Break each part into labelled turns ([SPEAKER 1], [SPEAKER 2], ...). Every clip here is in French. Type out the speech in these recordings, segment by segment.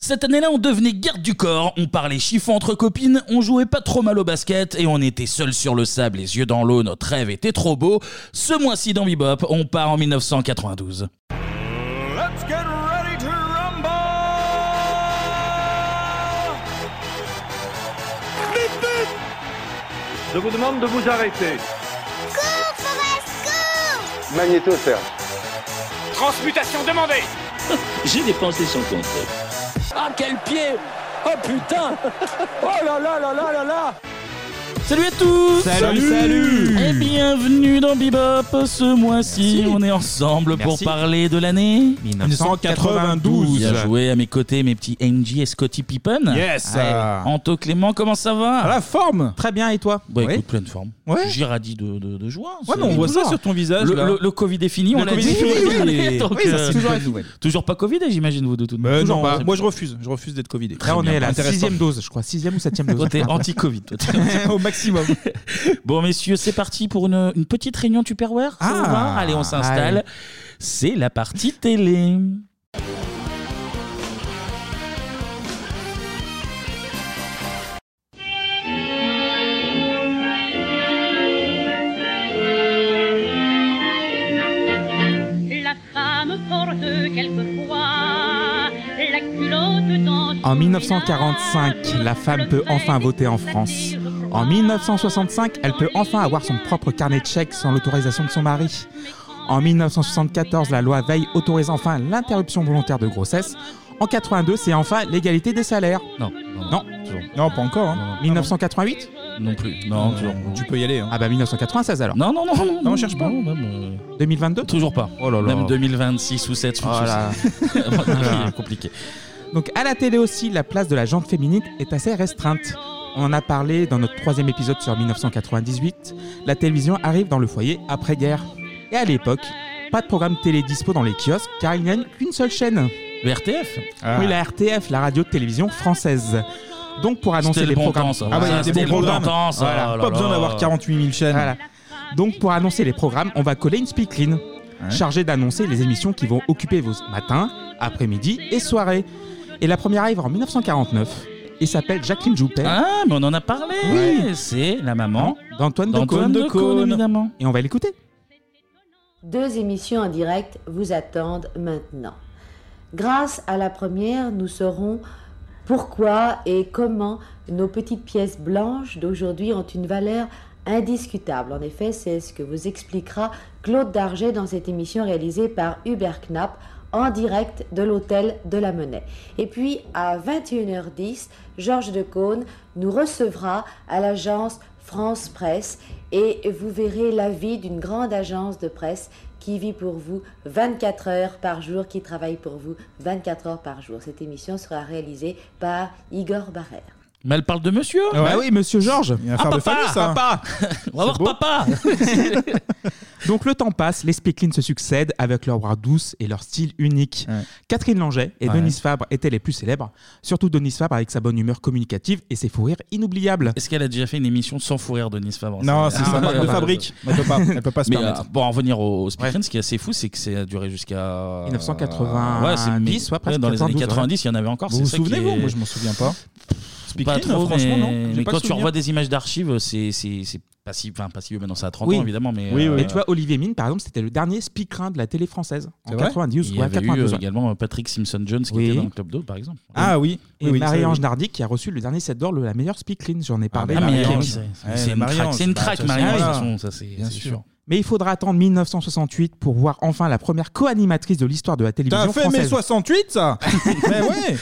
[SPEAKER 1] Cette année-là, on devenait garde du corps, on parlait chiffon entre copines, on jouait pas trop mal au basket et on était seul sur le sable, les yeux dans l'eau, notre rêve était trop beau. Ce mois-ci dans Bebop, on part en 1992.
[SPEAKER 2] Let's get ready to rumble!
[SPEAKER 3] Je vous demande de vous arrêter.
[SPEAKER 4] Magnéto, Serge.
[SPEAKER 5] Transmutation demandée
[SPEAKER 6] J'ai dépensé son compte.
[SPEAKER 5] Ah quel pied Oh putain Oh là là là là là là
[SPEAKER 1] Salut à tous
[SPEAKER 7] Salut, salut
[SPEAKER 1] Et bienvenue dans Bebop, ce mois-ci,
[SPEAKER 7] Merci.
[SPEAKER 1] on est ensemble pour
[SPEAKER 7] Merci.
[SPEAKER 1] parler de l'année
[SPEAKER 7] 1992.
[SPEAKER 1] Bien joué à mes côtés, mes petits MJ et Scotty Pippen.
[SPEAKER 7] Yes. euh.
[SPEAKER 1] Ouais. Anto Clément, comment ça va
[SPEAKER 7] À la forme Très bien, et toi
[SPEAKER 1] Bah
[SPEAKER 7] Oui.
[SPEAKER 1] écoute, pleine forme.
[SPEAKER 7] Ouais.
[SPEAKER 1] Giradis de, de, de joie. hein,
[SPEAKER 7] Ouais,
[SPEAKER 1] c'est-
[SPEAKER 7] mais on voit ça
[SPEAKER 1] Toujours.
[SPEAKER 7] sur ton visage.
[SPEAKER 1] Le,
[SPEAKER 7] là.
[SPEAKER 1] le- le Covid est fini,
[SPEAKER 7] Le
[SPEAKER 1] on l'a
[SPEAKER 7] Covid
[SPEAKER 1] dit.
[SPEAKER 7] est fini, oui, oui.
[SPEAKER 1] Donc,
[SPEAKER 7] Oui, ça,
[SPEAKER 1] euh,
[SPEAKER 7] c'est toujours la nouvelle.
[SPEAKER 1] toujours pas Covid, j'imagine, vous de tout.
[SPEAKER 7] Mais
[SPEAKER 1] Toujours
[SPEAKER 7] non, bah,
[SPEAKER 1] pas.
[SPEAKER 7] moi je refuse, je refuse d'être Covidé.
[SPEAKER 1] Là, on est à la sixième
[SPEAKER 7] dose, je crois, sixième ou septième
[SPEAKER 1] Toi, t'es anti-Covid. toi, t'es anti-
[SPEAKER 7] Au maximum.
[SPEAKER 1] bon, messieurs, c'est parti pour une, une petite réunion Tupperware. ça vous
[SPEAKER 7] Ah,
[SPEAKER 1] va Allez, on s'installe.
[SPEAKER 7] allez.
[SPEAKER 1] C'est la partie télé.
[SPEAKER 8] La femme porte quelquefois la culotte dans
[SPEAKER 9] En 1945, la femme peut enfin voter en France. En 1965, elle peut enfin avoir son propre carnet de chèques sans l'autorisation de son mari. En 1974, la loi Veil autorise enfin l'interruption volontaire de grossesse. En 82, c'est enfin l'égalité des salaires.
[SPEAKER 1] Non,
[SPEAKER 9] Non, toujours.
[SPEAKER 7] Non, pas encore. hein.
[SPEAKER 9] 1988
[SPEAKER 1] non plus. Non, toujours.
[SPEAKER 7] Tu peux y aller. hein.
[SPEAKER 9] Ah bah 1996 alors.
[SPEAKER 1] Non, non, non, non,
[SPEAKER 7] Non, on cherche pas.
[SPEAKER 1] non, même, euh,
[SPEAKER 9] 2022
[SPEAKER 1] toujours pas.
[SPEAKER 9] Oh là là.
[SPEAKER 1] Même 2026 ou 7
[SPEAKER 9] Oh là.
[SPEAKER 1] compliqué.
[SPEAKER 9] Donc à la télé aussi, la place de la jante féminine est assez restreinte. On en a parlé dans notre troisième épisode sur 1998. La télévision arrive dans le foyer après-guerre. Et à l'époque, pas de programme télé dispo dans les kiosques car il n'y a qu'une seule chaîne.
[SPEAKER 1] Le RTF
[SPEAKER 7] Ah.
[SPEAKER 9] Oui, la RTF, la radio-télévision française. Donc pour annoncer
[SPEAKER 1] C'était
[SPEAKER 9] les
[SPEAKER 1] le bon
[SPEAKER 9] programmes...
[SPEAKER 1] temps, ça.
[SPEAKER 7] Ah ouais, il y a
[SPEAKER 1] Ça,
[SPEAKER 7] des
[SPEAKER 1] c'était
[SPEAKER 7] bons
[SPEAKER 1] le bon
[SPEAKER 7] programmes.
[SPEAKER 1] temps, ça.
[SPEAKER 7] Voilà,
[SPEAKER 1] Oh là
[SPEAKER 7] pas besoin
[SPEAKER 1] là.
[SPEAKER 7] d'avoir 48 000 chaînes.
[SPEAKER 9] Voilà. Donc pour annoncer les programmes, on va coller une speakerine, chargée d'annoncer les émissions qui vont occuper vos matins, après-midi et soirées. Et la première arrive en 1949 et s'appelle Jacqueline Joupet.
[SPEAKER 1] Ah, mais on en a parlé.
[SPEAKER 9] Oui.
[SPEAKER 1] C'est la maman
[SPEAKER 9] d'Antoine de
[SPEAKER 1] d'Antoine de Caunes, évidemment.
[SPEAKER 9] Et on va l'écouter.
[SPEAKER 10] Deux émissions en direct vous attendent maintenant. Grâce à la première, nous saurons pourquoi et comment nos petites pièces blanches d'aujourd'hui ont une valeur indiscutable. En effet, c'est ce que vous expliquera Claude Darget dans cette émission réalisée par Hubert Knapp en direct de l'hôtel de la Monnaie. Et puis à 21h10, Georges Decaune nous recevra à l'agence France Presse et vous verrez l'avis d'une grande agence de presse qui vit pour vous 24 heures par jour, qui travaille pour vous 24 heures par jour. Cette émission sera réalisée par Igor Barrère.
[SPEAKER 1] Mais elle parle de monsieur.
[SPEAKER 9] Bah oui, Monsieur Georges.
[SPEAKER 7] Il y a un affaire de famille, ça.
[SPEAKER 9] Papa.
[SPEAKER 1] Ah, On va voir
[SPEAKER 7] beau.
[SPEAKER 1] papa.
[SPEAKER 9] Donc le temps passe, les speakerines se succèdent avec leur voix douce et leur style unique.
[SPEAKER 7] Ouais.
[SPEAKER 9] Catherine Langeais et
[SPEAKER 7] Ouais.
[SPEAKER 9] Denise Fabre étaient les plus célèbres, surtout Denise Fabre avec sa bonne humeur communicative et ses fous rires inoubliables.
[SPEAKER 1] Est-ce qu'elle a déjà fait une émission sans fou rire de Nice Favre
[SPEAKER 7] Non, c'est
[SPEAKER 1] Ah,
[SPEAKER 7] sa
[SPEAKER 1] ouais,
[SPEAKER 7] marque de
[SPEAKER 1] ouais,
[SPEAKER 7] fabrique. Elle peut pas, elle peut pas se
[SPEAKER 1] Mais
[SPEAKER 7] permettre.
[SPEAKER 1] euh, bon, en revenir au, au speakerine, ce qui est assez fou, c'est que ça a duré jusqu'à euh,
[SPEAKER 9] 1990,
[SPEAKER 1] Ouais, c'est- mais-
[SPEAKER 9] ouais, presque
[SPEAKER 1] dans les années
[SPEAKER 9] 92,
[SPEAKER 1] 90, il y en avait encore.
[SPEAKER 7] Vous
[SPEAKER 1] c'est
[SPEAKER 7] vous
[SPEAKER 1] ça qui
[SPEAKER 7] souvenez, vous
[SPEAKER 1] est-
[SPEAKER 7] Moi, je m'en souviens pas.
[SPEAKER 1] pas
[SPEAKER 7] Speakerine,
[SPEAKER 1] trop,
[SPEAKER 7] franchement,
[SPEAKER 1] mais,
[SPEAKER 7] non. J'ai
[SPEAKER 1] mais
[SPEAKER 7] pas
[SPEAKER 1] quand
[SPEAKER 7] de
[SPEAKER 1] tu
[SPEAKER 7] souvenir.
[SPEAKER 1] revois des images d'archives, c'est c'est c'est pas si, enfin pas si vieux maintenant, ça a 30
[SPEAKER 9] Oui.
[SPEAKER 1] ans évidemment, mais euh,
[SPEAKER 7] Oui, oui,
[SPEAKER 9] Et
[SPEAKER 7] oui.
[SPEAKER 9] tu vois, Olivier Mine, par exemple, c'était le dernier speakerin de la télé française en
[SPEAKER 7] C'est vrai
[SPEAKER 9] 92
[SPEAKER 1] il
[SPEAKER 9] ou
[SPEAKER 1] y
[SPEAKER 9] à
[SPEAKER 1] avait eu
[SPEAKER 9] 92.
[SPEAKER 1] euh, également euh, Patrick Simpson-Jones qui
[SPEAKER 9] Oui.
[SPEAKER 1] était dans le club d'eau, par exemple.
[SPEAKER 7] Ah oui.
[SPEAKER 9] Et
[SPEAKER 7] oui, oui, ça,
[SPEAKER 9] Marie-Ange
[SPEAKER 7] oui.
[SPEAKER 9] Nardi qui a reçu le dernier set d'or, le- la meilleure speakerine, j'en ai parlé.
[SPEAKER 7] Ah,
[SPEAKER 1] Ah,
[SPEAKER 7] mais
[SPEAKER 1] mais
[SPEAKER 7] Marie-Ange.
[SPEAKER 1] euh,
[SPEAKER 9] Marie-Ange.
[SPEAKER 1] c'est
[SPEAKER 7] Ouais,
[SPEAKER 1] c'est une
[SPEAKER 7] Marie-Ange,
[SPEAKER 1] craque, c'est
[SPEAKER 7] bah,
[SPEAKER 1] une
[SPEAKER 7] de
[SPEAKER 1] craque,
[SPEAKER 7] toute
[SPEAKER 1] Marie-Ange,
[SPEAKER 7] façon,
[SPEAKER 1] de toute façon, ça c'est
[SPEAKER 7] Bien
[SPEAKER 1] c'est
[SPEAKER 7] sûr.
[SPEAKER 1] sûr.
[SPEAKER 9] Mais il faudra attendre 1968 pour voir enfin la première co-animatrice de l'histoire de la
[SPEAKER 7] T'as
[SPEAKER 9] télévision
[SPEAKER 7] fait mes
[SPEAKER 9] française.
[SPEAKER 7] 68, ça Mais ouais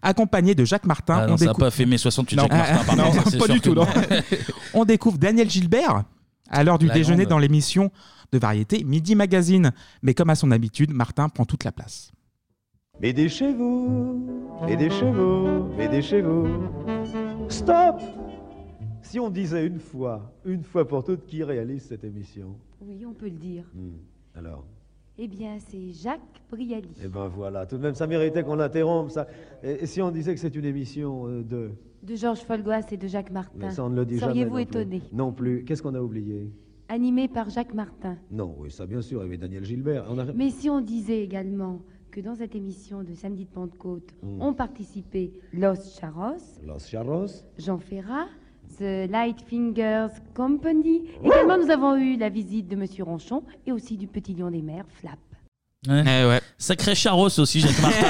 [SPEAKER 9] Accompagnée de Jacques Martin,
[SPEAKER 1] Ah
[SPEAKER 9] on,
[SPEAKER 1] non, ça n'a
[SPEAKER 9] décou-
[SPEAKER 1] pas fait mai 68 Jacques
[SPEAKER 9] Non.
[SPEAKER 1] Martin, par
[SPEAKER 7] Non,
[SPEAKER 1] contre, ça, c'est
[SPEAKER 7] pas
[SPEAKER 1] sûr
[SPEAKER 7] du
[SPEAKER 1] que
[SPEAKER 7] tout, non.
[SPEAKER 9] on découvre Daniel Gilbert à l'heure du
[SPEAKER 1] La
[SPEAKER 9] déjeuner
[SPEAKER 1] grande.
[SPEAKER 9] dans l'émission de variété Midi Magazine. Mais comme à son habitude, Martin prend toute la place.
[SPEAKER 3] Aidez chez vous, aidez chez vous, aidez chez vous. Stop Si on disait une fois, une fois pour toutes, qui réalise cette émission
[SPEAKER 11] Oui, on peut le dire.
[SPEAKER 3] Hmm, Alors,
[SPEAKER 11] Eh bien, c'est Jacques Brialy.
[SPEAKER 3] eh ben voilà, tout de même, ça méritait qu'on l'interrompe, ça. Et, et si on disait que c'est une émission euh, de...
[SPEAKER 11] De Georges Folgoas et de Jacques Martin.
[SPEAKER 3] Mais ça, on ne le dit jamais.
[SPEAKER 11] Seriez-vous
[SPEAKER 3] non plus.
[SPEAKER 11] étonné
[SPEAKER 3] Non plus. Qu'est-ce qu'on a oublié
[SPEAKER 11] Animé par Jacques Martin.
[SPEAKER 3] Non, oui, ça bien sûr, il y avait Daniel Gilbert. On a-
[SPEAKER 11] Mais si on disait également
[SPEAKER 12] que dans cette émission de samedi de Pentecôte
[SPEAKER 3] Hmm.
[SPEAKER 13] Mm.
[SPEAKER 12] ont participé Los Charros,
[SPEAKER 13] Los Charros.
[SPEAKER 12] Jean Ferrat, The Lightfingers Company. Également, nous avons eu la visite de Monsieur Ronchon et aussi du petit lion des mers, Flap.
[SPEAKER 1] Ouais. Hein?
[SPEAKER 9] Eh
[SPEAKER 1] Sacré Charos aussi, Jacques Martin.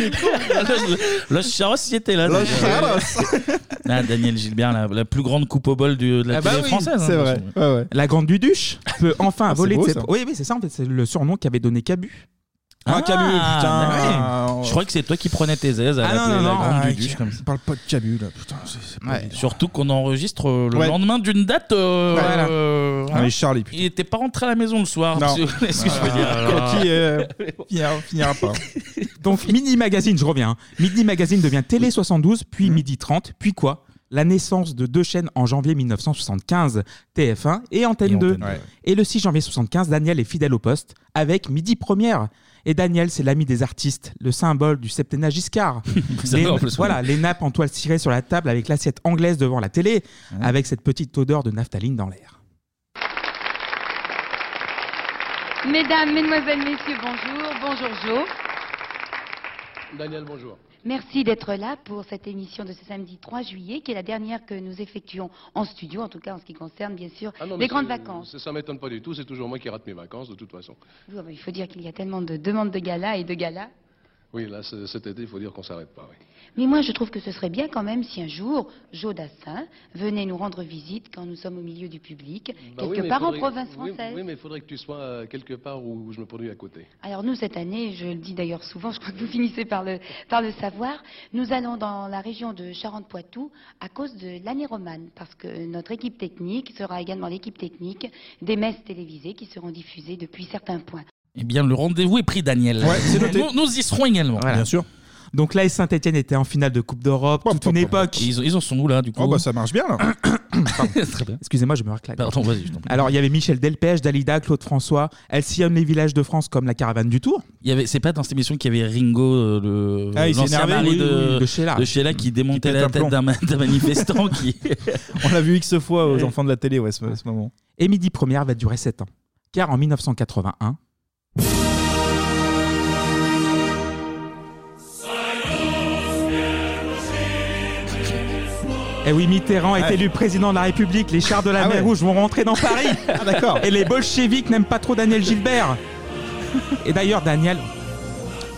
[SPEAKER 1] Los- Los Charos, il était là.
[SPEAKER 7] Los
[SPEAKER 1] déjà. Ah, Daniel Gilbert, la, la plus grande coupe au bol du- de
[SPEAKER 9] Eh
[SPEAKER 1] la
[SPEAKER 9] bah
[SPEAKER 1] télé française. hein, de toute façon.
[SPEAKER 9] La grande Duduche peut enfin
[SPEAKER 1] Ah, c'est
[SPEAKER 9] voler
[SPEAKER 1] beau,
[SPEAKER 9] de ses
[SPEAKER 1] ça.
[SPEAKER 9] pro- Oui, oui, c'est ça, en fait, c'est le surnom qu'avait donné Cabu. bah
[SPEAKER 1] Ah,
[SPEAKER 9] putain.
[SPEAKER 1] ouais. Je crois que c'est toi qui prenais tes aises à
[SPEAKER 9] Ah, non,
[SPEAKER 1] l'appeler
[SPEAKER 9] non,
[SPEAKER 1] la
[SPEAKER 9] non,
[SPEAKER 1] grande
[SPEAKER 9] ah,
[SPEAKER 1] duduche
[SPEAKER 9] ok.
[SPEAKER 1] comme ça.
[SPEAKER 7] parle pas de Cabu là, putain, c'est c'est pas évident.
[SPEAKER 1] Surtout qu'on enregistre euh, le
[SPEAKER 7] Ouais.
[SPEAKER 1] lendemain d'une date. euh,
[SPEAKER 7] Voilà.
[SPEAKER 1] euh,
[SPEAKER 7] Ah,
[SPEAKER 1] hein.
[SPEAKER 7] mais Charlie,
[SPEAKER 1] il était pas rentré à la maison le soir.
[SPEAKER 7] Non.
[SPEAKER 1] parce que- Est-ce que
[SPEAKER 9] Ah,
[SPEAKER 1] je peux dire alors
[SPEAKER 7] Quand il euh, finira, finira pas.
[SPEAKER 9] Donc Midi Magazine, je reviens. hein. Midi Magazine devient Télé 72,
[SPEAKER 1] Mm.
[SPEAKER 9] puis Midi 30, puis quoi La naissance de deux chaînes en janvier 1975, TF1 et Antenne 2. Et le 6 janvier 75, Daniel est fidèle au poste avec Midi Première. Et Daniel, c'est l'ami des artistes, le symbole du septennat Giscard.
[SPEAKER 1] Ça
[SPEAKER 9] les,
[SPEAKER 1] va, en plus,
[SPEAKER 9] voilà,
[SPEAKER 1] ouais.
[SPEAKER 9] les nappes en toile cirée sur la table avec l'assiette anglaise devant la télé, avec cette petite odeur de naphtaline dans l'air.
[SPEAKER 11] Mesdames, Mesdemoiselles, Messieurs, bonjour. Bonjour Jo.
[SPEAKER 14] Daniel, bonjour.
[SPEAKER 11] Merci d'être là pour cette émission de ce samedi 3 juillet, qui est la dernière que nous effectuons en studio, en tout cas en ce qui concerne bien sûr
[SPEAKER 14] Ah non, mais
[SPEAKER 11] les grandes
[SPEAKER 14] c'est-
[SPEAKER 11] vacances.
[SPEAKER 14] Ça, ça m'étonne pas du tout, c'est toujours moi qui rate mes vacances de toute façon.
[SPEAKER 11] Oui, ah bah, Il faut dire qu'il y a tellement de demandes de gala et de gala.
[SPEAKER 14] Oui, là, c- cet été, il faut dire qu'on s'arrête pas. oui. Bah
[SPEAKER 11] Mais moi, je trouve que ce serait bien quand même si un jour, Jo Dassin venait nous rendre visite quand nous sommes au milieu du public,
[SPEAKER 14] Bah oui,
[SPEAKER 11] quelque
[SPEAKER 14] mais
[SPEAKER 11] part
[SPEAKER 14] faudrait-
[SPEAKER 11] en province
[SPEAKER 14] oui,
[SPEAKER 11] française.
[SPEAKER 14] Oui, mais il faudrait que tu sois euh, quelque part où, où je me produis à côté.
[SPEAKER 11] Alors nous, cette année, je le dis d'ailleurs souvent, je crois que vous finissez par le, par le savoir, nous allons dans la région de Charente-Poitou à cause de l'année romane, parce que notre équipe technique sera également l'équipe technique des messes télévisées qui seront diffusées depuis certains points.
[SPEAKER 1] Eh bien, le rendez-vous est pris, Daniel. Nous, nous y serons également.
[SPEAKER 9] Bien sûr. Donc là, Saint-Etienne était en finale de Coupe d'Europe, toute une époque.
[SPEAKER 1] Ils, ils en sont où là, du coup
[SPEAKER 7] Ah
[SPEAKER 9] Oh, bah, ça marche bien là. Excusez-moi, je me reclaque.
[SPEAKER 1] Pardon, vas-y, je t'en prie.
[SPEAKER 9] Alors, il y avait Michel Delpech, Dalida, Claude François. Elle sillonne les villages de France comme la caravane du Tour.
[SPEAKER 1] Il y avait, c'est pas dans cette émission qu'il y avait Ringo, euh, le
[SPEAKER 9] Ah, il s'est
[SPEAKER 1] l'ancien
[SPEAKER 9] énervé,
[SPEAKER 1] mari
[SPEAKER 9] oui,
[SPEAKER 1] de,
[SPEAKER 9] oui, de Sheila.
[SPEAKER 1] qui démontait
[SPEAKER 7] pète
[SPEAKER 1] la
[SPEAKER 7] un
[SPEAKER 1] tête
[SPEAKER 7] plomb.
[SPEAKER 1] d'un ma- d'un manifestant qui.
[SPEAKER 7] On l'a vu X fois aux enfants de la télé, ouais, ce, ce moment.
[SPEAKER 9] Et Midi Première va durer 7 ans. Car en 1981, eh oui, Mitterrand est
[SPEAKER 7] Ouais.
[SPEAKER 9] élu président de la République. Les chars de la
[SPEAKER 7] Ah
[SPEAKER 9] mer
[SPEAKER 7] ouais.
[SPEAKER 9] Rouge vont rentrer dans Paris.
[SPEAKER 7] Ah, d'accord.
[SPEAKER 9] Et les bolcheviks n'aiment pas trop Daniel Gilbert. Et d'ailleurs, Daniel,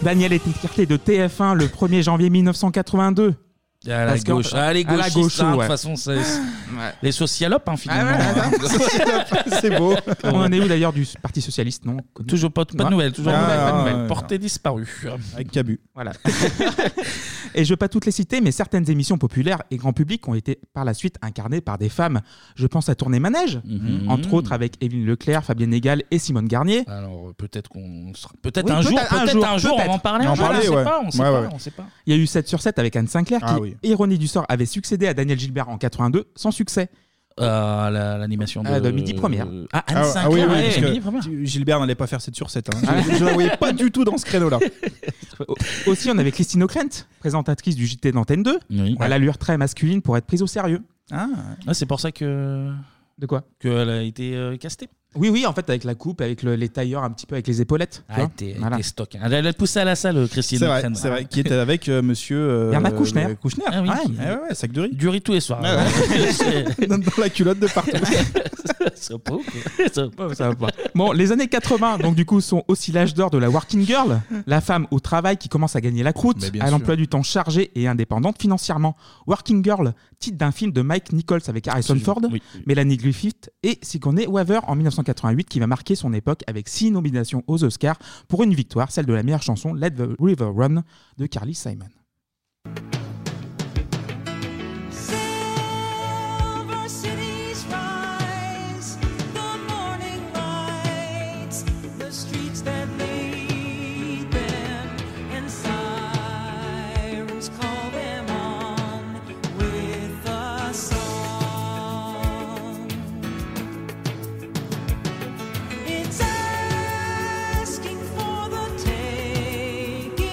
[SPEAKER 9] Daniel est écarté de TF1 le 1er janvier 1982.
[SPEAKER 1] À la
[SPEAKER 9] Parce que-
[SPEAKER 1] gauche. Ah, les
[SPEAKER 9] à la
[SPEAKER 1] gauchistes,
[SPEAKER 9] gauche,
[SPEAKER 1] hein, de
[SPEAKER 9] ouais. Ah,
[SPEAKER 1] toute façon, c'est. Les socialopes, hein, finalement.
[SPEAKER 9] c'est beau. On en est où d'ailleurs du Parti Socialiste Non Ah,
[SPEAKER 1] Toujours pas, pas de nouvelles, toujours pas de nouvelles, pas de nouvelles. Portée disparue.
[SPEAKER 9] Avec Cabu. Voilà. et je ne vais pas toutes les citer, mais certaines émissions populaires et grand public ont été par la suite incarnées par des femmes. Je pense à Tournée Manège,
[SPEAKER 1] Mhm.
[SPEAKER 9] entre autres avec Évelyne Leclerc, Fabienne Négal et Simone Garnier.
[SPEAKER 1] Alors euh, peut-être qu'on sera... peut-être
[SPEAKER 9] Oui,
[SPEAKER 1] un, jour,
[SPEAKER 9] peut-être un
[SPEAKER 1] peut-être
[SPEAKER 9] jour,
[SPEAKER 1] un jour, on va en
[SPEAKER 9] peut-être.
[SPEAKER 1] parler.
[SPEAKER 9] On
[SPEAKER 1] un
[SPEAKER 9] en
[SPEAKER 1] jour,
[SPEAKER 9] parlait,
[SPEAKER 1] on sait
[SPEAKER 9] ouais.
[SPEAKER 1] pas, on sait
[SPEAKER 9] Ouais,
[SPEAKER 1] pas,
[SPEAKER 9] ouais.
[SPEAKER 1] on sait pas.
[SPEAKER 9] Il y a eu 7 sur 7 avec Anne Sinclair
[SPEAKER 1] Ah
[SPEAKER 9] qui,
[SPEAKER 1] oui.
[SPEAKER 9] ironie du sort, avait succédé à Daniel Gilbert en 82 sans succès.
[SPEAKER 1] Euh, la- l'animation de...
[SPEAKER 9] Ah, de Midi Première.
[SPEAKER 1] Ah, Anne
[SPEAKER 7] Ah, ah oui,
[SPEAKER 1] Sinclair,
[SPEAKER 7] oui,
[SPEAKER 1] ouais,
[SPEAKER 7] parce que
[SPEAKER 1] Midi Première.
[SPEAKER 7] Gilbert n'allait pas faire 7 sur
[SPEAKER 1] hein.
[SPEAKER 7] 7.
[SPEAKER 9] Ah.
[SPEAKER 7] Je, je la voyais pas du tout dans ce créneau-là.
[SPEAKER 9] Aussi, on avait Christine O'Krent, présentatrice du JT d'Antenne 2, à l'allure très masculine pour être prise au sérieux.
[SPEAKER 1] Ah, c'est pour ça que.
[SPEAKER 9] De quoi
[SPEAKER 1] Qu'elle a été euh, castée.
[SPEAKER 9] Oui, oui, en fait, avec la coupe, avec le- les tailleurs, un petit peu avec les épaulettes. tu
[SPEAKER 1] Ah, Elle
[SPEAKER 9] vois.
[SPEAKER 1] était, elle
[SPEAKER 9] Voilà.
[SPEAKER 1] était stock. hein. Elle elle a poussé à la salle, euh, Christine.
[SPEAKER 7] C'est vrai,
[SPEAKER 1] O'Krent. Ah.
[SPEAKER 7] c'est vrai, qui était avec euh, monsieur. euh,
[SPEAKER 1] Bernard Kouchner.
[SPEAKER 7] euh, Kouchner.
[SPEAKER 1] Ah oui,
[SPEAKER 7] Ouais,
[SPEAKER 1] qui-
[SPEAKER 7] ouais, ouais, ouais, sac de riz.
[SPEAKER 1] Du riz tous les soirs.
[SPEAKER 7] Ah ouais. dans la culotte de partout.
[SPEAKER 1] Ça va pas, ou quoi Ça va pas, ou
[SPEAKER 9] Ça va pas. Bon, les années 80, donc du coup, sont aussi l'âge d'or de la working girl, la femme au travail qui commence à gagner la croûte,
[SPEAKER 7] Mais bien
[SPEAKER 9] à
[SPEAKER 7] sûr.
[SPEAKER 9] l'emploi du temps chargé et indépendante financièrement. Working Girl, titre d'un film de Mike Nichols avec Harrison Ford, Melanie Griffith et Sigourney Weaver en 1988, qui va marquer son époque avec six nominations aux Oscars pour une victoire, celle de la meilleure chanson Let the River Run de Carly Simon.
[SPEAKER 15] Silver cities rise, the morning lights, the streets that lead them, and sirens call them on with a song. It's asking for the taking,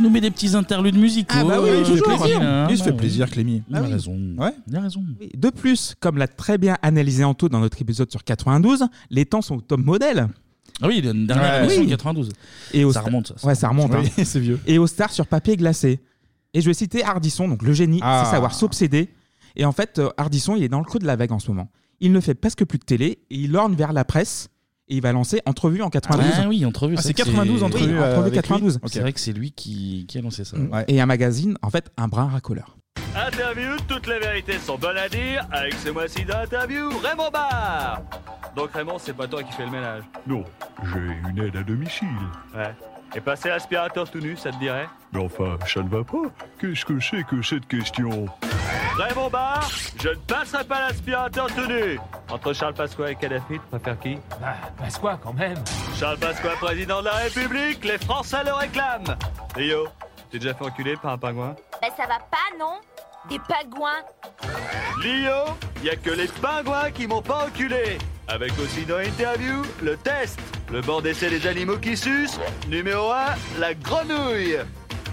[SPEAKER 1] nous met des petits interludes musicaux.
[SPEAKER 9] Ah bah oui,
[SPEAKER 1] euh,
[SPEAKER 9] il se fait
[SPEAKER 1] toujours.
[SPEAKER 9] plaisir.
[SPEAKER 1] Hein,
[SPEAKER 9] Il se fait
[SPEAKER 1] ouais.
[SPEAKER 9] plaisir, Clémy.
[SPEAKER 1] Il
[SPEAKER 9] Ah
[SPEAKER 1] a
[SPEAKER 9] oui.
[SPEAKER 1] raison. Il a raison.
[SPEAKER 9] Oui. De plus, comme l'a très bien analysé Anto dans notre épisode sur 92, les temps sont au top modèle.
[SPEAKER 1] Ah oui, le dernier
[SPEAKER 9] Ouais.
[SPEAKER 1] émission
[SPEAKER 9] Oui.
[SPEAKER 1] 92.
[SPEAKER 9] Et au
[SPEAKER 1] ça
[SPEAKER 9] sta-
[SPEAKER 1] remonte. Ça,
[SPEAKER 9] Ouais, ça remonte.
[SPEAKER 1] Oui,
[SPEAKER 9] hein.
[SPEAKER 1] c'est vieux.
[SPEAKER 9] Et aux stars sur papier glacé. Et je vais citer Hardisson, donc le génie,
[SPEAKER 1] Ah.
[SPEAKER 9] c'est savoir s'obséder. Et en fait, euh, Hardisson, il est dans le creux de la vague en ce moment. Il ne fait presque plus de télé et il orne vers la presse. Et il va lancer Entrevue en 92.
[SPEAKER 1] Ah oui, entrevue. vrai que
[SPEAKER 9] Oui,
[SPEAKER 7] euh,
[SPEAKER 1] Oui, Entrevue
[SPEAKER 9] 92.
[SPEAKER 1] C'est vrai que c'est lui qui, qui a lancé ça.
[SPEAKER 9] Et un magazine, en fait, un brin racoleur.
[SPEAKER 16] Interview, toutes les vérités sont bonnes à dire avec ce mois-ci d'interview Raymond Barre. Donc Raymond, c'est pas toi qui fais le ménage.
[SPEAKER 17] Non, j'ai une aide à domicile.
[SPEAKER 16] Ouais. Et passer l'aspirateur tout nu, ça te dirait
[SPEAKER 17] Mais enfin, ça ne va pas. Qu'est-ce que c'est que cette question
[SPEAKER 16] Raymond Barre, je ne passerai pas l'aspirateur tout nu. Entre Charles Pasqua et Kadhafi, tu préfères qui
[SPEAKER 18] Ah, Pasqua quand même.
[SPEAKER 16] Charles Pasqua, président de la République, les Français le réclament. Et yo, t'es déjà fait enculer par un pingouin
[SPEAKER 8] Ben ça va pas, non Des pagouins
[SPEAKER 16] Lio, y a que les pingouins qui m'ont pas enculé. Avec aussi dans l'interview, le test, le banc d'essai des animaux qui sucent, numéro 1, la grenouille.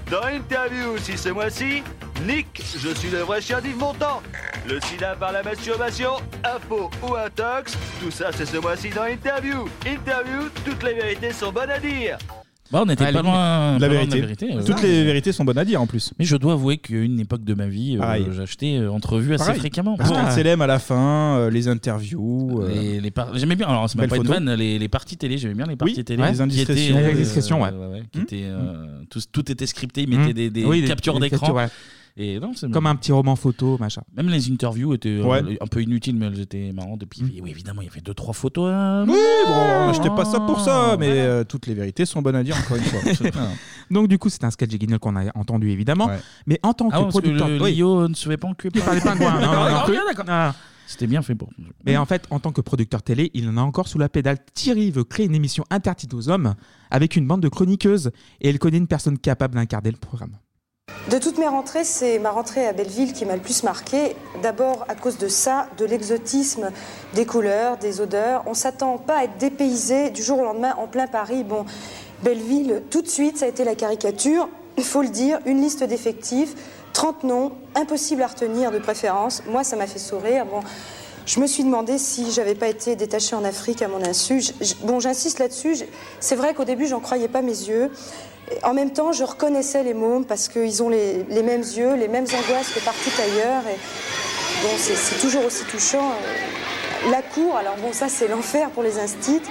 [SPEAKER 16] Dans l'interview, si ce mois-ci, Nick, je suis le vrai chien d'Yves Montand. Le sida par la masturbation, info ou intox, tout ça c'est ce mois-ci dans l'interview. Interview, toutes les vérités sont bonnes à dire.
[SPEAKER 1] Bah, on n'était
[SPEAKER 7] Ah,
[SPEAKER 1] pas
[SPEAKER 7] les-
[SPEAKER 1] loin
[SPEAKER 7] la
[SPEAKER 1] pas loin de euh,
[SPEAKER 7] vérité. Toutes les vérités sont bonnes à dire en plus.
[SPEAKER 1] Mais je dois avouer qu'à une époque de ma vie,
[SPEAKER 7] Pareil.
[SPEAKER 1] euh, j'achetais euh, entrevue assez
[SPEAKER 7] Pareil.
[SPEAKER 1] fréquemment.
[SPEAKER 7] Parce qu'on
[SPEAKER 1] Ah.
[SPEAKER 7] s'élève à la fin, euh, les interviews. euh,
[SPEAKER 1] Les- les par- J'aimais bien, alors c'est même
[SPEAKER 7] Belle
[SPEAKER 1] pas une
[SPEAKER 7] photo.
[SPEAKER 1] vanne, les, les parties télé, j'aimais bien les parties
[SPEAKER 7] Oui,
[SPEAKER 1] télé.
[SPEAKER 7] ouais.
[SPEAKER 1] qui
[SPEAKER 7] Les
[SPEAKER 1] étaient, euh,
[SPEAKER 7] indiscrétions. Les indiscrétions, ouais.
[SPEAKER 1] qui étaient, euh, tous- tout, était scripté, ils
[SPEAKER 9] Mm.
[SPEAKER 1] mettaient des, des
[SPEAKER 9] Mmh. Oui, des-
[SPEAKER 1] captures
[SPEAKER 9] des
[SPEAKER 1] d'écran.
[SPEAKER 9] captures, ouais.
[SPEAKER 1] Et non, c'est-
[SPEAKER 9] Comme un petit roman photo, machin.
[SPEAKER 1] Même les interviews étaient euh,
[SPEAKER 9] Ouais.
[SPEAKER 1] un peu inutiles, mais elles étaient marrantes. Et puis, oui, évidemment, il y avait deux, trois photos.
[SPEAKER 7] Mm.
[SPEAKER 1] hein.
[SPEAKER 7] Oui, bon, Oh, j'étais pas ça pour
[SPEAKER 1] Oh.
[SPEAKER 7] ça, mais euh, toutes les vérités sont bonnes à dire encore une fois. Voilà.
[SPEAKER 9] Donc du coup, c'est un sketch guignol qu'on a entendu évidemment. Mais en tant
[SPEAKER 1] Ah,
[SPEAKER 9] que
[SPEAKER 1] parce que
[SPEAKER 9] producteur...
[SPEAKER 1] le
[SPEAKER 9] Oui.
[SPEAKER 1] Lio ne se fait pas enculer
[SPEAKER 9] par les pingouins. Non, non, non.
[SPEAKER 1] Ok, d'accord. C'était bien fait pour.
[SPEAKER 9] Mais en fait, en tant que producteur télé, il en a encore sous la pédale. Thierry veut créer une émission interdite aux hommes avec une bande de chroniqueuses et il connaît une personne capable d'incarner le programme.
[SPEAKER 19] De toutes mes rentrées, c'est ma rentrée à Belleville qui m'a le plus marquée. D'abord à cause de ça, de l'exotisme, des couleurs, des odeurs. On s'attend pas à être dépaysé du jour au lendemain en plein Paris. Bon, Belleville, tout de suite, ça a été la caricature. Il faut le dire, une liste d'effectifs, 30 noms, impossible à retenir de préférence. Moi, ça m'a fait sourire. Bon, je me suis demandé si j'avais pas été détachée en Afrique à mon insu. J- j- Bon, j'insiste là-dessus. J- C'est vrai qu'au début, j'en croyais pas mes yeux. Et En même temps, je reconnaissais les mômes parce qu'ils ont les, les mêmes yeux, les mêmes angoisses que partout ailleurs. Et bon, c'est- c'est toujours aussi touchant. Euh, La cour, alors bon, ça c'est l'enfer pour les instits.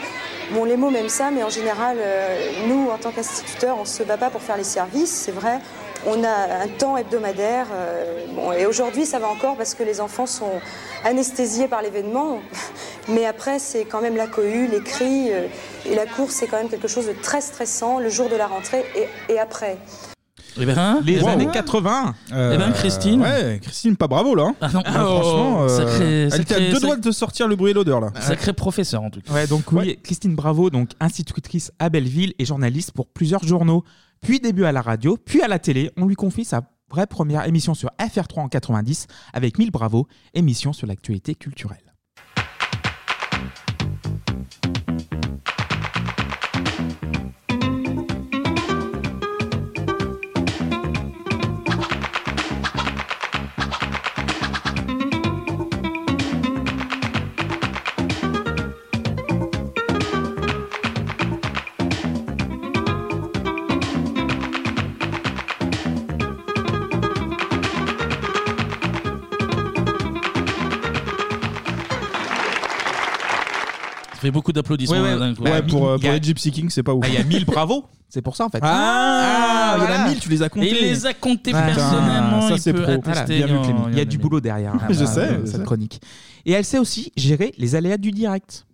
[SPEAKER 19] Bon, les mômes aiment ça, mais en général, euh, nous, en tant qu'instituteurs, on se bat pas pour faire les services, c'est vrai. On a un temps hebdomadaire. euh, bon, et aujourd'hui, ça va encore parce que les enfants sont anesthésiés par l'événement. Mais après, c'est quand même la cohue, les cris. euh, et la cour, c'est quand même quelque chose de très stressant le jour de la rentrée et- et après.
[SPEAKER 1] Eh ben,
[SPEAKER 7] les
[SPEAKER 1] eh ben.
[SPEAKER 7] années 80.
[SPEAKER 1] Eh ben, Christine.
[SPEAKER 7] Euh, Ouais, Christine, pas bravo là. hein.
[SPEAKER 1] Ah non,
[SPEAKER 7] Ah,
[SPEAKER 1] oh,
[SPEAKER 7] franchement, euh,
[SPEAKER 1] sacré-
[SPEAKER 7] elle était à
[SPEAKER 1] sacré-
[SPEAKER 7] deux
[SPEAKER 1] sac- Ah.
[SPEAKER 7] doigts de sortir le bruit et l'odeur là.
[SPEAKER 1] Sacré professeur, en tout cas.
[SPEAKER 9] Ouais, donc oui, Christine Bravo, donc institutrice à Belleville et journaliste pour plusieurs journaux, puis début à la radio, puis à la télé, on lui confie sa vraie première émission sur FR3 en 90 avec 1000 Bravo, émission sur l'actualité culturelle.
[SPEAKER 1] Ça fait beaucoup d'applaudissements
[SPEAKER 9] Ouais, ouais.
[SPEAKER 1] d'un coup.
[SPEAKER 9] Bah,
[SPEAKER 7] Ouais, pour, euh,
[SPEAKER 9] il y
[SPEAKER 7] pour
[SPEAKER 9] a-
[SPEAKER 7] les Gypsy Kings, c'est pas ouf.
[SPEAKER 9] Bah, Il y a 1000 Bravo, c'est pour ça en fait.
[SPEAKER 7] Ah, il y en a
[SPEAKER 9] voilà.
[SPEAKER 7] 1000, tu les as comptés.
[SPEAKER 1] Et il les a comptés
[SPEAKER 9] Ouais.
[SPEAKER 1] personnellement.
[SPEAKER 9] Putain,
[SPEAKER 1] il peut attester,
[SPEAKER 9] Bien vu,
[SPEAKER 1] en-
[SPEAKER 9] Clémy.
[SPEAKER 1] en
[SPEAKER 9] Il y a
[SPEAKER 1] en
[SPEAKER 9] du
[SPEAKER 1] aimé.
[SPEAKER 9] boulot derrière.
[SPEAKER 1] Ah, bah,
[SPEAKER 9] euh,
[SPEAKER 1] je
[SPEAKER 9] cette
[SPEAKER 1] sais.
[SPEAKER 9] chronique. Et elle sait aussi gérer les aléas du direct.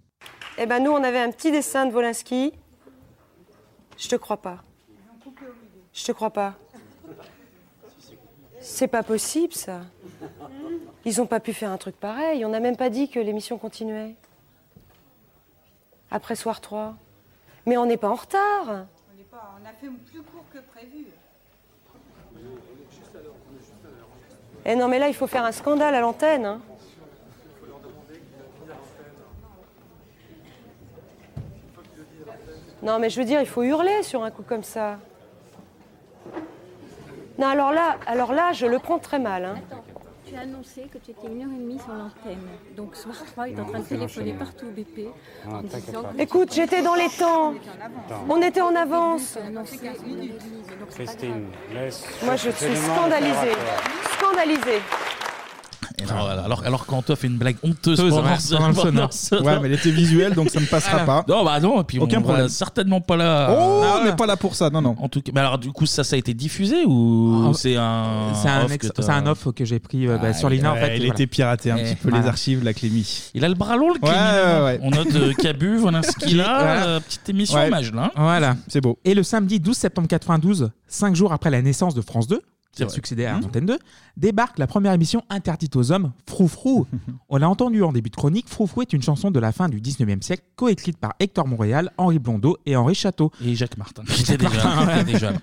[SPEAKER 19] Eh ben nous, on avait un petit dessin de Volinsky. Je te crois pas. Je te crois pas. C'est pas possible, ça. Ils ont pas pu faire un truc pareil. On n'a même pas dit que l'émission continuait. Après soir 3. Mais on n'est pas en retard.
[SPEAKER 20] On a fait plus court que prévu.
[SPEAKER 19] Eh non, mais là, il faut faire un scandale à l'antenne. hein. Non, mais je veux dire, il faut hurler sur un coup comme ça. Non, alors là, alors là, je le prends très mal. hein.
[SPEAKER 18] Tu as annoncé que tu étais une heure et demie sur l'antenne. Donc soir 3, il est en train de
[SPEAKER 19] c'est
[SPEAKER 18] téléphoner
[SPEAKER 19] l'enchaînement.
[SPEAKER 18] partout au BP.
[SPEAKER 19] Ah,
[SPEAKER 18] en
[SPEAKER 19] t'inquiète
[SPEAKER 18] disant
[SPEAKER 19] pas.
[SPEAKER 18] que-
[SPEAKER 19] Écoute, j'étais dans les temps. On était en avance.
[SPEAKER 18] Tu as annoncé qu'on avait dit, mais donc c'est pas
[SPEAKER 21] Christine, laisse.
[SPEAKER 19] Moi, je
[SPEAKER 21] laisse
[SPEAKER 19] suis
[SPEAKER 21] Clément
[SPEAKER 19] scandalisée.
[SPEAKER 21] faire rapport.
[SPEAKER 19] Scandalisée.
[SPEAKER 1] Et non, voilà. alors, alors qu'Antoine fait une blague honteuse
[SPEAKER 7] Honteuse,
[SPEAKER 1] pendant,
[SPEAKER 7] ouais,
[SPEAKER 1] ce-
[SPEAKER 7] pendant le
[SPEAKER 1] pendant
[SPEAKER 7] sonore. Ouais, mais elle était visuelle, donc ça ne passera
[SPEAKER 1] Voilà.
[SPEAKER 7] pas.
[SPEAKER 1] Non, bah non, et puis
[SPEAKER 7] Aucun
[SPEAKER 1] on
[SPEAKER 7] problème.
[SPEAKER 1] va certainement pas là.
[SPEAKER 7] Oh, on n'est
[SPEAKER 1] pas
[SPEAKER 7] là pour ça, non, non.
[SPEAKER 1] En tout cas, mais alors du coup, ça, ça a été diffusé ou
[SPEAKER 7] Ah,
[SPEAKER 1] c'est un.
[SPEAKER 9] c'est un
[SPEAKER 1] off
[SPEAKER 9] ex-
[SPEAKER 1] que t'as-
[SPEAKER 9] c'est un off que j'ai pris, euh, bah, sur
[SPEAKER 1] il-
[SPEAKER 9] Lina, en fait,
[SPEAKER 7] Elle
[SPEAKER 9] voilà.
[SPEAKER 7] Ah, était piratée un
[SPEAKER 9] Eh,
[SPEAKER 7] petit peu les
[SPEAKER 9] voilà.
[SPEAKER 7] archives, la Clémy.
[SPEAKER 1] Il a le bras long, le
[SPEAKER 7] Ouais, ouais, ouais.
[SPEAKER 1] On note euh, Cabu, voilà ce qu'il a.
[SPEAKER 9] Voilà.
[SPEAKER 1] euh, petite émission
[SPEAKER 9] Ouais.
[SPEAKER 1] hommage là.
[SPEAKER 9] Voilà.
[SPEAKER 7] C'est beau.
[SPEAKER 9] Et le samedi 12 septembre 92, 5 jours après la naissance de France 2, qui a succédé
[SPEAKER 1] Mmh.
[SPEAKER 9] à Antenne 2, débarque la première émission interdite aux hommes, Froufrou. On l'a entendu en début de chronique, Froufrou est une chanson de la fin du 19e siècle, coécrite par Hector Montréal, Henri Blondeau et Henri Château.
[SPEAKER 1] Et Jacques Martin. J'étais déjà,
[SPEAKER 9] Martin,
[SPEAKER 1] j'étais
[SPEAKER 9] ouais.
[SPEAKER 1] déjà là.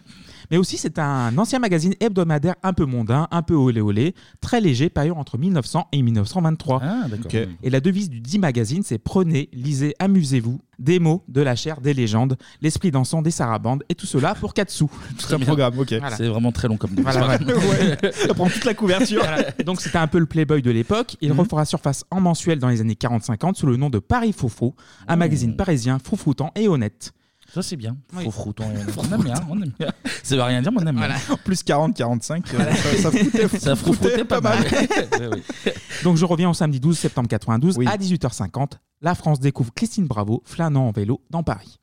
[SPEAKER 9] Mais aussi, c'est un ancien magazine hebdomadaire un peu mondain, un peu olé olé, très léger, période entre 1900 et 1923.
[SPEAKER 7] d'accord.
[SPEAKER 9] Ok. Et la devise du dit magazine, c'est prenez, lisez, amusez-vous, des mots, de la chair, des légendes, l'esprit dansant, des sarabandes, et tout cela pour 4 sous.
[SPEAKER 7] Très un bien. programme, ok.
[SPEAKER 1] C'est vraiment très long comme
[SPEAKER 9] Voilà,
[SPEAKER 1] c'est pas
[SPEAKER 9] ouais.
[SPEAKER 7] Ça prend toute la couverture.
[SPEAKER 9] Voilà. Donc c'était un peu le Playboy de l'époque. Il refera surface en mensuel dans les années 40-50 sous le nom de Paris Foufou, un magazine parisien froufroutant et honnête.
[SPEAKER 1] Ça c'est bien.
[SPEAKER 9] Oui.
[SPEAKER 1] Faux frouton. On aime bien, on aime bien. Ça veut rien dire, mais on aime bien.
[SPEAKER 7] Plus 40-45, euh, ça, ça foutait,
[SPEAKER 1] Ça froufroutait pas mal.
[SPEAKER 9] Donc je reviens au samedi 12 septembre 92 à 18h50. La France découvre Christine Bravo flânant en vélo dans Paris.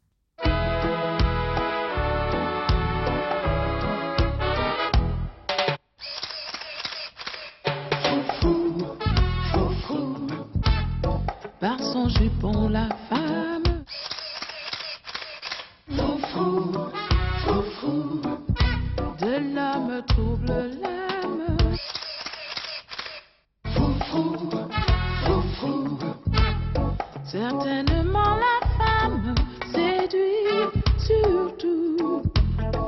[SPEAKER 15] Par son jupon, la femme. Foufou, foufou. De l'homme trouble l'âme. Foufou, foufou. Certainement la femme séduit surtout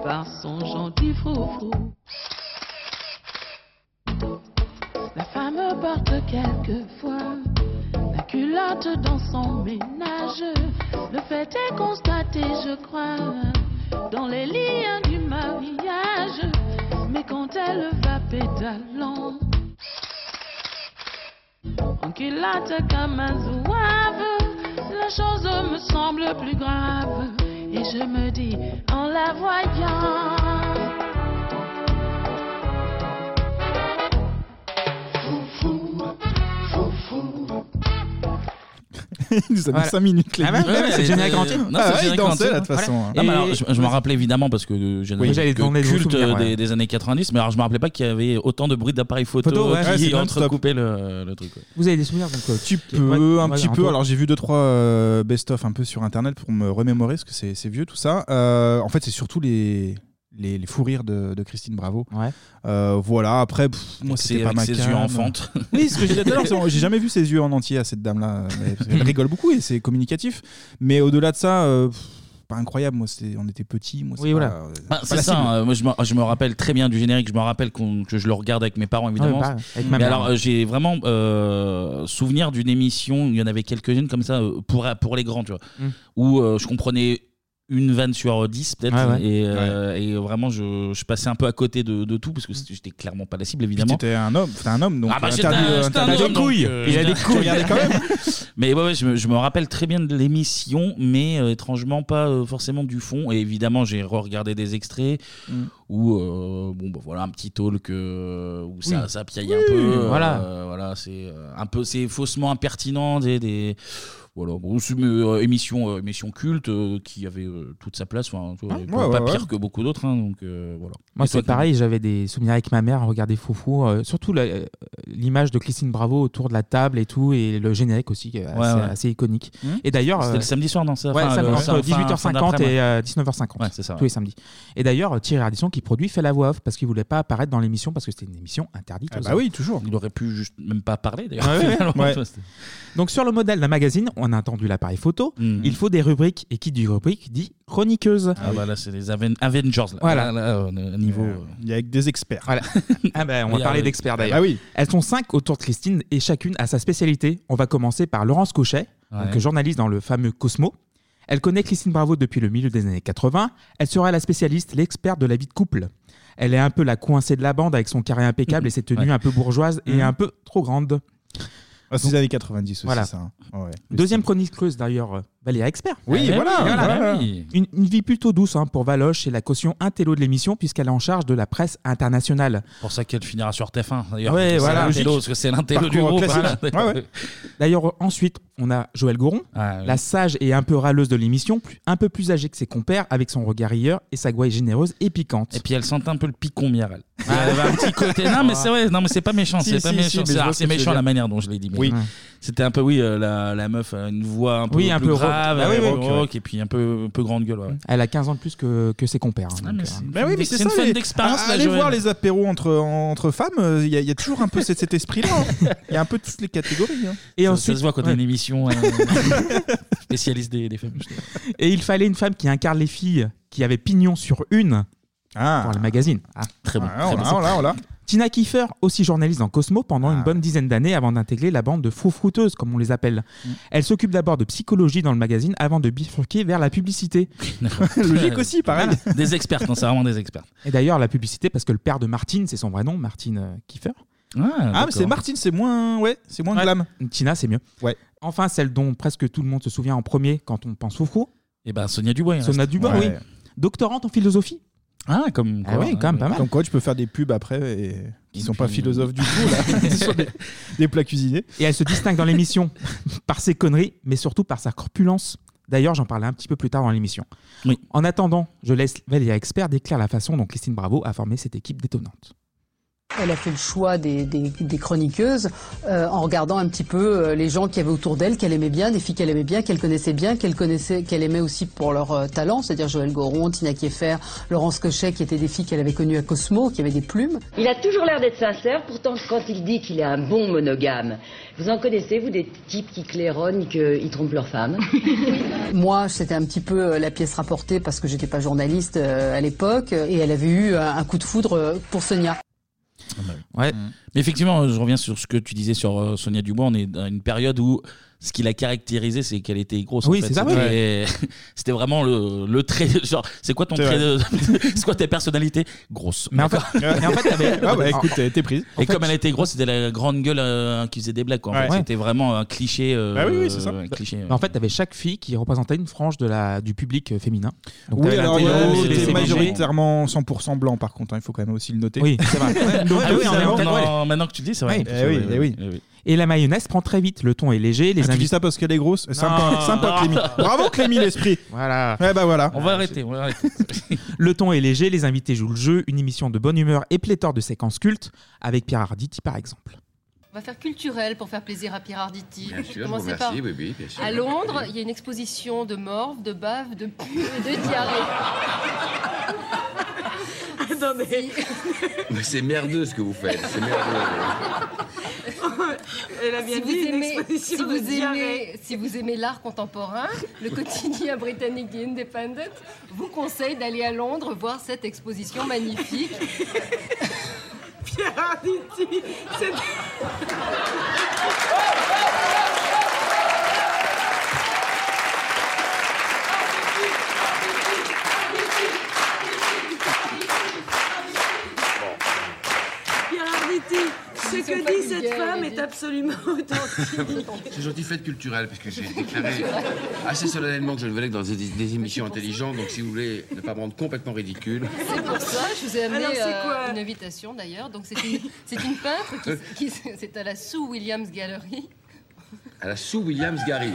[SPEAKER 15] par son gentil foufou. La femme porte quelquefois la culotte dans son ménage. Le fait est constaté, je crois, dans les liens du mariage. Mais quand elle va pédalant, en culotte comme un zouave, la chose me semble plus grave. Et je me dis, en la voyant,
[SPEAKER 7] Il nous a mis
[SPEAKER 1] Voilà.
[SPEAKER 7] 5 minutes, Clémy.
[SPEAKER 1] Ah ouais, ouais, ouais,
[SPEAKER 7] c'est
[SPEAKER 1] elle
[SPEAKER 7] génial
[SPEAKER 1] était-
[SPEAKER 7] Grantier.
[SPEAKER 1] Non,
[SPEAKER 7] Ah
[SPEAKER 1] c'est
[SPEAKER 7] ouais, il
[SPEAKER 1] Général
[SPEAKER 7] dansait,
[SPEAKER 1] Grantier.
[SPEAKER 7] là, de toute façon. hein.
[SPEAKER 1] Non, mais alors, je, je me rappelais évidemment parce que euh, j'ai
[SPEAKER 7] Oui,
[SPEAKER 1] un
[SPEAKER 7] j'allais
[SPEAKER 1] que
[SPEAKER 7] demander de vous
[SPEAKER 1] culte
[SPEAKER 7] souvenir,
[SPEAKER 1] des,
[SPEAKER 7] ouais.
[SPEAKER 1] des années 90, mais alors je me rappelais pas qu'il y avait autant de bruit d'appareils photo,
[SPEAKER 7] Photo, ouais,
[SPEAKER 1] qui
[SPEAKER 7] c'est non-stop.
[SPEAKER 1] entrecoupaient le, le truc. ouais.
[SPEAKER 9] Vous avez des souvenirs donc euh,
[SPEAKER 7] Tu
[SPEAKER 9] ouais,
[SPEAKER 7] peux, un
[SPEAKER 9] ouais,
[SPEAKER 7] petit peu.
[SPEAKER 9] Antoine.
[SPEAKER 7] Alors j'ai vu deux trois euh, best-of un peu sur internet pour me remémorer parce que c'est c'est vieux tout ça. Euh, en fait, c'est surtout les les, les fous rires de, de Christine Bravo. Euh, voilà. Après, pff, moi
[SPEAKER 1] Avec ses-
[SPEAKER 7] c'était pas
[SPEAKER 1] avec
[SPEAKER 7] ma
[SPEAKER 1] ses
[SPEAKER 7] cam.
[SPEAKER 1] yeux enfantes.
[SPEAKER 7] Oui, ce que j'ai dit tout à l'heure, c'est- j'ai jamais vu ses yeux en entier à cette dame là. Elle rigole beaucoup et c'est communicatif. Mais au-delà de ça. euh, pff, pas incroyable, moi c'est- on était petits, moi c'est pas- c'est
[SPEAKER 1] Ah,
[SPEAKER 7] pas
[SPEAKER 1] c'est
[SPEAKER 7] la cible.
[SPEAKER 1] ça, euh, moi je me, je me rappelle très bien du générique, je me rappelle qu'on- que je le regarde avec mes parents évidemment.
[SPEAKER 9] Ouais, bah, avec ma
[SPEAKER 1] Mais
[SPEAKER 9] mère.
[SPEAKER 1] alors euh, j'ai vraiment euh, souvenir d'une émission, il y en avait quelques-unes comme ça euh, pour, pour les grands, tu vois,
[SPEAKER 9] Mm.
[SPEAKER 1] où euh, je comprenais une vanne sur euh, dix peut-être
[SPEAKER 9] Ouais, ouais.
[SPEAKER 1] Et, euh, et vraiment je, je passais un peu à côté de, de tout parce que c'était- j'étais clairement pas la cible évidemment.
[SPEAKER 7] T'étais un homme, t'es un homme donc. euh,
[SPEAKER 1] Ah bah j'étais
[SPEAKER 7] interdit-
[SPEAKER 1] un, j'étais un
[SPEAKER 7] interdit-
[SPEAKER 1] homme, donc, euh,
[SPEAKER 7] Il a des
[SPEAKER 1] j'étais-
[SPEAKER 7] couilles. Regardez quand même.
[SPEAKER 1] mais ouais, ouais, je, me, je me rappelle très bien de l'émission, mais euh, étrangement pas euh, forcément du fond. Et évidemment, j'ai re-regardé des extraits
[SPEAKER 7] Mm.
[SPEAKER 1] où, euh, bon, bah, voilà, un petit talk euh, où ça,
[SPEAKER 9] Oui.
[SPEAKER 1] ça piaille
[SPEAKER 9] Oui,
[SPEAKER 1] un peu. euh,
[SPEAKER 9] voilà.
[SPEAKER 1] voilà, c'est euh, un peu, c'est faussement impertinent, des. des- voilà, bon, c'est une euh, émission, euh, émission culte euh, qui avait euh, toute sa place, enfin, tu vois,
[SPEAKER 9] Ah, Ouais,
[SPEAKER 1] pas,
[SPEAKER 9] ouais,
[SPEAKER 1] pas
[SPEAKER 9] ouais.
[SPEAKER 1] pire que beaucoup d'autres. hein, donc euh, voilà.
[SPEAKER 9] Moi,
[SPEAKER 1] Et toi,
[SPEAKER 9] c'est pareil, j'avais des souvenirs avec ma mère à regarder Foufou, euh, surtout la- euh, l'image de Christine Bravo autour de la table et tout, et le générique aussi, qui est assez,
[SPEAKER 1] Ouais, ouais.
[SPEAKER 9] assez iconique.
[SPEAKER 1] Hmm.
[SPEAKER 9] Et d'ailleurs. euh,
[SPEAKER 1] C'était le samedi soir, non, ça
[SPEAKER 9] Ouais,
[SPEAKER 1] Enfin,
[SPEAKER 9] samedi,
[SPEAKER 1] le-
[SPEAKER 9] entre
[SPEAKER 1] fin- fin-
[SPEAKER 9] 18h50
[SPEAKER 1] fin
[SPEAKER 9] et euh, 19h50.
[SPEAKER 1] Ouais, c'est ça,
[SPEAKER 9] Tous
[SPEAKER 1] ouais.
[SPEAKER 9] les samedis. Et d'ailleurs, euh, Thierry Ardisson, qui produit, fait la voix off parce qu'il voulait pas apparaître dans l'émission parce que c'était une émission interdite.
[SPEAKER 1] Ah
[SPEAKER 9] aux
[SPEAKER 1] bah
[SPEAKER 9] hommes.
[SPEAKER 1] oui, toujours. Il aurait pu juste même pas parler d'ailleurs.
[SPEAKER 9] Ouais, ouais,
[SPEAKER 1] finalement,
[SPEAKER 9] ouais.
[SPEAKER 1] tu vois, c'était-
[SPEAKER 9] Donc sur le modèle d'un magazine, on a entendu l'appareil photo, il faut des rubriques, et qui dit rubrique dit chroniqueuse.
[SPEAKER 1] Mmh. Ah bah là, c'est les Aven- Avengers. Là.
[SPEAKER 9] Voilà. Euh,
[SPEAKER 1] Là, là, on est au niveau. euh,
[SPEAKER 7] Il y a avec des experts. Bah
[SPEAKER 9] Ah ben, on va
[SPEAKER 1] Oui,
[SPEAKER 9] parler
[SPEAKER 1] ah,
[SPEAKER 9] d'experts
[SPEAKER 1] oui.
[SPEAKER 9] d'ailleurs.
[SPEAKER 1] Ah oui.
[SPEAKER 9] Elles sont cinq autour de Christine et chacune a sa spécialité. On va commencer par Laurence Cochet,
[SPEAKER 1] Ouais.
[SPEAKER 9] donc journaliste dans le fameux Cosmo. Elle connaît Christine Bravo depuis le milieu des années 80. Elle sera la spécialiste, l'experte de la vie de couple. Elle est un peu la coincée de la bande avec son carré impeccable et ses tenues
[SPEAKER 7] Ouais.
[SPEAKER 9] un peu bourgeoises et
[SPEAKER 7] Mhm.
[SPEAKER 9] un peu trop grandes.
[SPEAKER 7] Ah, c'est
[SPEAKER 9] Donc,
[SPEAKER 7] les années 90 aussi,
[SPEAKER 9] voilà.
[SPEAKER 7] ça. hein. Ouais.
[SPEAKER 9] Deuxième chroniqueuse d'ailleurs, euh, Valéa Expert.
[SPEAKER 7] Oui,
[SPEAKER 1] Eh
[SPEAKER 9] Ah,
[SPEAKER 7] voilà,
[SPEAKER 9] oui,
[SPEAKER 7] voilà.
[SPEAKER 9] Une, une vie plutôt douce hein, pour Valoche et la caution intello de l'émission puisqu'elle est en charge de la presse internationale.
[SPEAKER 1] C'est pour ça qu'elle finira sur TF1 d'ailleurs.
[SPEAKER 9] Ouais,
[SPEAKER 1] C'est
[SPEAKER 9] voilà.
[SPEAKER 1] l'intello, parce que c'est l'intello du groupe. hein.
[SPEAKER 9] D'ailleurs, ensuite, on a Joël Gouron,
[SPEAKER 1] Ah,
[SPEAKER 9] la sage et un peu râleuse de l'émission, plus- un peu plus âgée que ses compères, avec son regard rieur et sa gouaille généreuse et piquante. Et
[SPEAKER 1] puis elle sent un peu le picon Mirel. Ah, elle avait un petit côté. Non, mais c'est vrai. Non, mais c'est pas méchant.
[SPEAKER 9] Ah. Si,
[SPEAKER 1] c'est
[SPEAKER 9] si,
[SPEAKER 1] pas
[SPEAKER 9] si,
[SPEAKER 1] méchant.
[SPEAKER 9] mais je
[SPEAKER 1] C'est-
[SPEAKER 9] vois
[SPEAKER 1] alors,
[SPEAKER 9] ce
[SPEAKER 1] c'est
[SPEAKER 9] que tu veux
[SPEAKER 1] méchant
[SPEAKER 9] dire.
[SPEAKER 1] la manière dont je l'ai dit. mais
[SPEAKER 9] Oui.
[SPEAKER 1] ouais. C'était un peu oui, euh, la, la meuf a une voix un peu
[SPEAKER 9] Oui, un
[SPEAKER 1] plus
[SPEAKER 9] peu rauque.
[SPEAKER 1] grave,
[SPEAKER 9] Ah oui, oui,
[SPEAKER 1] rauque,
[SPEAKER 9] oui.
[SPEAKER 1] rauque, et puis un peu un peu grande gueule. ouais, Ah, ouais.
[SPEAKER 9] Elle a 15 ans de plus que, que ses compères. hein, donc, euh,
[SPEAKER 7] Bah oui, mais c'est
[SPEAKER 1] C'est une
[SPEAKER 7] ça,
[SPEAKER 1] fan
[SPEAKER 7] les-
[SPEAKER 1] d'expérience,
[SPEAKER 7] Ah,
[SPEAKER 1] la
[SPEAKER 7] Allez
[SPEAKER 1] Joël.
[SPEAKER 7] voir les apéros entre, en- entre femmes, euh, il y, a- il y a toujours un peu cet, cet esprit-là. hein.
[SPEAKER 1] Ah,
[SPEAKER 7] Il y a un peu de toutes les catégories. hein.
[SPEAKER 1] ça, ça se voit quand t'as une émission euh, spécialiste des, des femmes.
[SPEAKER 9] Et il fallait une femme qui incarne les filles qui avait pignon sur une pour le magazine.
[SPEAKER 1] très
[SPEAKER 7] bon, Ah, très on bon. l'a, on l'a, on l'a.
[SPEAKER 9] Tina Kiefer, aussi journaliste dans Cosmo pendant
[SPEAKER 7] Ah.
[SPEAKER 9] une bonne dizaine d'années avant d'intégrer la bande de froufrouteuses, comme on les appelle.
[SPEAKER 7] Mm.
[SPEAKER 9] Elle s'occupe d'abord de psychologie dans le magazine avant de bifurquer vers la publicité.
[SPEAKER 1] Logique aussi, pareil. Des expertes, non, c'est vraiment des expertes.
[SPEAKER 9] Et d'ailleurs, la publicité, parce que le père de Martine, c'est son vrai nom, Martine euh, Kiefer.
[SPEAKER 7] Ah, mais c'est Martine, c'est moins, ouais, c'est moins glam.
[SPEAKER 9] Tina, c'est mieux.
[SPEAKER 7] Ouais.
[SPEAKER 9] Enfin, celle dont presque tout le monde se souvient en premier quand on pense Foufrou.
[SPEAKER 1] Et ben Sonia Dubois. il
[SPEAKER 9] Sonia
[SPEAKER 1] reste.
[SPEAKER 9] Dubois,
[SPEAKER 1] Ouais.
[SPEAKER 9] oui. Doctorante en philosophie.
[SPEAKER 1] Ah, comme
[SPEAKER 9] Ah oui, quand même pas mal.
[SPEAKER 7] Comme quoi, tu peux faire des pubs après et... qui sont pas philosophes du tout, là. Ce sont des, des plats cuisinés.
[SPEAKER 9] Et elle se distingue dans l'émission par ses conneries, mais surtout par sa corpulence. D'ailleurs, j'en parlerai un petit peu plus tard dans l'émission. En attendant, je laisse Valéa Expert déclare la façon dont Christine Bravo a formé cette équipe détonnante.
[SPEAKER 21] Elle a fait le choix des, des- des chroniqueuses euh, en regardant un petit peu euh, les gens qui avaient autour d'elle, qu'elle aimait bien, des filles qu'elle aimait bien, qu'elle connaissait bien, qu'elle connaissait, qu'elle aimait aussi pour leur euh, talent, c'est-à-dire Joël Goron, Tina Kieffer, Laurence Cochet, qui étaient des filles qu'elle avait connues à Cosmo, qui avaient des plumes.
[SPEAKER 22] Il a toujours l'air d'être sincère, pourtant quand il dit qu'il est un bon monogame, vous en connaissez, vous, des types qui claironnent qu'ils trompent leur femme
[SPEAKER 21] Moi, c'était un petit peu euh, la pièce rapportée parce que j'étais pas journaliste euh, à l'époque, et elle avait eu un, un coup de foudre euh, pour Sonia.
[SPEAKER 9] Ouais.
[SPEAKER 1] Mais effectivement, je reviens sur ce que tu disais sur euh, Sonia Dubois. On est dans une période où ce qui l'a caractérisé, c'est qu'elle était grosse. en
[SPEAKER 9] Oui,
[SPEAKER 1] fait.
[SPEAKER 9] c'est ça, oui.
[SPEAKER 1] C'était- C'était vraiment le, le trait. Genre, c'est quoi ton
[SPEAKER 9] C'est
[SPEAKER 1] trait
[SPEAKER 9] vrai.
[SPEAKER 1] de- C'est quoi ta personnalité Grosse.
[SPEAKER 9] Mais en
[SPEAKER 1] D'accord.
[SPEAKER 9] fait- mais en fait, elle avait- Ah bah, écoute, elle était prise.
[SPEAKER 1] Et
[SPEAKER 9] En fait,
[SPEAKER 1] comme elle était grosse, c'était la grande gueule euh, qui faisait des blagues. quoi. En
[SPEAKER 9] Ouais.
[SPEAKER 1] fait, C'était vraiment un cliché. euh,
[SPEAKER 9] Bah oui, oui, c'est ça.
[SPEAKER 1] un cliché.
[SPEAKER 9] Mais en fait, t'avais chaque fille qui représentait une frange de la, du public euh, féminin. Donc,
[SPEAKER 7] Oui,
[SPEAKER 9] t'avais
[SPEAKER 7] alors
[SPEAKER 9] l'intello,
[SPEAKER 7] ouais, mais
[SPEAKER 9] les
[SPEAKER 7] c'était
[SPEAKER 9] CBG.
[SPEAKER 7] majoritairement 100% blanc, par contre. hein, Il faut quand même aussi le noter.
[SPEAKER 9] Oui, c'est vrai.
[SPEAKER 7] Donc,
[SPEAKER 1] Ah oui,
[SPEAKER 7] c'est
[SPEAKER 1] non, mais
[SPEAKER 7] vraiment-
[SPEAKER 1] maintenant, maintenant que tu le dis, c'est vrai.
[SPEAKER 7] Oui, eh oui, eh oui.
[SPEAKER 9] Et la mayonnaise prend très vite. Le ton est léger. Les
[SPEAKER 7] Ah, tu dis ça parce qu'elle est grosse Sympa, sympa Clémy. Bravo Clémy, l'esprit.
[SPEAKER 9] Voilà.
[SPEAKER 7] Ouais, bah voilà.
[SPEAKER 1] Ah. On va arrêter. On va arrêter.
[SPEAKER 9] Le ton est léger, les invités jouent le jeu, une émission de bonne humeur et pléthore de séquences cultes, avec Pierre Arditi par exemple.
[SPEAKER 23] On va faire culturel pour faire plaisir à Pierre Arditi.
[SPEAKER 24] Bien sûr, je vous
[SPEAKER 23] Commencez
[SPEAKER 24] remercie,
[SPEAKER 23] par-
[SPEAKER 24] oui, oui, bien sûr.
[SPEAKER 23] À Londres, il y a une exposition de morve, de bave, de pu et de diarrhée. Ah, non mais...
[SPEAKER 24] Mais c'est merdeux ce que vous faites, c'est merdeux.
[SPEAKER 23] Elle a bien
[SPEAKER 25] dit une exposition de
[SPEAKER 23] si vous
[SPEAKER 25] diarrhée.
[SPEAKER 23] aimez, si vous aimez l'art contemporain, le quotidien britannique The Independent vous conseille d'aller à Londres voir cette exposition magnifique. Pierre Arditi, c'est...
[SPEAKER 25] Pierre Arditi, ce
[SPEAKER 23] Ils sont
[SPEAKER 25] que
[SPEAKER 23] pas
[SPEAKER 25] dit cette
[SPEAKER 23] vulgaires,
[SPEAKER 25] femme
[SPEAKER 23] Elodie.
[SPEAKER 25] est absolument authentique.
[SPEAKER 24] C'est gentil fête culturelle, puisque j'ai déclaré assez solennellement que je ne venais que dans des, des émissions intelligentes, donc si vous voulez ne pas me rendre complètement ridicule.
[SPEAKER 23] C'est pour ça, je vous ai amené
[SPEAKER 25] Alors, c'est
[SPEAKER 23] euh,
[SPEAKER 25] quoi
[SPEAKER 23] une invitation d'ailleurs. Donc c'est une, c'est une peintre qui, qui- c'est à la Sue Williams Gallery.
[SPEAKER 24] À la Sue Williams Gallery.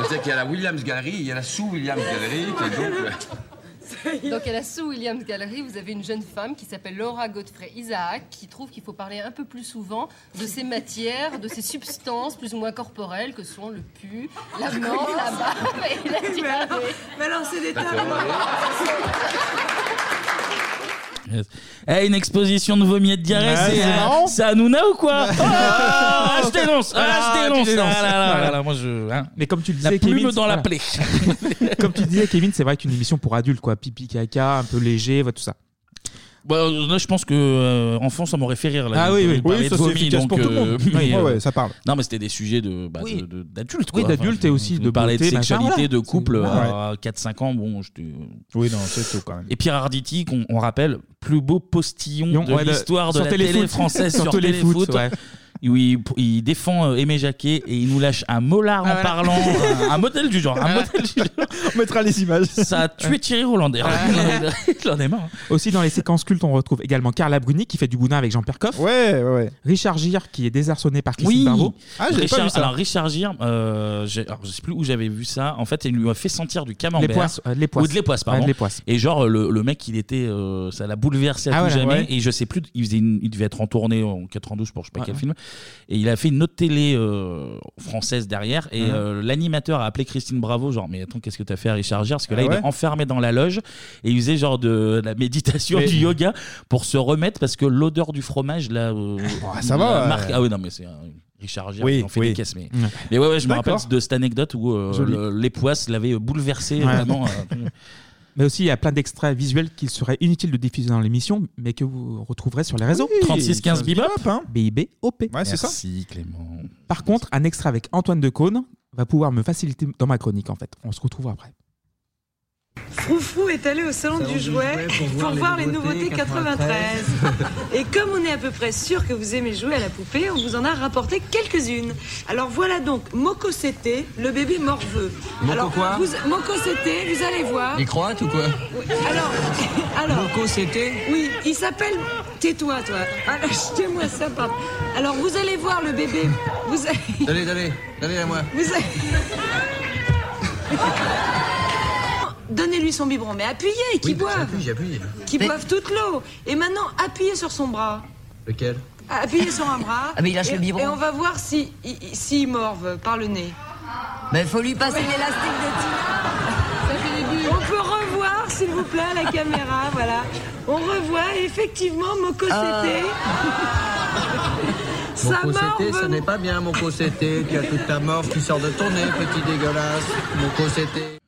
[SPEAKER 24] C'est-à-dire qu'il y a la Williams Gallery, il y a la Sue Williams Gallery, qui est donc. euh,
[SPEAKER 23] Donc à la Sue Williams Gallery, vous avez une jeune femme qui s'appelle Laura Godfrey Isaac qui trouve qu'il faut parler un peu plus souvent de ces matières, de ces substances plus ou moins corporelles que sont le pu, la mort, la barbe et la diarrhée. Mais alors c'est des
[SPEAKER 1] Eh, une exposition de vomi et de diarrhée,
[SPEAKER 7] Ah,
[SPEAKER 1] c'est
[SPEAKER 7] c'est
[SPEAKER 1] euh,
[SPEAKER 7] marrant.
[SPEAKER 1] c'est Hanouna ou quoi Oh, Ah, Je dénonce ah,
[SPEAKER 9] Ah,
[SPEAKER 1] Je
[SPEAKER 9] tu
[SPEAKER 1] dénonce
[SPEAKER 9] dénonces.
[SPEAKER 1] Ah, là, là,
[SPEAKER 9] Voilà.
[SPEAKER 1] là, là, moi, je, hein.
[SPEAKER 9] Mais comme tu le
[SPEAKER 1] La
[SPEAKER 9] disais,
[SPEAKER 1] plume
[SPEAKER 9] Kevin,
[SPEAKER 1] dans la
[SPEAKER 9] voilà.
[SPEAKER 1] plaie.
[SPEAKER 9] comme tu disais, Kevin, c'est vrai qu'une émission pour adultes, quoi, pipi caca, un peu léger, voilà, tout ça.
[SPEAKER 1] Bah, là, je pense que euh, enfant, ça m'aurait fait rire. Là,
[SPEAKER 7] Ah oui,
[SPEAKER 1] de- de
[SPEAKER 7] oui.
[SPEAKER 1] parler
[SPEAKER 7] Oui,
[SPEAKER 1] de
[SPEAKER 7] ça, c'est
[SPEAKER 1] vomi,
[SPEAKER 7] efficace
[SPEAKER 1] donc,
[SPEAKER 7] pour tout le monde.
[SPEAKER 1] oui,
[SPEAKER 7] Ouais,
[SPEAKER 1] euh,
[SPEAKER 7] ouais, ça parle.
[SPEAKER 1] Non, mais c'était des sujets de bah,
[SPEAKER 7] Oui.
[SPEAKER 1] de- de- d'adultes.
[SPEAKER 7] Oui,
[SPEAKER 1] quoi. Enfin,
[SPEAKER 7] d'adultes
[SPEAKER 1] je-
[SPEAKER 7] et aussi
[SPEAKER 1] je
[SPEAKER 7] de
[SPEAKER 1] parler de
[SPEAKER 7] beauté, machin,
[SPEAKER 1] sexualité,
[SPEAKER 7] voilà.
[SPEAKER 1] de couple
[SPEAKER 7] C'est-
[SPEAKER 1] à 4-5 ans. Bon, je te...
[SPEAKER 7] Oui, non, c'est tout quand même.
[SPEAKER 1] Et Pierre Arditi, qu'on on rappelle, plus beau postillon
[SPEAKER 7] Yon,
[SPEAKER 1] de
[SPEAKER 7] ouais, de-
[SPEAKER 1] l'histoire de
[SPEAKER 7] sur
[SPEAKER 1] la
[SPEAKER 7] Téléfoot.
[SPEAKER 1] télé française
[SPEAKER 7] Sur
[SPEAKER 1] sur
[SPEAKER 7] Téléfoot,
[SPEAKER 1] Téléfoot.
[SPEAKER 7] ouais.
[SPEAKER 1] où il, il défend euh, Aimé Jacquet et il nous lâche un
[SPEAKER 7] Ah,
[SPEAKER 1] molard en parlant, euh, un, un modèle du genre. Un modèle du genre.
[SPEAKER 7] On mettra les images. Ah,
[SPEAKER 1] Ça a tué Thierry Rollander. il en est marre.
[SPEAKER 9] Aussi dans les séquences cultes, on retrouve également Carla Bruni qui fait du boudin avec Jean-Pierre Coff.
[SPEAKER 7] Ouais, ouais, Ah,
[SPEAKER 9] Richard Gir qui est désarçonné par Christine
[SPEAKER 1] Oui.
[SPEAKER 9] Barbeau.
[SPEAKER 1] Richard, Alors Richard Gere, euh, j'ai- alors, je sais plus où j'avais vu ça. En fait, il lui a fait sentir du camembert.
[SPEAKER 9] Les poisses, euh, les poisses.
[SPEAKER 1] Ou de l'époisse, pardon.
[SPEAKER 9] Ouais, de l'époisse.
[SPEAKER 1] Et genre le, le mec, il était, euh, ça l'a bouleversé à
[SPEAKER 9] Ah
[SPEAKER 1] tout
[SPEAKER 9] ouais,
[SPEAKER 1] jamais.
[SPEAKER 9] ouais.
[SPEAKER 1] Et je sais plus, il faisait, une- il devait être en tournée en 92 pour je sais pas
[SPEAKER 9] Ouais,
[SPEAKER 1] quel
[SPEAKER 9] ouais.
[SPEAKER 1] film. Et il a fait une autre télé euh, française derrière. Et
[SPEAKER 9] Mhm.
[SPEAKER 1] euh, l'animateur a appelé Christine Bravo, genre mais attends, qu'est-ce que t'as fait à Richard Gere Parce que là,
[SPEAKER 9] Ah
[SPEAKER 1] il
[SPEAKER 9] ouais
[SPEAKER 1] est enfermé dans la loge et il faisait genre de, de la méditation,
[SPEAKER 9] Mais-
[SPEAKER 1] du yoga pour se remettre parce que l'odeur du fromage là. euh,
[SPEAKER 7] ça
[SPEAKER 1] la
[SPEAKER 7] va,
[SPEAKER 1] marque-
[SPEAKER 7] ouais.
[SPEAKER 1] Ah oui, non mais c'est. un- Richard Gere,
[SPEAKER 7] Oui,
[SPEAKER 1] il en fait
[SPEAKER 7] oui.
[SPEAKER 1] des caisses, mais,
[SPEAKER 7] Ouais.
[SPEAKER 1] mais ouais, ouais, je me
[SPEAKER 7] D'accord.
[SPEAKER 1] rappelle de cette anecdote où euh,
[SPEAKER 9] Joli.
[SPEAKER 1] le- les poisses l'avaient bouleversé
[SPEAKER 9] Ouais.
[SPEAKER 1] vraiment. euh,
[SPEAKER 9] Mais aussi, il y a plein d'extraits visuels qu'il serait inutile de diffuser dans l'émission, mais que vous retrouverez sur les réseaux.
[SPEAKER 1] Oui, 36-15 Bebop.
[SPEAKER 9] BIB, OP.
[SPEAKER 7] Ouais, c'est ça.
[SPEAKER 1] Merci, Clément.
[SPEAKER 9] Par contre, un extrait avec Antoine Decaune va pouvoir me faciliter dans ma chronique, en fait. On se retrouve après.
[SPEAKER 25] Froufrou est allé au salon,
[SPEAKER 9] Salon
[SPEAKER 25] du
[SPEAKER 9] du
[SPEAKER 25] jouet pour voir, les nouveautés 93. Et comme on est à peu près sûr que vous aimez jouer à la poupée, on vous en a rapporté quelques-unes. Alors voilà donc Mococété, le bébé morveux.
[SPEAKER 23] Moco
[SPEAKER 25] Alors,
[SPEAKER 23] quoi
[SPEAKER 25] vous, Mococété, vous allez voir.
[SPEAKER 23] Les croates ou quoi
[SPEAKER 25] Oui, Alors, alors.
[SPEAKER 23] Mococété
[SPEAKER 25] Oui, il s'appelle. Tais-toi, toi. Alors, Achetez-moi ça, pardon. Alors vous allez voir le bébé. Vous allez.
[SPEAKER 23] Allez, allez, allez à moi.
[SPEAKER 25] Vous Donnez-lui son biberon, mais appuyez, qu'il boive.
[SPEAKER 23] J'appuie, j'appuie.
[SPEAKER 25] Qu'il boive toute l'eau. Et maintenant, appuyez sur son bras.
[SPEAKER 23] Lequel
[SPEAKER 25] Appuyez sur un bras.
[SPEAKER 23] Ah, mais il lâche
[SPEAKER 25] et,
[SPEAKER 23] le biberon.
[SPEAKER 25] Et on va voir si, il- il- s'il morve par le nez.
[SPEAKER 23] Mais faut lui
[SPEAKER 25] passer l'élastique de Tina. On peut revoir, s'il vous plaît, à la caméra, voilà. On revoit, et effectivement, Mococété.
[SPEAKER 23] Mon
[SPEAKER 25] Ça
[SPEAKER 23] cossété,
[SPEAKER 25] morve.
[SPEAKER 23] ce n'est pas bien, mon cossété. Tu as toute ta morve qui sort de ton nez, petit dégueulasse. Mon cossété.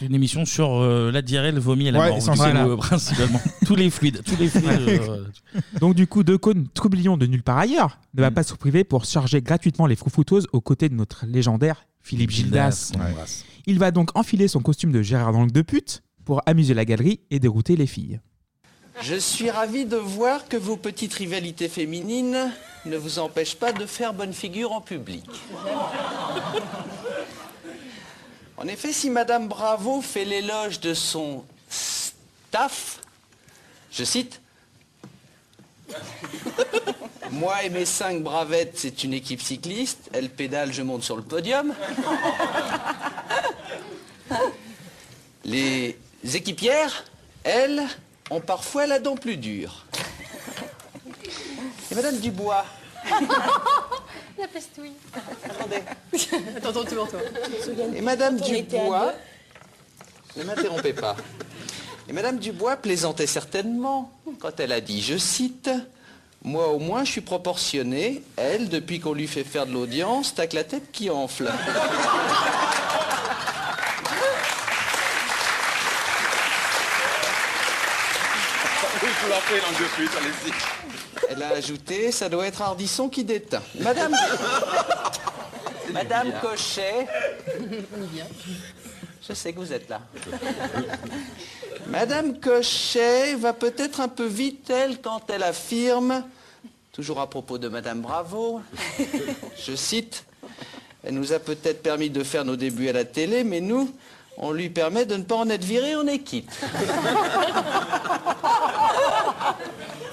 [SPEAKER 1] Une émission sur euh, la diarrhée, le vomi et la
[SPEAKER 9] Ouais,
[SPEAKER 1] mort.
[SPEAKER 9] essentiel.
[SPEAKER 1] Voilà.
[SPEAKER 9] Voilà.
[SPEAKER 1] principalement. tous les fluides. Tous les fluides. euh,
[SPEAKER 9] Donc du coup, Decaune, troublion de nulle part ailleurs, ne va pas se priver pour charger gratuitement les froufouteuses aux côtés de notre légendaire Philippe Gildas.
[SPEAKER 1] qu'on embrasse.
[SPEAKER 9] Il va donc enfiler son costume de Gérard Lang de pute pour amuser la galerie et dérouter les filles.
[SPEAKER 26] Je suis ravi de voir que vos petites rivalités féminines ne vous empêchent pas de faire bonne figure en public. En effet, si Madame Bravo fait l'éloge de son staff, je cite, Moi et mes cinq bravettes, c'est une équipe cycliste, elle pédale, je monte sur le podium. Les équipières, elles, ont parfois la dent plus dure. Et Madame Dubois,
[SPEAKER 21] La pestouille.
[SPEAKER 26] Attendez.
[SPEAKER 21] Attends, attends, tourne, toi.
[SPEAKER 26] Et Madame
[SPEAKER 21] On était
[SPEAKER 26] Dubois,
[SPEAKER 21] à deux.
[SPEAKER 26] ne m'interrompez pas. Et Madame Dubois plaisantait certainement quand elle a dit, je cite, Moi au moins je suis proportionnée, elle, depuis qu'on lui fait faire de l'audience, tac la tête qui enfle.
[SPEAKER 16] vous la refais, langue de flûte, allez-y.
[SPEAKER 26] Elle a ajouté, ça doit être Ardisson qui déteint. Madame, Madame bien. Cochet, je sais que vous êtes là. Madame Cochet va peut-être un peu vite, elle, quand elle affirme, toujours à propos de Madame Bravo, je cite, elle nous a peut-être permis de faire nos débuts à la télé, mais nous, on lui permet de ne pas en être viré, on est quitte.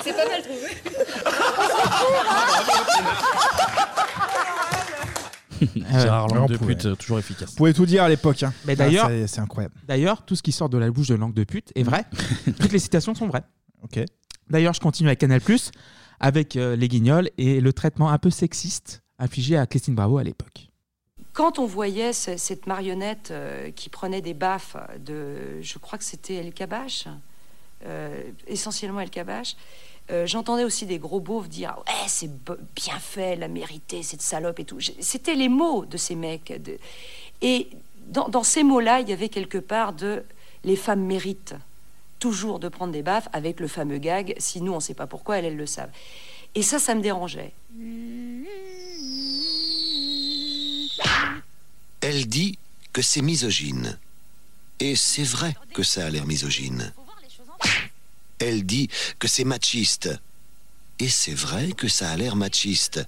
[SPEAKER 21] C'est pas mal trouvé.
[SPEAKER 9] Ah
[SPEAKER 1] Gérard Lang
[SPEAKER 7] on
[SPEAKER 1] de
[SPEAKER 7] pouvait.
[SPEAKER 1] pute, euh, toujours efficace.
[SPEAKER 7] Vous pouvez tout dire à l'époque. hein.
[SPEAKER 9] Mais
[SPEAKER 7] Ah,
[SPEAKER 9] Bah, d'ailleurs-
[SPEAKER 7] c'est- c'est incroyable.
[SPEAKER 9] D'ailleurs, tout ce qui sort de la bouche de langue de pute est vrai. Toutes les citations sont vraies.
[SPEAKER 7] Ok.
[SPEAKER 9] D'ailleurs, je continue avec Canal+, avec euh, les guignols et le traitement un peu sexiste infligé à Christine Bravo à l'époque.
[SPEAKER 27] Quand on voyait ce- cette marionnette euh, qui prenait des baffes de, je crois que c'était El Kabash, euh, essentiellement El Kabash, euh, j'entendais aussi des gros beaufs dire ouais c'est bo- bien fait, elle a mérité cette salope et tout. J'ai- C'était les mots de ces mecs. de- Et dans, dans ces mots-là, il y avait quelque part de les femmes méritent
[SPEAKER 25] toujours de prendre des baffes avec le fameux gag. Si nous, on ne sait pas pourquoi, elles, elles le savent. Et ça, ça me dérangeait.
[SPEAKER 28] Elle dit que c'est misogyne. Et c'est vrai que ça a l'air misogyne. Elle dit que c'est machiste. Et c'est vrai que ça a l'air machiste.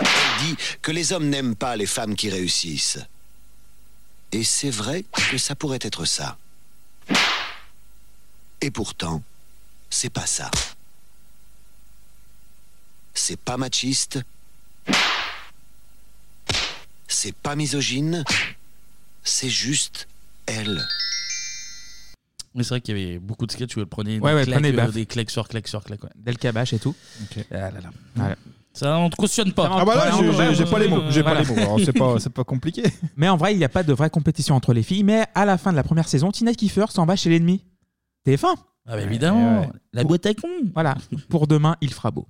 [SPEAKER 28] Elle dit que les hommes n'aiment pas les femmes qui réussissent. Et c'est vrai que ça pourrait être ça. Et pourtant, c'est pas ça. C'est pas machiste. C'est pas misogyne. C'est juste elle.
[SPEAKER 1] Mais c'est vrai qu'il y avait beaucoup de sketchs où elle prenait des
[SPEAKER 9] Ouais, ouais,
[SPEAKER 1] claques,
[SPEAKER 9] prenez
[SPEAKER 1] euh,
[SPEAKER 9] baffes.
[SPEAKER 1] des claques sur claques sur claques. ouais.
[SPEAKER 9] Del Cabache et tout.
[SPEAKER 1] Ah là là. Ça, on te cautionne pas.
[SPEAKER 7] Ah bah là, j'ai- j'ai- j'ai pas les mots, j'ai pas
[SPEAKER 9] Voilà.
[SPEAKER 7] les mots. Alors, c'est pas, c'est pas compliqué.
[SPEAKER 9] Mais en vrai, il n'y a pas de vraie compétition entre les filles. Mais à la fin de la première saison, Tina Kiefer s'en va chez l'ennemi. TF1
[SPEAKER 1] Ah bah évidemment, la boîte à con
[SPEAKER 9] Voilà, pour demain, il fera beau.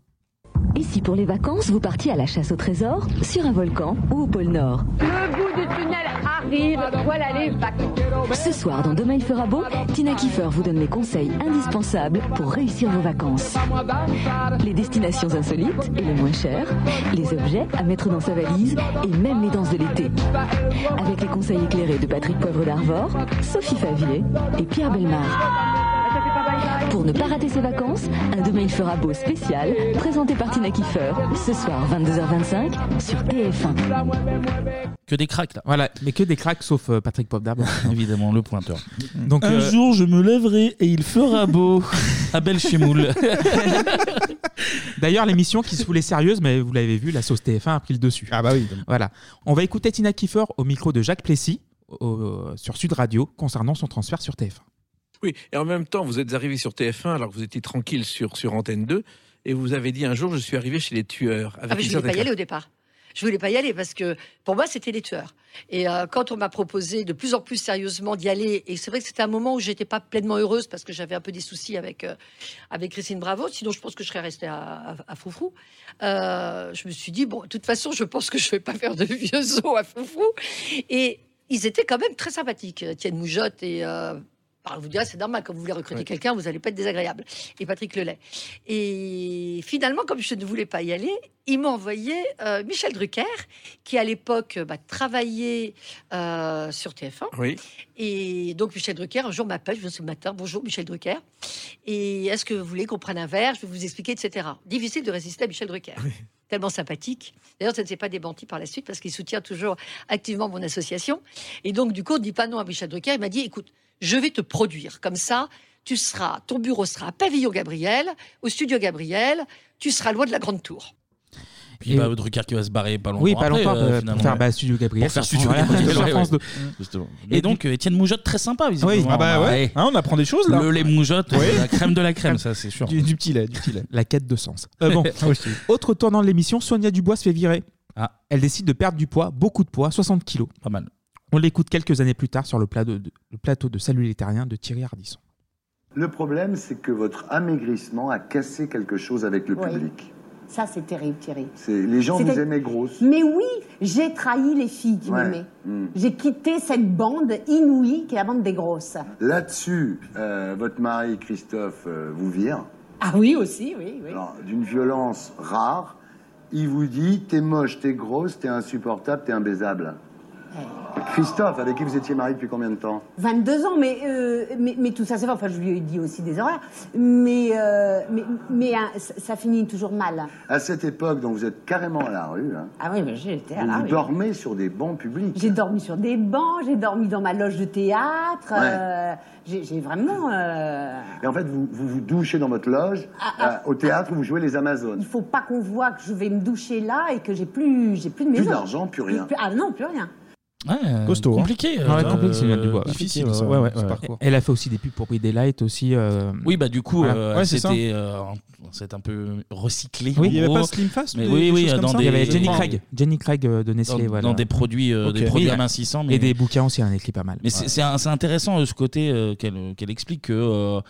[SPEAKER 29] Et si pour les vacances, vous partiez à la chasse au trésor, sur un volcan ou au pôle Nord
[SPEAKER 30] Le bout du tunnel arrive, voilà les vacances.
[SPEAKER 29] Ce soir, dans Demain il fera beau, Tina Kiefer vous donne les conseils indispensables pour réussir vos vacances. Les destinations insolites et les moins chères, les objets à mettre dans sa valise et même les danses de l'été. Avec les conseils éclairés de Patrick Poivre d'Arvor, Sophie Favier et Pierre Belmar. Pour ne pas rater ses vacances, un Demain il fera beau spécial, présenté par Tina Kiefer, ce soir 22h25 sur TF1.
[SPEAKER 1] Que des cracks là.
[SPEAKER 9] Voilà, mais que des cracks sauf euh, Patrick Popdab.
[SPEAKER 1] Évidemment, le pointeur.
[SPEAKER 9] Donc,
[SPEAKER 1] un
[SPEAKER 9] euh,
[SPEAKER 1] jour, je me lèverai et il fera beau. à Belchemoul.
[SPEAKER 9] D'ailleurs, l'émission qui se voulait sérieuse, mais vous l'avez vu, la sauce TF1 a pris le dessus.
[SPEAKER 7] Ah bah oui.
[SPEAKER 9] Voilà. On va écouter Tina Kiefer au micro de Jacques Plessis au- sur Sud Radio concernant son transfert sur TF1.
[SPEAKER 20] Oui, et en même temps, vous êtes arrivé sur TF1 alors que vous étiez tranquille sur, sur Antenne 2 et vous avez dit un jour, je suis arrivé chez les tueurs. Avec
[SPEAKER 12] Ah, mais je
[SPEAKER 20] une
[SPEAKER 12] voulais pas y
[SPEAKER 20] certaine
[SPEAKER 12] aller au départ. Je voulais pas y aller parce que pour moi c'était les tueurs. Et euh, quand on m'a proposé de plus en plus sérieusement d'y aller, et c'est vrai que c'était un moment où j'étais pas pleinement heureuse parce que j'avais un peu des soucis avec euh, avec Christine Bravo. Sinon je pense que je serais restée à, à, à Foufrou. Euh, je me suis dit bon, de toute façon je pense que je vais pas faire de vieux os à Foufrou. Et ils étaient quand même très sympathiques, Étienne Moujotte et euh, bah, on vous direz, c'est normal, quand vous voulez recruter quelqu'un, vous n'allez pas être désagréable. Et Patrick Lelay. Et finalement, comme je ne voulais pas y aller, il m'a envoyé euh, Michel Drucker, qui à l'époque bah, travaillait euh, sur TF1.
[SPEAKER 20] Oui.
[SPEAKER 12] Et donc Michel Drucker, un jour m'appelle, je viens ce matin, bonjour Michel Drucker. Et est-ce que vous voulez qu'on prenne un verre Je vais vous expliquer, etc. Difficile de résister à Michel Drucker. Tellement sympathique. D'ailleurs, ça ne s'est pas démenti par la suite parce qu'il soutient toujours activement mon association. Et donc, du coup, on ne dit pas non à Michel Drucker. Il m'a dit écoute, je vais te produire. Comme ça, tu seras, ton bureau sera à Pavillon Gabriel, au studio Gabriel, tu seras loin de la Grande Tour.
[SPEAKER 1] Puis bah, Drucker qui va se barrer pas longtemps.
[SPEAKER 9] Oui, pas
[SPEAKER 1] après,
[SPEAKER 9] longtemps,
[SPEAKER 1] euh,
[SPEAKER 9] pour
[SPEAKER 1] finalement.
[SPEAKER 9] faire, bah, Studio Gabriel
[SPEAKER 1] Pour faire
[SPEAKER 9] sur-
[SPEAKER 1] Studio
[SPEAKER 9] voilà,
[SPEAKER 1] Gabriel
[SPEAKER 9] sur
[SPEAKER 1] ouais,
[SPEAKER 9] France
[SPEAKER 1] ouais. Mm.
[SPEAKER 9] 2.
[SPEAKER 1] Justement. Et donc, euh, Étienne Moujotte, très sympa, visiblement.
[SPEAKER 9] Ah bah ouais.
[SPEAKER 7] Hein, on apprend des choses là.
[SPEAKER 1] Le lait Moujotte,
[SPEAKER 7] Oui.
[SPEAKER 1] la crème de la crème, ça, c'est sûr.
[SPEAKER 7] Du, du petit lait, du petit lait.
[SPEAKER 9] La quête de sens. Euh, bon, autre tournant de l'émission, Sonia Dubois se fait virer. Elle décide de perdre du poids, beaucoup de poids, 60 kilos.
[SPEAKER 1] Ah. Pas mal.
[SPEAKER 9] On l'écoute quelques années plus tard sur le plateau de, le plateau de Salut les Terriens de Thierry Ardisson.
[SPEAKER 31] Le problème, c'est que votre amaigrissement a cassé quelque chose avec le
[SPEAKER 10] Oui.
[SPEAKER 31] public.
[SPEAKER 10] Ça, c'est terrible, Thierry.
[SPEAKER 31] C'est- Les gens vous
[SPEAKER 10] C'était-
[SPEAKER 31] aimaient grosse.
[SPEAKER 10] Mais oui, j'ai trahi les filles qui
[SPEAKER 31] Ouais.
[SPEAKER 10] m'aimaient.
[SPEAKER 31] Mm.
[SPEAKER 10] J'ai quitté cette bande inouïe qui est la bande des grosses.
[SPEAKER 31] Là-dessus, euh, votre mari Christophe euh, vous vire.
[SPEAKER 10] Ah oui, aussi, oui, oui.
[SPEAKER 31] Alors, D'une violence rare, il vous dit t'es moche, t'es grosse, t'es insupportable, t'es imbaisable. Christophe, avec qui vous étiez marié depuis combien de temps
[SPEAKER 10] 22 ans, mais, euh, mais, mais tout ça, c'est vrai. Enfin, je lui ai dit aussi des horaires. Mais, euh, mais, mais hein, ça ça finit toujours mal.
[SPEAKER 31] À cette époque, donc vous êtes carrément à la rue. hein.
[SPEAKER 10] Ah oui, mais j'étais à
[SPEAKER 31] vous
[SPEAKER 10] la
[SPEAKER 31] vous
[SPEAKER 10] rue.
[SPEAKER 31] dormez sur des bancs publics.
[SPEAKER 10] J'ai dormi sur des bancs, j'ai dormi dans ma loge de théâtre. euh, j'ai j'ai vraiment... euh,
[SPEAKER 31] Et en fait, vous vous, vous douchez dans votre loge,
[SPEAKER 10] ah.
[SPEAKER 31] euh, au théâtre où vous jouez les Amazones.
[SPEAKER 10] Il faut pas qu'on voit que je vais me doucher là et que j'ai plus, j'ai plus de
[SPEAKER 31] Plus
[SPEAKER 10] maison.
[SPEAKER 31] d'argent, plus rien.
[SPEAKER 10] Ah non, plus rien.
[SPEAKER 1] Ouais,
[SPEAKER 9] Costaud, hein.
[SPEAKER 1] Euh, Compliqué.
[SPEAKER 9] Ouais,
[SPEAKER 1] euh,
[SPEAKER 9] compliqué, Sonia Dubois.
[SPEAKER 1] Difficile,
[SPEAKER 9] Ouais,
[SPEAKER 1] ça,
[SPEAKER 9] ouais, ouais,
[SPEAKER 1] ce
[SPEAKER 9] ouais.
[SPEAKER 1] parcours.
[SPEAKER 9] Elle a fait aussi des pubs pour Brie Daylight aussi. euh,
[SPEAKER 1] Oui, bah du coup,
[SPEAKER 9] voilà.
[SPEAKER 1] euh,
[SPEAKER 9] Ouais, c'est ça.
[SPEAKER 1] c'était euh, c'était un peu recyclé.
[SPEAKER 9] Oui.
[SPEAKER 1] en
[SPEAKER 9] Il y avait
[SPEAKER 1] gros.
[SPEAKER 9] pas Slim Fast ou
[SPEAKER 1] mais
[SPEAKER 9] des-
[SPEAKER 1] oui,
[SPEAKER 9] des
[SPEAKER 1] oui, euh,
[SPEAKER 9] choses comme
[SPEAKER 1] dans
[SPEAKER 9] ça
[SPEAKER 1] des
[SPEAKER 9] Il y avait Jenny Craig, Jenny Craig euh, de Nestlé.
[SPEAKER 1] Dans-
[SPEAKER 9] voilà.
[SPEAKER 1] dans des produits, euh, des produits amincissants, mais-
[SPEAKER 9] Et des bouquins aussi, elle en écrit hein, pas mal.
[SPEAKER 1] Mais c'est- c'est un- c'est intéressant euh, ce côté euh, qu'elle qu'elle explique que euh,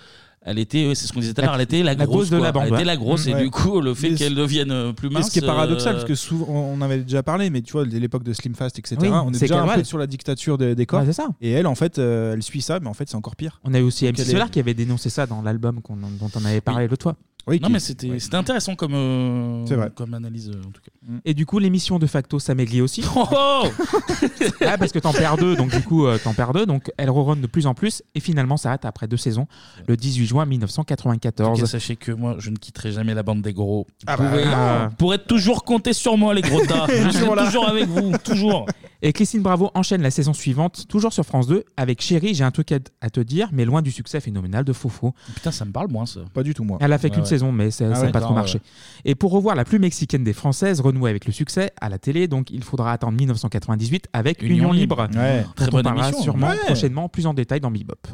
[SPEAKER 1] Elle était, ouais, c'est ce qu'on disait tout à l'heure, elle était la,
[SPEAKER 9] la grosse
[SPEAKER 1] grosse.
[SPEAKER 9] de
[SPEAKER 1] quoi.
[SPEAKER 9] la bande,
[SPEAKER 1] Elle était
[SPEAKER 9] ouais. Mm,
[SPEAKER 1] la grosse, et
[SPEAKER 9] Ouais.
[SPEAKER 1] du coup, le fait
[SPEAKER 9] Mais-
[SPEAKER 1] qu'elle devienne euh, plus
[SPEAKER 7] Mais
[SPEAKER 1] mince.
[SPEAKER 7] ce qui est paradoxal,
[SPEAKER 1] euh,
[SPEAKER 7] parce que souvent, on avait déjà parlé, mais tu vois, dès l'époque de Slim Fast, etc.,
[SPEAKER 9] Oui,
[SPEAKER 7] on est
[SPEAKER 9] c'est
[SPEAKER 7] déjà un
[SPEAKER 9] qu'elle-
[SPEAKER 7] peu sur la dictature des, des corps.
[SPEAKER 9] Ouais, c'est ça.
[SPEAKER 7] Et elle, en fait, euh, elle suit ça, mais en fait, c'est encore pire.
[SPEAKER 9] On a eu aussi
[SPEAKER 7] Donc,
[SPEAKER 9] MC
[SPEAKER 7] elle est-
[SPEAKER 9] Solar qui avait dénoncé ça dans l'album qu'on- dont on avait parlé l'autre fois.
[SPEAKER 1] non, mais c'était c'était intéressant comme, euh,
[SPEAKER 9] C'est vrai.
[SPEAKER 1] comme analyse, euh, en tout cas.
[SPEAKER 9] Et du coup, l'émission de facto, ça maigrit aussi.
[SPEAKER 1] Oh
[SPEAKER 9] Ouais, parce que t'en perds deux, donc du coup, euh, t'en perds deux. Donc elle rerun de plus en plus et finalement s'arrête après deux saisons, le 18 juin
[SPEAKER 1] En tout
[SPEAKER 9] 1994.
[SPEAKER 1] cas, sachez que moi, je ne quitterai jamais la bande des gros.
[SPEAKER 9] Ah
[SPEAKER 1] vous
[SPEAKER 9] bah,
[SPEAKER 1] pouvez,
[SPEAKER 9] ah.
[SPEAKER 1] pour être toujours compté sur moi, les gros tas. je suis
[SPEAKER 9] Toujours là.
[SPEAKER 1] toujours avec vous, toujours.
[SPEAKER 9] Et Christine Bravo enchaîne la saison suivante, toujours sur France 2, avec Chérie, j'ai un truc à, à te dire, mais loin du succès phénoménal de Fofo.
[SPEAKER 1] Putain, ça me parle moins, ça.
[SPEAKER 7] Pas du tout, moi.
[SPEAKER 9] Elle a fait
[SPEAKER 1] Ouais,
[SPEAKER 9] qu'une
[SPEAKER 1] ouais.
[SPEAKER 9] saison, mais ça
[SPEAKER 1] Ah
[SPEAKER 9] n'a
[SPEAKER 1] ouais,
[SPEAKER 9] pas
[SPEAKER 1] d'accord,
[SPEAKER 9] trop marché.
[SPEAKER 1] ouais.
[SPEAKER 9] Et pour revoir la plus mexicaine des Françaises, renouer avec le succès à la télé, donc il faudra attendre 1998 avec
[SPEAKER 1] Union
[SPEAKER 9] Union,
[SPEAKER 1] Libre.
[SPEAKER 9] Libre.
[SPEAKER 1] Ouais.
[SPEAKER 9] dont
[SPEAKER 1] Très
[SPEAKER 9] on
[SPEAKER 1] bonne
[SPEAKER 9] parlera
[SPEAKER 1] émission.
[SPEAKER 9] sûrement
[SPEAKER 1] Ouais.
[SPEAKER 9] prochainement plus en détail dans Bebop.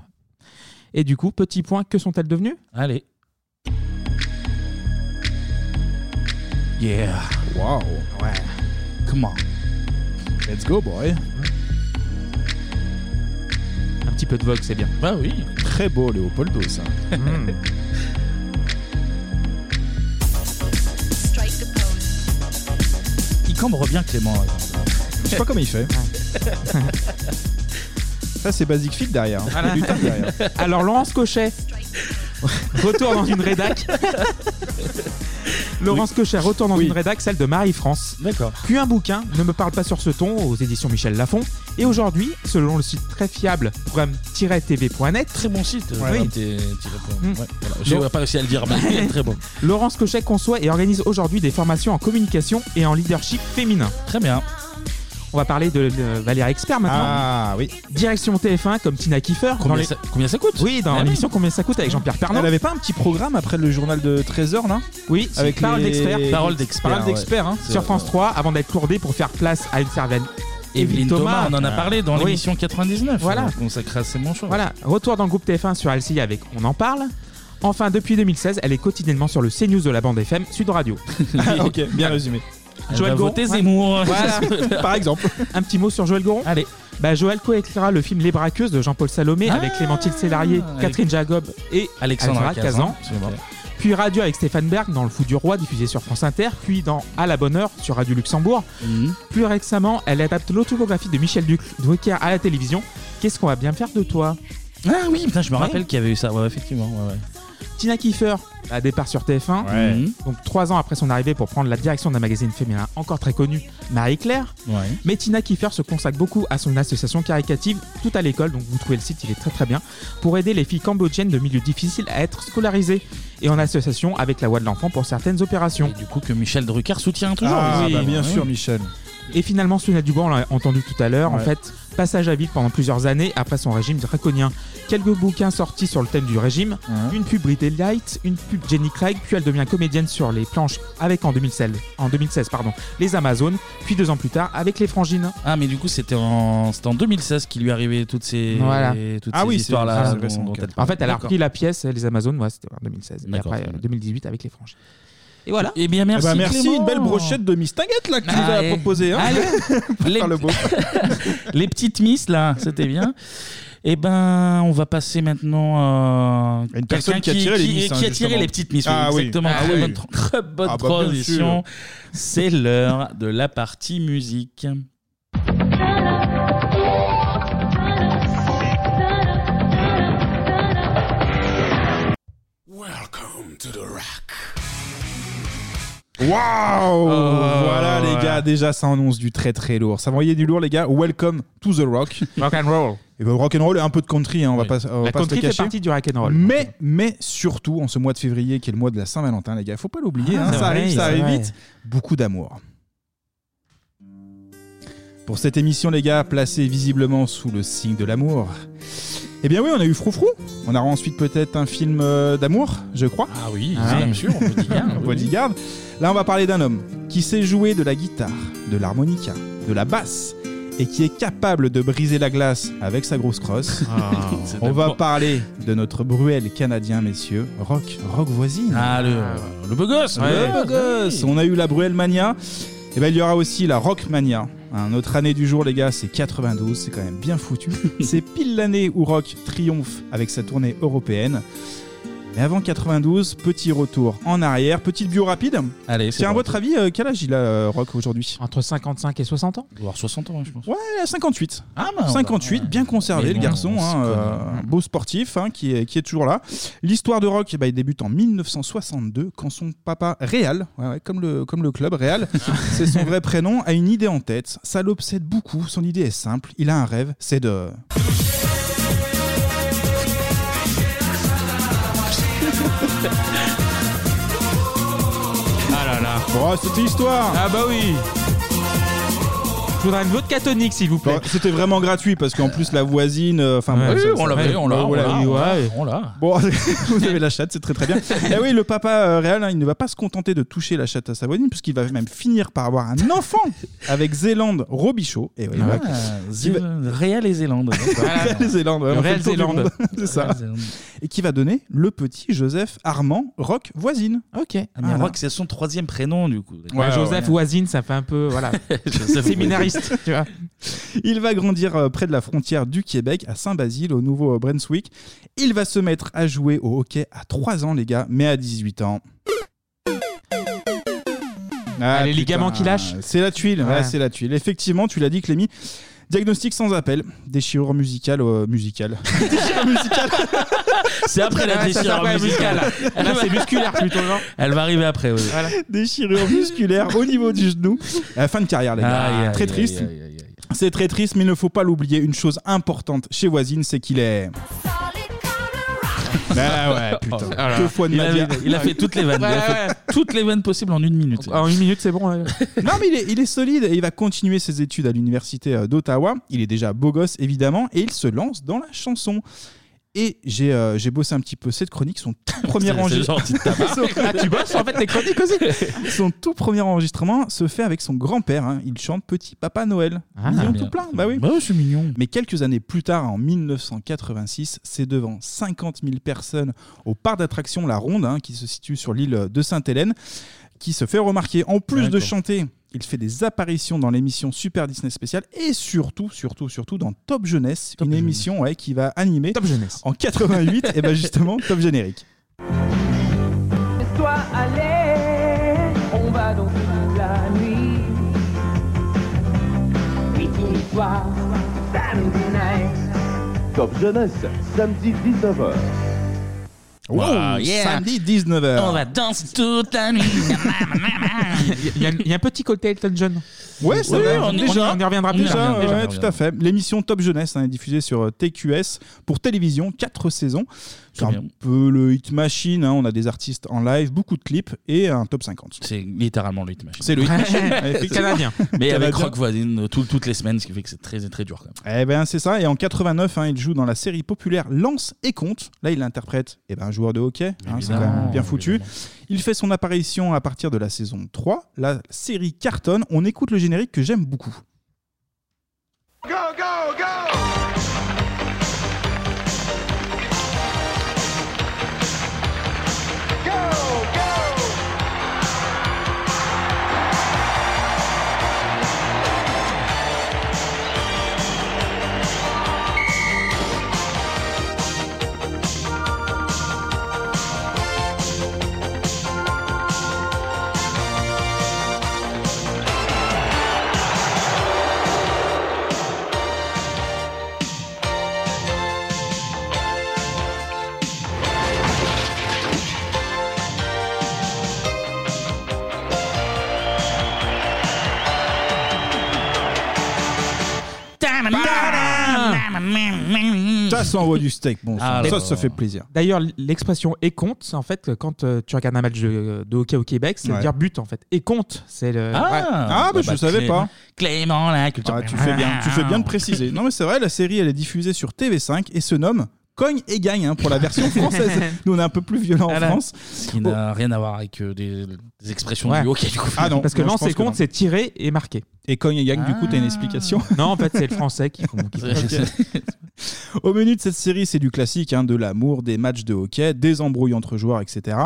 [SPEAKER 9] Et du coup, petit point, que sont-elles devenues
[SPEAKER 1] Allez. euh, Yeah.
[SPEAKER 7] Wow.
[SPEAKER 9] Ouais.
[SPEAKER 1] Come on.
[SPEAKER 7] Let's go, boy.
[SPEAKER 9] Un petit peu de Vogue, c'est bien.
[SPEAKER 1] Bah oui.
[SPEAKER 7] Très beau, Léopoldo, ça.
[SPEAKER 1] Il cambre bien Clément.
[SPEAKER 7] Je sais pas comment il fait. ça, c'est Basic Fit derrière. hein.
[SPEAKER 9] Voilà.
[SPEAKER 7] Du taf derrière.
[SPEAKER 9] Alors Laurence Cochet retourne dans une rédac. Laurence Cochet retourne dans une rédac, celle de Marie-France.
[SPEAKER 1] D'accord.
[SPEAKER 9] Puis un bouquin, Ne me parle pas sur ce ton, aux éditions Michel Lafon. Et aujourd'hui, selon le site très fiable programme-tv.net.
[SPEAKER 1] Très bon site. euh,
[SPEAKER 9] oui. Hum.
[SPEAKER 1] Je
[SPEAKER 9] Donc-
[SPEAKER 1] vais pas réussi à le dire, mais il est très bon.
[SPEAKER 9] Laurence Cochet conçoit et organise aujourd'hui des formations en communication et en leadership féminin.
[SPEAKER 1] Très bien.
[SPEAKER 9] On va parler de euh, Valérie Expert maintenant.
[SPEAKER 7] Ah oui.
[SPEAKER 9] Direction TF1 comme Tina Kiefer.
[SPEAKER 7] Combien
[SPEAKER 1] ça- combien ça coûte
[SPEAKER 9] Oui, dans
[SPEAKER 7] Ah oui.
[SPEAKER 9] l'émission Combien ça coûte avec Jean-Pierre Pernaut.
[SPEAKER 7] Elle avait pas un petit programme après le journal de 13h, là
[SPEAKER 9] Oui,
[SPEAKER 7] avec
[SPEAKER 9] avec Parole
[SPEAKER 7] les-
[SPEAKER 9] d'expert.
[SPEAKER 7] Parole d'expert,
[SPEAKER 9] Parole d'expert,
[SPEAKER 7] ouais.
[SPEAKER 9] hein,
[SPEAKER 7] C'est
[SPEAKER 9] sur
[SPEAKER 7] vrai.
[SPEAKER 9] France 3 avant d'être courdé pour faire place à une certaine Ah.
[SPEAKER 1] Evelyne Thomas, on en a parlé dans
[SPEAKER 9] Oui.
[SPEAKER 1] l'émission 99.
[SPEAKER 9] Voilà.
[SPEAKER 1] Consacré à C'est mon choix.
[SPEAKER 9] Voilà, retour dans le groupe TF1 sur LCI avec On en parle. Enfin, depuis 2016, elle est quotidiennement sur le CNews de la bande FM Sud Radio.
[SPEAKER 7] Ah, ok, bien résumé.
[SPEAKER 1] Ah, Elle
[SPEAKER 9] Joël
[SPEAKER 1] va
[SPEAKER 9] Goron,
[SPEAKER 1] voter
[SPEAKER 9] ouais.
[SPEAKER 1] Bah, Zemmour.
[SPEAKER 9] Voilà.
[SPEAKER 1] Par
[SPEAKER 7] exemple.
[SPEAKER 9] Un petit mot sur Joël Goron
[SPEAKER 1] Allez.
[SPEAKER 9] Bah, Joël coécrira le film Les Braqueuses de Jean-Paul Salomé
[SPEAKER 1] Ah.
[SPEAKER 9] avec Clémentine Sélarié,
[SPEAKER 1] Avec-
[SPEAKER 9] Catherine Jacob et
[SPEAKER 1] Alexandra Kazan. Absolument.
[SPEAKER 9] Puis Radio avec Stéphane Berg dans Le Fou du Roi diffusé sur France Inter, puis dans À la Bonne Heure sur Radio Luxembourg.
[SPEAKER 1] Hum.
[SPEAKER 9] Plus récemment, elle adapte l'autobiographie de Michel Duc- Drucker à la télévision. Qu'est-ce qu'on va bien faire de toi
[SPEAKER 1] Ah oui, putain, je me rappelle qu'il y avait eu ça. Ouais, effectivement. ouais, ouais.
[SPEAKER 9] Tina Kiefer, à départ sur TF1,
[SPEAKER 1] Ouais. Mhm.
[SPEAKER 9] donc trois ans après son arrivée pour prendre la direction d'un magazine féminin encore très connu, Marie-Claire.
[SPEAKER 1] Ouais.
[SPEAKER 9] Mais Tina Kiefer se consacre beaucoup à son association caricative Tout à l'école, donc vous trouvez le site, il est très très bien, pour aider les filles cambodgiennes de milieux difficiles à être scolarisées et en association avec la voix de l'enfant pour certaines opérations.
[SPEAKER 1] du coup, que Michel Drucker soutient toujours.
[SPEAKER 7] Ah,
[SPEAKER 9] Oui.
[SPEAKER 7] bah, bien
[SPEAKER 9] Oui.
[SPEAKER 7] sûr, Michel.
[SPEAKER 9] Et finalement, Sonia Dubois, on l'a entendu tout à l'heure, en
[SPEAKER 7] Ouais.
[SPEAKER 9] fait, passage à vide pendant plusieurs années après son régime draconien. Quelques bouquins sortis sur le thème du régime, une pub Britney Light, une pub Jenny Craig, puis elle devient comédienne sur les planches avec en 2016, en 2016 pardon, les Amazones, puis deux ans plus tard avec les Frangines.
[SPEAKER 1] Ah, mais du coup, c'était en, c'était en 2016 qu'il lui arrivait toutes ces,
[SPEAKER 9] Voilà.
[SPEAKER 1] toutes
[SPEAKER 9] Ah
[SPEAKER 1] ces
[SPEAKER 9] oui, c'est-
[SPEAKER 1] histoires-là.
[SPEAKER 9] c'est
[SPEAKER 1] dont-
[SPEAKER 9] récent,
[SPEAKER 1] dont
[SPEAKER 9] ok.
[SPEAKER 1] elle
[SPEAKER 9] En
[SPEAKER 1] parle.
[SPEAKER 9] fait, elle a
[SPEAKER 1] D'accord.
[SPEAKER 9] repris la pièce, les Amazones, ouais, c'était en 2016, et
[SPEAKER 1] D'accord,
[SPEAKER 9] après
[SPEAKER 1] très
[SPEAKER 9] euh, 2018 avec les Frangines. Et
[SPEAKER 1] voilà.
[SPEAKER 9] voilà.
[SPEAKER 1] Eh bien, merci.
[SPEAKER 7] Eh ben, merci,
[SPEAKER 1] Clément.
[SPEAKER 7] une belle brochette de mistinguette là que tu nous as
[SPEAKER 1] Allez.
[SPEAKER 7] proposé. Hein
[SPEAKER 1] Allez.
[SPEAKER 7] Pour
[SPEAKER 1] Les-
[SPEAKER 7] faire le beau.
[SPEAKER 1] Les petites misses, là, c'était bien. Eh ben, on va passer maintenant à
[SPEAKER 7] Une personne qui a tiré les misses, hein,
[SPEAKER 1] qui a tiré
[SPEAKER 7] justement.
[SPEAKER 1] les petites misses. oui,
[SPEAKER 7] Ah oui.
[SPEAKER 1] exactement.
[SPEAKER 7] Ah
[SPEAKER 1] Très
[SPEAKER 7] oui.
[SPEAKER 1] bonne, tra- très bonne
[SPEAKER 7] Ah bah, bien
[SPEAKER 1] transition. C'est l'heure de la partie musique.
[SPEAKER 11] Welcome to the rack.
[SPEAKER 7] Waouh
[SPEAKER 9] Oh, voilà.
[SPEAKER 7] Voilà les gars, déjà ça annonce du très très lourd. Ça envoyait du lourd les gars. Welcome to the rock.
[SPEAKER 9] Rock and roll.
[SPEAKER 7] Et ben, rock and roll et un peu de country, hein, on va pas, on va
[SPEAKER 9] La
[SPEAKER 7] pas se
[SPEAKER 9] country
[SPEAKER 7] le
[SPEAKER 9] fait
[SPEAKER 7] cacher.
[SPEAKER 9] partie du rock and roll.
[SPEAKER 7] Mais mais surtout en ce mois de février qui est le mois de la Saint-Valentin les gars, faut pas l'oublier.
[SPEAKER 9] Ah,
[SPEAKER 7] hein,
[SPEAKER 9] c'est
[SPEAKER 7] ça
[SPEAKER 9] vrai,
[SPEAKER 7] arrive, ça
[SPEAKER 9] c'est
[SPEAKER 7] arrive
[SPEAKER 9] vrai.
[SPEAKER 7] vite. Beaucoup d'amour. Pour cette émission, les gars, placée visiblement sous le signe de l'amour. Eh bien oui, on a eu Froufrou. On aura ensuite peut-être un film euh, d'amour, je crois.
[SPEAKER 1] Ah oui,
[SPEAKER 7] Ah ouais.
[SPEAKER 1] bien sûr, on peut dire. hein, oui.
[SPEAKER 7] Bodyguard. Là, on va parler d'un homme qui sait jouer de la guitare, de l'harmonica, de la basse et qui est capable de briser la glace avec sa grosse crosse.
[SPEAKER 1] Ah. C'est
[SPEAKER 7] on va
[SPEAKER 1] d'accord.
[SPEAKER 7] parler de notre Bruel canadien, messieurs, Rock, Rock voisine.
[SPEAKER 1] Ah, le, le beau gosse.
[SPEAKER 7] Ouais, beau gosse. On a eu la Bruel Mania. Et ben il y aura aussi la Rock Mania. Hein, notre année du jour, les gars, c'est 92. C'est quand même bien foutu. c'est pile l'année où Rock triomphe avec sa tournée européenne. Mais avant 92, petit retour en arrière, petite bio rapide.
[SPEAKER 9] Allez,
[SPEAKER 7] Tiens, à votre avis, euh, quel âge il a, euh, Rock, aujourd'hui
[SPEAKER 9] Entre 55 et 60 ans
[SPEAKER 1] Voir 60 ans, je pense.
[SPEAKER 7] Ouais, à 58.
[SPEAKER 1] Ah, bah,
[SPEAKER 7] 58, bien conservé,
[SPEAKER 1] Mais
[SPEAKER 7] le
[SPEAKER 1] bon,
[SPEAKER 7] garçon.
[SPEAKER 1] on
[SPEAKER 7] hein,
[SPEAKER 1] s'y connaît.
[SPEAKER 7] euh, un beau sportif hein, qui, est, qui est toujours là. L'histoire de Rock, eh ben, il débute en 1962 quand son papa, Réal, ouais, ouais, comme, le, comme le club, Réal,
[SPEAKER 1] Ah.
[SPEAKER 7] c'est son vrai prénom, a une idée en tête. Ça l'obsède beaucoup. Son idée est simple. Il a un rêve, c'est de.
[SPEAKER 9] Ah là là.
[SPEAKER 7] Oh, c'était histoire
[SPEAKER 9] Ah bah oui Je voudrais une vote catonique, s'il vous plaît.
[SPEAKER 7] Bon, Bah, C'était vraiment gratuit parce qu'en plus la voisine. euh, Enfin,
[SPEAKER 9] Ouais,
[SPEAKER 7] bref,
[SPEAKER 9] oui,
[SPEAKER 7] ça-
[SPEAKER 9] on
[SPEAKER 7] ça-
[SPEAKER 9] l'avait,
[SPEAKER 7] ouais,
[SPEAKER 9] on l'a,
[SPEAKER 7] voilà,
[SPEAKER 9] on l'a,
[SPEAKER 7] oui,
[SPEAKER 9] on l'a,
[SPEAKER 7] ouais.
[SPEAKER 9] on l'a.
[SPEAKER 7] Bon, vous avez la chatte, c'est très très bien. Et oui, le papa euh, réel, hein, il ne va pas se contenter de toucher la chatte à sa voisine puisqu'il va même finir par avoir un enfant avec Zélande Robichaud. Et oui, il va- il va-
[SPEAKER 1] Réal Ah, et Zélande.
[SPEAKER 7] Réal et Zélande, ouais,
[SPEAKER 1] Le
[SPEAKER 7] on fait
[SPEAKER 1] Réal
[SPEAKER 7] le tour du
[SPEAKER 1] Zélande.
[SPEAKER 7] monde. c'est ça. Et qui va donner le petit Joseph Armand Rock voisine.
[SPEAKER 9] Ok.
[SPEAKER 1] Ah, mais
[SPEAKER 7] Ah,
[SPEAKER 1] Rock, c'est son troisième prénom, du coup.
[SPEAKER 9] Ouais, Joseph Oisine, ça fait un peu voilà,
[SPEAKER 1] Joseph
[SPEAKER 9] séminariste,
[SPEAKER 1] Oisine.
[SPEAKER 9] tu vois.
[SPEAKER 7] Il va grandir euh, près de la frontière du Québec, à Saint-Basile, au Nouveau-Brunswick. Il va se mettre à jouer au hockey à 3 ans, les gars, mais à 18 ans. Ah,
[SPEAKER 9] les
[SPEAKER 7] putain,
[SPEAKER 9] ligaments qui lâchent.
[SPEAKER 7] C'est la tuile, ouais,
[SPEAKER 9] Ouais.
[SPEAKER 7] c'est la tuile. Effectivement, tu l'as dit, Clémy. Diagnostic sans appel, déchirure musicale. euh, musicale. déchirure musicale.
[SPEAKER 1] C'est après la
[SPEAKER 7] Ouais, ça, c'est
[SPEAKER 1] déchirure
[SPEAKER 7] après la
[SPEAKER 1] musicale.
[SPEAKER 7] musicale.
[SPEAKER 1] Elle
[SPEAKER 9] Ah,
[SPEAKER 7] Là,
[SPEAKER 1] va-
[SPEAKER 7] c'est musculaire plutôt, non
[SPEAKER 1] Elle va arriver après, oui.
[SPEAKER 7] Déchirure musculaire au niveau du genou. Euh, fin de carrière, les gars.
[SPEAKER 1] Aïe, aïe,
[SPEAKER 7] très
[SPEAKER 1] aïe,
[SPEAKER 7] triste.
[SPEAKER 1] aïe, aïe,
[SPEAKER 7] C'est très triste, mais il ne faut pas l'oublier. Une chose importante chez Voisine, c'est qu'il est. Ah ouais, putain.
[SPEAKER 1] Oh là là.
[SPEAKER 7] Deux fois de
[SPEAKER 1] il, a,
[SPEAKER 7] Nadia.
[SPEAKER 1] il a fait toutes les vannes. il a
[SPEAKER 7] Ouais,
[SPEAKER 1] fait
[SPEAKER 7] ouais.
[SPEAKER 1] toutes les vannes possibles en une minute.
[SPEAKER 9] En une minute, c'est bon.
[SPEAKER 7] Non, mais il est, il est solide et il va continuer ses études à l'université euh, d'Ottawa. Il est déjà beau gosse, évidemment, et il se lance dans la chanson. Et j'ai euh, j'ai bossé un petit peu cette chronique, son tout premier
[SPEAKER 9] C'est- c'est
[SPEAKER 7] enregistrement.
[SPEAKER 9] gentil de ta part. Ah, tu bosses, en fait, tes chroniques aussi.
[SPEAKER 7] Son tout premier enregistrement se fait avec son grand-père. hein. Il chante Petit Papa Noël.
[SPEAKER 9] Ah,
[SPEAKER 7] mignon
[SPEAKER 9] bien.
[SPEAKER 7] tout plein. Bah oui.
[SPEAKER 1] c'est mignon.
[SPEAKER 7] Mais quelques années plus tard, en 1986, c'est devant 50 000 personnes au parc d'attractions La Ronde, hein, qui se situe sur l'île de Sainte-Hélène, qui se fait remarquer. En plus de
[SPEAKER 1] D'accord.
[SPEAKER 7] chanter, il fait des apparitions dans l'émission Super Disney Spécial et surtout, surtout, surtout dans Top Jeunesse, une émission ouais, qui va animer en 88, et ben justement, Top Générique.
[SPEAKER 14] Laisse-toi aller, on va donc toute la nuit. Et tous les soirs, samedi night.
[SPEAKER 17] Top Jeunesse, samedi 19h.
[SPEAKER 7] Wow, Samedi 19h.
[SPEAKER 1] On va danser toute la nuit.
[SPEAKER 9] Il y, a- il y a un petit côté Elton John.
[SPEAKER 7] Ouais, c'est vrai.
[SPEAKER 9] On, y-
[SPEAKER 7] déjà,
[SPEAKER 9] on y reviendra plus
[SPEAKER 7] déjà,
[SPEAKER 9] tard.
[SPEAKER 7] ouais, tout à fait. L'émission Top Jeunesse hein, est diffusée sur euh, TQS pour télévision, 4 saisons. C'est
[SPEAKER 1] Très
[SPEAKER 7] un
[SPEAKER 1] bien.
[SPEAKER 7] peu le hit machine. hein, on a des artistes en live, beaucoup de clips et un top 50.
[SPEAKER 1] C'est littéralement le hit machine.
[SPEAKER 7] C'est le hit machine, effectivement.
[SPEAKER 1] Mais avec
[SPEAKER 7] Canadien.
[SPEAKER 1] Rock voisine euh, tout- toutes les semaines, ce qui fait que c'est très très dur quand même.
[SPEAKER 7] Eh ben c'est ça. Et en 89, hein, il joue dans la série populaire Lance et Compte. Là, il interprète eh ben, un joueur de hockey. hein, c'est quand
[SPEAKER 1] Évidemment,
[SPEAKER 7] même bien foutu. Il fait son apparition à partir de la saison 3. La série cartonne. On écoute le générique que j'aime beaucoup.
[SPEAKER 14] Go, go, go!
[SPEAKER 7] Ça, ça envoie du steak. Bon,
[SPEAKER 9] Ah,
[SPEAKER 7] ça,
[SPEAKER 9] là,
[SPEAKER 7] ça,
[SPEAKER 9] là,
[SPEAKER 7] ça fait plaisir.
[SPEAKER 9] D'ailleurs, l'expression et compte, c'est en fait que quand euh, tu regardes un match de, de hockey au Québec, c'est
[SPEAKER 7] Ouais.
[SPEAKER 9] dire but en fait. Et compte, c'est le.
[SPEAKER 7] Ah,
[SPEAKER 9] ouais.
[SPEAKER 7] Ah, bah, je
[SPEAKER 9] Bah,
[SPEAKER 7] savais
[SPEAKER 9] Clé-
[SPEAKER 7] pas.
[SPEAKER 1] Clément, la culture.
[SPEAKER 7] Ah, tu fais bien, tu fais bien de préciser. Non mais c'est vrai, la série elle est diffusée sur TV5 et se nomme Cogne et gagne hein, pour la version française. Nous on est un peu plus violent en
[SPEAKER 1] Ah là.
[SPEAKER 7] France. Oh.
[SPEAKER 1] Ce qui n'a rien à voir avec euh, des, des expressions
[SPEAKER 9] Ouais.
[SPEAKER 1] du hockey du coup.
[SPEAKER 7] Ah non,
[SPEAKER 9] Parce que
[SPEAKER 7] non, je
[SPEAKER 9] lance
[SPEAKER 7] pense
[SPEAKER 9] et
[SPEAKER 7] que non.
[SPEAKER 9] compte, c'est tirer et marquer.
[SPEAKER 7] Et cogne et gagne, du coup, t'as une explication
[SPEAKER 9] Non, en fait, c'est le français qui. qui-
[SPEAKER 7] Ok. Au menu de cette série, c'est du classique, hein, de l'amour, des matchs de hockey, des embrouilles entre joueurs, etc.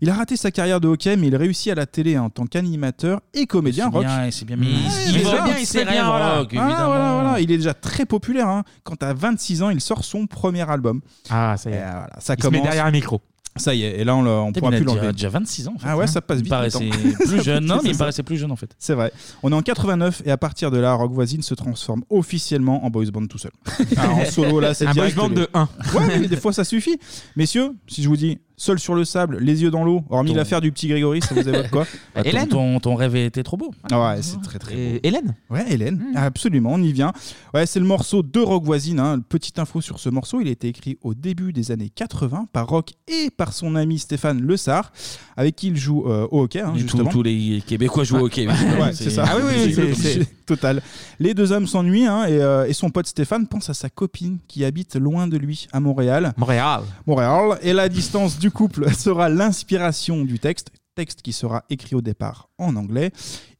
[SPEAKER 7] Il a raté sa carrière de hockey, mais il réussit à la télé en tant qu'animateur et comédien rock.
[SPEAKER 1] bien, c'est bien mis. Il
[SPEAKER 7] mais
[SPEAKER 1] vend
[SPEAKER 7] ça,
[SPEAKER 1] bien
[SPEAKER 7] c'est
[SPEAKER 1] ses rêves
[SPEAKER 7] voilà.
[SPEAKER 1] rock,
[SPEAKER 7] Ah,
[SPEAKER 1] évidemment.
[SPEAKER 7] voilà, voilà. Il est déjà très populaire. hein. Quand à 26 ans, il sort son premier album.
[SPEAKER 9] Ah, ça y est.
[SPEAKER 7] Et voilà, ça
[SPEAKER 9] Il se met
[SPEAKER 7] commence.
[SPEAKER 9] derrière un micro.
[SPEAKER 7] Ça y est, et là on, le- on
[SPEAKER 1] Putain,
[SPEAKER 7] pourra
[SPEAKER 1] mais il a
[SPEAKER 7] plus
[SPEAKER 1] déjà-
[SPEAKER 7] l'enlever.
[SPEAKER 1] déjà 26 ans, en fait,
[SPEAKER 7] ah ouais,
[SPEAKER 1] hein.
[SPEAKER 7] ça passe
[SPEAKER 1] Il
[SPEAKER 7] vite.
[SPEAKER 1] paraissait
[SPEAKER 7] le temps.
[SPEAKER 1] plus
[SPEAKER 7] Ça passe
[SPEAKER 1] jeune, non,
[SPEAKER 7] vite,
[SPEAKER 1] mais il
[SPEAKER 7] c'est ça.
[SPEAKER 1] paraissait plus jeune, en fait.
[SPEAKER 7] C'est vrai. On est en 89 et à partir de là, Rock Voisine se transforme officiellement en boys band tout seul. Ah, en solo là, c'est
[SPEAKER 9] Un boys
[SPEAKER 7] direct,
[SPEAKER 9] band
[SPEAKER 7] les-
[SPEAKER 9] de un.
[SPEAKER 7] Ouais, mais des fois ça suffit. Messieurs, si je vous dis seul sur le sable, les yeux dans l'eau, hormis l'affaire du petit Grégory, ça vous évoque quoi
[SPEAKER 1] Bah, ton- Hélène
[SPEAKER 7] ton, rêve était trop beau. ouais, c'est très très beau. Hélène Ouais, Hélène, absolument, on y vient. Ouais, c'est le morceau de Rock Voisine. hein. Petite info sur ce morceau, il a été écrit au début des années 80 par Rock et par son ami Stéphane Le Sar, avec qui il joue euh, au hockey. hein,
[SPEAKER 1] Et tous-
[SPEAKER 7] justement. Ah.
[SPEAKER 1] tous les Québécois jouent au hockey, évidemment.
[SPEAKER 7] Ouais, c'est
[SPEAKER 1] C'est-
[SPEAKER 7] ça.
[SPEAKER 1] Ah oui, oui, oui, c'est- c'est-
[SPEAKER 7] total. Les deux hommes s'ennuient hein, et, euh, et son pote Stéphane pense à sa copine qui habite loin de lui, à Montréal.
[SPEAKER 9] Montréal.
[SPEAKER 7] Montréal. Et la distance du couple sera l'inspiration du texte, texte qui sera écrit au départ en anglais.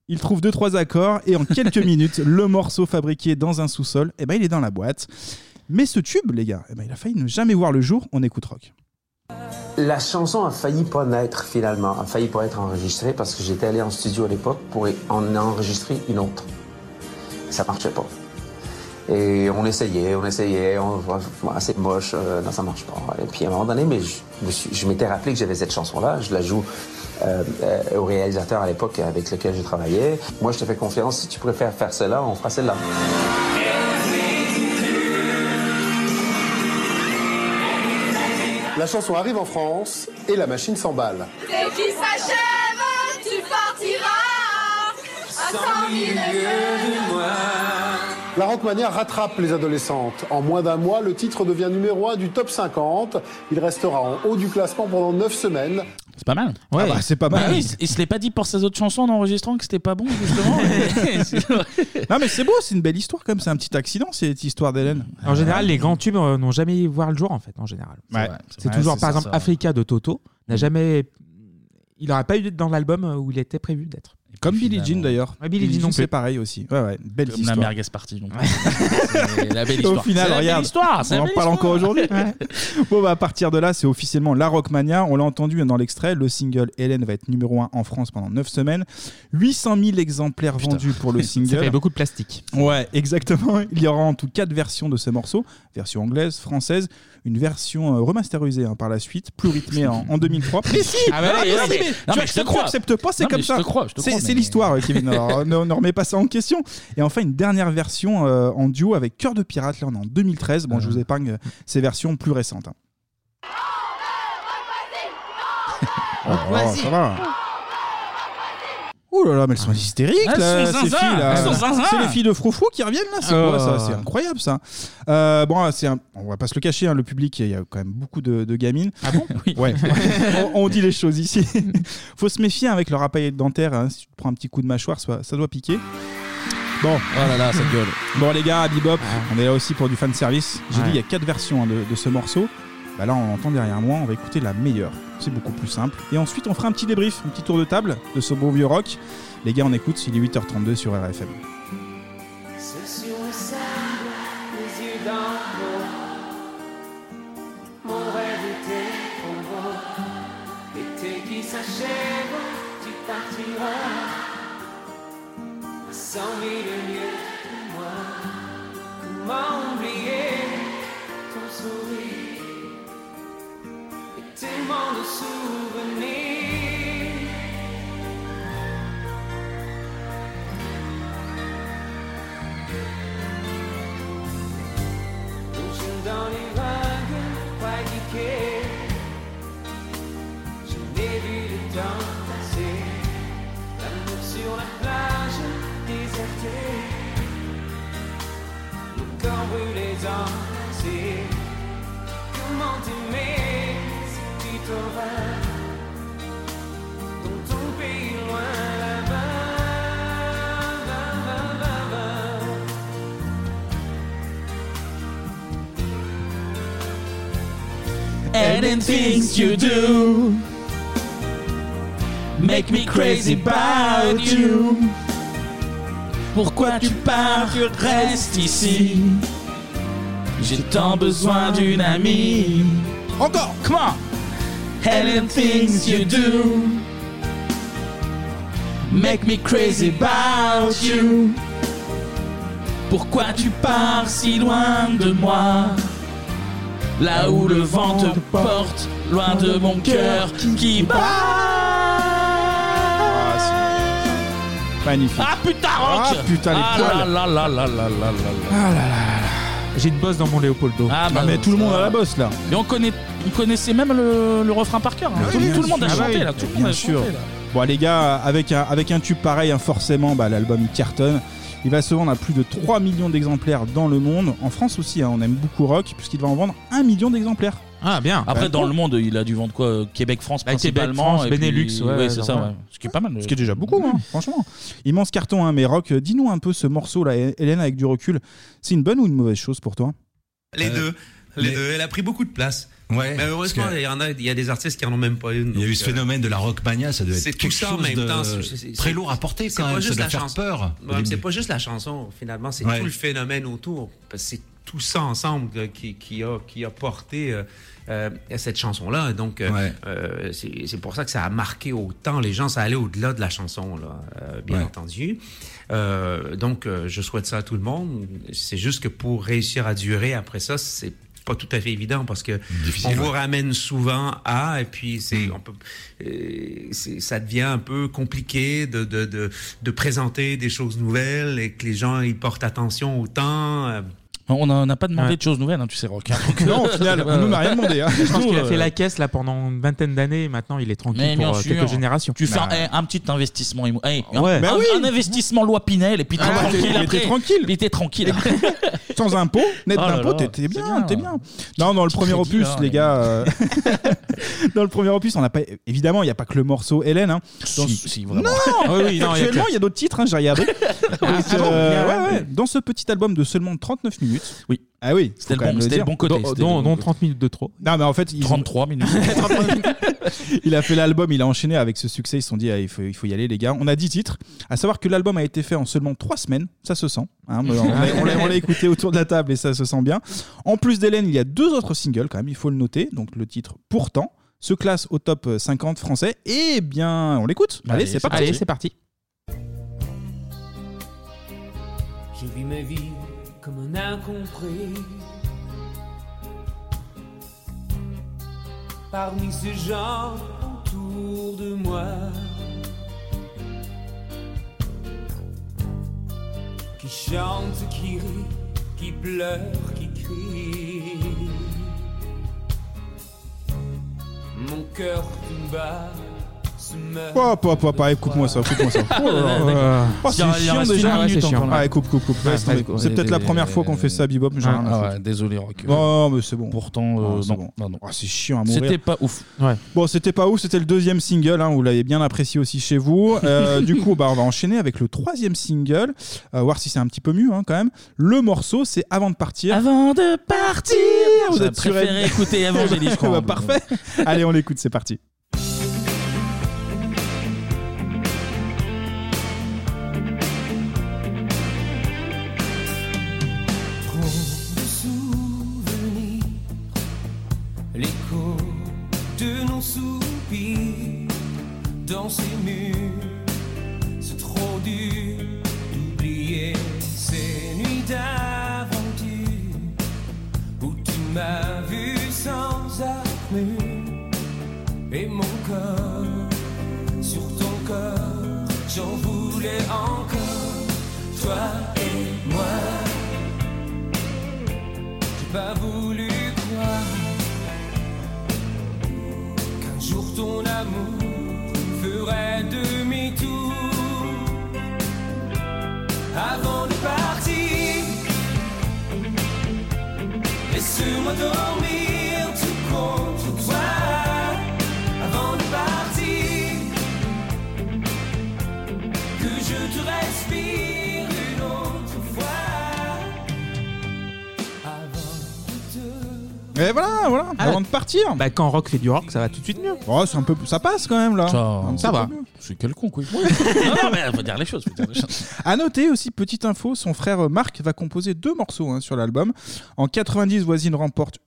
[SPEAKER 7] Il trouve deux trois accords et en quelques minutes, le morceau fabriqué dans un sous-sol, eh ben il est dans la boîte. Mais ce tube, les gars, eh ben, il a failli ne jamais voir le jour. On écoute rock.
[SPEAKER 20] La chanson a failli pas naître finalement, a failli pas être enregistrée parce que j'étais allé en studio à l'époque pour en enregistrer une autre. Ça marchait pas. Et on essayait, on essayait, on... ouais, c'est moche, euh, non ça marche pas. Et puis à un moment donné, mais je, me suis- je m'étais rappelé que j'avais cette chanson-là, je la joue euh, euh, au réalisateur à l'époque avec lequel je travaillais. Moi je te fais confiance, si tu préfères faire cela, on fera celle-là.
[SPEAKER 17] La chanson arrive en France et la machine s'emballe.
[SPEAKER 8] Dès qu'il s'achève, tu partiras à cent mille lieues du
[SPEAKER 17] La Rockmania rattrape les adolescentes. En moins d'un mois, le titre devient numéro 1 du top 50. Il restera en haut du classement pendant 9 semaines.
[SPEAKER 1] C'est pas mal.
[SPEAKER 7] Ouais. Ah bah, c'est pas mal.
[SPEAKER 1] Bah oui, il se l'est pas dit pour ses autres chansons en enregistrant que c'était pas bon, justement.
[SPEAKER 7] non mais c'est beau, c'est une belle histoire comme c'est un petit accident cette histoire d'Hélène.
[SPEAKER 9] En général, les grands tubes euh, n'ont jamais voir le jour, en fait, en général.
[SPEAKER 7] Ouais.
[SPEAKER 9] C'est vrai.
[SPEAKER 7] C'est
[SPEAKER 9] C'est
[SPEAKER 7] vrai,
[SPEAKER 9] toujours,
[SPEAKER 7] c'est
[SPEAKER 9] par
[SPEAKER 7] ça,
[SPEAKER 9] exemple,
[SPEAKER 7] ça.
[SPEAKER 9] Africa de Toto n'a jamais. Il n'aurait pas eu d'être dans l'album euh, où il était prévu d'être.
[SPEAKER 7] Comme Billie Jean d'ailleurs.
[SPEAKER 9] Ouais, Billie Jean non
[SPEAKER 7] c'est
[SPEAKER 9] plus.
[SPEAKER 7] pareil aussi. Ouais, ouais, belle
[SPEAKER 1] Comme la
[SPEAKER 7] histoire.
[SPEAKER 1] merguez party, non plus. C'est la belle histoire.
[SPEAKER 7] Au final,
[SPEAKER 1] C'est la belle
[SPEAKER 7] regarde,
[SPEAKER 1] histoire, c'est
[SPEAKER 7] on
[SPEAKER 1] la
[SPEAKER 7] en
[SPEAKER 1] belle
[SPEAKER 7] parle
[SPEAKER 1] histoire.
[SPEAKER 7] encore aujourd'hui. Bon, bah, à partir de là, c'est officiellement la Rockmania. On l'a entendu dans l'extrait, le single Hélène va être numéro 1 en France pendant 9 semaines. 800 000 exemplaires vendus pour le
[SPEAKER 9] Ça
[SPEAKER 7] single.
[SPEAKER 9] fait beaucoup de plastique.
[SPEAKER 7] Ouais, exactement. Il y aura en tout 4 versions de ce morceau version anglaise, française, une version euh, remasterisée hein, par la suite, plus rythmée en, en 2003. Mais si
[SPEAKER 1] Ah bah
[SPEAKER 7] Ah,
[SPEAKER 1] oui,
[SPEAKER 7] mais
[SPEAKER 1] oui,
[SPEAKER 7] si,
[SPEAKER 1] mais-
[SPEAKER 7] mais
[SPEAKER 1] non,
[SPEAKER 7] tu
[SPEAKER 1] mais je
[SPEAKER 7] acceptes,
[SPEAKER 1] te
[SPEAKER 7] tu
[SPEAKER 1] crois.
[SPEAKER 7] acceptes pas, c'est
[SPEAKER 1] Non, mais
[SPEAKER 7] comme
[SPEAKER 1] je
[SPEAKER 7] ça.
[SPEAKER 1] te crois, je te
[SPEAKER 7] C'est-
[SPEAKER 1] crois,
[SPEAKER 7] c'est
[SPEAKER 1] mais-
[SPEAKER 7] l'histoire, euh, Kevin. Alors, ne, ne remets pas ça en question. Et enfin, une dernière version euh, en duo avec Cœur de Pirate. Là, on est en 2013. Bon, je vous épargne euh, ces versions plus récentes. hein. Oh,
[SPEAKER 1] Vas-y.
[SPEAKER 7] ça va. Ouh Oh là là, mais elles sont hystériques,
[SPEAKER 1] Elles
[SPEAKER 7] là,
[SPEAKER 1] sont
[SPEAKER 7] ces
[SPEAKER 1] zinzin,
[SPEAKER 7] filles. là.
[SPEAKER 1] elles sont zinzin.
[SPEAKER 7] C'est les filles de Froufrou qui reviennent, là. C'est quoi,
[SPEAKER 1] Oh.
[SPEAKER 7] ça C'est incroyable, ça. Euh, bon, c'est un- on va pas se le cacher, hein, le public, il y a quand même beaucoup de, de gamines. Ah bon Ouais. on, on dit les choses ici. Faut se méfier hein, avec leur appareil dentaire. hein. Si tu te prends un petit coup de mâchoire, ça, ça doit piquer. Bon.
[SPEAKER 1] Oh là là, ça gueule.
[SPEAKER 7] Bon, les gars, à Bebop, on est là aussi pour du fan service. J'ai
[SPEAKER 1] Ouais.
[SPEAKER 7] dit, il y a quatre versions hein, de, de ce morceau. Bah là, on entend derrière moi, on va écouter la meilleure. C'est beaucoup plus simple. Et ensuite, on fera un petit débrief, un petit tour de table de ce bon vieux rock. Les gars, on écoute, il est 8h32 sur RFM.
[SPEAKER 8] Ceux sur le sable, les yeux dans l'eau. Mon rêve était trop beau. L'été qui s'achève, tu partiras. À cent mille lieues de moi, comment oublier ton sourire et tellement de souvenirs. Toujours dans les vagues paniquées, je n'ai vu le temps passer. L'amour sur la plage désertée, nos corps brûlés enlacés. Comment t'aimer si tu t'en vas dans ton pays loin là-bas, là-bas, là-bas.
[SPEAKER 1] And in things you do Make me crazy about you Pourquoi tu pars, tu restes ici J'ai tant besoin d'une amie
[SPEAKER 7] Encore, comment
[SPEAKER 8] and the things you do make me crazy about you. Pourquoi tu pars si loin de moi? Là où le vent te porte, loin de mon cœur qui bat.
[SPEAKER 7] Ah, Magnifique.
[SPEAKER 1] Ah putain, Rock
[SPEAKER 7] Ah, putain, les
[SPEAKER 1] Ah
[SPEAKER 7] poils.
[SPEAKER 1] là là là là là là là Ah là.
[SPEAKER 9] J'ai une bosse dans mon Léopoldo.
[SPEAKER 1] Ah, bah,
[SPEAKER 7] mais tout le monde a la bosse là.
[SPEAKER 1] Et on, connaît, on connaissait même le, le refrain par cœur. hein. Tout, tout le monde a
[SPEAKER 7] Ah
[SPEAKER 1] chanté
[SPEAKER 7] oui,
[SPEAKER 1] là. Tout le monde
[SPEAKER 7] bien
[SPEAKER 1] a
[SPEAKER 7] sûr.
[SPEAKER 1] chanté, là.
[SPEAKER 7] Bon les gars, avec un, avec un tube pareil, hein, forcément, bah, l'album il cartonne. Il va se vendre à plus de 3 millions d'exemplaires dans le monde. En France aussi, hein, on aime beaucoup rock, puisqu'il va en vendre 1 million d'exemplaires.
[SPEAKER 9] Ah bien.
[SPEAKER 1] Après,
[SPEAKER 7] Bah,
[SPEAKER 1] dans
[SPEAKER 7] cool.
[SPEAKER 1] le monde, il a dû vendre quoi euh, Québec, France,
[SPEAKER 9] Bah, Québec,
[SPEAKER 1] principalement.
[SPEAKER 9] France,
[SPEAKER 1] et puis-
[SPEAKER 9] Benelux, ouais,
[SPEAKER 1] ouais, c'est ça,
[SPEAKER 9] normal.
[SPEAKER 1] ouais. Ce qui est pas mal. euh.
[SPEAKER 7] Ce qui est déjà beaucoup, hein, franchement. Immense carton, hein, mais rock, euh, dis-nous un peu ce morceau là, Hélène, avec du recul. C'est une bonne ou une mauvaise chose pour toi
[SPEAKER 20] Les deux. Les deux. Elle a pris beaucoup de place.
[SPEAKER 5] Euh, Ouais,
[SPEAKER 20] Mais heureusement,
[SPEAKER 5] parce que-
[SPEAKER 20] il y en a- il y, a des artistes qui en ont même pas une.
[SPEAKER 5] Il y a
[SPEAKER 20] donc,
[SPEAKER 5] eu ce
[SPEAKER 20] euh,
[SPEAKER 5] phénomène de la rockmania, ça doit être
[SPEAKER 20] C'est
[SPEAKER 5] quelque
[SPEAKER 20] tout ça en
[SPEAKER 5] chose
[SPEAKER 20] même
[SPEAKER 5] de
[SPEAKER 20] temps. C'est- c'est-
[SPEAKER 5] très
[SPEAKER 20] c'est-
[SPEAKER 5] lourd à porter
[SPEAKER 20] c'est
[SPEAKER 5] quand
[SPEAKER 20] pas
[SPEAKER 5] même. Ça
[SPEAKER 20] juste
[SPEAKER 5] doit
[SPEAKER 20] la
[SPEAKER 5] faire
[SPEAKER 20] chanson.
[SPEAKER 5] peur. au
[SPEAKER 20] Ouais, mais
[SPEAKER 5] début.
[SPEAKER 20] c'est pas juste la chanson, finalement, c'est
[SPEAKER 5] Ouais.
[SPEAKER 20] tout le phénomène autour. Parce que c'est tout ça ensemble là, qui, qui a, qui a porté euh, euh, à cette chanson-là. Donc, euh, euh, c'est c'est pour ça que ça a marqué autant les gens. Ça allait au-delà de la chanson, là, euh, bien
[SPEAKER 5] Ouais.
[SPEAKER 20] entendu. Euh, donc, euh, je souhaite ça à tout le monde. C'est juste que pour réussir à durer après ça, c'est pas tout à fait évident parce que
[SPEAKER 5] Difficile,
[SPEAKER 20] on vous
[SPEAKER 5] ouais. Mm.
[SPEAKER 20] ramène souvent à et puis c'est on peut euh, c'est- ça devient un peu compliqué de, de, de, de présenter des choses nouvelles et que les gens ils portent attention au temps euh,
[SPEAKER 1] On n'a- on n'a pas demandé
[SPEAKER 20] Ouais.
[SPEAKER 1] de choses nouvelles, hein, tu sais, Rock. hein. Donc, euh,
[SPEAKER 9] Je pense
[SPEAKER 1] Nous,
[SPEAKER 9] qu'il a
[SPEAKER 1] euh,
[SPEAKER 9] fait la caisse là pendant une vingtaine d'années. et Maintenant, il est
[SPEAKER 1] Mais
[SPEAKER 9] tranquille
[SPEAKER 1] bien
[SPEAKER 9] pour euh,
[SPEAKER 1] sûr.
[SPEAKER 9] quelques générations.
[SPEAKER 1] Tu fais un, eh, un petit investissement immo- eh, un-
[SPEAKER 9] Bah, Ouais.
[SPEAKER 1] un,
[SPEAKER 9] Ben oui.
[SPEAKER 1] un investissement loi Pinel et puis t'es
[SPEAKER 7] Ah, t'es-
[SPEAKER 1] tranquille
[SPEAKER 7] mais
[SPEAKER 1] après.
[SPEAKER 7] t'es tranquille.
[SPEAKER 1] Puis t'es tranquille. après.
[SPEAKER 7] Sans impôt, net
[SPEAKER 1] Oh là
[SPEAKER 7] d'impôt,
[SPEAKER 1] là,
[SPEAKER 7] t'es- t'es
[SPEAKER 1] c'est
[SPEAKER 7] bien,
[SPEAKER 1] bien. hein.
[SPEAKER 7] t'es bien. Non, dans le premier
[SPEAKER 1] crédit,
[SPEAKER 7] opus,
[SPEAKER 1] là,
[SPEAKER 7] les
[SPEAKER 1] mais-
[SPEAKER 7] gars. euh, dans le premier opus, on n'a pas. Évidemment, il n'y a pas que le morceau Hélène. hein. Dans ce-
[SPEAKER 1] vraiment.
[SPEAKER 7] Non
[SPEAKER 1] Oui, oui, non, il y a
[SPEAKER 7] Actuellement,
[SPEAKER 1] que-
[SPEAKER 7] il y a d'autres titres, hein, j'ai regardé. Donc,
[SPEAKER 1] ah bon
[SPEAKER 7] euh,
[SPEAKER 1] Ah
[SPEAKER 7] ouais,
[SPEAKER 1] ouais.
[SPEAKER 7] ouais. Dans ce petit album de seulement 39 minutes.
[SPEAKER 1] Oui.
[SPEAKER 7] Ah oui, faut
[SPEAKER 1] C'était le
[SPEAKER 7] quand
[SPEAKER 1] bon-
[SPEAKER 7] même
[SPEAKER 1] c'était le
[SPEAKER 7] dire.
[SPEAKER 1] bon côté,
[SPEAKER 7] Dont-
[SPEAKER 1] c'était le
[SPEAKER 7] dont-
[SPEAKER 1] bon
[SPEAKER 7] dont
[SPEAKER 1] côté.
[SPEAKER 9] 30 minutes de trop.
[SPEAKER 7] Non, mais en fait, ils ont-
[SPEAKER 1] 33 minutes.
[SPEAKER 7] il a fait l'album, il a enchaîné avec ce succès. Ils se sont dit, ah, il, faut, il faut y aller, les gars. On a 10 titres. À savoir que l'album a été fait en seulement 3 semaines. Ça se sent. hein. On l'a- on l'a- on l'a écouté autour de la table et ça se sent bien. En plus d'Hélène, il y a deux autres singles, quand même, il faut le noter. Donc le titre Pourtant se classe au top 50 français. Et bien, on l'écoute. Allez, c'est parti.
[SPEAKER 9] Allez, c'est parti.
[SPEAKER 8] Je vis ma vie comme un incompris. Parmi ces gens autour de moi, qui chantent, qui rient, qui pleurent, qui crient. Mon cœur qui bat se meurt.
[SPEAKER 7] Hop, hop, hop, allez, coupe-moi ça, coupe-moi ça. Oh, là là.
[SPEAKER 9] D'accord.
[SPEAKER 7] Oh, c'est
[SPEAKER 9] Il y en
[SPEAKER 7] chiant
[SPEAKER 9] reste une
[SPEAKER 7] déjà.
[SPEAKER 9] minute encore, là.
[SPEAKER 7] hein. Allez, coupe, coupe, coupe.
[SPEAKER 9] Ah,
[SPEAKER 7] Laisse tomber.
[SPEAKER 9] d'accord.
[SPEAKER 7] C'est peut-être la première fois qu'on fait ça, Bibop, mais j'en ai rien à
[SPEAKER 1] Ah
[SPEAKER 7] foutre.
[SPEAKER 1] ouais, désolé, Rock.
[SPEAKER 7] Oh, mais c'est bon.
[SPEAKER 1] Pourtant, euh,
[SPEAKER 7] Oh, c'est
[SPEAKER 1] non,
[SPEAKER 7] bon.
[SPEAKER 1] non, non.
[SPEAKER 7] Oh, c'est chiant à mourir.
[SPEAKER 1] C'était pas ouf.
[SPEAKER 7] Bon, c'était pas ouf, c'était le deuxième single, hein, vous l'avez bien apprécié aussi chez vous. Euh, du coup, bah, on va enchaîner avec le troisième single, euh, voir si c'est un petit peu mieux hein, quand même. Le morceau, c'est Avant de partir.
[SPEAKER 1] Avant de partir
[SPEAKER 7] Vous
[SPEAKER 1] J'aurais
[SPEAKER 7] êtes sûr
[SPEAKER 1] préféré écouter Avant, j'ai dit, je crois.
[SPEAKER 7] Bah, Parfait Allez, on l'écoute, c'est parti.
[SPEAKER 8] Trop de souvenirs, l'écho de nos soupirs dans ces murs. C'est trop dur d'oublier ces nuits d'aventure où tu m'as vu sans armure et mon corps sur ton corps. J'en voulais encore, toi et moi. J'ai pas voulu croire qu'un jour ton amour ferait demi-tour avant de partir. Laisse-moi dormir tout contre toi avant de partir. Que je te respire une autre fois.
[SPEAKER 7] Et voilà, voilà,
[SPEAKER 9] Ah,
[SPEAKER 7] avant de partir.
[SPEAKER 9] Bah, quand Rock fait du rock, ça va tout de suite mieux.
[SPEAKER 7] Oh, c'est un peu, ça passe quand même là.
[SPEAKER 9] Ça-
[SPEAKER 7] Un petit
[SPEAKER 9] ça
[SPEAKER 7] peu
[SPEAKER 9] va.
[SPEAKER 7] mieux.
[SPEAKER 1] C'est quelconque, oui. non, non, mais faut dire les choses. Faut dire les choses.
[SPEAKER 7] À noter aussi, petite info, son frère euh, Marc va composer deux morceaux hein, sur l'album. En 90, Voisine remporte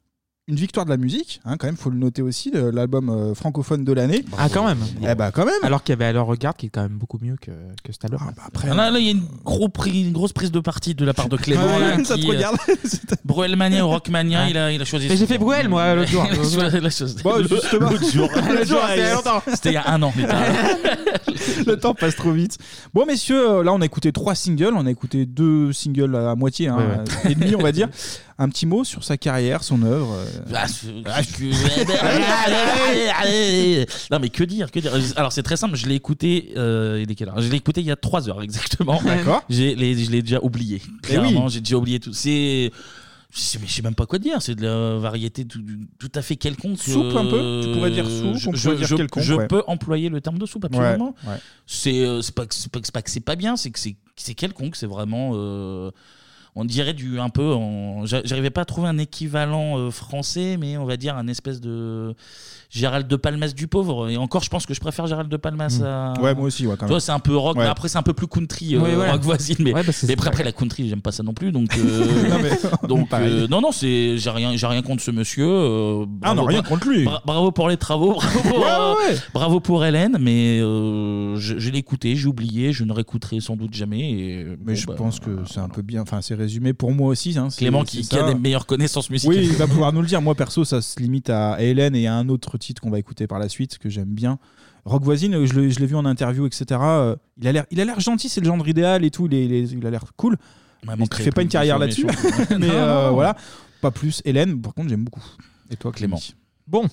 [SPEAKER 7] une victoire de la musique, hein, quand même, faut le noter aussi, le- l'album euh, francophone de l'année.
[SPEAKER 9] Ah, quand même. Ah, bah,
[SPEAKER 7] Eh ben, quand même.
[SPEAKER 9] Alors qu'il y avait Alors Regarde qui est quand même beaucoup mieux que, que cet album.
[SPEAKER 1] Là, là, il y a une, gros pris- une grosse prise de parti de la part de Clément.
[SPEAKER 9] Ouais,
[SPEAKER 1] là,
[SPEAKER 9] ça te
[SPEAKER 1] qui,
[SPEAKER 9] regarde.
[SPEAKER 1] euh, Bruelmania ou Rockmania, il, a, il a choisi.
[SPEAKER 9] Mais j'ai fait Bruel, moi, l'autre jour.
[SPEAKER 1] Il a choisi la chose-
[SPEAKER 7] Bah,
[SPEAKER 9] Bon,
[SPEAKER 1] l'autre-
[SPEAKER 9] justement.
[SPEAKER 1] l'autre jour.
[SPEAKER 9] L'autre jour, c'était il y a longtemps.
[SPEAKER 1] C'était il y a un an. putain.
[SPEAKER 7] le temps passe trop vite. Bon, messieurs, euh, là, on a écouté trois singles. On a écouté deux singles à, à moitié, hein,
[SPEAKER 1] Ouais, ouais.
[SPEAKER 7] et demi, on va dire. Un petit mot sur sa carrière, son œuvre. euh.
[SPEAKER 1] Ah, ce- ce- non mais que dire, que dire Alors c'est très simple, je l'ai écouté, euh, il est quelle heure Je l'ai écouté il y a 3 heures exactement.
[SPEAKER 7] D'accord.
[SPEAKER 1] J'ai les- je l'ai déjà oublié.
[SPEAKER 7] Eh oui.
[SPEAKER 1] Clairement, j'ai déjà oublié tout. C'est je sais, mais je sais même pas quoi dire, c'est de la variété tout, tout à fait quelconque.
[SPEAKER 7] Souple un peu Tu pourrais dire
[SPEAKER 1] Euh,
[SPEAKER 7] souple,
[SPEAKER 1] je,
[SPEAKER 7] on
[SPEAKER 1] je-
[SPEAKER 7] pourrait dire
[SPEAKER 1] je-
[SPEAKER 7] quelconque,
[SPEAKER 1] je
[SPEAKER 7] ouais.
[SPEAKER 1] peux employer le terme de soupe
[SPEAKER 7] Ouais,
[SPEAKER 1] absolument.
[SPEAKER 7] ouais.
[SPEAKER 1] C'est euh, c'est pas que c'est pas que c'est pas que c'est pas bien, c'est que c'est c'est quelconque, c'est vraiment euh, on dirait du un peu en- j'a- j'arrivais pas à trouver un équivalent euh, français mais on va dire un espèce de Gérald de Palmas du pauvre et encore je pense que je préfère Gérald de Palmas
[SPEAKER 7] Mm.
[SPEAKER 1] à
[SPEAKER 9] Ah,
[SPEAKER 7] Ouais, moi aussi, ouais, quand
[SPEAKER 1] Tu
[SPEAKER 7] même.
[SPEAKER 1] vois, c'est un peu rock
[SPEAKER 7] Ouais.
[SPEAKER 1] mais après c'est un peu plus country euh,
[SPEAKER 7] Ouais, voilà.
[SPEAKER 1] rock voisine mais,
[SPEAKER 7] Ouais, bah, c'est-
[SPEAKER 1] mais après, après, la country j'aime pas ça non plus donc euh,
[SPEAKER 7] Non, mais-
[SPEAKER 1] donc
[SPEAKER 7] Pareil.
[SPEAKER 1] euh, non non c'est j'ai rien j'ai rien contre ce monsieur euh,
[SPEAKER 7] Ah, non,
[SPEAKER 1] bravo,
[SPEAKER 7] rien
[SPEAKER 1] bra-
[SPEAKER 7] contre lui.
[SPEAKER 1] bra- bravo pour les travaux bravo pour, euh, bravo pour Hélène mais euh, je, je l'ai écouté j'ai oublié je ne réécouterai sans doute jamais et,
[SPEAKER 7] Euh, Mais je pense que c'est un peu bien. Enfin, c'est résumé pour moi aussi. hein, c'est-
[SPEAKER 1] Clément
[SPEAKER 7] c'est
[SPEAKER 1] qui, qui
[SPEAKER 7] ça.
[SPEAKER 1] a des meilleures connaissances musicales.
[SPEAKER 7] Oui, il va pouvoir nous le dire. Moi, perso, ça se limite à Hélène et à un autre titre qu'on va écouter par la suite que j'aime bien. Rock voisine, euh, je l'ai je l'ai vu en interview, etc. Euh, Il a l'air, il a l'air gentil, c'est le genre idéal et tout. Il, est- il est- il a l'air cool.
[SPEAKER 1] Ouais,
[SPEAKER 7] il
[SPEAKER 1] manquerait
[SPEAKER 7] fait pas
[SPEAKER 1] plus
[SPEAKER 7] une carrière
[SPEAKER 1] de
[SPEAKER 7] là-dessus,
[SPEAKER 1] formation.
[SPEAKER 7] mais
[SPEAKER 1] Non,
[SPEAKER 7] euh,
[SPEAKER 1] non.
[SPEAKER 7] voilà, pas plus. Hélène, par contre, j'aime beaucoup. Ah. Et toi, Clément
[SPEAKER 9] Bon.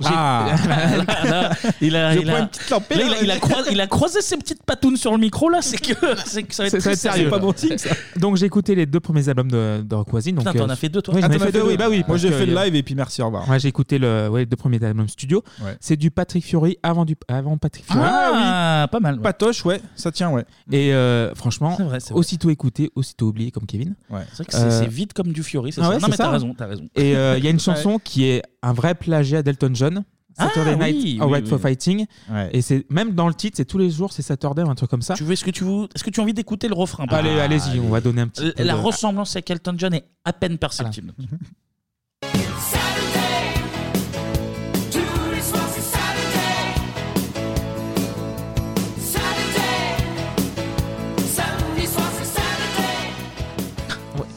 [SPEAKER 1] J'ai-
[SPEAKER 9] Ah.
[SPEAKER 1] Là, là, il a,
[SPEAKER 7] Je
[SPEAKER 1] il a-
[SPEAKER 7] prends une petite lampée,
[SPEAKER 1] là,
[SPEAKER 7] là.
[SPEAKER 1] il a- il a croisé, il a croisé ses petites patounes sur le micro là, c'est que, c'est que ça va être
[SPEAKER 9] C'est très
[SPEAKER 1] très
[SPEAKER 9] sérieux.
[SPEAKER 1] là.
[SPEAKER 9] Donc j'ai écouté les deux premiers albums de, de Rock Voisine. Donc,
[SPEAKER 1] Putain, t'en
[SPEAKER 9] euh,
[SPEAKER 1] as fait deux, toi
[SPEAKER 9] Oui, j'en
[SPEAKER 1] Ah,
[SPEAKER 9] ai
[SPEAKER 1] t'en as
[SPEAKER 9] fait
[SPEAKER 1] fait
[SPEAKER 9] deux,
[SPEAKER 1] deux.
[SPEAKER 9] oui, bah oui.
[SPEAKER 1] Moi, j'ai
[SPEAKER 9] parce
[SPEAKER 1] fait
[SPEAKER 9] que-
[SPEAKER 1] le
[SPEAKER 7] live et puis merci, au revoir.
[SPEAKER 9] Moi j'ai écouté le, ouais, les deux premiers albums studio.
[SPEAKER 7] Ouais.
[SPEAKER 9] C'est du Patrick Fury avant, du, avant Patrick Fury.
[SPEAKER 1] Ah, pas mal.
[SPEAKER 7] Patoche, ouais, ça tient, ouais.
[SPEAKER 9] Et euh, franchement,
[SPEAKER 1] C'est vrai, c'est vrai.
[SPEAKER 9] aussitôt écouté, aussitôt oublié comme Kevin.
[SPEAKER 1] C'est vrai que c'est- c'est vite comme du Fury, c'est
[SPEAKER 9] Ah
[SPEAKER 1] ça.
[SPEAKER 9] ouais,
[SPEAKER 1] non
[SPEAKER 9] c'est
[SPEAKER 1] mais t'as
[SPEAKER 9] ça.
[SPEAKER 1] raison, t'as raison.
[SPEAKER 9] Et euh, il y a une chanson qui est un vrai plagiat d'Elton John.
[SPEAKER 1] Ah,
[SPEAKER 9] Saturday
[SPEAKER 1] oui,
[SPEAKER 9] Night
[SPEAKER 1] oui,
[SPEAKER 9] Alright
[SPEAKER 1] oui.
[SPEAKER 9] for Fighting.
[SPEAKER 1] Ouais.
[SPEAKER 9] Et c'est même dans le titre, c'est tous les jours, c'est Saturday ou un truc comme ça.
[SPEAKER 1] Tu veux, est-ce que tu veux, est-ce que tu as envie d'écouter le refrain
[SPEAKER 9] Bah,
[SPEAKER 1] par
[SPEAKER 9] Allez,
[SPEAKER 1] exemple
[SPEAKER 9] allez-y, on va donner un petit.
[SPEAKER 1] La,
[SPEAKER 9] peu
[SPEAKER 1] la
[SPEAKER 9] de-
[SPEAKER 1] ressemblance avec Elton John est à peine perceptible.
[SPEAKER 14] Tous les soirs c'est Saturday, Saturday, samedi soir c'est Saturday.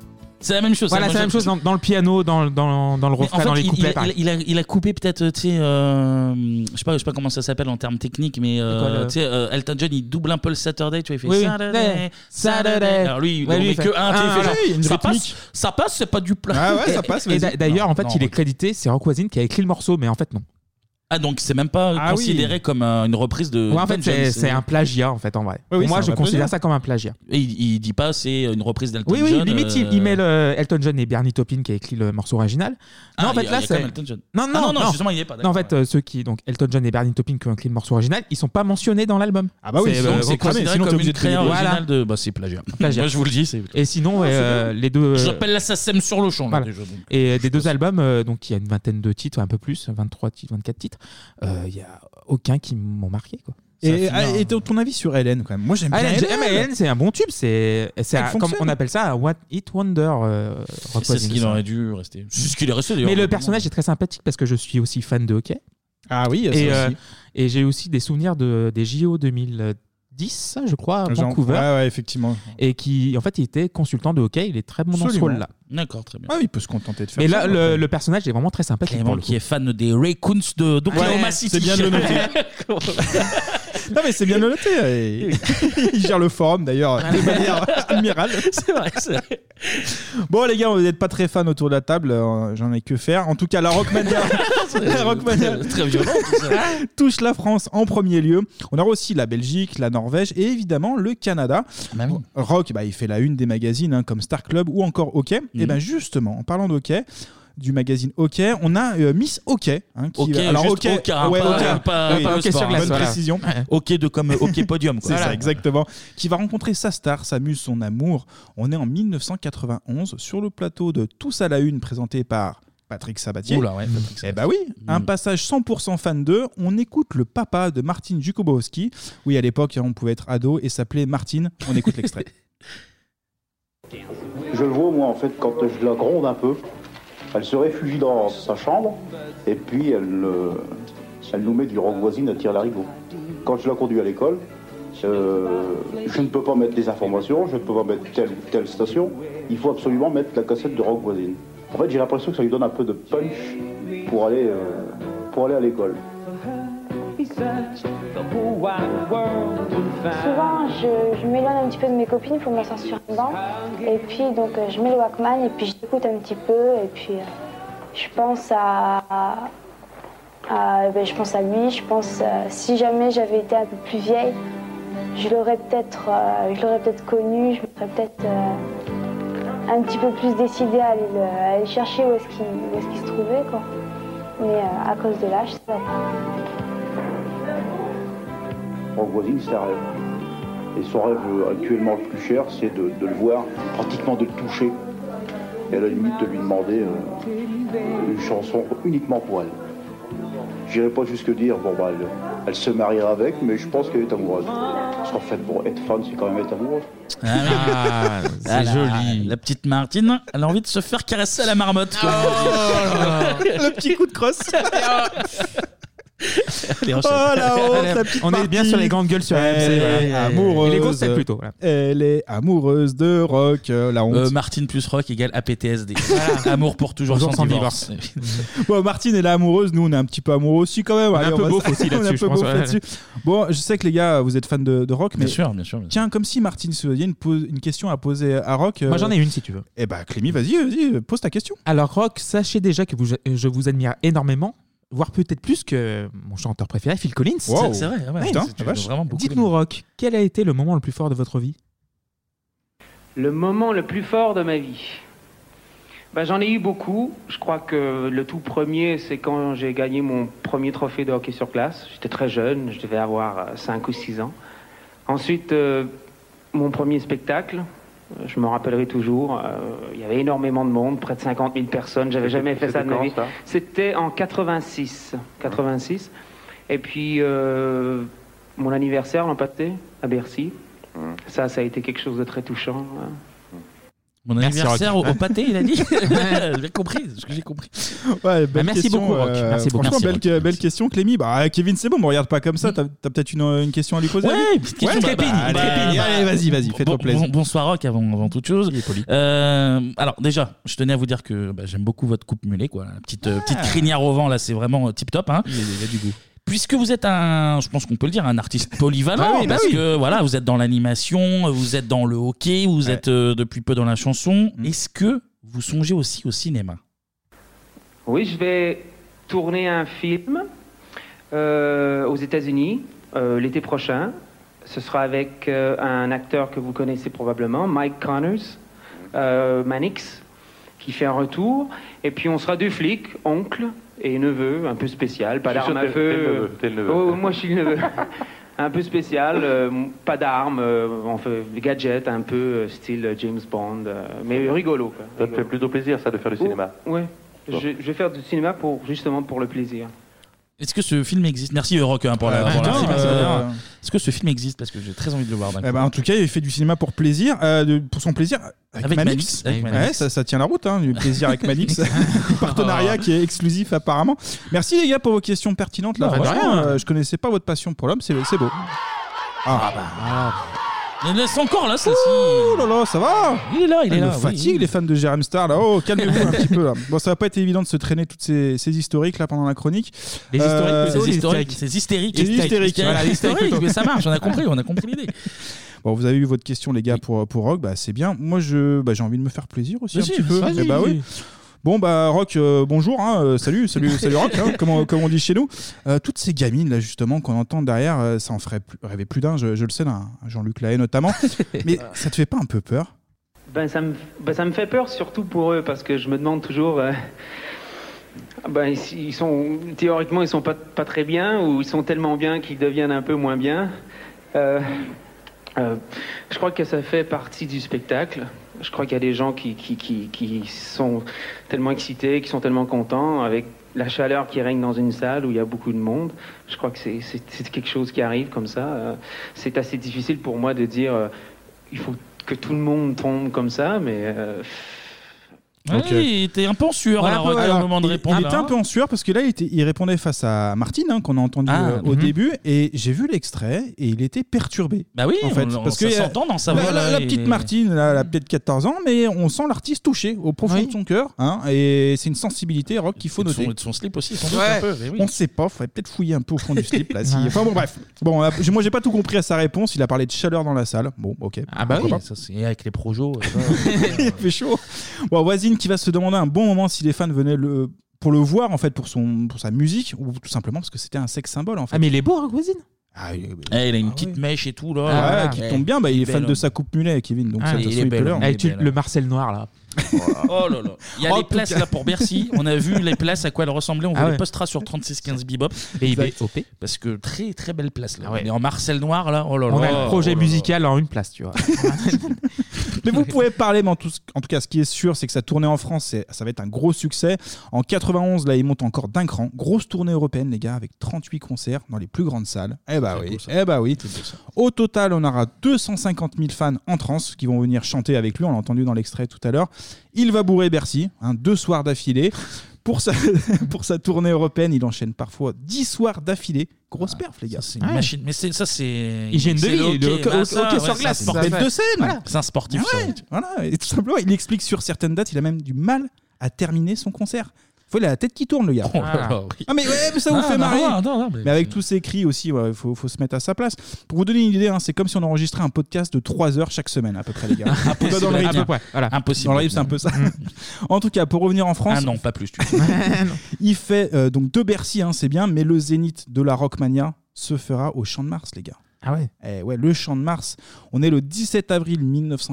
[SPEAKER 1] C'est la même chose.
[SPEAKER 9] Voilà, c'est la même chose dans, dans le piano, dans, dans, dans le
[SPEAKER 1] Mais
[SPEAKER 9] refrain, dans les
[SPEAKER 1] il-
[SPEAKER 9] couplets.
[SPEAKER 1] il,
[SPEAKER 9] pareil.
[SPEAKER 1] il- il a, il a coupé peut-être, euh, tu sais, euh, je sais pas, je sais pas comment ça s'appelle en termes techniques, mais euh,
[SPEAKER 9] quoi, le-
[SPEAKER 1] tu sais, euh, Elton John il double un peu le Saturday, tu vois, il fait
[SPEAKER 9] Oui, oui.
[SPEAKER 1] Saturday,
[SPEAKER 9] Ouais. Saturday.
[SPEAKER 1] Alors lui, il
[SPEAKER 9] Ouais,
[SPEAKER 1] en
[SPEAKER 9] lui,
[SPEAKER 1] met
[SPEAKER 9] il fait-
[SPEAKER 1] que un, tu sais, il
[SPEAKER 9] Ah,
[SPEAKER 1] fait genre,
[SPEAKER 9] ouais, une Ah
[SPEAKER 1] ça
[SPEAKER 9] rythmique.
[SPEAKER 1] passe, ça passe, c'est pas du plat.
[SPEAKER 7] Ah
[SPEAKER 9] Et d'a- d'ailleurs, en fait, il est crédité, c'est Rock Voisine qui a écrit le morceau, mais en fait, non.
[SPEAKER 1] Ah donc c'est même pas
[SPEAKER 9] Ah oui.
[SPEAKER 1] considéré comme euh, une reprise de.
[SPEAKER 9] Ouais, en fait,
[SPEAKER 1] Elton John,
[SPEAKER 9] c'est c'est un plagiat, en fait, en vrai.
[SPEAKER 1] Oui, oui,
[SPEAKER 9] Pour moi,
[SPEAKER 1] c'est un
[SPEAKER 9] je
[SPEAKER 1] vrai
[SPEAKER 9] considère
[SPEAKER 1] plagiat.
[SPEAKER 9] ça comme un plagiat.
[SPEAKER 1] Et il, il dit pas c'est une reprise d'Elton
[SPEAKER 9] Oui, oui,
[SPEAKER 1] John.
[SPEAKER 9] limite, il,
[SPEAKER 1] euh,
[SPEAKER 9] il met le- Elton John et Bernie Taupin qui a écrit le morceau original.
[SPEAKER 1] Ah,
[SPEAKER 9] Non, en
[SPEAKER 1] il
[SPEAKER 9] fait,
[SPEAKER 1] y a-
[SPEAKER 9] là,
[SPEAKER 1] il y a quand
[SPEAKER 9] c'est.
[SPEAKER 1] même Elton John.
[SPEAKER 9] Non,
[SPEAKER 1] Ah,
[SPEAKER 9] non,
[SPEAKER 1] non, non, justement, il y est pas,
[SPEAKER 9] Non, en fait, euh, ceux qui. Donc, Elton John et Bernie Taupin qui ont écrit le morceau original, ils sont pas mentionnés dans l'album.
[SPEAKER 1] Ah bah oui,
[SPEAKER 9] C'est,
[SPEAKER 1] sinon,
[SPEAKER 9] euh,
[SPEAKER 1] c'est
[SPEAKER 9] Rock Voisine.
[SPEAKER 1] considéré comme une créa
[SPEAKER 9] Voilà.
[SPEAKER 1] originale de. Bah c'est plagiat.
[SPEAKER 9] Plagiat.
[SPEAKER 1] Moi je vous le dis, c'est.
[SPEAKER 9] Et sinon, ouais,
[SPEAKER 1] Ah, c'est
[SPEAKER 9] euh,
[SPEAKER 1] bien.
[SPEAKER 9] les deux.
[SPEAKER 1] J'appelle la SACEM sur le champ. là,
[SPEAKER 9] Voilà.
[SPEAKER 1] déjà, donc.
[SPEAKER 9] Et euh, des deux albums, euh, donc il y a une vingtaine de titres, un peu plus, 23 titres, 24 titres, euh, il y a aucun qui m'ont marqué. Quoi. Ça
[SPEAKER 7] Et,
[SPEAKER 9] finit
[SPEAKER 7] ah,
[SPEAKER 9] en-
[SPEAKER 7] et ton ton avis sur Hélène, quand même Moi, j'aime bien.
[SPEAKER 9] Ah, Alien,
[SPEAKER 7] Hélène.
[SPEAKER 9] j'aime Alien, c'est un bon tube, c'est c'est
[SPEAKER 7] Elle
[SPEAKER 9] un- comme
[SPEAKER 7] fonctionne.
[SPEAKER 9] on appelle ça un What It Wonder. euh, Rock
[SPEAKER 1] C'est ce
[SPEAKER 9] Voisine,
[SPEAKER 1] qu'il
[SPEAKER 9] ça.
[SPEAKER 1] aurait dû rester. C'est ce qu'il est resté d'ailleurs.
[SPEAKER 9] Mais le personnage est très sympathique parce que je suis aussi fan de hockey.
[SPEAKER 7] Ah oui, ça
[SPEAKER 9] et, euh,
[SPEAKER 7] aussi.
[SPEAKER 9] et j'ai aussi des souvenirs de, des JO 2010, je crois, à
[SPEAKER 7] Genre-
[SPEAKER 9] Vancouver.
[SPEAKER 7] Ouais, ouais, effectivement.
[SPEAKER 9] Et qui, en fait, il était consultant de hockey, il est très bon dans ce
[SPEAKER 7] Absolument.
[SPEAKER 9] rôle-là.
[SPEAKER 1] D'accord, très bien.
[SPEAKER 7] Ah oui, il peut se contenter de faire
[SPEAKER 9] Mais
[SPEAKER 7] ça.
[SPEAKER 9] là, le, le personnage est vraiment très sympathique.
[SPEAKER 1] Clément qui est fan des Raycoons de d'Oklahoma City.
[SPEAKER 7] c'est bien de le noter. Non, mais c'est bien de le noter. et- Il gère le forum d'ailleurs
[SPEAKER 9] Ah,
[SPEAKER 7] de manière admirable.
[SPEAKER 1] C'est vrai, c'est vrai.
[SPEAKER 7] Bon, les gars, vous n'êtes pas très fans autour de la table. euh, J'en ai que faire. En tout cas, la Rockmania. la Rockmania.
[SPEAKER 1] Très violent, tout ça.
[SPEAKER 7] touche la France en premier lieu. On aura aussi la Belgique, la Norvège et évidemment le Canada. Rock, bah, il fait la une des magazines hein, comme Star Club ou encore Hockey.
[SPEAKER 1] Mhm.
[SPEAKER 7] Et ben justement, en parlant de hockey, du magazine Hockey, on a euh, Miss Hockey. hein, qui-
[SPEAKER 1] Ok, alors juste OK, hein,
[SPEAKER 7] ouais,
[SPEAKER 1] pas,
[SPEAKER 7] Hockey.
[SPEAKER 1] pas-
[SPEAKER 7] Oui,
[SPEAKER 1] pas le
[SPEAKER 7] Hockey sur
[SPEAKER 1] sport,
[SPEAKER 7] glace,
[SPEAKER 1] hein.
[SPEAKER 7] bonne précision.
[SPEAKER 1] OK de comme OK podium. quoi.
[SPEAKER 7] C'est
[SPEAKER 1] Voilà.
[SPEAKER 7] ça, exactement. Qui va rencontrer sa star, sa muse, son amour. On est en 1991 sur le plateau de Tous à la Une, présenté par Patrick Sabatier.
[SPEAKER 1] Oula, ouais, Patrick
[SPEAKER 7] Eh bah oui,
[SPEAKER 9] Hmm.
[SPEAKER 7] un passage 100% fan d'eux. On écoute le papa de Martine Jukobowski. Oui, à l'époque, hein, on pouvait être ado et s'appelait Martine. On écoute l'extrait.
[SPEAKER 32] Je le vois, moi, en fait, quand je la gronde un peu,
[SPEAKER 33] Elle se réfugie dans sa chambre et puis elle, euh, elle nous met du rock voisine à tir larigot. Quand je la conduis à l'école, euh, je ne peux pas mettre les informations, je ne peux pas mettre telle ou telle station. Il faut absolument mettre la cassette de rock voisine. En fait, j'ai l'impression que ça lui donne un peu de punch pour aller, euh, pour aller à l'école.
[SPEAKER 29] Bah, Souvent, je, je m'éloigne un petit peu de mes copines pour m'asseoir sur un banc. Et puis, donc, euh, je mets le Walkman et puis j'écoute un petit peu. Et puis, euh, je pense à. à- ben, je pense à lui. Je pense, euh, si jamais j'avais été un peu plus vieille, je l'aurais peut-être euh, je l'aurais peut-être connu. Je me serais peut-être euh, un petit peu plus décidée à aller, le- à aller chercher où est-ce qu'il où est-ce qu'il se trouvait. Quoi. Mais euh, à cause de l'âge, ça.
[SPEAKER 33] Rock voisine, c'est un rêve. Et son rêve euh, actuellement le plus cher, c'est de, de le voir, pratiquement de le toucher. Et à la limite de lui demander euh, une chanson uniquement pour elle. J'irai pas jusque dire, bon bah elle, elle se mariera avec, mais je pense qu'elle est amoureuse. Parce qu'en fait, bon, être fan, c'est quand même être amoureuse.
[SPEAKER 1] Ah,
[SPEAKER 33] c'est
[SPEAKER 1] joli. La petite Martine, elle a envie de se faire caresser à la marmotte. Quoi.
[SPEAKER 7] Le petit coup de crosse.
[SPEAKER 1] Allez,
[SPEAKER 7] oh
[SPEAKER 1] enchaîne.
[SPEAKER 7] la honte, la petite
[SPEAKER 9] On est bien sur les grandes gueules sur
[SPEAKER 7] Elle
[SPEAKER 9] RMC,
[SPEAKER 7] est
[SPEAKER 9] voilà.
[SPEAKER 7] Eh, amoureuse.
[SPEAKER 9] Et les grosses têtes plutôt, voilà.
[SPEAKER 7] Elle est amoureuse de rock, euh, la honte.
[SPEAKER 1] Euh, Martine plus rock égale APTSD. Amour pour toujours
[SPEAKER 7] Toujours
[SPEAKER 1] sans,
[SPEAKER 7] sans
[SPEAKER 1] divorce.
[SPEAKER 7] bon, Martine est là amoureuse, nous on est un petit peu amoureux aussi quand même.
[SPEAKER 9] On est
[SPEAKER 7] Allez,
[SPEAKER 9] un peu
[SPEAKER 7] va
[SPEAKER 9] beauf
[SPEAKER 7] se-
[SPEAKER 9] aussi
[SPEAKER 7] on est un
[SPEAKER 9] là-dessus,
[SPEAKER 7] peu
[SPEAKER 9] je pense,
[SPEAKER 7] beauf
[SPEAKER 9] ouais.
[SPEAKER 7] là-dessus. Bon, je sais que les gars, vous êtes fans de, de rock, mais
[SPEAKER 1] Bien sûr, bien sûr, bien sûr.
[SPEAKER 7] Tiens, comme si Martine se donnait une, pose- une question à poser à rock. euh,
[SPEAKER 9] Moi, j'en ai une, si tu veux.
[SPEAKER 7] Eh bah Clémy, vas-y, vas-y, pose ta question.
[SPEAKER 9] Alors, Rock, sachez déjà que vous- euh, je vous admire énormément, voire peut-être plus que mon chanteur préféré, Phil Collins.
[SPEAKER 7] Wow. C'est vrai, ah ouais,
[SPEAKER 9] Putain,
[SPEAKER 7] c'est- tu dois vraiment beaucoup
[SPEAKER 9] Dites-nous, Rock, quel a été le moment le plus fort de votre vie
[SPEAKER 22] Le moment le plus fort de ma vie. Bah, J'en ai eu beaucoup. Je crois que le tout premier, c'est quand j'ai gagné mon premier trophée de hockey sur glace. J'étais très jeune, je devais avoir 5 ou 6 ans. Ensuite, euh, mon premier spectacle, euh, je me rappellerai toujours. euh, Il y avait énormément de monde, près de 50 000 personnes. J'avais C'était- jamais fait ça de ma c'était vie. quand, ça C'était en 86. 86. Et puis, euh, mon anniversaire l'an passé, à Bercy. Ça, ça a été quelque chose de très touchant. hein.
[SPEAKER 1] Mon
[SPEAKER 22] Merci,
[SPEAKER 1] anniversaire au,
[SPEAKER 22] Rock.
[SPEAKER 1] au pâté, il a dit. J'ai compris, c'est ce que j'ai compris.
[SPEAKER 7] Ouais, belle
[SPEAKER 1] Ah, merci
[SPEAKER 7] question, euh,
[SPEAKER 1] beaucoup, Rock. Merci beaucoup.
[SPEAKER 7] franchement,
[SPEAKER 1] Merci,
[SPEAKER 7] belle,
[SPEAKER 1] Rock.
[SPEAKER 7] belle question, Clémy. Bah, Kevin, c'est bon, me regarde pas comme ça. T'as t'as peut-être une, une question à lui poser
[SPEAKER 1] Ouais,
[SPEAKER 7] lui
[SPEAKER 1] petite question
[SPEAKER 7] bah,
[SPEAKER 1] trépine,
[SPEAKER 7] allez,
[SPEAKER 1] trépine.
[SPEAKER 7] allez, vas-y, vas-y,
[SPEAKER 1] Bon-
[SPEAKER 7] fais-toi plaisir.
[SPEAKER 1] bon- bonsoir Rock avant, avant toute chose. Euh, alors déjà, je tenais à vous dire que bah, j'aime beaucoup votre coupe mulet, quoi. La petite, euh, petite crinière au vent là, c'est vraiment tip top. Hein.
[SPEAKER 9] Il y a du goût.
[SPEAKER 1] Puisque vous êtes un, je pense qu'on peut le dire, un artiste polyvalent,
[SPEAKER 9] Bah oui, bah
[SPEAKER 1] parce
[SPEAKER 9] oui.
[SPEAKER 1] que voilà, vous êtes dans l'animation, vous êtes dans le hockey, vous êtes euh, depuis peu dans la chanson. Est-ce que vous songez aussi au cinéma
[SPEAKER 22] Oui, je vais tourner un film euh, aux États-Unis euh, l'été prochain. Ce sera avec euh, un acteur que vous connaissez probablement, Mike Connors, euh, Manix, qui fait un retour. Et puis on sera deux flics, oncle et neveu, un peu spécial, pas
[SPEAKER 20] Je suis
[SPEAKER 22] d'arme à
[SPEAKER 20] sûr que t'es- t'es le
[SPEAKER 22] feu.
[SPEAKER 20] neveu, t'es le neveu.
[SPEAKER 22] Oh, moi je suis le neveu. un peu spécial, euh, pas d'armes, euh, on fait des gadgets un peu euh, style James Bond, euh, mais rigolo. quoi.
[SPEAKER 20] Ça te fait plutôt plaisir, ça, de faire du cinéma.
[SPEAKER 22] Ouais, je, je vais faire du cinéma pour justement pour le plaisir.
[SPEAKER 1] Est-ce que ce film existe Merci euh, Rock hein, pour la.
[SPEAKER 7] Ah,
[SPEAKER 1] pour la-
[SPEAKER 7] putain,
[SPEAKER 1] Merci, merci,
[SPEAKER 7] euh,
[SPEAKER 1] merci. Est-ce que ce film existe Parce que j'ai très envie de le voir. d'un
[SPEAKER 7] Eh ben, en tout cas, il fait du cinéma pour plaisir, euh, de- pour son plaisir avec,
[SPEAKER 1] Avec
[SPEAKER 7] Manix.
[SPEAKER 1] Manix, avec
[SPEAKER 7] Ouais,
[SPEAKER 1] Manix.
[SPEAKER 7] ça, ça tient la route, hein, du plaisir avec Manix.
[SPEAKER 1] Oh.
[SPEAKER 7] Partenariat qui est exclusif apparemment. Merci les gars pour vos questions pertinentes. Là,
[SPEAKER 1] Bah, de
[SPEAKER 7] Franchement,
[SPEAKER 1] rien.
[SPEAKER 7] euh, je connaissais pas votre passion pour l'homme, c'est c'est beau. Ah,
[SPEAKER 1] bah, Il laisse encore là, ça
[SPEAKER 7] Ouh là là, ça va
[SPEAKER 1] Il est là, il est là, oui,
[SPEAKER 7] fatigue
[SPEAKER 1] oui.
[SPEAKER 7] les fans de Jérém Star là. Oh, calmez-vous un petit peu là. Bon, ça va pas être évident de se traîner toutes ces, ces historiques là pendant la chronique.
[SPEAKER 1] Les
[SPEAKER 7] Euh,
[SPEAKER 1] historiques plutôt, les historiques. Ces hystériques.
[SPEAKER 7] Les hystériques,
[SPEAKER 1] Voilà, les hystériques,
[SPEAKER 7] plutôt.
[SPEAKER 1] mais ça marche, on a compris, on a compris l'idée.
[SPEAKER 7] Bon, vous avez eu votre question, les gars, pour, pour Rock. Bah, c'est bien. Moi, je, bah, j'ai envie de me faire plaisir aussi
[SPEAKER 1] Vas-y,
[SPEAKER 7] un petit peu.
[SPEAKER 1] vas-y.
[SPEAKER 7] Eh bah, oui. Bon, bah, Rock, euh, bonjour. hein, euh, salut, salut, salut, Rock, hein, comme, on, comme on dit chez nous. Euh, toutes ces gamines, là, justement, qu'on entend derrière, euh, ça en ferait plus- rêver plus d'un, je, je le sais, d'un un Jean-Luc Lahaye notamment. Mais ça te fait pas un peu peur
[SPEAKER 22] Ben ça me, ben, ça me fait peur surtout pour eux parce que je me demande toujours. euh, ben ils, ils sont théoriquement ils sont pas pas très bien ou ils sont tellement bien qu'ils deviennent un peu moins bien. Euh, euh, je crois que ça fait partie du spectacle. Je crois qu'il y a des gens qui, qui, qui, qui sont tellement excités, qui sont tellement contents avec la chaleur qui règne dans une salle où il y a beaucoup de monde. Je crois que c'est- c'est c'est quelque chose qui arrive comme ça. Euh, C'est assez difficile pour moi de dire euh, il faut que tout le monde tombe comme ça, mais euh,
[SPEAKER 1] Ouais,
[SPEAKER 7] Ok.
[SPEAKER 1] Il était un peu en sueur
[SPEAKER 7] Voilà,
[SPEAKER 1] là, au
[SPEAKER 7] alors,
[SPEAKER 1] moment de
[SPEAKER 7] il-
[SPEAKER 1] répondre.
[SPEAKER 7] Il était
[SPEAKER 1] là. hein.
[SPEAKER 7] un peu en sueur parce que là, il, était- il répondait face à Martine, hein, qu'on a entendu
[SPEAKER 1] Ah,
[SPEAKER 7] euh, au
[SPEAKER 1] mhm.
[SPEAKER 7] début, et j'ai vu l'extrait et il était perturbé.
[SPEAKER 1] Bah oui,
[SPEAKER 7] en fait,
[SPEAKER 1] on- on-
[SPEAKER 7] parce
[SPEAKER 1] ça
[SPEAKER 7] que euh,
[SPEAKER 1] s'entend dans sa
[SPEAKER 7] la-
[SPEAKER 1] voix,
[SPEAKER 7] La,
[SPEAKER 1] là,
[SPEAKER 7] la
[SPEAKER 1] il
[SPEAKER 7] petite
[SPEAKER 1] est-
[SPEAKER 7] Martine, là, elle a peut-être 14 ans, mais on sent l'artiste touché au profond de son cœur, hein, et c'est une sensibilité rock qu'il faut
[SPEAKER 1] de son-
[SPEAKER 7] noter.
[SPEAKER 1] de son slip aussi, sans doute, un peu, mais oui.
[SPEAKER 7] On sait pas, faudrait peut-être fouiller un peu au fond du slip là. si-
[SPEAKER 1] Ouais.
[SPEAKER 7] Enfin bon, bref. Bon, euh, moi j'ai pas tout compris à sa réponse. Il a parlé de chaleur dans la salle. Bon, ok.
[SPEAKER 1] Ah bah oui,
[SPEAKER 7] pourquoi pas.
[SPEAKER 1] ça, c'est avec les projos.
[SPEAKER 7] il fait chaud. Bon, Wazin qui va se demander un bon moment si les fans venaient le pour le voir en fait pour son pour sa musique ou tout simplement parce que c'était un sexe symbole en fait.
[SPEAKER 9] Ah, mais il est beau, hein, Wazin
[SPEAKER 1] Eh, il a une petite mèche et tout
[SPEAKER 7] Ah
[SPEAKER 1] là.
[SPEAKER 7] ouais,
[SPEAKER 1] Ah,
[SPEAKER 7] qui
[SPEAKER 1] ouais.
[SPEAKER 7] tombe bien, bah, il est
[SPEAKER 1] Bel
[SPEAKER 7] fan de
[SPEAKER 1] homme.
[SPEAKER 7] sa coupe mulet, Kevin. Donc
[SPEAKER 1] Ah,
[SPEAKER 7] ça, de
[SPEAKER 1] il
[SPEAKER 7] toute
[SPEAKER 1] est
[SPEAKER 7] façon, il
[SPEAKER 1] bel
[SPEAKER 7] peut leur-
[SPEAKER 1] homme, il est Avec tu- bel
[SPEAKER 9] Le Marcel Noir, là.
[SPEAKER 1] Oh là là. Il y a
[SPEAKER 9] Oh,
[SPEAKER 1] les
[SPEAKER 9] putain.
[SPEAKER 1] places là pour Bercy. On a vu les places à quoi elles ressemblaient. On vous
[SPEAKER 9] Ah
[SPEAKER 1] les
[SPEAKER 9] ouais.
[SPEAKER 1] postera sur 3615 Bebop.
[SPEAKER 9] Et il
[SPEAKER 1] Exact.
[SPEAKER 9] est OP.
[SPEAKER 1] Parce que très très belle place là. On est en Marcel Noir là. Oh là
[SPEAKER 9] On
[SPEAKER 1] là.
[SPEAKER 9] a le projet
[SPEAKER 1] Oh là là.
[SPEAKER 9] musical en une place, tu vois.
[SPEAKER 7] Mais vous pouvez parler, mais en tout, en tout cas, ce qui est sûr, c'est que sa tournée en France, c'est- ça va être un gros succès. En 91, là, il monte encore d'un cran. Grosse tournée européenne, les gars, avec 38 concerts dans les plus grandes salles. Eh bah oui, eh bah oui. Au total, on aura 250 000 fans en trance qui vont venir chanter avec lui. On l'a entendu dans l'extrait tout à l'heure. Il va bourrer Bercy, hein, deux soirs d'affilée. Pour sa, pour sa tournée européenne, il enchaîne parfois 10 soirs d'affilée. Grosse perf, les gars.
[SPEAKER 1] Ah, C'est une machine. Mais c'est- ça, c'est.
[SPEAKER 7] Hygiène de
[SPEAKER 1] c'est
[SPEAKER 7] vie,
[SPEAKER 1] le
[SPEAKER 7] le
[SPEAKER 1] hockey.
[SPEAKER 7] hockey-
[SPEAKER 1] Ah,
[SPEAKER 7] hockey
[SPEAKER 1] ça,
[SPEAKER 7] sur
[SPEAKER 1] ouais, ça,
[SPEAKER 7] glace,
[SPEAKER 1] c'est
[SPEAKER 7] bordel
[SPEAKER 1] une
[SPEAKER 7] de
[SPEAKER 1] bête.
[SPEAKER 7] scène.
[SPEAKER 1] Voilà. C'est un sportif. ça.
[SPEAKER 7] Ah Ouais, voilà. Et tout simplement, il explique sur certaines dates, il a même du mal à terminer son concert. Faut, il a la tête qui tourne, le gars.
[SPEAKER 1] Oh là là, oui.
[SPEAKER 7] Ah, mais ouais, mais ça vous
[SPEAKER 1] Ah,
[SPEAKER 7] fait
[SPEAKER 1] bah,
[SPEAKER 7] marrer.
[SPEAKER 1] ouais, non, non, mais-
[SPEAKER 7] mais, avec tous ces cris aussi, il faut, faut se mettre à sa place. Pour vous donner une idée, hein, c'est comme si on enregistrait un podcast de 3 heures chaque semaine, à peu près, les gars.
[SPEAKER 1] Impossible
[SPEAKER 7] Pas dans le
[SPEAKER 1] à
[SPEAKER 7] rythme.
[SPEAKER 1] tenir. Voilà. Impossible
[SPEAKER 7] Dans le
[SPEAKER 1] à
[SPEAKER 7] rythme, c'est un peu ça. en tout cas, pour revenir en France.
[SPEAKER 1] Ah non, pas plus. tu-
[SPEAKER 7] Il fait euh, donc de Bercy, hein, c'est bien, mais le zénith de la Rockmania se fera au Champ de Mars, les gars.
[SPEAKER 9] Ah ouais
[SPEAKER 7] Eh ouais, le Champ de Mars. On est le 17 avril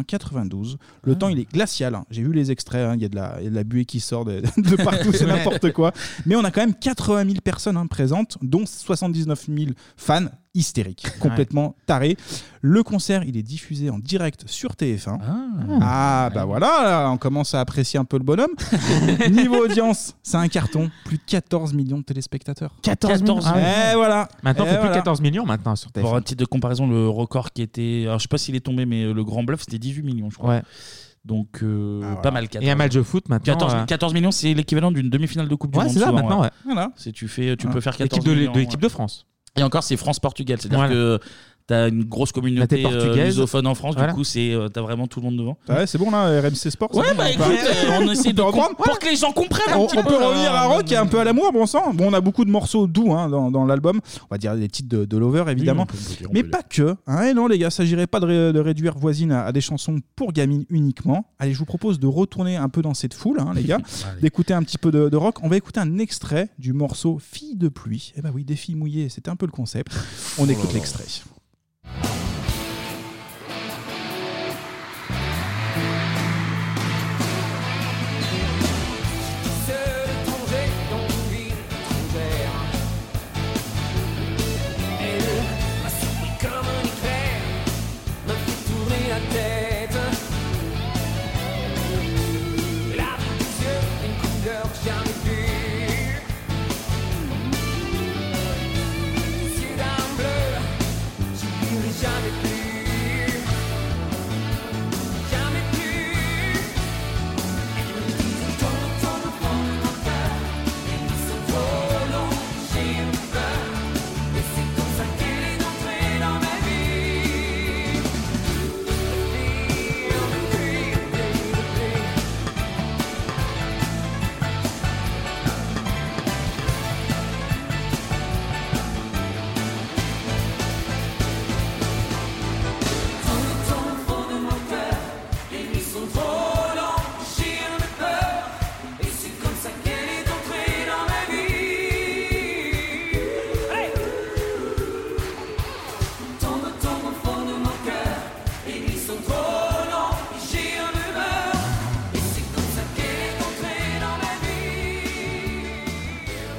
[SPEAKER 7] 1992.
[SPEAKER 9] Ah.
[SPEAKER 7] Le temps, il est glacial. hein. J'ai vu les extraits. hein, Il y, a de la- il y a de la buée qui sort de, de partout. C'est
[SPEAKER 9] Ouais.
[SPEAKER 7] n'importe quoi. Mais on a quand même 80 000 personnes hein, présentes, dont 79 000 fans hystériques, complètement tarés. Le concert, il est diffusé en direct sur TF1. Ah, bah voilà, on commence à apprécier un peu le bonhomme. Niveau audience, c'est un carton. Plus de 14 millions de téléspectateurs.
[SPEAKER 9] 14 millions. Ah ouais.
[SPEAKER 7] Eh voilà.
[SPEAKER 9] Maintenant,
[SPEAKER 7] Eh
[SPEAKER 9] c'est plus
[SPEAKER 7] voilà.
[SPEAKER 9] 14 millions maintenant sur
[SPEAKER 1] Pour
[SPEAKER 9] TF1.
[SPEAKER 1] un titre de comparaison, le record qui était. Alors, je sais pas s'il est tombé, mais le Grand Bluff, c'était 18 millions, je crois.
[SPEAKER 9] Ouais.
[SPEAKER 1] Donc, euh,
[SPEAKER 7] Ah,
[SPEAKER 1] pas mal. 14.
[SPEAKER 9] Et un match de foot maintenant.
[SPEAKER 1] 14,
[SPEAKER 9] euh,
[SPEAKER 1] 14 millions, c'est l'équivalent d'une demi-finale de Coupe du
[SPEAKER 9] Ouais,
[SPEAKER 1] Monde.
[SPEAKER 9] c'est ça,
[SPEAKER 1] souvent,
[SPEAKER 9] maintenant, ouais.
[SPEAKER 7] Voilà.
[SPEAKER 1] Si tu, fais, tu
[SPEAKER 9] Ouais.
[SPEAKER 1] peux faire 14
[SPEAKER 9] L'équipe de-
[SPEAKER 1] millions,
[SPEAKER 9] de l'équipe
[SPEAKER 1] ouais.
[SPEAKER 9] de France.
[SPEAKER 1] Et encore, c'est France-Portugal. C'est-à-dire
[SPEAKER 9] Voilà.
[SPEAKER 1] que tu as une grosse
[SPEAKER 9] Là,
[SPEAKER 1] communauté
[SPEAKER 9] t'es
[SPEAKER 1] euh,
[SPEAKER 9] portugaise.
[SPEAKER 1] lusophone en France.
[SPEAKER 9] Voilà.
[SPEAKER 1] Du coup, tu as vraiment tout le monde devant.
[SPEAKER 7] Ouais, c'est bon là, RMC Sport. c'est
[SPEAKER 1] Ouais,
[SPEAKER 7] bon,
[SPEAKER 1] bah
[SPEAKER 7] hein, on
[SPEAKER 1] écoute,
[SPEAKER 7] peut-
[SPEAKER 1] euh, on essaie de
[SPEAKER 7] peut reprendre.
[SPEAKER 1] comprendre pour que les gens comprennent. un
[SPEAKER 7] on,
[SPEAKER 1] petit
[SPEAKER 7] on
[SPEAKER 1] peu, hein,
[SPEAKER 7] peut
[SPEAKER 1] là.
[SPEAKER 7] revenir à rock et un peu à l'amour, bon sang. Bon, on a beaucoup de morceaux doux hein, dans, dans l'album. On va dire des titres de, de Lover, évidemment.
[SPEAKER 1] Oui, on peut- on peut dire, on
[SPEAKER 7] mais
[SPEAKER 1] peut
[SPEAKER 7] pas que. Hein, et non, les gars, s'agirait pas de, ré- de réduire Voisine à, à des chansons pour gamines uniquement. Allez, je vous propose de retourner un peu dans cette foule, hein, les gars, d'écouter un petit peu de, de rock. On va écouter un extrait du morceau Fille de pluie. Eh bah oui, des filles mouillées, c'était un peu le concept. On
[SPEAKER 1] Oh là
[SPEAKER 7] écoute
[SPEAKER 1] là.
[SPEAKER 7] l'extrait.
[SPEAKER 34] Seul étranger dans une ville étrangère. Elle m'a soufflé comme un éclair, m'a fait tourner la tête. Elle avait des yeux, une couleur que jamais vue. Des yeux d'un bleu, j'oublierai jamais plus. Jamais plus.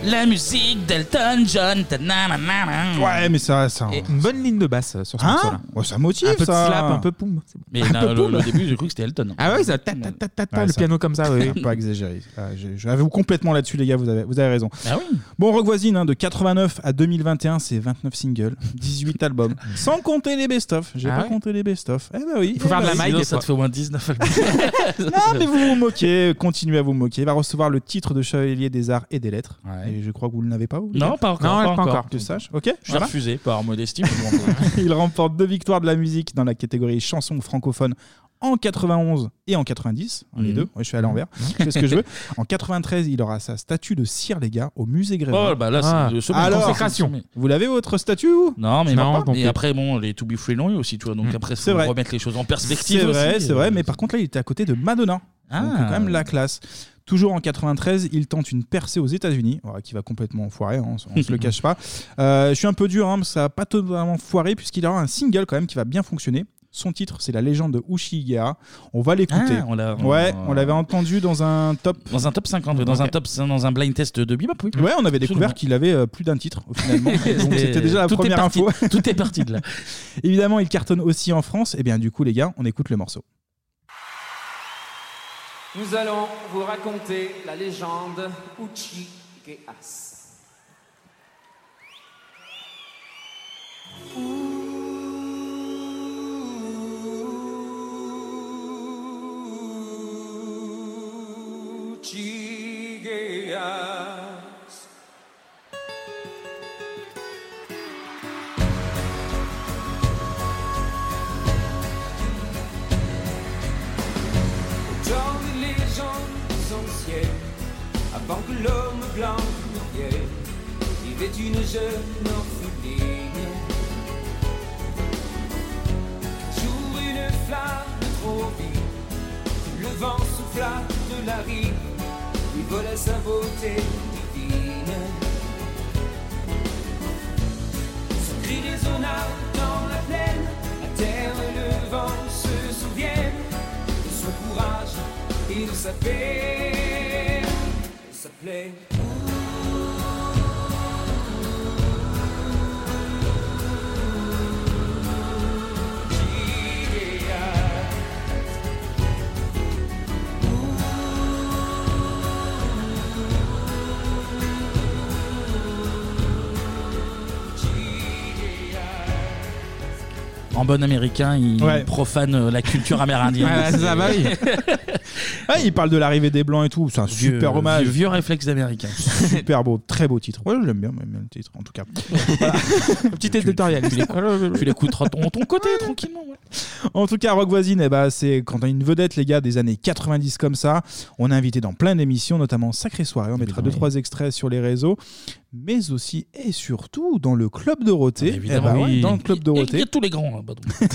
[SPEAKER 1] La musique d'Elton John. Hmm.
[SPEAKER 7] Ouais, mais ça. ça...
[SPEAKER 9] Une bonne ligne de basse euh, sur ce
[SPEAKER 7] Hein
[SPEAKER 9] morceau-là.
[SPEAKER 7] Ouais, ça motive,
[SPEAKER 9] Un peu
[SPEAKER 7] ça.
[SPEAKER 9] de slap, un peu poum. c'est bon.
[SPEAKER 1] Mais
[SPEAKER 9] Un
[SPEAKER 1] là,
[SPEAKER 9] peu
[SPEAKER 1] le-
[SPEAKER 9] poum.
[SPEAKER 1] le début, j'ai cru que c'était Elton.
[SPEAKER 9] Ah ouais, ça ta ta ta ta, ta, le piano comme ça, oui.
[SPEAKER 7] C'est Pas exagéré. Ah, je- je l'avoue complètement là-dessus, les gars, vous avez, vous avez raison.
[SPEAKER 1] Ah
[SPEAKER 7] Bon, Rock Voisine, hein, de 89 à 2021, c'est 29 singles, 18 albums, sans compter les best-of. J'ai
[SPEAKER 9] Ah
[SPEAKER 7] pas
[SPEAKER 9] ouais
[SPEAKER 7] compté les best-of. Eh ben oui.
[SPEAKER 9] Faut
[SPEAKER 7] eh
[SPEAKER 9] faire de
[SPEAKER 7] ben
[SPEAKER 9] la
[SPEAKER 7] oui.
[SPEAKER 9] maille, Sinon, des ça
[SPEAKER 1] Ça te fait au moins 19 albums.
[SPEAKER 7] Non, mais vous vous moquez, continuez à vous moquer. Il va recevoir le titre de Chevalier des Arts et des Lettres. Et je crois que vous ne l'avez pas, vous les
[SPEAKER 1] Non,
[SPEAKER 7] gars
[SPEAKER 1] pas encore, pas encore.
[SPEAKER 7] Que je sache. Ok,
[SPEAKER 1] Je
[SPEAKER 7] ça
[SPEAKER 1] l'ai
[SPEAKER 7] va
[SPEAKER 1] refusé par modestie. mais bon.
[SPEAKER 7] Il remporte deux victoires de la musique dans la catégorie chansons francophones en 91 et en 90, les
[SPEAKER 1] Mhm.
[SPEAKER 7] deux. Ouais, je suis à l'envers, je fais ce que je veux. En 93, il aura sa statue de cire, les gars, au musée Grévin.
[SPEAKER 1] Oh, bah là, c'est le sommet de
[SPEAKER 7] Alors,
[SPEAKER 1] consécration.
[SPEAKER 7] Vous l'avez votre statue ou
[SPEAKER 1] Non, mais
[SPEAKER 7] Je
[SPEAKER 1] non.
[SPEAKER 7] vois pas.
[SPEAKER 1] et après, bon, les To Be Free Lonely aussi, tu vois.
[SPEAKER 9] Mm.
[SPEAKER 1] Donc après,
[SPEAKER 7] C'est
[SPEAKER 1] faut
[SPEAKER 7] vrai.
[SPEAKER 1] remettre les choses en perspective.
[SPEAKER 7] C'est vrai,
[SPEAKER 1] aussi.
[SPEAKER 7] c'est vrai. Mais par contre, là, il était à côté de Madonna. Donc, euh,
[SPEAKER 1] Ah.
[SPEAKER 7] quand même la classe. Toujours en 93, il tente une percée aux États-Unis, voilà, qui va complètement foirer, hein, on, se- on se le cache pas. Euh, je suis un peu dur, hein, parce que ça n'a pas totalement foiré, puisqu'il aura un single quand même qui va bien fonctionner. Son titre, c'est La légende de Ushi Igara. On va l'écouter.
[SPEAKER 1] Ah, on l'a- on-
[SPEAKER 7] ouais, on l'avait entendu dans un top.
[SPEAKER 1] Dans un top 50, dans un top, hein, dans un blind test de Bebop, oui.
[SPEAKER 7] Ouais, on avait
[SPEAKER 1] Absolument.
[SPEAKER 7] découvert qu'il avait euh, plus d'un titre, au finalement. Donc, c'était déjà la
[SPEAKER 1] Tout est
[SPEAKER 7] première
[SPEAKER 1] parti-
[SPEAKER 7] info.
[SPEAKER 1] Tout est parti de là.
[SPEAKER 7] Évidemment, il cartonne aussi en France. Et bien, du coup, les gars, on écoute le morceau.
[SPEAKER 8] Nous allons vous raconter la légende Uchi Geas. Uchi Geas. Dans les légendes anciennes, avant que l'homme blanc vienne, vivait une jeune orpheline. Jour une flamme trop vive, le vent souffla de la rive, il vola sa beauté divine. Son cri résonna dans la plaine, la terre et le vent se souviennent de son courage, il s'appelait, il s'appelait.
[SPEAKER 1] En bon américain, il
[SPEAKER 7] Ouais.
[SPEAKER 1] profane euh, la culture amérindienne.
[SPEAKER 7] Ouais, c'est ça, bah oui. Ah, il parle de l'arrivée des Blancs et tout. C'est un
[SPEAKER 1] Vieux- euh,
[SPEAKER 7] super hommage. Eh
[SPEAKER 1] vieux- vieux réflexe d'américain.
[SPEAKER 7] Super beau, très beau titre. Ouais, je l'aime bien, même le titre, en tout cas. Petit éditorial.
[SPEAKER 1] Tu l'écouteras ton, ton côté, tranquillement.
[SPEAKER 7] En tout cas, Rock Voisine, eh ben, c'est quand on a une vedette, les gars, des années 90 comme ça. On est invité dans plein d'émissions, notamment Sacrée Soirée. On mettra deux, trois extraits sur les réseaux, mais aussi et surtout dans le Club Dorothée.
[SPEAKER 1] évidemment,
[SPEAKER 7] Eh ben ouais,
[SPEAKER 1] oui.
[SPEAKER 7] Dans le Club
[SPEAKER 1] Il y
[SPEAKER 7] Dorothée.
[SPEAKER 1] a tous les grands hein, là-bas.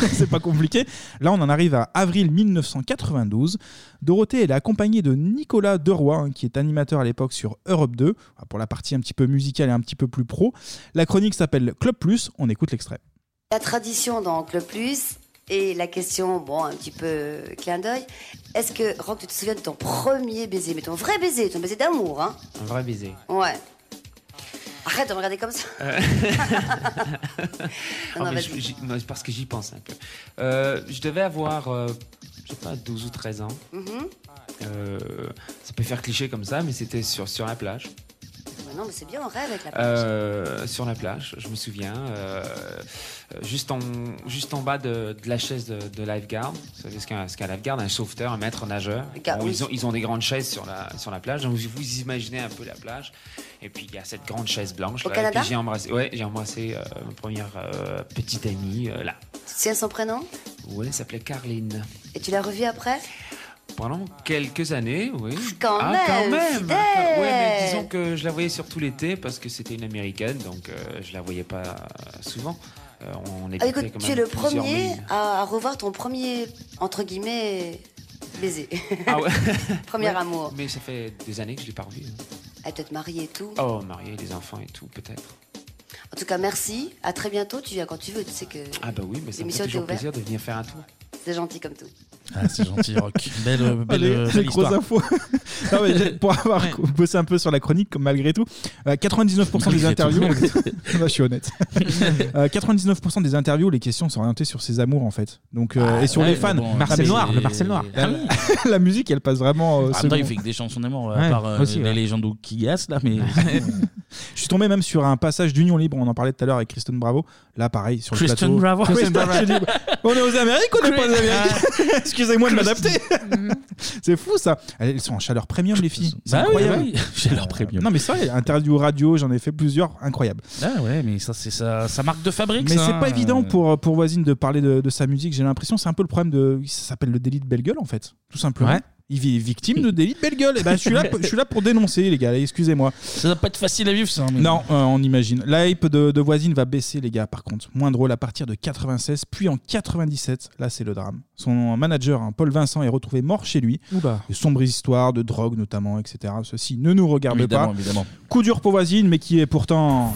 [SPEAKER 7] c'est pas compliqué. Là, on en arrive à avril 1992. Dorothée, elle est accompagnée de Nicolas Deroy, hein, qui est animateur à l'époque sur Europe 2, pour la partie un petit peu musicale et un petit peu plus pro. La chronique s'appelle Club Plus. On écoute l'extrait.
[SPEAKER 35] La tradition dans Club Plus et la question, bon, un petit peu euh, clin d'œil. Est-ce que, Rock, tu te souviens de ton premier baiser, mais ton vrai baiser, ton baiser d'amour, hein
[SPEAKER 36] Un vrai baiser.
[SPEAKER 35] Ouais. Arrête de me regarder comme ça.
[SPEAKER 36] Ah,
[SPEAKER 35] non,
[SPEAKER 36] mais
[SPEAKER 35] vas-y.
[SPEAKER 36] je- j'y- non, c'est parce que j'y pense un peu. Euh, je devais avoir, euh, je sais pas, 12 ou 13 ans.
[SPEAKER 35] Mhm.
[SPEAKER 36] Euh, ça peut faire cliché comme ça, mais c'était sur, sur la plage.
[SPEAKER 35] Ouais, non, mais c'est bien, on rêve avec la plage.
[SPEAKER 36] Euh, sur la plage, je me souviens, euh, euh, juste, en, juste en bas de, de la chaise de, de lifeguard. Vous savez ce qu'un ce qu'un lifeguard, un sauveteur, un maître nageur.
[SPEAKER 35] Ga-
[SPEAKER 36] Bon,
[SPEAKER 35] oui.
[SPEAKER 36] ils, ont, ils ont des grandes chaises sur la, sur la plage. Donc vous, vous imaginez un peu la plage. Et puis il y a cette grande chaise blanche.
[SPEAKER 35] Au
[SPEAKER 36] là,
[SPEAKER 35] Canada
[SPEAKER 36] et puis j'ai embrassé, ouais, j'ai embrassé euh, ma première euh, petite amie euh, là.
[SPEAKER 35] Tu te souviens de son prénom
[SPEAKER 36] Ouais, elle s'appelait Carline.
[SPEAKER 35] Et tu l'as revu après
[SPEAKER 36] Pendant quelques années, oui.
[SPEAKER 35] Quand
[SPEAKER 36] ah,
[SPEAKER 35] même,
[SPEAKER 36] quand même.
[SPEAKER 35] fidèle.
[SPEAKER 36] Ouais, mais disons que je la voyais surtout l'été parce que c'était une américaine, donc euh, je la voyais pas euh, souvent. Euh, on
[SPEAKER 35] Ah,
[SPEAKER 36] habitait
[SPEAKER 35] écoute,
[SPEAKER 36] quand
[SPEAKER 35] tu
[SPEAKER 36] même
[SPEAKER 35] es le
[SPEAKER 36] plusieurs
[SPEAKER 35] premier
[SPEAKER 36] milles.
[SPEAKER 35] à, à revoir ton premier, entre guillemets, baiser.
[SPEAKER 36] Ah ouais.
[SPEAKER 35] Premier
[SPEAKER 36] Ouais,
[SPEAKER 35] amour.
[SPEAKER 36] Mais ça fait des années que je l'ai pas revu. hein.
[SPEAKER 35] À peut-être marié et tout.
[SPEAKER 36] Oh, marié, des enfants et tout, peut-être.
[SPEAKER 35] En tout cas, merci. À très bientôt. Tu viens quand tu veux. Tu sais que.
[SPEAKER 36] Ah bah oui, mais ça me fait
[SPEAKER 35] L'émission était
[SPEAKER 36] toujours
[SPEAKER 35] ouverte.
[SPEAKER 36] plaisir de venir faire un tour.
[SPEAKER 13] C'est gentil comme tout.
[SPEAKER 1] Ah, c'est gentil, Rock. Belle, euh, belle,
[SPEAKER 7] Allez,
[SPEAKER 1] euh,
[SPEAKER 7] très
[SPEAKER 1] belle
[SPEAKER 7] grosse
[SPEAKER 1] histoire.
[SPEAKER 7] info. Non, mais j'ai- pour avoir bossé un peu sur la chronique, comme malgré tout, euh, 99% des
[SPEAKER 1] Malgré
[SPEAKER 7] interviews.
[SPEAKER 1] tout.
[SPEAKER 7] Là, je suis honnête. Euh, 99% des interviews, les questions sont orientées sur ses amours, en fait. Donc, euh,
[SPEAKER 1] Ah,
[SPEAKER 7] et sur
[SPEAKER 1] ouais,
[SPEAKER 7] les fans.
[SPEAKER 1] mais bon,
[SPEAKER 7] Ah,
[SPEAKER 1] Marcel
[SPEAKER 7] mais-
[SPEAKER 1] Noir, le Marcel Noir.
[SPEAKER 7] La,
[SPEAKER 1] Ah oui.
[SPEAKER 7] la musique, elle passe vraiment. euh,
[SPEAKER 1] En même temps, il
[SPEAKER 7] second.
[SPEAKER 1] fait que des chansons d'amour, à
[SPEAKER 7] Ouais,
[SPEAKER 1] part euh,
[SPEAKER 7] aussi,
[SPEAKER 1] les
[SPEAKER 7] ouais.
[SPEAKER 1] légendes ou qui gassent, là, mais.
[SPEAKER 7] Je suis tombé même sur un passage d'Union Libre, on en parlait tout à l'heure avec Kristen Bravo. Là, pareil, sur
[SPEAKER 1] Kristen
[SPEAKER 7] le plateau.
[SPEAKER 1] Bravo.
[SPEAKER 7] Kristen
[SPEAKER 1] Kristen
[SPEAKER 7] Bravo.
[SPEAKER 1] Bravo.
[SPEAKER 7] bah, on est aux Amériques, on n'est pas aux Amériques.
[SPEAKER 1] Ah.
[SPEAKER 7] Excusez-moi de m'adapter. c'est fou ça. Elles sont en chaleur premium, les filles. C'est
[SPEAKER 1] Bah oui,
[SPEAKER 7] incroyable. Euh,
[SPEAKER 1] oui, oui. Chaleur premium.
[SPEAKER 7] Non, mais ça, interview radio, j'en ai fait plusieurs. Incroyable.
[SPEAKER 1] Ah ouais, mais ça, c'est sa, sa marque de fabrique.
[SPEAKER 7] Mais
[SPEAKER 1] ça,
[SPEAKER 7] c'est
[SPEAKER 1] hein.
[SPEAKER 7] pas évident pour, euh, pour Voisine de parler de, de sa musique. J'ai l'impression c'est un peu le problème de. Ça s'appelle le délit de belle gueule en fait, tout simplement.
[SPEAKER 1] Ouais.
[SPEAKER 7] Il est victime de délit de belle gueule. Et ben je suis là, je suis là pour dénoncer les gars. Allez, Excusez-moi.
[SPEAKER 1] Ça doit pas être facile à vivre, ça. mais-
[SPEAKER 7] Non, euh, on imagine. La hype de, de Voisine va baisser, les gars, par contre. Moins drôle à partir de 96, puis en 97. Là, c'est le drame. Son manager, hein, Paul Vincent, est retrouvé mort chez lui.
[SPEAKER 9] Oula.
[SPEAKER 7] De sombres histoires, de drogue notamment, etc. Ceci ne nous regarde
[SPEAKER 1] Évidemment,
[SPEAKER 7] pas.
[SPEAKER 1] évidemment.
[SPEAKER 7] Coup dur pour Voisine, mais qui est pourtant.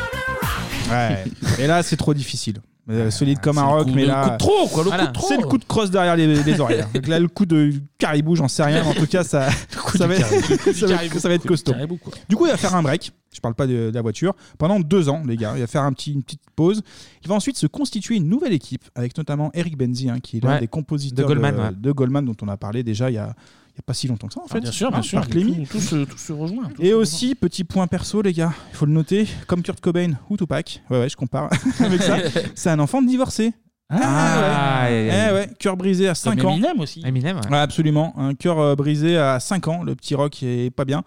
[SPEAKER 7] Ouais. Et là, c'est trop difficile. Euh, solide comme un
[SPEAKER 1] le
[SPEAKER 7] rock,
[SPEAKER 1] coup-
[SPEAKER 7] mais
[SPEAKER 1] le
[SPEAKER 7] là.
[SPEAKER 1] coup de trop, quoi, le coup de trop.
[SPEAKER 7] C'est le coup de crosse derrière les, les oreilles. hein. Donc là, le coup de caribou, j'en sais rien. mais En tout cas, ça,
[SPEAKER 1] Ah,
[SPEAKER 7] ça, va,
[SPEAKER 1] du caribou. Le coup du
[SPEAKER 7] ça, va,
[SPEAKER 1] caribou.
[SPEAKER 7] ça va être
[SPEAKER 1] Le coup du
[SPEAKER 7] costaud.
[SPEAKER 1] caribou, quoi.
[SPEAKER 7] Du coup, il va faire un break. Je parle pas de, de la voiture. Pendant deux ans, les gars, il va faire un petit, une petite pause. Il va ensuite se constituer une nouvelle équipe avec notamment Eric Benzi, hein, qui est l'un
[SPEAKER 9] Ouais.
[SPEAKER 7] des compositeurs
[SPEAKER 9] De Goldman, ouais.
[SPEAKER 7] de Goldman dont on a parlé déjà il y a, il y a pas si longtemps que ça, en fait.
[SPEAKER 1] Ah, bien sûr, bien
[SPEAKER 7] Hein,
[SPEAKER 1] sûr.
[SPEAKER 7] par Clémy.
[SPEAKER 1] Tout, tout se, tout se rejoint. tout
[SPEAKER 7] Et
[SPEAKER 1] se
[SPEAKER 7] aussi, petit point perso, les gars, il faut le noter, comme Kurt Cobain ou Tupac, ouais, ouais, je compare avec ça, c'est un enfant divorcé.
[SPEAKER 9] Ah,
[SPEAKER 7] ouais.
[SPEAKER 9] aïe, aïe, aïe.
[SPEAKER 7] Eh ouais, cœur brisé à 5
[SPEAKER 9] Comme
[SPEAKER 7] ans. Ah,
[SPEAKER 9] Eminem aussi. Eminem, ouais.
[SPEAKER 7] Ouais, absolument. Un cœur euh, brisé à 5 ans, le petit rock est pas bien.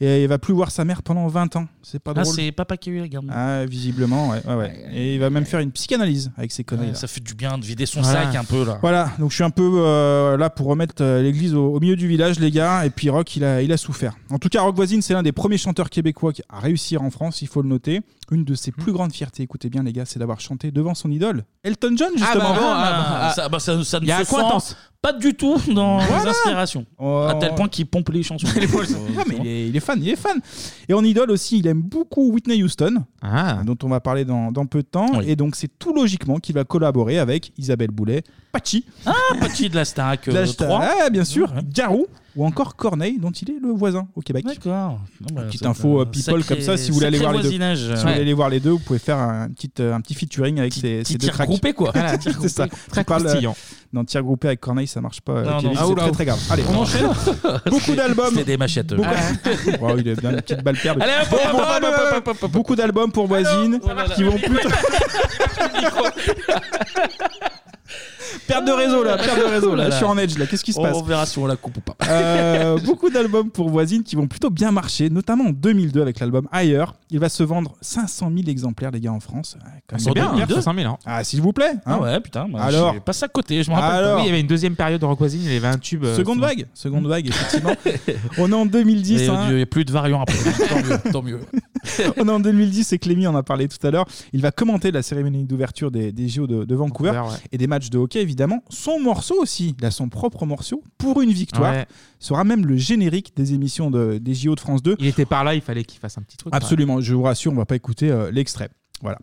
[SPEAKER 7] Et il va plus voir sa mère pendant 20 ans. C'est pas
[SPEAKER 1] Ah,
[SPEAKER 7] drôle.
[SPEAKER 1] c'est papa qui a eu la garde.
[SPEAKER 7] Ah, visiblement, ouais, ouais, ouais. Et il va même faire une psychanalyse avec ses conneries.
[SPEAKER 1] Ouais,
[SPEAKER 7] là.
[SPEAKER 1] ça fait du bien de vider son
[SPEAKER 7] Voilà.
[SPEAKER 1] sac un peu là.
[SPEAKER 7] Voilà, donc je suis un peu euh, là pour remettre euh, l'église au, au milieu du village, les gars. Et puis Rock, il a, il a souffert. En tout cas, Rock Voisine, c'est l'un des premiers chanteurs québécois qui- à réussir en France, il faut le noter. Une de ses
[SPEAKER 1] Mhm.
[SPEAKER 7] plus grandes fiertés, écoutez bien, les gars, c'est d'avoir chanté devant son idole, Elton John, justement.
[SPEAKER 1] Ah, ça, bah, ça, ça ne
[SPEAKER 7] Il y a
[SPEAKER 1] se
[SPEAKER 7] un coin
[SPEAKER 1] sent
[SPEAKER 7] intense.
[SPEAKER 1] pas du tout dans les
[SPEAKER 7] Voilà. Oh.
[SPEAKER 1] inspirations. À tel point qu'il pompe les chansons.
[SPEAKER 7] Ah, mais il est, il est fan, il est fan. Et en idole aussi, il aime beaucoup Whitney Houston, dont on va parler dans, dans peu de temps. Et donc, c'est tout logiquement qu'il va collaborer avec Isabelle Boulet, Pachi.
[SPEAKER 1] Ah, petit de la Starac euh,
[SPEAKER 7] Lâche ta-
[SPEAKER 1] 3.
[SPEAKER 7] Ah, bien sûr, Garou ou encore Corneille, dont il est le voisin au Québec.
[SPEAKER 1] D'accord. Non, bah,
[SPEAKER 7] Petite
[SPEAKER 1] ça,
[SPEAKER 7] info
[SPEAKER 1] euh,
[SPEAKER 7] euh, people
[SPEAKER 1] sacré-
[SPEAKER 7] comme ça, si vous voulez aller
[SPEAKER 1] sacré
[SPEAKER 7] voir les deux.
[SPEAKER 1] voisinage.
[SPEAKER 7] Si vous
[SPEAKER 1] Ouais.
[SPEAKER 7] voulez aller voir les deux, vous pouvez faire un petit, euh, un petit featuring avec ces, ces deux
[SPEAKER 1] tir
[SPEAKER 7] cracks.
[SPEAKER 1] groupé, quoi. Voilà, tir
[SPEAKER 7] c'est
[SPEAKER 1] groupé.
[SPEAKER 7] ça.
[SPEAKER 1] Très
[SPEAKER 7] Tu parles, euh,
[SPEAKER 1] croustillant.
[SPEAKER 7] Non, tir groupé avec Corneille, ça marche pas. euh,
[SPEAKER 1] Non, non,
[SPEAKER 7] Kevin,
[SPEAKER 1] ah,
[SPEAKER 7] c'est
[SPEAKER 1] oula,
[SPEAKER 7] très
[SPEAKER 1] oula.
[SPEAKER 7] très grave. Allez, on
[SPEAKER 1] Non.
[SPEAKER 7] enchaîne. Beaucoup d'albums.
[SPEAKER 1] C'était des machettes. eux.
[SPEAKER 7] Beaucoup- Oh, il a bien une petite balle perdue.
[SPEAKER 1] Allez, hop, hop, hop, hop, hop, hop, Oh
[SPEAKER 7] Beaucoup d'albums pour voisine qui vont plus. Perte de réseau là, perte de réseau là. Je suis en edge là. Qu'est-ce qui se
[SPEAKER 1] On
[SPEAKER 7] passe
[SPEAKER 1] verra si on la coupe ou pas.
[SPEAKER 7] Euh, beaucoup d'albums pour voisine qui vont plutôt bien marcher, notamment en 2002 avec l'album Ailleurs. Il va se vendre 500 000 exemplaires, les gars, en France. Ouais, quand
[SPEAKER 9] C'est
[SPEAKER 7] même
[SPEAKER 9] bien,
[SPEAKER 7] une perf.
[SPEAKER 9] 500 000, hein.
[SPEAKER 7] Ah, s'il vous plaît.
[SPEAKER 9] Ah ouais, putain, moi,
[SPEAKER 7] Alors,
[SPEAKER 9] j'ai
[SPEAKER 1] passé à côté, je
[SPEAKER 9] me rappelle.
[SPEAKER 7] Alors,
[SPEAKER 9] Oui, il y avait une deuxième période de Rock Voisine, il y avait un tube. euh,
[SPEAKER 7] seconde
[SPEAKER 9] souvent.
[SPEAKER 7] vague, seconde vague, effectivement. On est en 2010.
[SPEAKER 1] Et,
[SPEAKER 7] hein.
[SPEAKER 1] Il n'y a plus de variants après. Tant mieux, tant mieux.
[SPEAKER 7] On est en 2010 et Clémy en a parlé tout à l'heure. Il va commenter la cérémonie d'ouverture des, des JO de, de Vancouver,
[SPEAKER 9] Vancouver, ouais.
[SPEAKER 7] et des matchs de hockey évidemment. Son morceau aussi, il a son propre morceau pour une victoire.
[SPEAKER 9] Ouais.
[SPEAKER 7] Sera même le générique des émissions de- des JO de France 2.
[SPEAKER 9] Il était par là, il fallait qu'il fasse un petit truc.
[SPEAKER 7] Absolument, je vous rassure, on va pas écouter euh, l'extrait. Voilà.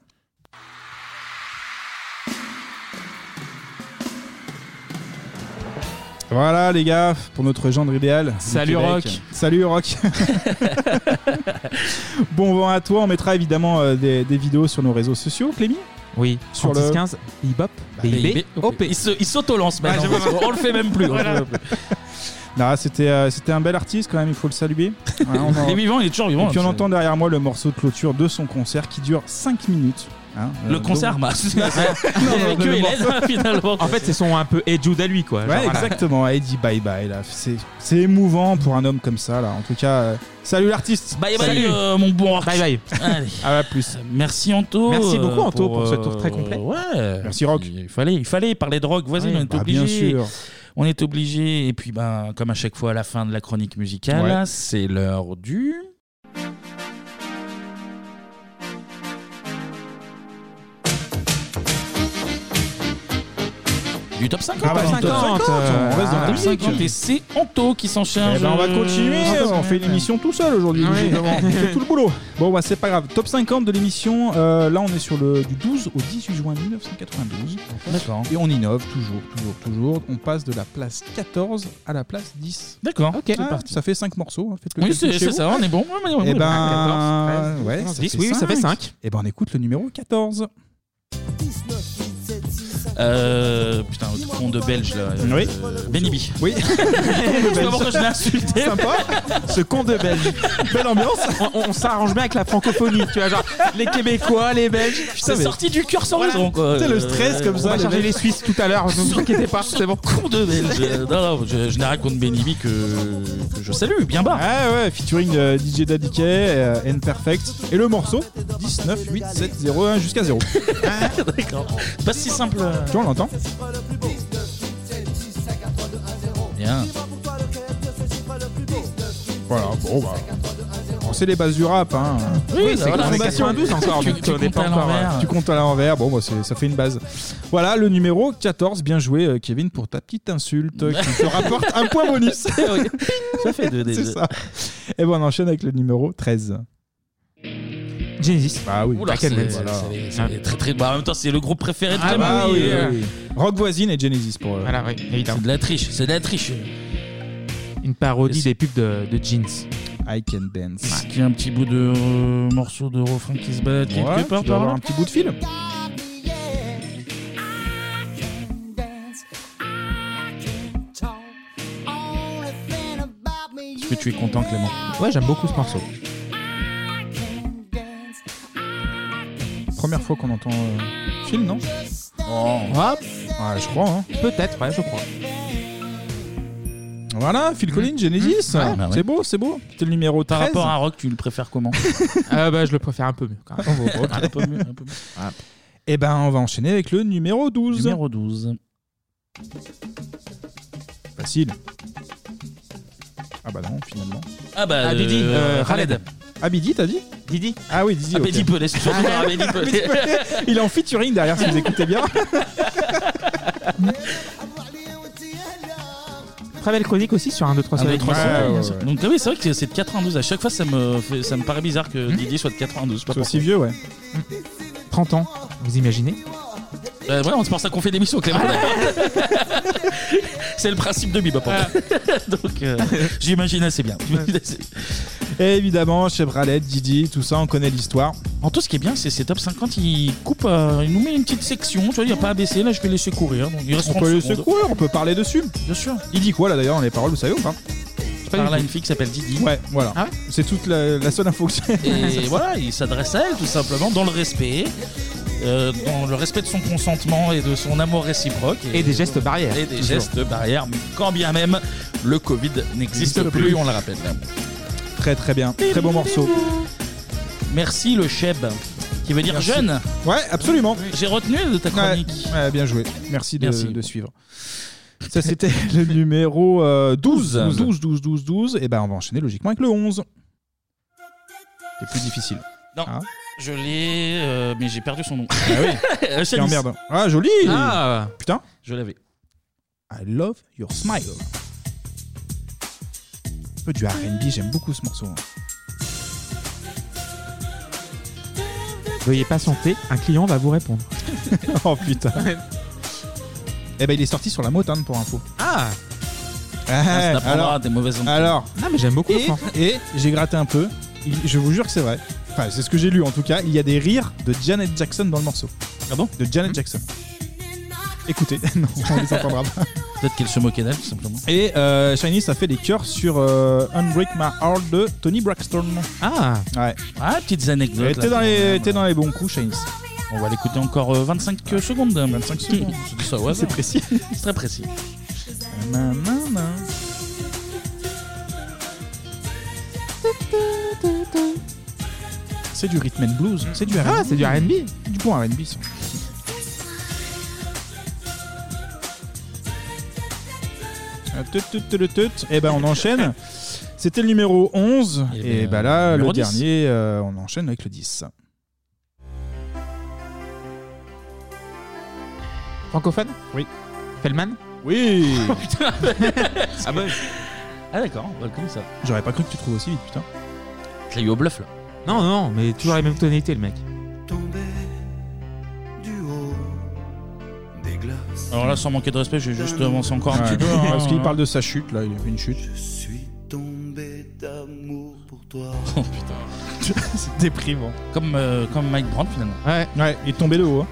[SPEAKER 7] Voilà les gars, pour notre gendre idéal. du
[SPEAKER 9] Salut,
[SPEAKER 7] Québec.
[SPEAKER 9] Rock.
[SPEAKER 7] Salut Rock. bon vent à toi, on mettra évidemment euh, des, des vidéos sur nos réseaux sociaux, Clémy
[SPEAKER 9] Oui,
[SPEAKER 7] sur le Bah,
[SPEAKER 9] 36-15, Bebop,
[SPEAKER 1] B,
[SPEAKER 9] B.I.B.,
[SPEAKER 1] OP. Il se- il s'auto-lance maintenant. on le fait même plus. on le fait même plus.
[SPEAKER 7] Non, c'était euh, c'était un bel artiste quand même, il faut le saluer. Ouais, on en-
[SPEAKER 1] Il est vivant, il est toujours vivant. hein,
[SPEAKER 7] Et puis on
[SPEAKER 1] C'est-
[SPEAKER 7] entend derrière moi le morceau de clôture de son concert qui dure 5 minutes. hein.
[SPEAKER 1] Le
[SPEAKER 7] Euh,
[SPEAKER 1] concert,
[SPEAKER 7] donc-
[SPEAKER 1] bah, c'est- Il y avait que
[SPEAKER 7] le
[SPEAKER 1] Hélène,
[SPEAKER 7] morceau.
[SPEAKER 1] finalement.
[SPEAKER 9] En fait, c'est son un peu Edge à lui, quoi.
[SPEAKER 7] Ouais, exactement. Et il dit bye bye là. C'est c'est émouvant pour un homme comme ça là. En tout cas, euh, salut l'artiste.
[SPEAKER 1] Bye bye,
[SPEAKER 7] Salut.
[SPEAKER 1] euh, mon bon Rock.
[SPEAKER 9] Bye bye.
[SPEAKER 1] Allez.
[SPEAKER 7] À la plus.
[SPEAKER 1] Merci Anto.
[SPEAKER 9] Merci
[SPEAKER 1] euh,
[SPEAKER 9] beaucoup, Anto, pour ce tour très
[SPEAKER 1] euh,
[SPEAKER 9] complet.
[SPEAKER 1] Ouais.
[SPEAKER 7] Merci Rock.
[SPEAKER 1] Il fallait, il fallait parler de rock. Voisine,
[SPEAKER 7] Ouais,
[SPEAKER 1] on est
[SPEAKER 7] bah, bien
[SPEAKER 1] obligé.
[SPEAKER 7] sûr.
[SPEAKER 1] On est obligé. Et puis, ben, comme à chaque fois à la fin de la chronique musicale,
[SPEAKER 7] Ouais.
[SPEAKER 1] c'est l'heure du. Du top 50
[SPEAKER 7] Ah bah, du top 50, on reste dans la
[SPEAKER 1] Ah,
[SPEAKER 7] musique.
[SPEAKER 1] top 50, Et c'est Anto qui s'en charge. Ah,
[SPEAKER 7] Eh ben, on va continuer, on fait une émission tout seul aujourd'hui.
[SPEAKER 1] Ouais.
[SPEAKER 7] visiblement. On fait tout le boulot. Bon, bah c'est pas grave. Top 50 de l'émission. euh, là, on est sur le du 12 au 18 juin 1992.
[SPEAKER 1] D'accord.
[SPEAKER 7] Et on innove toujours, toujours, toujours. On passe de la place 14 à la place 10.
[SPEAKER 1] D'accord,
[SPEAKER 7] Ok.
[SPEAKER 1] c'est
[SPEAKER 7] Ah,
[SPEAKER 1] parti.
[SPEAKER 7] Ça fait 5 morceaux. hein. Faites-le
[SPEAKER 1] Oui,
[SPEAKER 7] calcul
[SPEAKER 1] c'est-
[SPEAKER 7] chez
[SPEAKER 1] c'est
[SPEAKER 7] vous.
[SPEAKER 1] ça, on est bon. Ouais, ouais, Ah,
[SPEAKER 7] Eh
[SPEAKER 1] ouais,
[SPEAKER 7] ben,
[SPEAKER 1] 14, 13,
[SPEAKER 7] ouais,
[SPEAKER 1] 10, oui, ça fait cinq.
[SPEAKER 7] Et ben, on écoute le numéro 14.
[SPEAKER 1] Euh, putain, votre fond de belge là. Euh,
[SPEAKER 7] Oui.
[SPEAKER 1] Benibi.
[SPEAKER 7] Oui.
[SPEAKER 1] Je sais pas pourquoi je l'ai insulté.
[SPEAKER 7] Sympa. Ce con de belge. Belle ambiance.
[SPEAKER 9] On, on s'arrange bien avec la francophonie, tu vois, genre les Québécois, les Belges.
[SPEAKER 1] C'est sorti du cœur sans raison quoi.
[SPEAKER 9] C'est le stress comme ça. On va
[SPEAKER 1] les
[SPEAKER 9] charger
[SPEAKER 1] mecs.
[SPEAKER 9] les Suisses tout à l'heure, ne vous inquiétez pas, c'est bon.
[SPEAKER 1] Cours de belge. Euh, non, non, je, je n'ai rien contre Benibi que, que je salue bien bas.
[SPEAKER 7] Ah ouais, featuring euh, DJ Daddy K, euh, N Perfect. Et le morceau 19 8 7 0 1 jusqu'à 0.
[SPEAKER 1] Ah, D'accord. Pas si simple. euh.
[SPEAKER 7] Tu vois, on l'entend
[SPEAKER 1] Bien.
[SPEAKER 7] Voilà, bon bah. On sait les bases du rap, hein.
[SPEAKER 1] Oui, bah voilà,
[SPEAKER 7] qu'on est
[SPEAKER 1] c'est
[SPEAKER 7] 92 encore,
[SPEAKER 1] Tu-
[SPEAKER 7] donc
[SPEAKER 1] tu
[SPEAKER 7] on n'est
[SPEAKER 1] comptes
[SPEAKER 7] pas
[SPEAKER 1] à
[SPEAKER 7] encore,
[SPEAKER 1] l'envers.
[SPEAKER 7] euh, Tu comptes à l'envers, bon, bah, c'est- ça fait une base. Voilà, le numéro 14. Bien joué, euh, Kevin, pour ta petite insulte euh, qui te rapporte un point bonus.
[SPEAKER 1] ça fait deux
[SPEAKER 7] C'est
[SPEAKER 1] déjà.
[SPEAKER 7] ça. Et bon, on enchaîne avec le numéro 13. Genesis. Ah oui,
[SPEAKER 1] Oula, c'est
[SPEAKER 7] Black Album,
[SPEAKER 1] c'est-
[SPEAKER 7] voilà.
[SPEAKER 1] c'est- c'est très très. Bah, en même temps, c'est le groupe préféré de
[SPEAKER 7] Ah
[SPEAKER 1] Clément.
[SPEAKER 7] bah oui,
[SPEAKER 1] Euh,
[SPEAKER 7] oui, oui. Rock voisine et Genesis pour euh, eux.
[SPEAKER 9] Voilà, oui, évidemment.
[SPEAKER 1] C'est de la triche, c'est de la triche.
[SPEAKER 9] Une parodie des pubs de, de jeans.
[SPEAKER 7] I can dance.
[SPEAKER 1] Qu'il y a un petit bout de euh, morceau de refrain qui se balade
[SPEAKER 7] Ouais,
[SPEAKER 1] quelque part
[SPEAKER 7] tu dois
[SPEAKER 1] par
[SPEAKER 7] avoir
[SPEAKER 1] là.
[SPEAKER 7] un petit bout de fil.
[SPEAKER 1] Est-ce que tu es content, Clément
[SPEAKER 9] Ouais, j'aime beaucoup ce morceau.
[SPEAKER 7] Première fois qu'on entend euh, Phil, non
[SPEAKER 1] Oh.
[SPEAKER 7] Rap Ouais, je crois. Hein.
[SPEAKER 9] Peut-être, ouais, je crois.
[SPEAKER 7] Voilà, Phil Collins, Genesis.
[SPEAKER 1] Ouais, bah ouais.
[SPEAKER 7] C'est beau, c'est beau. C'était le numéro 13.
[SPEAKER 1] Par rapport à Rock, tu le préfères comment
[SPEAKER 9] Ah bah, je le préfère un peu mieux quand même.
[SPEAKER 1] Un peu mieux, un peu mieux.
[SPEAKER 7] Et ben, on va enchaîner avec le numéro 12.
[SPEAKER 1] Numéro 12.
[SPEAKER 7] Facile. Ah bah non, finalement.
[SPEAKER 1] Ah bah,
[SPEAKER 9] Ah, Didi, euh,
[SPEAKER 1] Khaled.
[SPEAKER 7] Ah, Midi, t'as dit
[SPEAKER 9] Didi
[SPEAKER 7] Ah oui, Didi.
[SPEAKER 1] Ah,
[SPEAKER 7] ok.
[SPEAKER 1] Mehdi Pelé, c'est surtout par Mehdi Pelé.
[SPEAKER 7] Mehdi Pelé, Il est en featuring derrière, si vous écoutez bien.
[SPEAKER 9] Très belle chronique aussi sur 1, 2, 3,
[SPEAKER 1] Ah,
[SPEAKER 9] 7.
[SPEAKER 7] ouais,
[SPEAKER 1] ouais, 300, ouais,
[SPEAKER 7] ouais,
[SPEAKER 1] bien
[SPEAKER 7] ouais.
[SPEAKER 1] sûr. Donc ah oui, c'est vrai que c'est de 92. À chaque fois, ça me, fait- ça me paraît bizarre que Didier soit de 92. je sais pas
[SPEAKER 7] Mmh. C'est aussi
[SPEAKER 1] pourquoi.
[SPEAKER 7] vieux, ouais.
[SPEAKER 9] 30 ans, vous imaginez
[SPEAKER 1] Euh, ouais, c'est pour ça qu'on fait l'émission, Clément.
[SPEAKER 7] Ah
[SPEAKER 1] c'est le principe de Bebop. en fait. Donc euh, j'imagine assez bien.
[SPEAKER 7] Et évidemment, chez Bralette, Didi, tout ça, on connaît l'histoire.
[SPEAKER 1] En tout, ce qui est bien, c'est ces top 50, il coupe, euh, il nous met une petite section. Tu vois, il n'y a pas ABC. Là, je vais laisser courir. Donc il reste
[SPEAKER 7] On
[SPEAKER 1] 30
[SPEAKER 7] peut le
[SPEAKER 1] secondes.
[SPEAKER 7] secouer, on peut parler dessus.
[SPEAKER 1] Bien sûr.
[SPEAKER 7] Il dit quoi là d'ailleurs dans les paroles, vous savez ou pas
[SPEAKER 1] Je parle à une fille qui s'appelle Didi.
[SPEAKER 7] Ouais, voilà.
[SPEAKER 9] Ah ouais
[SPEAKER 7] c'est toute la, la seule info que j'ai.
[SPEAKER 1] Et voilà, il s'adresse à elle tout simplement dans le respect, euh, dans le respect de son consentement et de son amour réciproque.
[SPEAKER 9] Et des gestes barrières.
[SPEAKER 1] Et des
[SPEAKER 9] toujours.
[SPEAKER 1] gestes barrières, quand bien même le Covid n'existe
[SPEAKER 7] N'existe
[SPEAKER 1] plus,
[SPEAKER 7] plus.
[SPEAKER 1] on le rappelle.
[SPEAKER 7] Très très bien, très bon morceau.
[SPEAKER 1] Merci le Cheb, qui veut dire
[SPEAKER 7] Merci.
[SPEAKER 1] jeune.
[SPEAKER 7] Ouais, absolument.
[SPEAKER 1] J'ai retenu de ta
[SPEAKER 7] Ouais,
[SPEAKER 1] chronique.
[SPEAKER 7] ouais, bien joué. Merci de,
[SPEAKER 1] Merci.
[SPEAKER 7] de suivre. Ça c'était le numéro euh, 12.
[SPEAKER 1] 12.
[SPEAKER 7] 12, 12, 12, 12. Et ben on va enchaîner logiquement avec le 11. C'est plus difficile.
[SPEAKER 1] Non,
[SPEAKER 7] Ah.
[SPEAKER 1] je l'ai, euh, mais j'ai perdu son nom.
[SPEAKER 7] Ah oui,
[SPEAKER 1] Euh,
[SPEAKER 7] c'est
[SPEAKER 1] Chalice.
[SPEAKER 7] emmerdant. Ah joli
[SPEAKER 9] Ah
[SPEAKER 7] Putain.
[SPEAKER 1] Je l'avais.
[SPEAKER 7] I love your smile. Un peu du RB, j'aime beaucoup ce morceau. hein.
[SPEAKER 9] Veuillez patienter, un client va vous répondre.
[SPEAKER 7] oh putain. Eh ben il est sorti sur la motane pour info.
[SPEAKER 9] Ah
[SPEAKER 1] Ah,
[SPEAKER 7] Ah,
[SPEAKER 1] ça t'apprendra
[SPEAKER 7] alors,
[SPEAKER 1] des mauvaises ondes.
[SPEAKER 7] alors,
[SPEAKER 9] Non mais j'aime beaucoup
[SPEAKER 7] et,
[SPEAKER 9] franchement.
[SPEAKER 7] et j'ai gratté un peu. Il- je vous jure que c'est vrai. Enfin, c'est ce que j'ai lu en tout cas. Il y a des rires de Janet Jackson dans le morceau.
[SPEAKER 1] Ah bon
[SPEAKER 7] De Janet Jackson. Écoutez, non, on les entendra pas.
[SPEAKER 1] Peut-être qu'elle se moquait d'elle, tout simplement.
[SPEAKER 7] Et euh, Shiny, ça fait des chœurs sur euh, Unbreak My Heart de Tony Braxton.
[SPEAKER 9] Ah
[SPEAKER 7] Ouais.
[SPEAKER 1] Ah, petites anecdotes. là,
[SPEAKER 7] T'es dans, les-
[SPEAKER 1] quand même.
[SPEAKER 7] t'es dans les bons coups, Shiny.
[SPEAKER 1] On va l'écouter encore euh, 25 secondes. 25
[SPEAKER 7] secondes.
[SPEAKER 1] ça, ouais,
[SPEAKER 7] C'est précis.
[SPEAKER 1] C'est très précis.
[SPEAKER 7] Na, na, na. C'est du rhythm and blues, c'est du R&B.
[SPEAKER 9] Ah c'est du RB
[SPEAKER 7] du bon R&B. ça. Ah, tut, tut, tut, tut. Eh ben on enchaîne. C'était le numéro 11
[SPEAKER 1] Eh
[SPEAKER 7] et,
[SPEAKER 1] ben,
[SPEAKER 7] bah là
[SPEAKER 1] numéro
[SPEAKER 7] le
[SPEAKER 1] 10.
[SPEAKER 7] dernier euh, on enchaîne avec le 10.
[SPEAKER 9] Francophone
[SPEAKER 7] Oui.
[SPEAKER 9] Fellman
[SPEAKER 7] Oui
[SPEAKER 1] ah bah. Ah d'accord, on va le comme ça.
[SPEAKER 7] J'aurais pas cru que tu trouves aussi vite, putain.
[SPEAKER 1] Tu l'as eu au bluff là.
[SPEAKER 9] Non, non, mais toujours la même tonalité, le mec.
[SPEAKER 1] Alors là, sans manquer de respect, je vais juste avancer encore un
[SPEAKER 7] Ouais,
[SPEAKER 1] petit peu. hein.
[SPEAKER 7] Parce qu'il parle de sa chute, là, il a fait une chute.
[SPEAKER 1] Oh putain.
[SPEAKER 7] c'est déprimant.
[SPEAKER 1] Comme, euh, comme Mike Brandt finalement.
[SPEAKER 9] Ouais.
[SPEAKER 7] ouais, il est tombé de haut.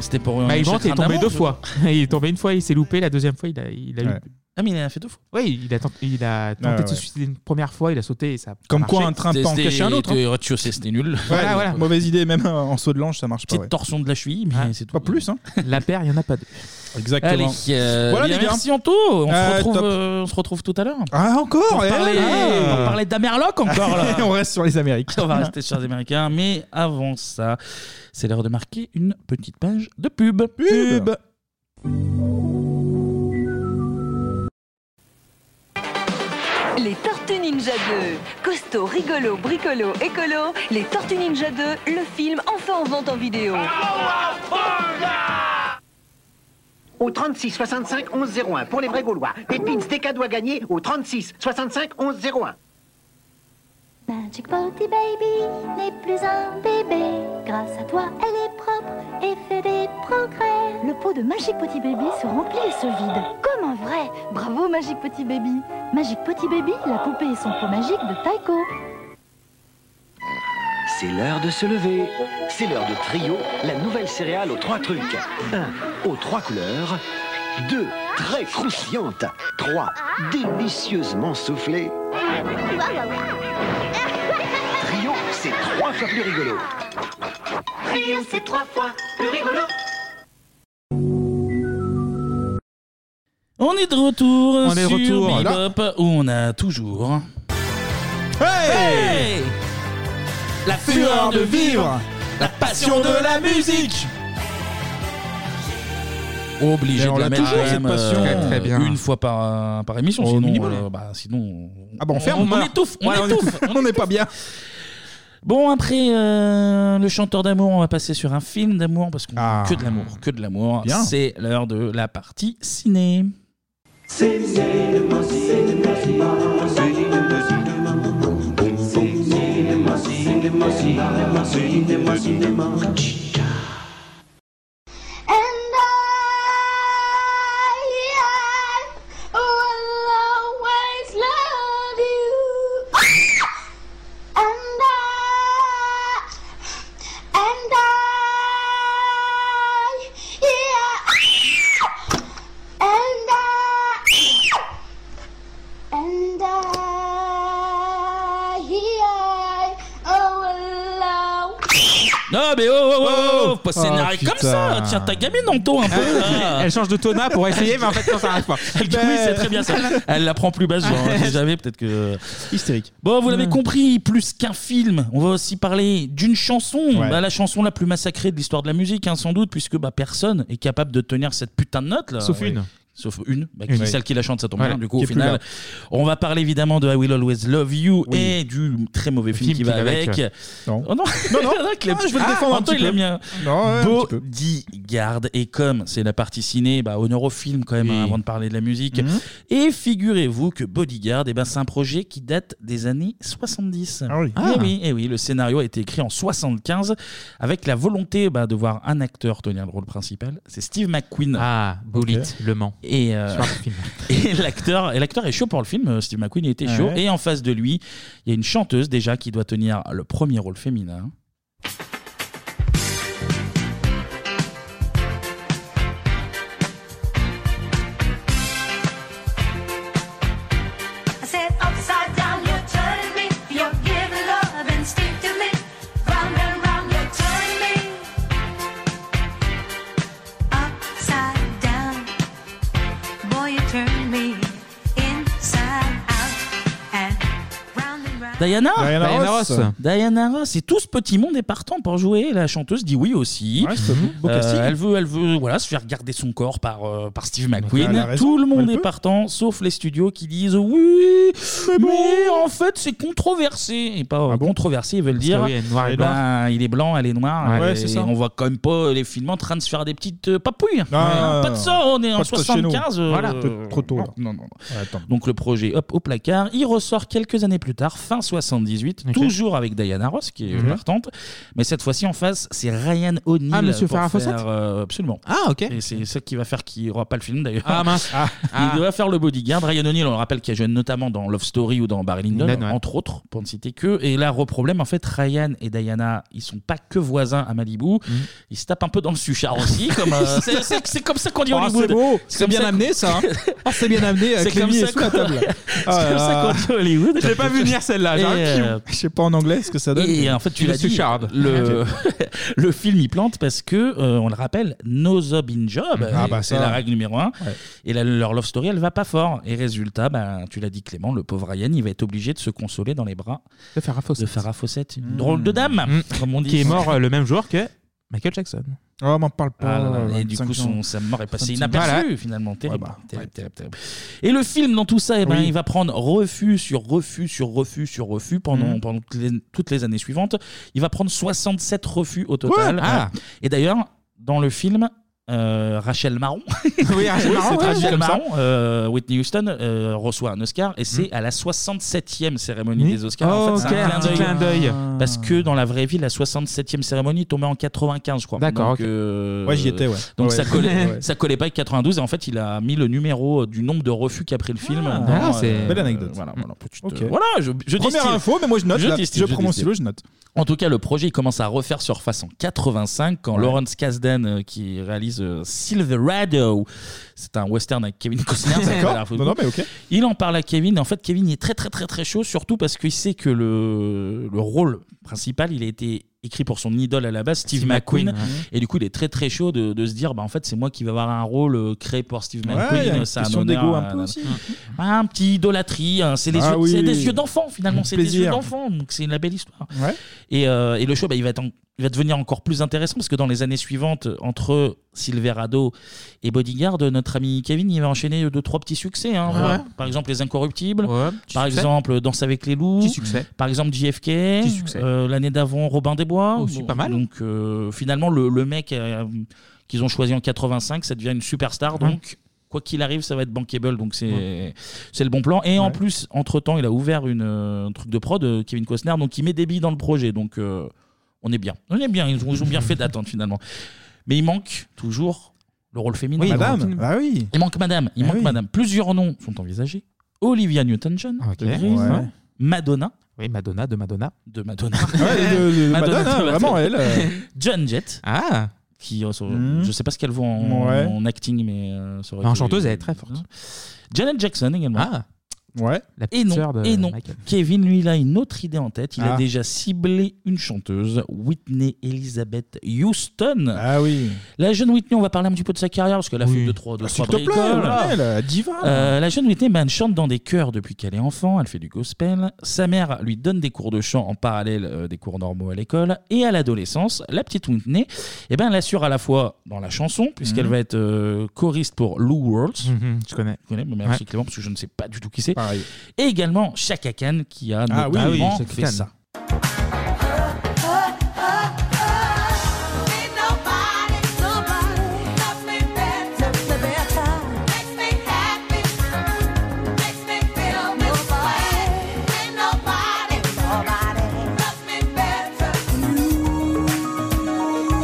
[SPEAKER 1] C'était pour.
[SPEAKER 9] Mike
[SPEAKER 1] Michel
[SPEAKER 9] Brandt est
[SPEAKER 1] Crâne
[SPEAKER 9] tombé
[SPEAKER 1] d'Amande,
[SPEAKER 9] deux
[SPEAKER 1] je-
[SPEAKER 9] fois. Il est tombé une fois, il s'est loupé. La deuxième fois, il a, il a eu.
[SPEAKER 1] Ouais. Ah, mais il a fait deux fois.
[SPEAKER 9] Oui, il a tenté, il a tenté
[SPEAKER 1] Ouais,
[SPEAKER 9] de se
[SPEAKER 1] ouais.
[SPEAKER 9] suicider une première fois, il a sauté et ça. a pas
[SPEAKER 7] Comme quoi,
[SPEAKER 9] marché.
[SPEAKER 7] un train peut en cacher un autre. hein.
[SPEAKER 1] C'était rez-de-chaussée, c'était nul.
[SPEAKER 9] Voilà,
[SPEAKER 7] Ouais,
[SPEAKER 9] voilà.
[SPEAKER 7] Mauvaise idée, même euh, en saut de l'ange, ça marche pas.
[SPEAKER 1] Petite
[SPEAKER 7] ouais.
[SPEAKER 1] torsion de la cheville, mais c'est tout.
[SPEAKER 7] Pas plus, hein.
[SPEAKER 9] La paire, il n'y en a pas deux.
[SPEAKER 7] Exactement.
[SPEAKER 1] Allez, euh,
[SPEAKER 7] Voilà,
[SPEAKER 1] bien,
[SPEAKER 7] les gars.
[SPEAKER 1] merci Anto. On,
[SPEAKER 7] Euh,
[SPEAKER 1] se retrouve,
[SPEAKER 7] top.
[SPEAKER 1] euh, on se retrouve tout à l'heure.
[SPEAKER 7] Ah, encore
[SPEAKER 1] Pour
[SPEAKER 7] eh,
[SPEAKER 1] parler,
[SPEAKER 7] ah.
[SPEAKER 1] pour parler d'Amerloc encore là.
[SPEAKER 7] On reste sur les Amériques.
[SPEAKER 1] On va rester sur les Américains, mais avant ça, c'est l'heure de marquer une petite page de pub.
[SPEAKER 7] Pub.
[SPEAKER 29] Les Tortues Ninja 2. Costaud, rigolo, bricolo, écolo. Les Tortues Ninja 2, le film enfin en vente en vidéo.
[SPEAKER 28] Au 36 65 11 01 pour les vrais Gaulois. Des pins, des cadeaux à gagner au 36 65 11 01.
[SPEAKER 8] Magic Potty Baby n'est plus un bébé. Grâce à toi, elle est propre et fait des progrès. Le pot de Magic Potty Baby se remplit et se vide, comme un vrai. Bravo Magic Potty Baby. Magic Potty Baby, la poupée et son pot magique de Taiko.
[SPEAKER 28] C'est l'heure de se lever. C'est l'heure de Trio, la nouvelle céréale aux trois trucs. 1. Aux trois couleurs. 2. Très croustillante. 3. Délicieusement soufflée. Trio, c'est trois fois plus rigolo. Trio, c'est trois fois plus rigolo.
[SPEAKER 1] On est de retour
[SPEAKER 5] On est
[SPEAKER 1] sur
[SPEAKER 5] de retour, là.
[SPEAKER 1] Bebop, où on a toujours...
[SPEAKER 5] Hey
[SPEAKER 1] La
[SPEAKER 5] fureur de vivre,
[SPEAKER 1] la passion de la musique Obligé
[SPEAKER 7] Mais on
[SPEAKER 1] de la
[SPEAKER 7] l'a
[SPEAKER 1] mettre
[SPEAKER 7] toujours,
[SPEAKER 1] quand
[SPEAKER 7] cette
[SPEAKER 1] même,
[SPEAKER 7] passion.
[SPEAKER 1] euh,
[SPEAKER 7] Très, très bien.
[SPEAKER 1] une fois par, par émission,
[SPEAKER 7] Oh non,
[SPEAKER 1] sinon,
[SPEAKER 7] ouais.
[SPEAKER 1] euh, bah, sinon
[SPEAKER 7] Ah bah, on ferme,
[SPEAKER 1] on,
[SPEAKER 7] meurt.
[SPEAKER 1] étouffe, on
[SPEAKER 7] Ouais, on est-
[SPEAKER 1] étouffe,
[SPEAKER 7] on n'est pas bien.
[SPEAKER 1] Bon après euh, le chanteur d'amour, on va passer sur un film d'amour parce qu'on
[SPEAKER 7] Ah.
[SPEAKER 1] a que de l'amour, que de l'amour.
[SPEAKER 7] Bien.
[SPEAKER 1] C'est l'heure de la partie ciné.
[SPEAKER 8] always love you. and I, and I, yeah. and I, and I, yeah. Oh, love.
[SPEAKER 1] Non mais oh oh oh, oh, faut pas
[SPEAKER 9] Oh,
[SPEAKER 1] s'énerver comme
[SPEAKER 9] putain.
[SPEAKER 1] ça. Tiens ta gamine en ton un peu.
[SPEAKER 7] Ah,
[SPEAKER 1] là.
[SPEAKER 9] Elle change de tona pour essayer, mais en fait, non, ça n'arrive pas.
[SPEAKER 1] Ah. Elle dit, oui, c'est très bien ça. Elle la prend plus basse, genre, si jamais, peut-être que.
[SPEAKER 7] Hystérique.
[SPEAKER 1] Bon, vous
[SPEAKER 7] Mm.
[SPEAKER 1] l'avez compris, plus qu'un film, on va aussi parler d'une chanson.
[SPEAKER 7] Ouais.
[SPEAKER 1] Bah, la chanson la plus massacrée de l'histoire de la musique, hein, sans doute, puisque bah, personne est capable de tenir cette putain de note. Là.
[SPEAKER 9] Sauf une.
[SPEAKER 1] Sauf une, bah, qui-
[SPEAKER 9] Une.
[SPEAKER 1] celle qui la chante, ça tombe
[SPEAKER 9] Voilà,
[SPEAKER 1] bien. Du coup,
[SPEAKER 9] qui
[SPEAKER 1] au
[SPEAKER 9] est plus
[SPEAKER 1] final,
[SPEAKER 9] là.
[SPEAKER 1] on va parler évidemment de I Will Always Love You
[SPEAKER 9] Oui.
[SPEAKER 1] et du très mauvais film, qui va avec.
[SPEAKER 7] Non.
[SPEAKER 1] Oh non,
[SPEAKER 7] Non, non.
[SPEAKER 1] Clap.
[SPEAKER 7] Ah, je vais le défendre un petit
[SPEAKER 1] Antoine, il
[SPEAKER 7] peu.
[SPEAKER 1] aime bien.
[SPEAKER 7] Non, ouais, un petit peu.
[SPEAKER 1] Bodyguard. Et comme c'est la partie ciné, bah, honneur au film quand même, hein, avant de parler de la musique.
[SPEAKER 7] Mhm.
[SPEAKER 1] Et figurez-vous que Bodyguard, eh ben, c'est un projet qui date des années 70.
[SPEAKER 7] Ah oui.
[SPEAKER 1] Eh oui, eh oui, le scénario a été écrit en 75 avec la volonté bah, de voir un acteur tenir le rôle principal. C'est Steve McQueen.
[SPEAKER 9] Ah, Bullitt, Le Mans.
[SPEAKER 1] Et, euh,
[SPEAKER 9] Super film.
[SPEAKER 1] et l'acteur et l'acteur est chaud pour le film. euh, Steve McQueen il était
[SPEAKER 9] Ah
[SPEAKER 1] chaud.
[SPEAKER 9] ouais.
[SPEAKER 1] Et en face de lui, il y a une chanteuse déjà qui doit tenir le premier rôle féminin.
[SPEAKER 37] I said upside down, you're turning me. You give love instinctively. Round and round, you're turning me. Upside down, boy, you turn me inside out and round and round.
[SPEAKER 1] Diana
[SPEAKER 7] Diana Diana Ross. Ross.
[SPEAKER 1] Diana Ross. Et tout ce petit monde est partant pour jouer. La chanteuse dit oui aussi.
[SPEAKER 7] beau
[SPEAKER 1] Euh,
[SPEAKER 7] casting.
[SPEAKER 1] elle veut, elle veut voilà, se faire garder son corps par, euh, par Steve McQueen.
[SPEAKER 7] elle a raison,
[SPEAKER 1] tout le monde
[SPEAKER 7] elle
[SPEAKER 1] est
[SPEAKER 7] peut.
[SPEAKER 1] partant, sauf les studios qui disent oui, mais, en fait c'est controversé. Et pas euh, controversé, ils veulent dire.
[SPEAKER 9] Ah que oui, elle est noire et
[SPEAKER 1] eh ben, il est blanc, elle est noire.
[SPEAKER 9] Ouais,
[SPEAKER 1] et
[SPEAKER 9] c'est ça.
[SPEAKER 1] On voit quand même pas les films en train de se faire des petites euh, papouilles.
[SPEAKER 9] non,
[SPEAKER 1] pas de
[SPEAKER 9] non.
[SPEAKER 1] ça, on est en
[SPEAKER 9] Ah. Pas de ça chez nous.
[SPEAKER 1] 75. euh,
[SPEAKER 9] Voilà. Trop- trop tôt, là.
[SPEAKER 1] non, non, non. Donc le projet hop au placard, il ressort quelques années plus tard, fin 78, toujours avec Diana Ross qui est
[SPEAKER 9] Mhm.
[SPEAKER 1] partante, mais cette fois-ci en face c'est Ryan O'Neill.
[SPEAKER 9] Ah, Monsieur
[SPEAKER 1] pour
[SPEAKER 9] Farrah
[SPEAKER 1] faire,
[SPEAKER 9] Fawcett
[SPEAKER 1] euh, Absolument.
[SPEAKER 9] Ah, ok.
[SPEAKER 1] Et c'est ça qui va faire qu'il n'y aura pas le film d'ailleurs.
[SPEAKER 9] Ah, mince. Ah.
[SPEAKER 1] Il doit faire le bodyguard. Ryan O'Neill, on le rappelle, qui a joué notamment dans Love Story ou dans Barry Lyndon,
[SPEAKER 9] Lyndon, ouais.
[SPEAKER 1] entre autres, pour ne citer que. Et là, gros problème, en fait, Ryan et Diana, ils sont pas que voisins à Malibu,
[SPEAKER 9] Mm.
[SPEAKER 1] ils se tapent un peu dans le suchard aussi. comme, euh, c'est- c'est- c'est comme ça qu'on dit
[SPEAKER 7] Ah,
[SPEAKER 9] Oh,
[SPEAKER 1] Hollywood.
[SPEAKER 9] c'est beau. C'est
[SPEAKER 1] comme
[SPEAKER 9] bien
[SPEAKER 1] ça-
[SPEAKER 9] amené, ça, hein. Oh, c'est bien amené, euh,
[SPEAKER 1] C'est
[SPEAKER 9] Clémy
[SPEAKER 1] comme
[SPEAKER 9] est
[SPEAKER 1] ça
[SPEAKER 9] sous la
[SPEAKER 1] qu'on-
[SPEAKER 9] table.
[SPEAKER 1] C'est
[SPEAKER 9] Ah là
[SPEAKER 1] comme ça
[SPEAKER 9] là.
[SPEAKER 1] qu'on dit Hollywood.
[SPEAKER 9] Je l'ai pas vu venir, celle-là, j'ai un
[SPEAKER 1] Et, euh,
[SPEAKER 7] Je sais pas en anglais ce que ça donne.
[SPEAKER 1] et en fait, tu l'as dit, le, le film y plante parce que, euh, on le rappelle, no job in job,
[SPEAKER 7] Ah
[SPEAKER 1] Et
[SPEAKER 7] bah
[SPEAKER 1] c'est
[SPEAKER 7] ça.
[SPEAKER 1] la règle numéro un. Et la- leur love story, elle va pas fort. Et résultat, bah, tu l'as dit Clément, le pauvre Ryan, il va être obligé de se consoler dans les bras
[SPEAKER 9] de Farrah Fawcett. Mmh.
[SPEAKER 1] une drôle de dame, comme on dit.
[SPEAKER 9] Qui est mort euh, le même jour que Michael Jackson.
[SPEAKER 7] Oh, m'en parle
[SPEAKER 1] Ah
[SPEAKER 7] pas.
[SPEAKER 1] là
[SPEAKER 9] euh,
[SPEAKER 1] là, et du
[SPEAKER 7] 25
[SPEAKER 1] coup, son,
[SPEAKER 7] ans.
[SPEAKER 1] sa mort est passée
[SPEAKER 7] 25
[SPEAKER 1] inaperçue,
[SPEAKER 7] Voilà.
[SPEAKER 1] finalement. Terrible,
[SPEAKER 7] Ouais, bah,
[SPEAKER 1] terrible, terrible, terrible. Et le film, dans tout ça, eh ben,
[SPEAKER 7] Oui.
[SPEAKER 1] il va prendre refus sur refus sur refus sur refus pendant,
[SPEAKER 9] Mhm.
[SPEAKER 1] pendant toutes, les, toutes les années suivantes. Il va prendre 67 refus au total.
[SPEAKER 9] Ouais. Ah.
[SPEAKER 1] Ouais. Et d'ailleurs, dans le film. euh, Rachel Marron,
[SPEAKER 9] Oui, Rachel Marron,
[SPEAKER 1] c'est
[SPEAKER 9] ouais,
[SPEAKER 1] Rachel
[SPEAKER 9] comme ça.
[SPEAKER 1] Marron, euh, Whitney Houston euh, reçoit un Oscar et c'est à la 67e cérémonie
[SPEAKER 9] Mhm. Oui.
[SPEAKER 1] des Oscars. en
[SPEAKER 9] Oh,
[SPEAKER 1] fait, c'est
[SPEAKER 9] ok, un petit clin d'œil.
[SPEAKER 1] Parce que dans la vraie vie, la 67e cérémonie tombait en 95, je crois.
[SPEAKER 9] D'accord,
[SPEAKER 1] Donc,
[SPEAKER 9] ok.
[SPEAKER 1] euh,
[SPEAKER 9] Ouais, j'y étais, ouais.
[SPEAKER 1] Donc
[SPEAKER 9] Ouais.
[SPEAKER 1] ça collait,
[SPEAKER 9] Ouais.
[SPEAKER 1] ça collait pas avec 92 et en fait il a mis le numéro euh, du nombre de refus qu'a pris le film.
[SPEAKER 9] Ah,
[SPEAKER 1] dans,
[SPEAKER 9] ah, c'est-
[SPEAKER 1] euh,
[SPEAKER 9] Belle anecdote.
[SPEAKER 1] Voilà, voilà, petite,
[SPEAKER 7] Ok.
[SPEAKER 1] euh, voilà, je, je
[SPEAKER 7] Première
[SPEAKER 1] distille.
[SPEAKER 7] info, mais moi, je note, là.
[SPEAKER 1] distille,
[SPEAKER 7] Je prends mon
[SPEAKER 1] distille.
[SPEAKER 7] stylo, je note.
[SPEAKER 1] En tout cas, le projet il commence à refaire surface en 85 quand Lawrence Kasdan euh, qui réalise euh, Silverado, c'est un western avec Kevin Costner. ça s'appelle
[SPEAKER 7] D'accord.
[SPEAKER 1] la photo.
[SPEAKER 7] Non, non, mais ok.
[SPEAKER 1] Il en parle à Kevin. En fait, Kevin il est très très très très chaud, surtout parce qu'il sait que le, le rôle principal, il a été écrit pour son idole à la base, Steve,
[SPEAKER 9] Steve
[SPEAKER 1] McQueen.
[SPEAKER 9] McQueen,
[SPEAKER 1] Et du coup, il est très très chaud de, de se dire, bah en fait, c'est moi qui vais avoir un rôle euh, créé pour Steve
[SPEAKER 9] Ouais,
[SPEAKER 7] il y a
[SPEAKER 1] McQueen.
[SPEAKER 7] une
[SPEAKER 1] C'est un
[SPEAKER 7] question
[SPEAKER 1] honneur,
[SPEAKER 7] d'ego un peu
[SPEAKER 1] nanana.
[SPEAKER 7] aussi.
[SPEAKER 1] Ah, un petit idolâtrie. hein. C'est les
[SPEAKER 7] Ah
[SPEAKER 1] yeux-
[SPEAKER 7] oui.
[SPEAKER 1] c'est des yeux d'enfant finalement. C'est des
[SPEAKER 7] Plaisir.
[SPEAKER 1] yeux d'enfant. Donc c'est une belle histoire. Et, euh, et le show, bah, il, va être en- il va devenir encore plus intéressant parce que dans les années suivantes, entre Silverado et Bodyguard, notre ami Kevin, il va enchaîner deux trois petits succès. hein.
[SPEAKER 9] Ouais.
[SPEAKER 7] Ah
[SPEAKER 1] Voilà. Par exemple, Les Incorruptibles.
[SPEAKER 9] petit
[SPEAKER 1] par
[SPEAKER 9] succès.
[SPEAKER 1] exemple, Danse avec les loups.
[SPEAKER 9] succès.
[SPEAKER 1] Par exemple, JFK. Euh, L'année d'avant, Robin des Bois.
[SPEAKER 9] Aussi
[SPEAKER 1] Bon,
[SPEAKER 9] pas mal.
[SPEAKER 1] Donc euh, finalement, le, le mec euh, qu'ils ont choisi en 85, ça devient une superstar.
[SPEAKER 9] Hein.
[SPEAKER 1] Donc quoi qu'il arrive, ça va être bankable, donc c'est c'est le bon plan. Et en plus, entre temps, il a ouvert une, euh, un truc de prod, euh, Kevin Costner, donc il met des billes dans le projet, donc euh, on est bien, on est bien, ils ont, ils ont bien fait d'attendre finalement. Mais il manque toujours le rôle féminin.
[SPEAKER 7] Oui, madame.
[SPEAKER 1] Dans le film.
[SPEAKER 7] Bah oui.
[SPEAKER 1] Il manque Madame, il
[SPEAKER 7] Ah
[SPEAKER 1] manque
[SPEAKER 7] oui.
[SPEAKER 1] Madame. Plusieurs noms sont envisagés. Olivia Newton-John, de Grease,
[SPEAKER 9] Ah, Ouais.
[SPEAKER 1] Madonna.
[SPEAKER 9] Oui, Madonna de Madonna.
[SPEAKER 1] De Madonna.
[SPEAKER 9] de- de Madonna,
[SPEAKER 1] de
[SPEAKER 9] vraiment, elle, euh.
[SPEAKER 1] John Jett.
[SPEAKER 9] Ah. Hmm.
[SPEAKER 1] Qui, euh, sur- Je sais pas ce qu'elle vaut en,
[SPEAKER 9] Ouais.
[SPEAKER 1] en acting, mais. euh, ça aurait
[SPEAKER 9] En
[SPEAKER 1] été-
[SPEAKER 9] chanteuse, elle est très forte.
[SPEAKER 1] Janet Jackson également. Mhm. Ah
[SPEAKER 7] Ouais.
[SPEAKER 1] et non,
[SPEAKER 9] sœur de
[SPEAKER 1] et non.
[SPEAKER 9] Michael.
[SPEAKER 1] Kevin, lui, il a une autre idée en tête. Il a
[SPEAKER 9] Ah.
[SPEAKER 1] déjà ciblé une chanteuse, Whitney Elizabeth Houston.
[SPEAKER 7] Ah oui.
[SPEAKER 1] La jeune Whitney, on va parler un petit peu de sa carrière parce qu'elle a
[SPEAKER 9] Oui.
[SPEAKER 1] fait deux, trois, deux,
[SPEAKER 9] Ah, s'il
[SPEAKER 1] trois
[SPEAKER 9] te plaît,
[SPEAKER 1] bricoles.
[SPEAKER 9] voilà, elle, euh,
[SPEAKER 7] diva.
[SPEAKER 1] Euh, la jeune Whitney, ben, elle chante dans des chœurs depuis qu'elle est enfant. Elle fait du gospel. Sa mère lui donne des cours de chant en parallèle euh, des cours normaux à l'école. Et à l'adolescence, la petite Whitney, eh ben, elle assure à la fois dans la chanson puisqu'elle
[SPEAKER 9] Mhm.
[SPEAKER 1] va être euh, choriste pour Lou Worlds.
[SPEAKER 9] Mhm, je connais.
[SPEAKER 1] Tu connais, mais merci
[SPEAKER 9] Ouais.
[SPEAKER 1] Clément, parce que je ne sais pas du tout qui c'est. Et également Chaka Khan qui a
[SPEAKER 9] Ah oui,
[SPEAKER 1] notamment
[SPEAKER 9] oui, Chaka
[SPEAKER 1] fait
[SPEAKER 9] Khan.
[SPEAKER 1] ça.
[SPEAKER 7] Très
[SPEAKER 9] On
[SPEAKER 7] beau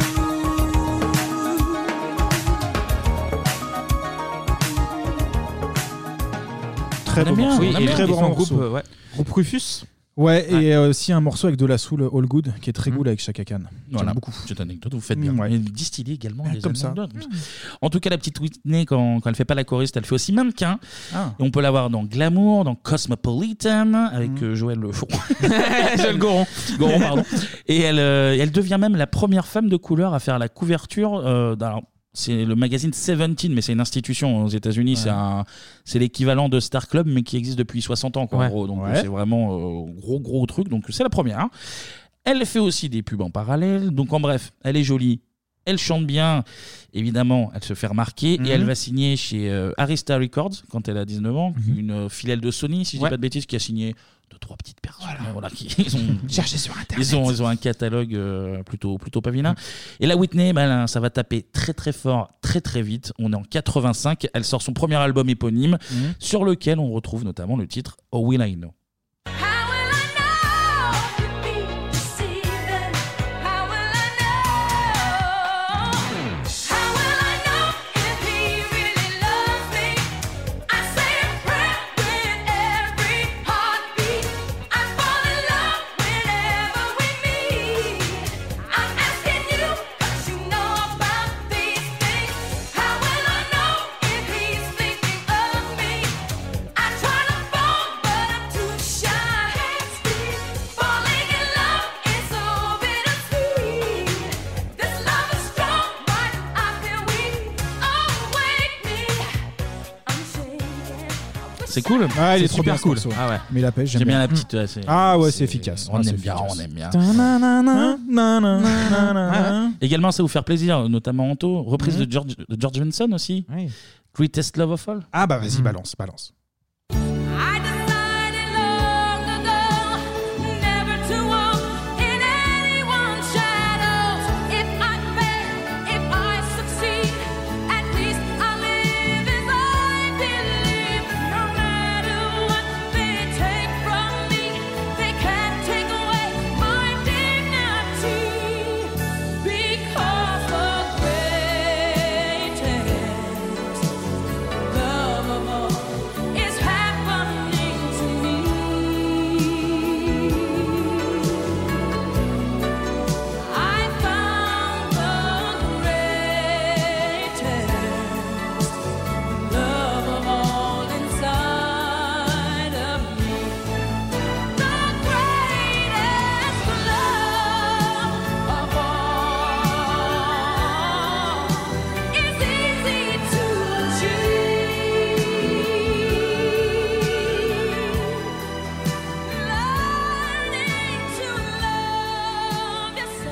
[SPEAKER 9] aime bien,
[SPEAKER 7] morceau.
[SPEAKER 9] oui, et
[SPEAKER 7] très
[SPEAKER 9] les-
[SPEAKER 7] beau
[SPEAKER 9] et son
[SPEAKER 7] morceau.
[SPEAKER 9] groupe, euh, ouais. Groupe Rufus.
[SPEAKER 7] Ouais, et euh, aussi un morceau avec de la soul All Good qui est très cool avec Chaka Khan.
[SPEAKER 1] Voilà,
[SPEAKER 7] J'aime beaucoup.
[SPEAKER 1] Cette anecdote, vous faites bien.
[SPEAKER 7] Mm, ouais. Ah,
[SPEAKER 1] Et distiller également les
[SPEAKER 7] Comme ça.
[SPEAKER 1] anecdotes. En tout cas, la petite Whitney, quand, quand elle fait pas la choriste, elle fait aussi mannequin.
[SPEAKER 7] Ah.
[SPEAKER 1] Et on peut la voir dans Glamour, dans Cosmopolitan, avec
[SPEAKER 7] Mm.
[SPEAKER 1] euh, Joël Le Fou.
[SPEAKER 9] Joël Goron.
[SPEAKER 1] Goron, pardon. Et elle, euh, elle devient même la première femme de couleur à faire la couverture euh, d'un c'est le magazine Seventeen, mais c'est une institution aux États-Unis. C'est un, c'est l'équivalent de Star Club, mais qui existe depuis 60 ans, quoi,
[SPEAKER 7] Ouais.
[SPEAKER 1] en gros. Donc
[SPEAKER 7] Ouais.
[SPEAKER 1] euh, c'est vraiment euh, gros, gros truc. Donc c'est la première. Elle fait aussi des pubs en parallèle. Donc en bref, elle est jolie. Elle chante bien, évidemment, elle se fait remarquer
[SPEAKER 7] Mhm.
[SPEAKER 1] et elle va signer chez euh, Arista Records quand elle a 19 ans, une euh, filiale de Sony, si je dis
[SPEAKER 7] Mhm. Ouais.
[SPEAKER 1] pas de bêtises, qui a signé deux trois petites personnes. Voilà, qui, ils ont sur Internet. Ils ont, ils ont un catalogue euh, plutôt, plutôt pavillon. Et la Whitney, ben, là, ça va taper très très fort, très très vite. On est en 85. Elle sort son premier album éponyme,
[SPEAKER 7] Mhm.
[SPEAKER 1] sur lequel on retrouve notamment le titre Oh Will I Know. C'est cool.
[SPEAKER 7] Ah, il
[SPEAKER 1] C'est
[SPEAKER 7] est, trop
[SPEAKER 1] super
[SPEAKER 7] bien
[SPEAKER 1] cool.
[SPEAKER 7] Ah ouais. Mais la pêche, j'aime bien.
[SPEAKER 1] la petite. euh, c'est-
[SPEAKER 7] Ah ouais, c'est efficace.
[SPEAKER 1] On
[SPEAKER 7] Ah,
[SPEAKER 1] aime
[SPEAKER 7] c'est
[SPEAKER 1] bien,
[SPEAKER 7] efficace.
[SPEAKER 1] on aime bien.
[SPEAKER 7] Ta-na-na-na-na-na-na-na.
[SPEAKER 1] Hein Également, ça vous faire plaisir, notamment Anto, reprise
[SPEAKER 7] Mmh.
[SPEAKER 1] de, George, de George Benson aussi. Greatest Love of All. Mmh.
[SPEAKER 7] Ah bah vas-y, balance, balance.
[SPEAKER 8] It's happening to me. I found the greatest love of all inside of me. The greatest love of all is easy to achieve. Learning to love yourself.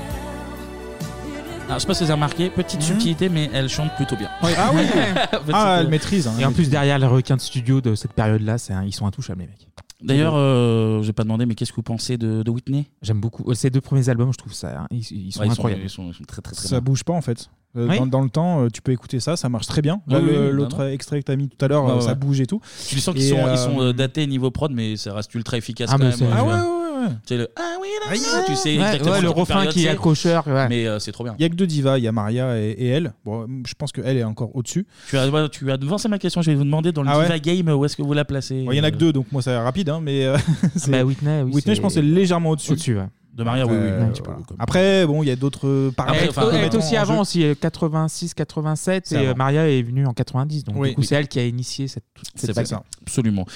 [SPEAKER 1] Alors, Ah, je sais pas si vous avez remarqué, petite subtilité, mais elle chante plutôt bien.
[SPEAKER 7] Ah Mmh. oui.
[SPEAKER 1] Petite,
[SPEAKER 7] Ah,
[SPEAKER 1] euh,
[SPEAKER 7] elle maîtrise. hein,
[SPEAKER 9] Et en
[SPEAKER 7] elle
[SPEAKER 9] plus, derrière les requins de studio de cette période-là, c'est un- ils sont intouchables, les mecs.
[SPEAKER 1] D'ailleurs, euh, j'ai pas demandé, mais qu'est-ce que vous pensez de, de Whitney
[SPEAKER 9] J'aime beaucoup. Euh, Ces deux premiers albums, je trouve ça. hein, Ils, ils sont
[SPEAKER 1] Ouais, ils sont-
[SPEAKER 9] incroyables.
[SPEAKER 1] ils sont- ils sont très, très, très
[SPEAKER 7] ça bouge pas en fait. Euh,
[SPEAKER 9] Oui.
[SPEAKER 7] dans, dans le temps, euh, tu peux écouter ça, ça marche très bien. Là,
[SPEAKER 1] Oui,
[SPEAKER 7] le-
[SPEAKER 1] oui,
[SPEAKER 7] L'autre
[SPEAKER 1] non,
[SPEAKER 7] extrait que t'as mis tout à l'heure,
[SPEAKER 1] Ouais,
[SPEAKER 7] euh, ça
[SPEAKER 1] ouais.
[SPEAKER 7] bouge et tout.
[SPEAKER 1] Tu les sens qu'ils
[SPEAKER 7] Et,
[SPEAKER 1] sont,
[SPEAKER 7] euh,
[SPEAKER 1] ils sont euh, datés niveau prod, mais ça reste ultra efficace
[SPEAKER 7] Ah,
[SPEAKER 1] quand
[SPEAKER 7] mais
[SPEAKER 1] même.
[SPEAKER 7] c'est-
[SPEAKER 1] hein,
[SPEAKER 7] Ah ouais,
[SPEAKER 1] ouais, ouais. Tu sais, le Ah oui, là, là, tu sais
[SPEAKER 7] Ouais,
[SPEAKER 1] exactement
[SPEAKER 7] ouais,
[SPEAKER 1] sur
[SPEAKER 7] le
[SPEAKER 1] quelle
[SPEAKER 7] refrain
[SPEAKER 1] période
[SPEAKER 7] qui est
[SPEAKER 1] c'est.
[SPEAKER 7] accrocheur, ouais.
[SPEAKER 1] Mais euh, c'est trop bien.
[SPEAKER 7] Il y a que deux divas, il y a Maria et, et elle. Bon, euh, je pense qu'elle est encore au-dessus.
[SPEAKER 1] Tu as, ouais, tu as devancé ma question, je vais vous demander dans le
[SPEAKER 7] Ah ouais
[SPEAKER 1] Diva Game où est-ce que vous la placez
[SPEAKER 7] Bon, Il y en a que
[SPEAKER 1] euh,
[SPEAKER 7] deux, donc moi ça va rapide, hein, mais euh, c'est-
[SPEAKER 9] bah, Whitney, oui, c'est-
[SPEAKER 7] je pense, est légèrement au-dessus.
[SPEAKER 9] Au-dessus, ouais.
[SPEAKER 1] De Maria, oui, oui,
[SPEAKER 7] Euh,
[SPEAKER 1] un petit peu,
[SPEAKER 7] voilà.
[SPEAKER 1] comme-
[SPEAKER 7] Après, bon, il y a d'autres euh,
[SPEAKER 9] Après,
[SPEAKER 7] paramètres. qu'on peut
[SPEAKER 9] elle est
[SPEAKER 7] mettre
[SPEAKER 9] aussi
[SPEAKER 7] en- en jeu.
[SPEAKER 9] avant, aussi euh, 86, 87,
[SPEAKER 7] C'est
[SPEAKER 9] et euh,
[SPEAKER 7] avant.
[SPEAKER 9] Maria est venue en 90. Donc,
[SPEAKER 1] Oui.
[SPEAKER 9] du coup,
[SPEAKER 1] Oui.
[SPEAKER 9] c'est elle qui a initié cette, toute cette
[SPEAKER 1] C'est vrai,
[SPEAKER 9] vague.
[SPEAKER 1] Absolument.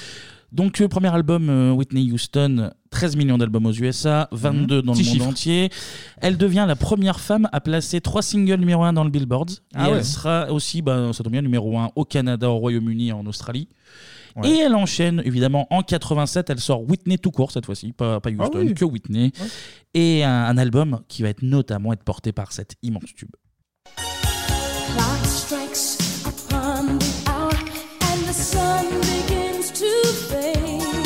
[SPEAKER 1] Donc, euh, premier album, euh, Whitney Houston, 13 millions d'albums aux USA, 22 dans
[SPEAKER 9] Mhm. Petit
[SPEAKER 1] le monde
[SPEAKER 9] chiffre.
[SPEAKER 1] entier. Elle devient la première femme à placer trois singles numéro 1 dans le Billboard.
[SPEAKER 9] Ah
[SPEAKER 1] et
[SPEAKER 9] ouais.
[SPEAKER 1] elle sera aussi, bah, ça tombe bien, numéro 1 au Canada, au Royaume-Uni et en Australie. Et elle enchaîne, évidemment, en 87, elle sort Whitney tout court cette fois-ci, pas,
[SPEAKER 9] Ah
[SPEAKER 1] pas Houston,
[SPEAKER 7] oui.
[SPEAKER 1] que Whitney. Et un, un album qui va être notamment être porté par cet immense tube.
[SPEAKER 8] Clock strikes upon the hour and the sun begins to fade.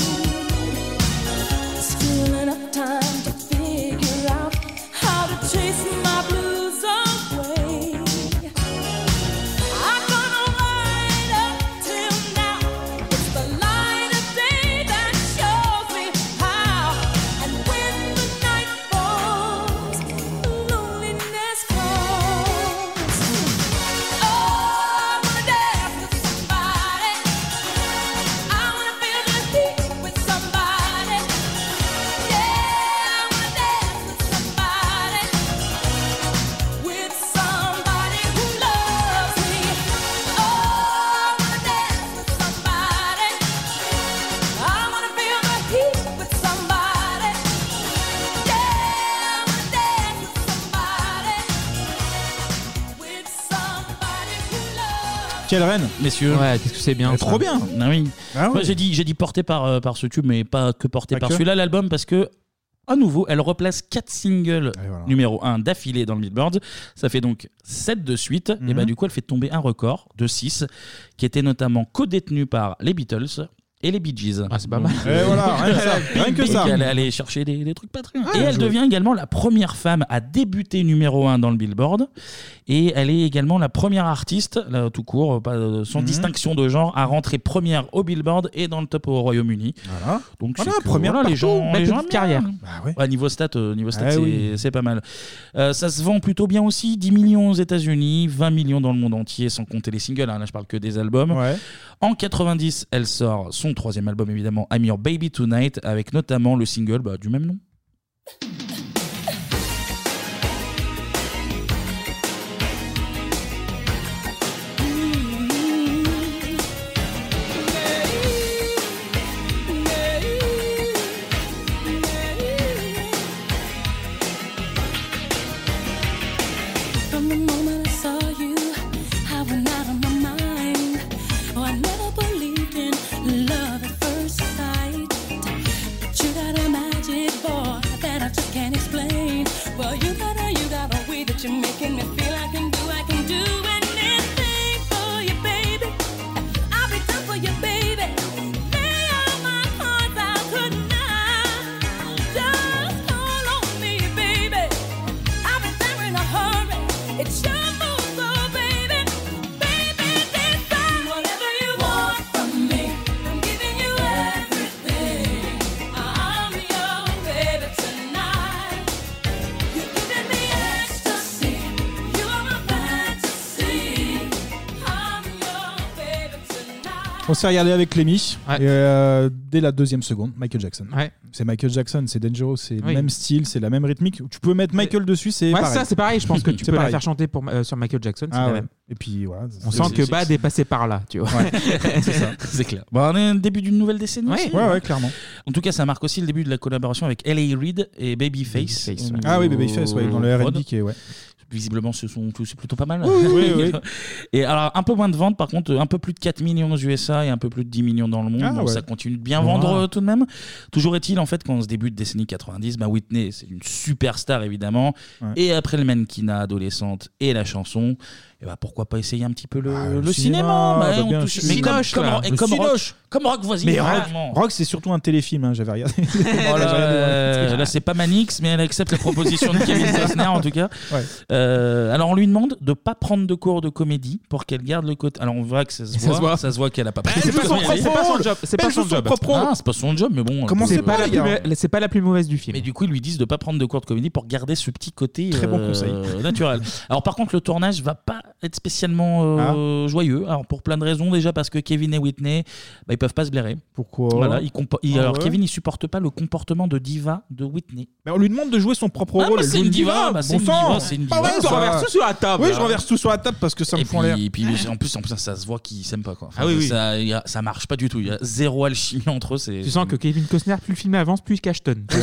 [SPEAKER 8] Still enough time to figure out how to chase my blues away. I'm gonna ride up till now. It's the light of day that shows me how. And when the night falls, loneliness calls. Oh, I wanna dance with somebody.
[SPEAKER 7] Quelle reine, messieurs
[SPEAKER 1] Ouais, qu'est-ce que c'est bien.
[SPEAKER 7] Trop bien.
[SPEAKER 1] Ah oui.
[SPEAKER 7] Ah oui.
[SPEAKER 1] Moi, j'ai dit, j'ai dit porté par, euh, par ce tube, mais pas que porté
[SPEAKER 7] Pas
[SPEAKER 1] par
[SPEAKER 7] que.
[SPEAKER 1] celui-là, l'album, parce que. À nouveau, elle replace 4 singles numéro 1 d'affilée dans le Billboard. Ça fait donc 7 de suite. Et
[SPEAKER 7] Mhm.
[SPEAKER 1] bah, du coup, elle fait tomber un record de 6 qui était notamment co-détenu par les Beatles et les Bee Gees. Ah, c'est pas mal.
[SPEAKER 7] Et Eh, voilà, rien que ça, rien que ça.
[SPEAKER 1] Elle est allée chercher des, des trucs pas très
[SPEAKER 7] Ah,
[SPEAKER 1] et
[SPEAKER 7] bien
[SPEAKER 1] elle
[SPEAKER 7] joué.
[SPEAKER 1] devient également la première femme à débuter numéro 1 dans le Billboard. Et elle est également la première artiste, là, tout court, pas, euh, sans
[SPEAKER 7] Mhm.
[SPEAKER 1] distinction de genre, à rentrer première au Billboard et dans le top au Royaume-Uni.
[SPEAKER 7] Voilà.
[SPEAKER 1] Donc
[SPEAKER 7] Voilà,
[SPEAKER 1] c'est que,
[SPEAKER 7] première
[SPEAKER 1] voilà, les
[SPEAKER 7] partout,
[SPEAKER 1] gens,
[SPEAKER 7] belle
[SPEAKER 1] les gens
[SPEAKER 7] petite
[SPEAKER 1] aiment bien.
[SPEAKER 7] carrière.
[SPEAKER 1] Ouais, niveau stats, euh, niveau stats,
[SPEAKER 7] Ah
[SPEAKER 1] c'est
[SPEAKER 7] oui.
[SPEAKER 1] c'est pas mal. Euh, ça se vend plutôt bien aussi, 10 millions aux États-Unis, 20 millions dans le monde entier, sans compter les singles. hein, là, je parle que des albums. En 90, elle sort son troisième album, évidemment, I'm Your Baby Tonight, avec notamment le single bah, du même nom.
[SPEAKER 8] From the moment I saw you, I went out of my mind. Oh, I never believed in love at first sight. But you got a magic boy that I just can't explain. Well, you got a, you got a way that you're making me feel I can do, I can do anything for you, baby. I'll be done for you, baby. Lay all my cards out tonight. Just call on me, baby. I'll be there in a hurry. It's your fault, so baby, baby, decide whatever you want from me. I'm giving you everything. I'm your baby tonight. You're giving me ecstasy. You are my fantasy. I'm your baby tonight.
[SPEAKER 7] On s'est regardé avec Clémy et, euh, dès la deuxième seconde, Michael Jackson. C'est Michael Jackson, c'est Dangerous, c'est le
[SPEAKER 9] Oui.
[SPEAKER 7] même style, c'est la même rythmique. Tu peux mettre Michael dessus, c'est
[SPEAKER 9] Ouais,
[SPEAKER 7] pareil.
[SPEAKER 9] ça c'est pareil, je pense que tu
[SPEAKER 7] C'est
[SPEAKER 9] peux la
[SPEAKER 7] pareil.
[SPEAKER 9] faire chanter pour, euh, sur Michael Jackson, c'est
[SPEAKER 7] Ah
[SPEAKER 9] la
[SPEAKER 7] ouais.
[SPEAKER 9] même.
[SPEAKER 7] Et puis voilà.
[SPEAKER 9] On
[SPEAKER 7] c'est-
[SPEAKER 9] sent que
[SPEAKER 7] c'est-
[SPEAKER 9] Bad est passé par là, tu vois.
[SPEAKER 7] Ouais. C'est ça.
[SPEAKER 1] C'est clair. Bah, on est au début d'une nouvelle décennie.
[SPEAKER 9] Ouais.
[SPEAKER 1] aussi.
[SPEAKER 9] Ouais, ouais, clairement.
[SPEAKER 1] En tout cas, ça marque aussi le début de la collaboration avec L.A. Reid et Babyface.
[SPEAKER 7] ouais. Ah oui, Babyface, ouais, dans le
[SPEAKER 1] Prod.
[SPEAKER 7] R&B qui est- ouais.
[SPEAKER 1] Visiblement, ce sont tous- c'est plutôt pas mal.
[SPEAKER 7] Oui, oui, oui.
[SPEAKER 1] Et alors, un peu moins de ventes, par contre, un peu plus de 4 millions aux USA et un peu plus de 10 millions dans le monde.
[SPEAKER 7] Ah
[SPEAKER 1] Bon,
[SPEAKER 7] ouais.
[SPEAKER 1] Ça continue de bien
[SPEAKER 7] Ouais.
[SPEAKER 1] vendre euh, tout de même. Toujours est-il, en fait, quand ce début de décennie 90, bah, Whitney, c'est une superstar évidemment.
[SPEAKER 7] Ouais.
[SPEAKER 1] Et après le mannequinat adolescente et la chanson, et bah, pourquoi pas essayer un petit peu le, Ah, Euh, le
[SPEAKER 7] Euh, le
[SPEAKER 1] cinéma,
[SPEAKER 7] cinéma,
[SPEAKER 1] bah,
[SPEAKER 7] bah,
[SPEAKER 1] on
[SPEAKER 7] bien
[SPEAKER 1] touche-
[SPEAKER 7] sûr.
[SPEAKER 1] mais comme-
[SPEAKER 7] Cinoche,
[SPEAKER 1] comme,
[SPEAKER 7] là.
[SPEAKER 1] et
[SPEAKER 7] Le
[SPEAKER 1] comme
[SPEAKER 7] Cinoche.
[SPEAKER 1] rock, comme rock voisin.
[SPEAKER 7] Mais Rock,
[SPEAKER 1] vraiment.
[SPEAKER 7] Rock, c'est surtout un téléfilm, hein, j'avais regardé.
[SPEAKER 1] Oh là,
[SPEAKER 7] J'avais regardé,
[SPEAKER 1] euh,
[SPEAKER 7] ouais.
[SPEAKER 1] là, c'est pas Manix, mais elle accepte la proposition de Kevin Costner en tout cas.
[SPEAKER 7] Ouais.
[SPEAKER 1] Euh, alors on lui demande de pas prendre de cours de comédie pour qu'elle garde le côté. Alors on voit que ça se
[SPEAKER 9] Ça
[SPEAKER 1] voit,
[SPEAKER 9] se voit.
[SPEAKER 1] ça se voit qu'elle a pas
[SPEAKER 9] Bah,
[SPEAKER 1] pris.
[SPEAKER 9] elle
[SPEAKER 1] de
[SPEAKER 9] joue son
[SPEAKER 1] cours.
[SPEAKER 9] propre C'est pas son rôle. job, c'est pas Elle joue son son job. propre rôle.
[SPEAKER 1] Ah, c'est pas son job, mais bon.
[SPEAKER 9] Comment
[SPEAKER 1] elle
[SPEAKER 9] c'est
[SPEAKER 1] peut-
[SPEAKER 9] pas la hein. plus me-
[SPEAKER 1] c'est pas la plus mauvaise du film. Mais du coup, ils lui disent de pas prendre de cours de comédie pour garder ce petit côté
[SPEAKER 7] Très bon
[SPEAKER 1] euh,
[SPEAKER 7] conseil.
[SPEAKER 1] naturel. Alors par contre, le tournage va pas être spécialement
[SPEAKER 7] Ah.
[SPEAKER 1] euh, joyeux. Alors pour plein de raisons déjà parce que Kevin et Whitney, bah, ils peuvent pas se blairer.
[SPEAKER 7] Pourquoi
[SPEAKER 1] Voilà, ils compo- ils-
[SPEAKER 7] Ah
[SPEAKER 1] alors
[SPEAKER 7] ouais.
[SPEAKER 1] Kevin, il supporte pas le comportement de diva de Whitney.
[SPEAKER 7] Mais on lui demande de jouer son propre
[SPEAKER 1] Ah,
[SPEAKER 7] rôle.
[SPEAKER 1] bah,
[SPEAKER 7] elle
[SPEAKER 1] c'est
[SPEAKER 7] joue
[SPEAKER 1] une diva, bah, c'est une
[SPEAKER 7] Bon sang.
[SPEAKER 1] diva, c'est une diva.
[SPEAKER 7] Ah ouais, je
[SPEAKER 1] Ça-
[SPEAKER 7] renverse tout sur la table. Oui, je
[SPEAKER 1] là.
[SPEAKER 7] renverse tout sur la table parce que ça me prend l'air.
[SPEAKER 1] Et puis en plus, en plus ça se voit qu'ils s'aiment pas quoi. Enfin,
[SPEAKER 9] Ah oui, oui.
[SPEAKER 1] Ça, il y a- ça marche pas du tout. Il y a zéro alchimie entre eux. c'est-
[SPEAKER 9] Tu sens que Kevin Costner, plus le film avance, plus il cache tonne.
[SPEAKER 1] Ouais,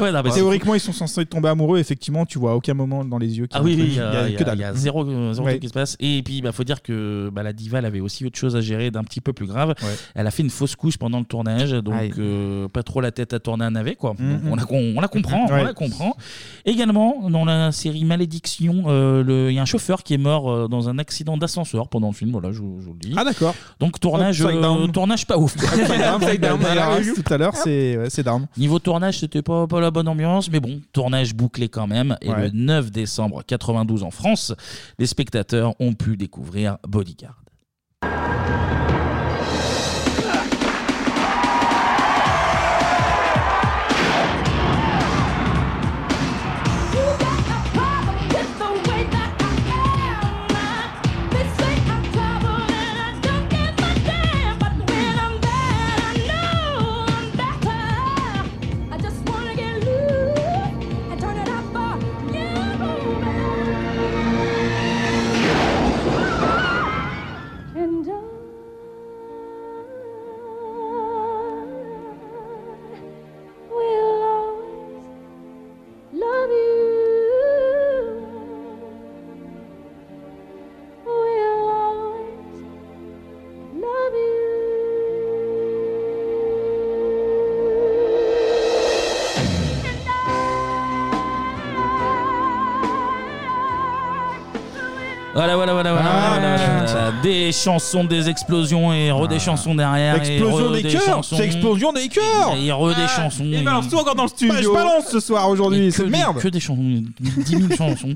[SPEAKER 1] ouais, non, mais c'est-
[SPEAKER 7] Théoriquement, ils sont censés tomber amoureux. Effectivement, tu vois à aucun moment dans les yeux. qu'il
[SPEAKER 1] Ah oui,
[SPEAKER 7] y a un
[SPEAKER 1] oui,
[SPEAKER 7] truc.
[SPEAKER 1] il y a, il y a-
[SPEAKER 7] que dalle.
[SPEAKER 1] il y a zéro, euh, zéro
[SPEAKER 7] Ouais.
[SPEAKER 1] truc qui se passe. Et puis, il faut dire que bah, la diva, elle avait aussi autre chose à gérer d'un petit peu plus grave. Elle a fait une fausse couche pendant le tournage, donc euh, pas trop la tête à tourner un navet, quoi. Donc,
[SPEAKER 7] Mhm.
[SPEAKER 1] on, la, con- on la comprend,
[SPEAKER 7] Ouais.
[SPEAKER 1] on la comprend. Également, dans la série Malédiction, euh, le- il y a un chauffeur qui est mort euh, dans un accident d'ascenseur pendant le film, voilà, je, vous je vous le dis.
[SPEAKER 7] Ah d'accord.
[SPEAKER 1] Donc tournage,
[SPEAKER 7] Upside
[SPEAKER 1] euh,
[SPEAKER 7] down.
[SPEAKER 1] tournage pas ouf.
[SPEAKER 7] Upside down,
[SPEAKER 1] Voilà,
[SPEAKER 7] la review
[SPEAKER 1] c'est-
[SPEAKER 7] tout à l'heure, c'est ouais, c'est d'armes.
[SPEAKER 1] Niveau tournage, c'était pas, pas la bonne ambiance, mais bon, tournage bouclé quand même. Et
[SPEAKER 7] Ouais.
[SPEAKER 1] le 9 décembre 92 en France, les spectateurs ont pu découvrir Bodyguard.
[SPEAKER 8] And I
[SPEAKER 7] Ah,
[SPEAKER 1] Des chansons, des explosions et re des chansons derrière. et
[SPEAKER 7] Explosion
[SPEAKER 1] re
[SPEAKER 7] des cœurs
[SPEAKER 1] chansons.
[SPEAKER 7] C'est explosion des cœurs
[SPEAKER 1] Et re
[SPEAKER 7] Ah.
[SPEAKER 1] des chansons.
[SPEAKER 7] Il balance
[SPEAKER 1] et-
[SPEAKER 7] tout ben, encore dans le studio Mmh. Bah, Je balance ce soir
[SPEAKER 1] Et
[SPEAKER 7] aujourd'hui,
[SPEAKER 1] que
[SPEAKER 7] c'est
[SPEAKER 1] des-
[SPEAKER 7] merde
[SPEAKER 1] Que des chansons, 10 000 chansons.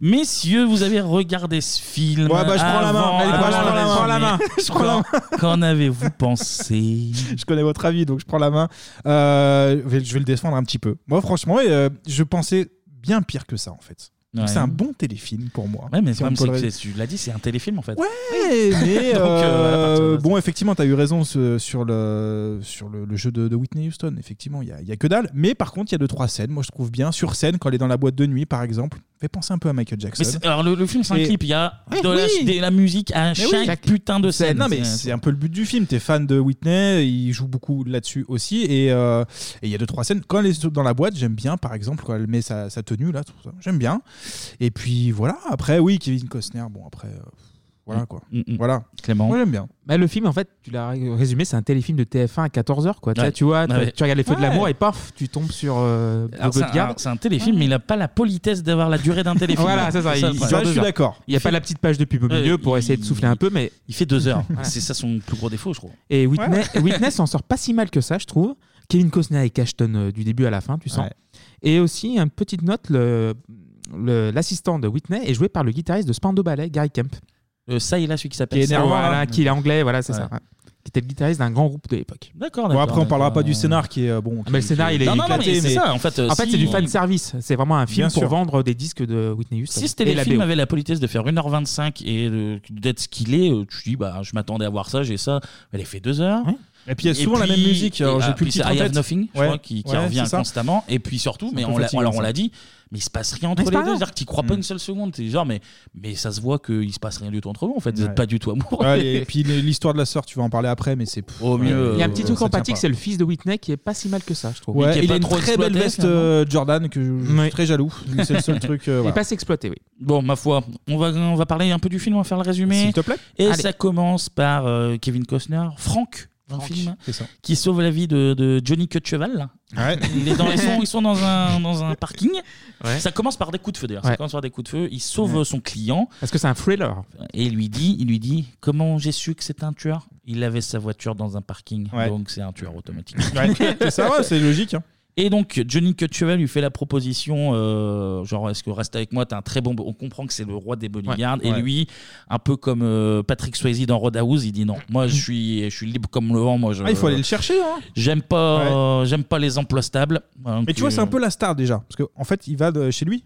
[SPEAKER 1] Messieurs, vous avez regardé ce film.
[SPEAKER 7] Ouais, bah, je prends la main.
[SPEAKER 1] avant-
[SPEAKER 7] Allez, bah, je
[SPEAKER 1] avant
[SPEAKER 7] prends la
[SPEAKER 1] le
[SPEAKER 7] main. Je prends la main. Je prends la
[SPEAKER 1] résumé.
[SPEAKER 7] main.
[SPEAKER 1] Qu'en- Qu'en avez-vous pensé
[SPEAKER 7] Oh Je connais votre avis, donc je prends la main. Euh, je vais- je vais le défendre un petit peu. Moi, franchement, euh, je pensais bien pire que ça, en fait. Donc,
[SPEAKER 1] Ouais.
[SPEAKER 7] C'est un bon téléfilm pour moi.
[SPEAKER 1] Ouais, mais
[SPEAKER 7] Si
[SPEAKER 1] le
[SPEAKER 7] on
[SPEAKER 1] problème,
[SPEAKER 7] peut le
[SPEAKER 1] c'est que
[SPEAKER 7] ré-
[SPEAKER 1] c'est- tu l'as dit, c'est un téléfilm en fait.
[SPEAKER 7] Ouais, mais
[SPEAKER 1] Donc, euh, à partir
[SPEAKER 7] euh,
[SPEAKER 1] de-
[SPEAKER 7] bon, effectivement, tu as eu raison ce- sur le, sur le, le jeu de, de Whitney Houston. Effectivement, il n'y a, il y a que dalle. Mais par contre, il y a deux, trois scènes, moi je trouve bien. Sur scène, quand elle est dans la boîte de nuit, par exemple, fait penser un peu à Michael Jackson.
[SPEAKER 1] Mais c'est- alors, le, le film, c'est un
[SPEAKER 7] Et-
[SPEAKER 1] clip. Il y a
[SPEAKER 7] Eh
[SPEAKER 1] de, la,
[SPEAKER 7] oui
[SPEAKER 1] de la musique à
[SPEAKER 7] Mais
[SPEAKER 1] chaque
[SPEAKER 7] oui.
[SPEAKER 1] putain de
[SPEAKER 7] C'est-
[SPEAKER 1] scène.
[SPEAKER 7] Non, mais c'est un peu le but du film. T'es fan de Whitney, il joue beaucoup là-dessus aussi. Et euh, et il y a deux, trois scènes. Quand elle est dans la boîte, j'aime bien, par exemple, quand elle met sa, sa tenue là, tout ça. J'aime bien. Et puis voilà, après, oui, Kevin Costner, bon, après, euh, voilà quoi. Voilà.
[SPEAKER 1] Mm, Clément.
[SPEAKER 7] Moi, j'aime bien.
[SPEAKER 9] Mais Bah, le film, en fait, tu l'as résumé, c'est un téléfilm de TF1 à 14h. Quoi. Tu
[SPEAKER 1] Ouais.
[SPEAKER 9] sais, Tu vois, t'as-
[SPEAKER 1] Ouais.
[SPEAKER 9] tu regardes les feux de
[SPEAKER 1] Ouais.
[SPEAKER 9] l'amour et paf, tu tombes sur euh,
[SPEAKER 1] Alors,
[SPEAKER 9] Bobo
[SPEAKER 1] c'est
[SPEAKER 9] de
[SPEAKER 1] un-
[SPEAKER 9] Garde.
[SPEAKER 1] alors, c'est un téléfilm, mais il n'a pas la politesse d'avoir la durée d'un téléfilm.
[SPEAKER 9] Voilà, c'est ça.
[SPEAKER 1] le
[SPEAKER 9] il-
[SPEAKER 1] problème.
[SPEAKER 9] il- Il n'y a pas la petite page de pub au
[SPEAKER 1] Ouais,
[SPEAKER 9] milieu pour essayer de souffler un peu, mais.
[SPEAKER 1] Il fait deux heures.
[SPEAKER 9] Voilà.
[SPEAKER 1] C'est ça son plus gros défaut, je crois.
[SPEAKER 9] Et Whitney,
[SPEAKER 1] Ouais.
[SPEAKER 9] Whitney s'en sort pas si mal que ça, je trouve. Kevin Costner et Ashton euh, du début à la fin, tu sens.
[SPEAKER 1] Ouais.
[SPEAKER 9] Et aussi, une petite note le- le- l'assistant de Whitney est joué par le guitariste de Spandau Ballet, Gary Kemp.
[SPEAKER 1] Euh, ça, il a celui qui s'appelle.
[SPEAKER 9] Qui est
[SPEAKER 1] ça.
[SPEAKER 9] énervant, voilà, qui est anglais, voilà, c'est
[SPEAKER 1] Ouais.
[SPEAKER 9] ça. ouais. Qui était le guitariste d'un grand groupe de l'époque.
[SPEAKER 1] D'accord,
[SPEAKER 7] Bon, après, on parlera pas
[SPEAKER 9] d'accord.
[SPEAKER 7] du scénar qui est euh, bon. qui-
[SPEAKER 9] Mais le scénar,
[SPEAKER 7] qui-
[SPEAKER 9] il est
[SPEAKER 7] Non, non, non,
[SPEAKER 9] éclaté.
[SPEAKER 7] mais c'est ça,
[SPEAKER 1] en fait, euh, si-
[SPEAKER 9] c'est du fan service. C'est vraiment un film
[SPEAKER 1] Bien
[SPEAKER 9] pour
[SPEAKER 1] sûr.
[SPEAKER 9] vendre des disques de Whitney Houston.
[SPEAKER 1] Si ce
[SPEAKER 9] Et la
[SPEAKER 1] téléfilm
[SPEAKER 9] BO.
[SPEAKER 1] avait la politesse de faire 1h25 et de- d'être ce qu'il est, euh, tu dis, bah, je m'attendais à voir ça, j'ai ça. Elle a fait 2 heures.
[SPEAKER 7] Et puis, il y a souvent la même musique, alors,
[SPEAKER 1] et,
[SPEAKER 7] j'ai
[SPEAKER 1] ah,
[SPEAKER 7] plus le
[SPEAKER 1] puis c'est
[SPEAKER 7] titre en
[SPEAKER 1] I Have
[SPEAKER 7] tête.
[SPEAKER 1] Nothing, je
[SPEAKER 7] Ouais.
[SPEAKER 1] crois, qui, qui
[SPEAKER 7] Ouais,
[SPEAKER 1] revient
[SPEAKER 7] c'est ça.
[SPEAKER 1] constamment. Et puis surtout,
[SPEAKER 7] C'est
[SPEAKER 1] mais
[SPEAKER 7] un peu
[SPEAKER 1] on l'a-
[SPEAKER 7] fatigant,
[SPEAKER 1] alors on
[SPEAKER 7] ça.
[SPEAKER 1] l'a dit, mais il se passe rien
[SPEAKER 7] Mais
[SPEAKER 1] entre
[SPEAKER 7] c'est
[SPEAKER 1] les
[SPEAKER 7] pas
[SPEAKER 1] deux.
[SPEAKER 7] grave. Mm.
[SPEAKER 1] C'est-à-dire que tu crois pas une seule seconde. T'es genre, mais, mais ça se voit qu'il se passe rien du tout entre vous, en fait. Vous
[SPEAKER 7] Ouais.
[SPEAKER 1] n'êtes pas du tout amoureux.
[SPEAKER 7] Ouais, et puis l'histoire de la sœur, tu vas en parler après, mais c'est euh,
[SPEAKER 1] au mieux.
[SPEAKER 9] Il y a un petit truc
[SPEAKER 7] ça tient
[SPEAKER 9] empathique,
[SPEAKER 7] pas.
[SPEAKER 9] c'est le fils de Whitney qui est pas si mal que ça, je trouve.
[SPEAKER 7] Ouais, il a une très belle veste euh, Jordan que je, je suis très jaloux. C'est le seul truc. euh, voilà.
[SPEAKER 9] exploité, oui.
[SPEAKER 1] Bon, ma foi, on va, on va parler un peu du film, on va faire le résumé.
[SPEAKER 7] S'il te plaît.
[SPEAKER 1] Et
[SPEAKER 7] Allez.
[SPEAKER 1] ça commence par euh, Kevin Costner, Franck, dans le
[SPEAKER 7] Franck,
[SPEAKER 1] film,
[SPEAKER 7] c'est ça.
[SPEAKER 1] qui sauve la vie de, de Johnny Cutcheval.
[SPEAKER 7] Ouais.
[SPEAKER 1] Il est dans, ils, sont, ils sont dans un, dans un parking.
[SPEAKER 9] Ouais.
[SPEAKER 1] Ça commence par des coups de feu d'ailleurs.
[SPEAKER 9] Ouais.
[SPEAKER 1] Ça commence par des coups de feu. Il sauve euh,
[SPEAKER 9] Ouais.
[SPEAKER 1] son client.
[SPEAKER 9] Parce que c'est un thriller.
[SPEAKER 1] Et il lui dit, il lui dit, comment j'ai su que c'est un tueur Il avait sa voiture dans un parking, donc c'est un tueur automatique.
[SPEAKER 7] C'est ça, ouais, c'est logique. hein.
[SPEAKER 1] Et donc Johnny Cutcheval lui fait la proposition, euh, genre est-ce que reste avec moi, t'es un très bon, bo- on comprend que c'est le roi des bodyguards,
[SPEAKER 9] Ouais.
[SPEAKER 1] et
[SPEAKER 9] Ouais.
[SPEAKER 1] lui, un peu comme euh, Patrick Swayze dans Roadhouse, il dit non, moi je suis, je suis libre comme le vent, moi je.
[SPEAKER 7] Mm. Ah, il faut aller le chercher. Hein.
[SPEAKER 1] J'aime pas, euh, j'aime pas les emplois stables. euh,
[SPEAKER 7] Mais tu vois, c'est un peu la star déjà. Parce qu'en en fait, il va de chez lui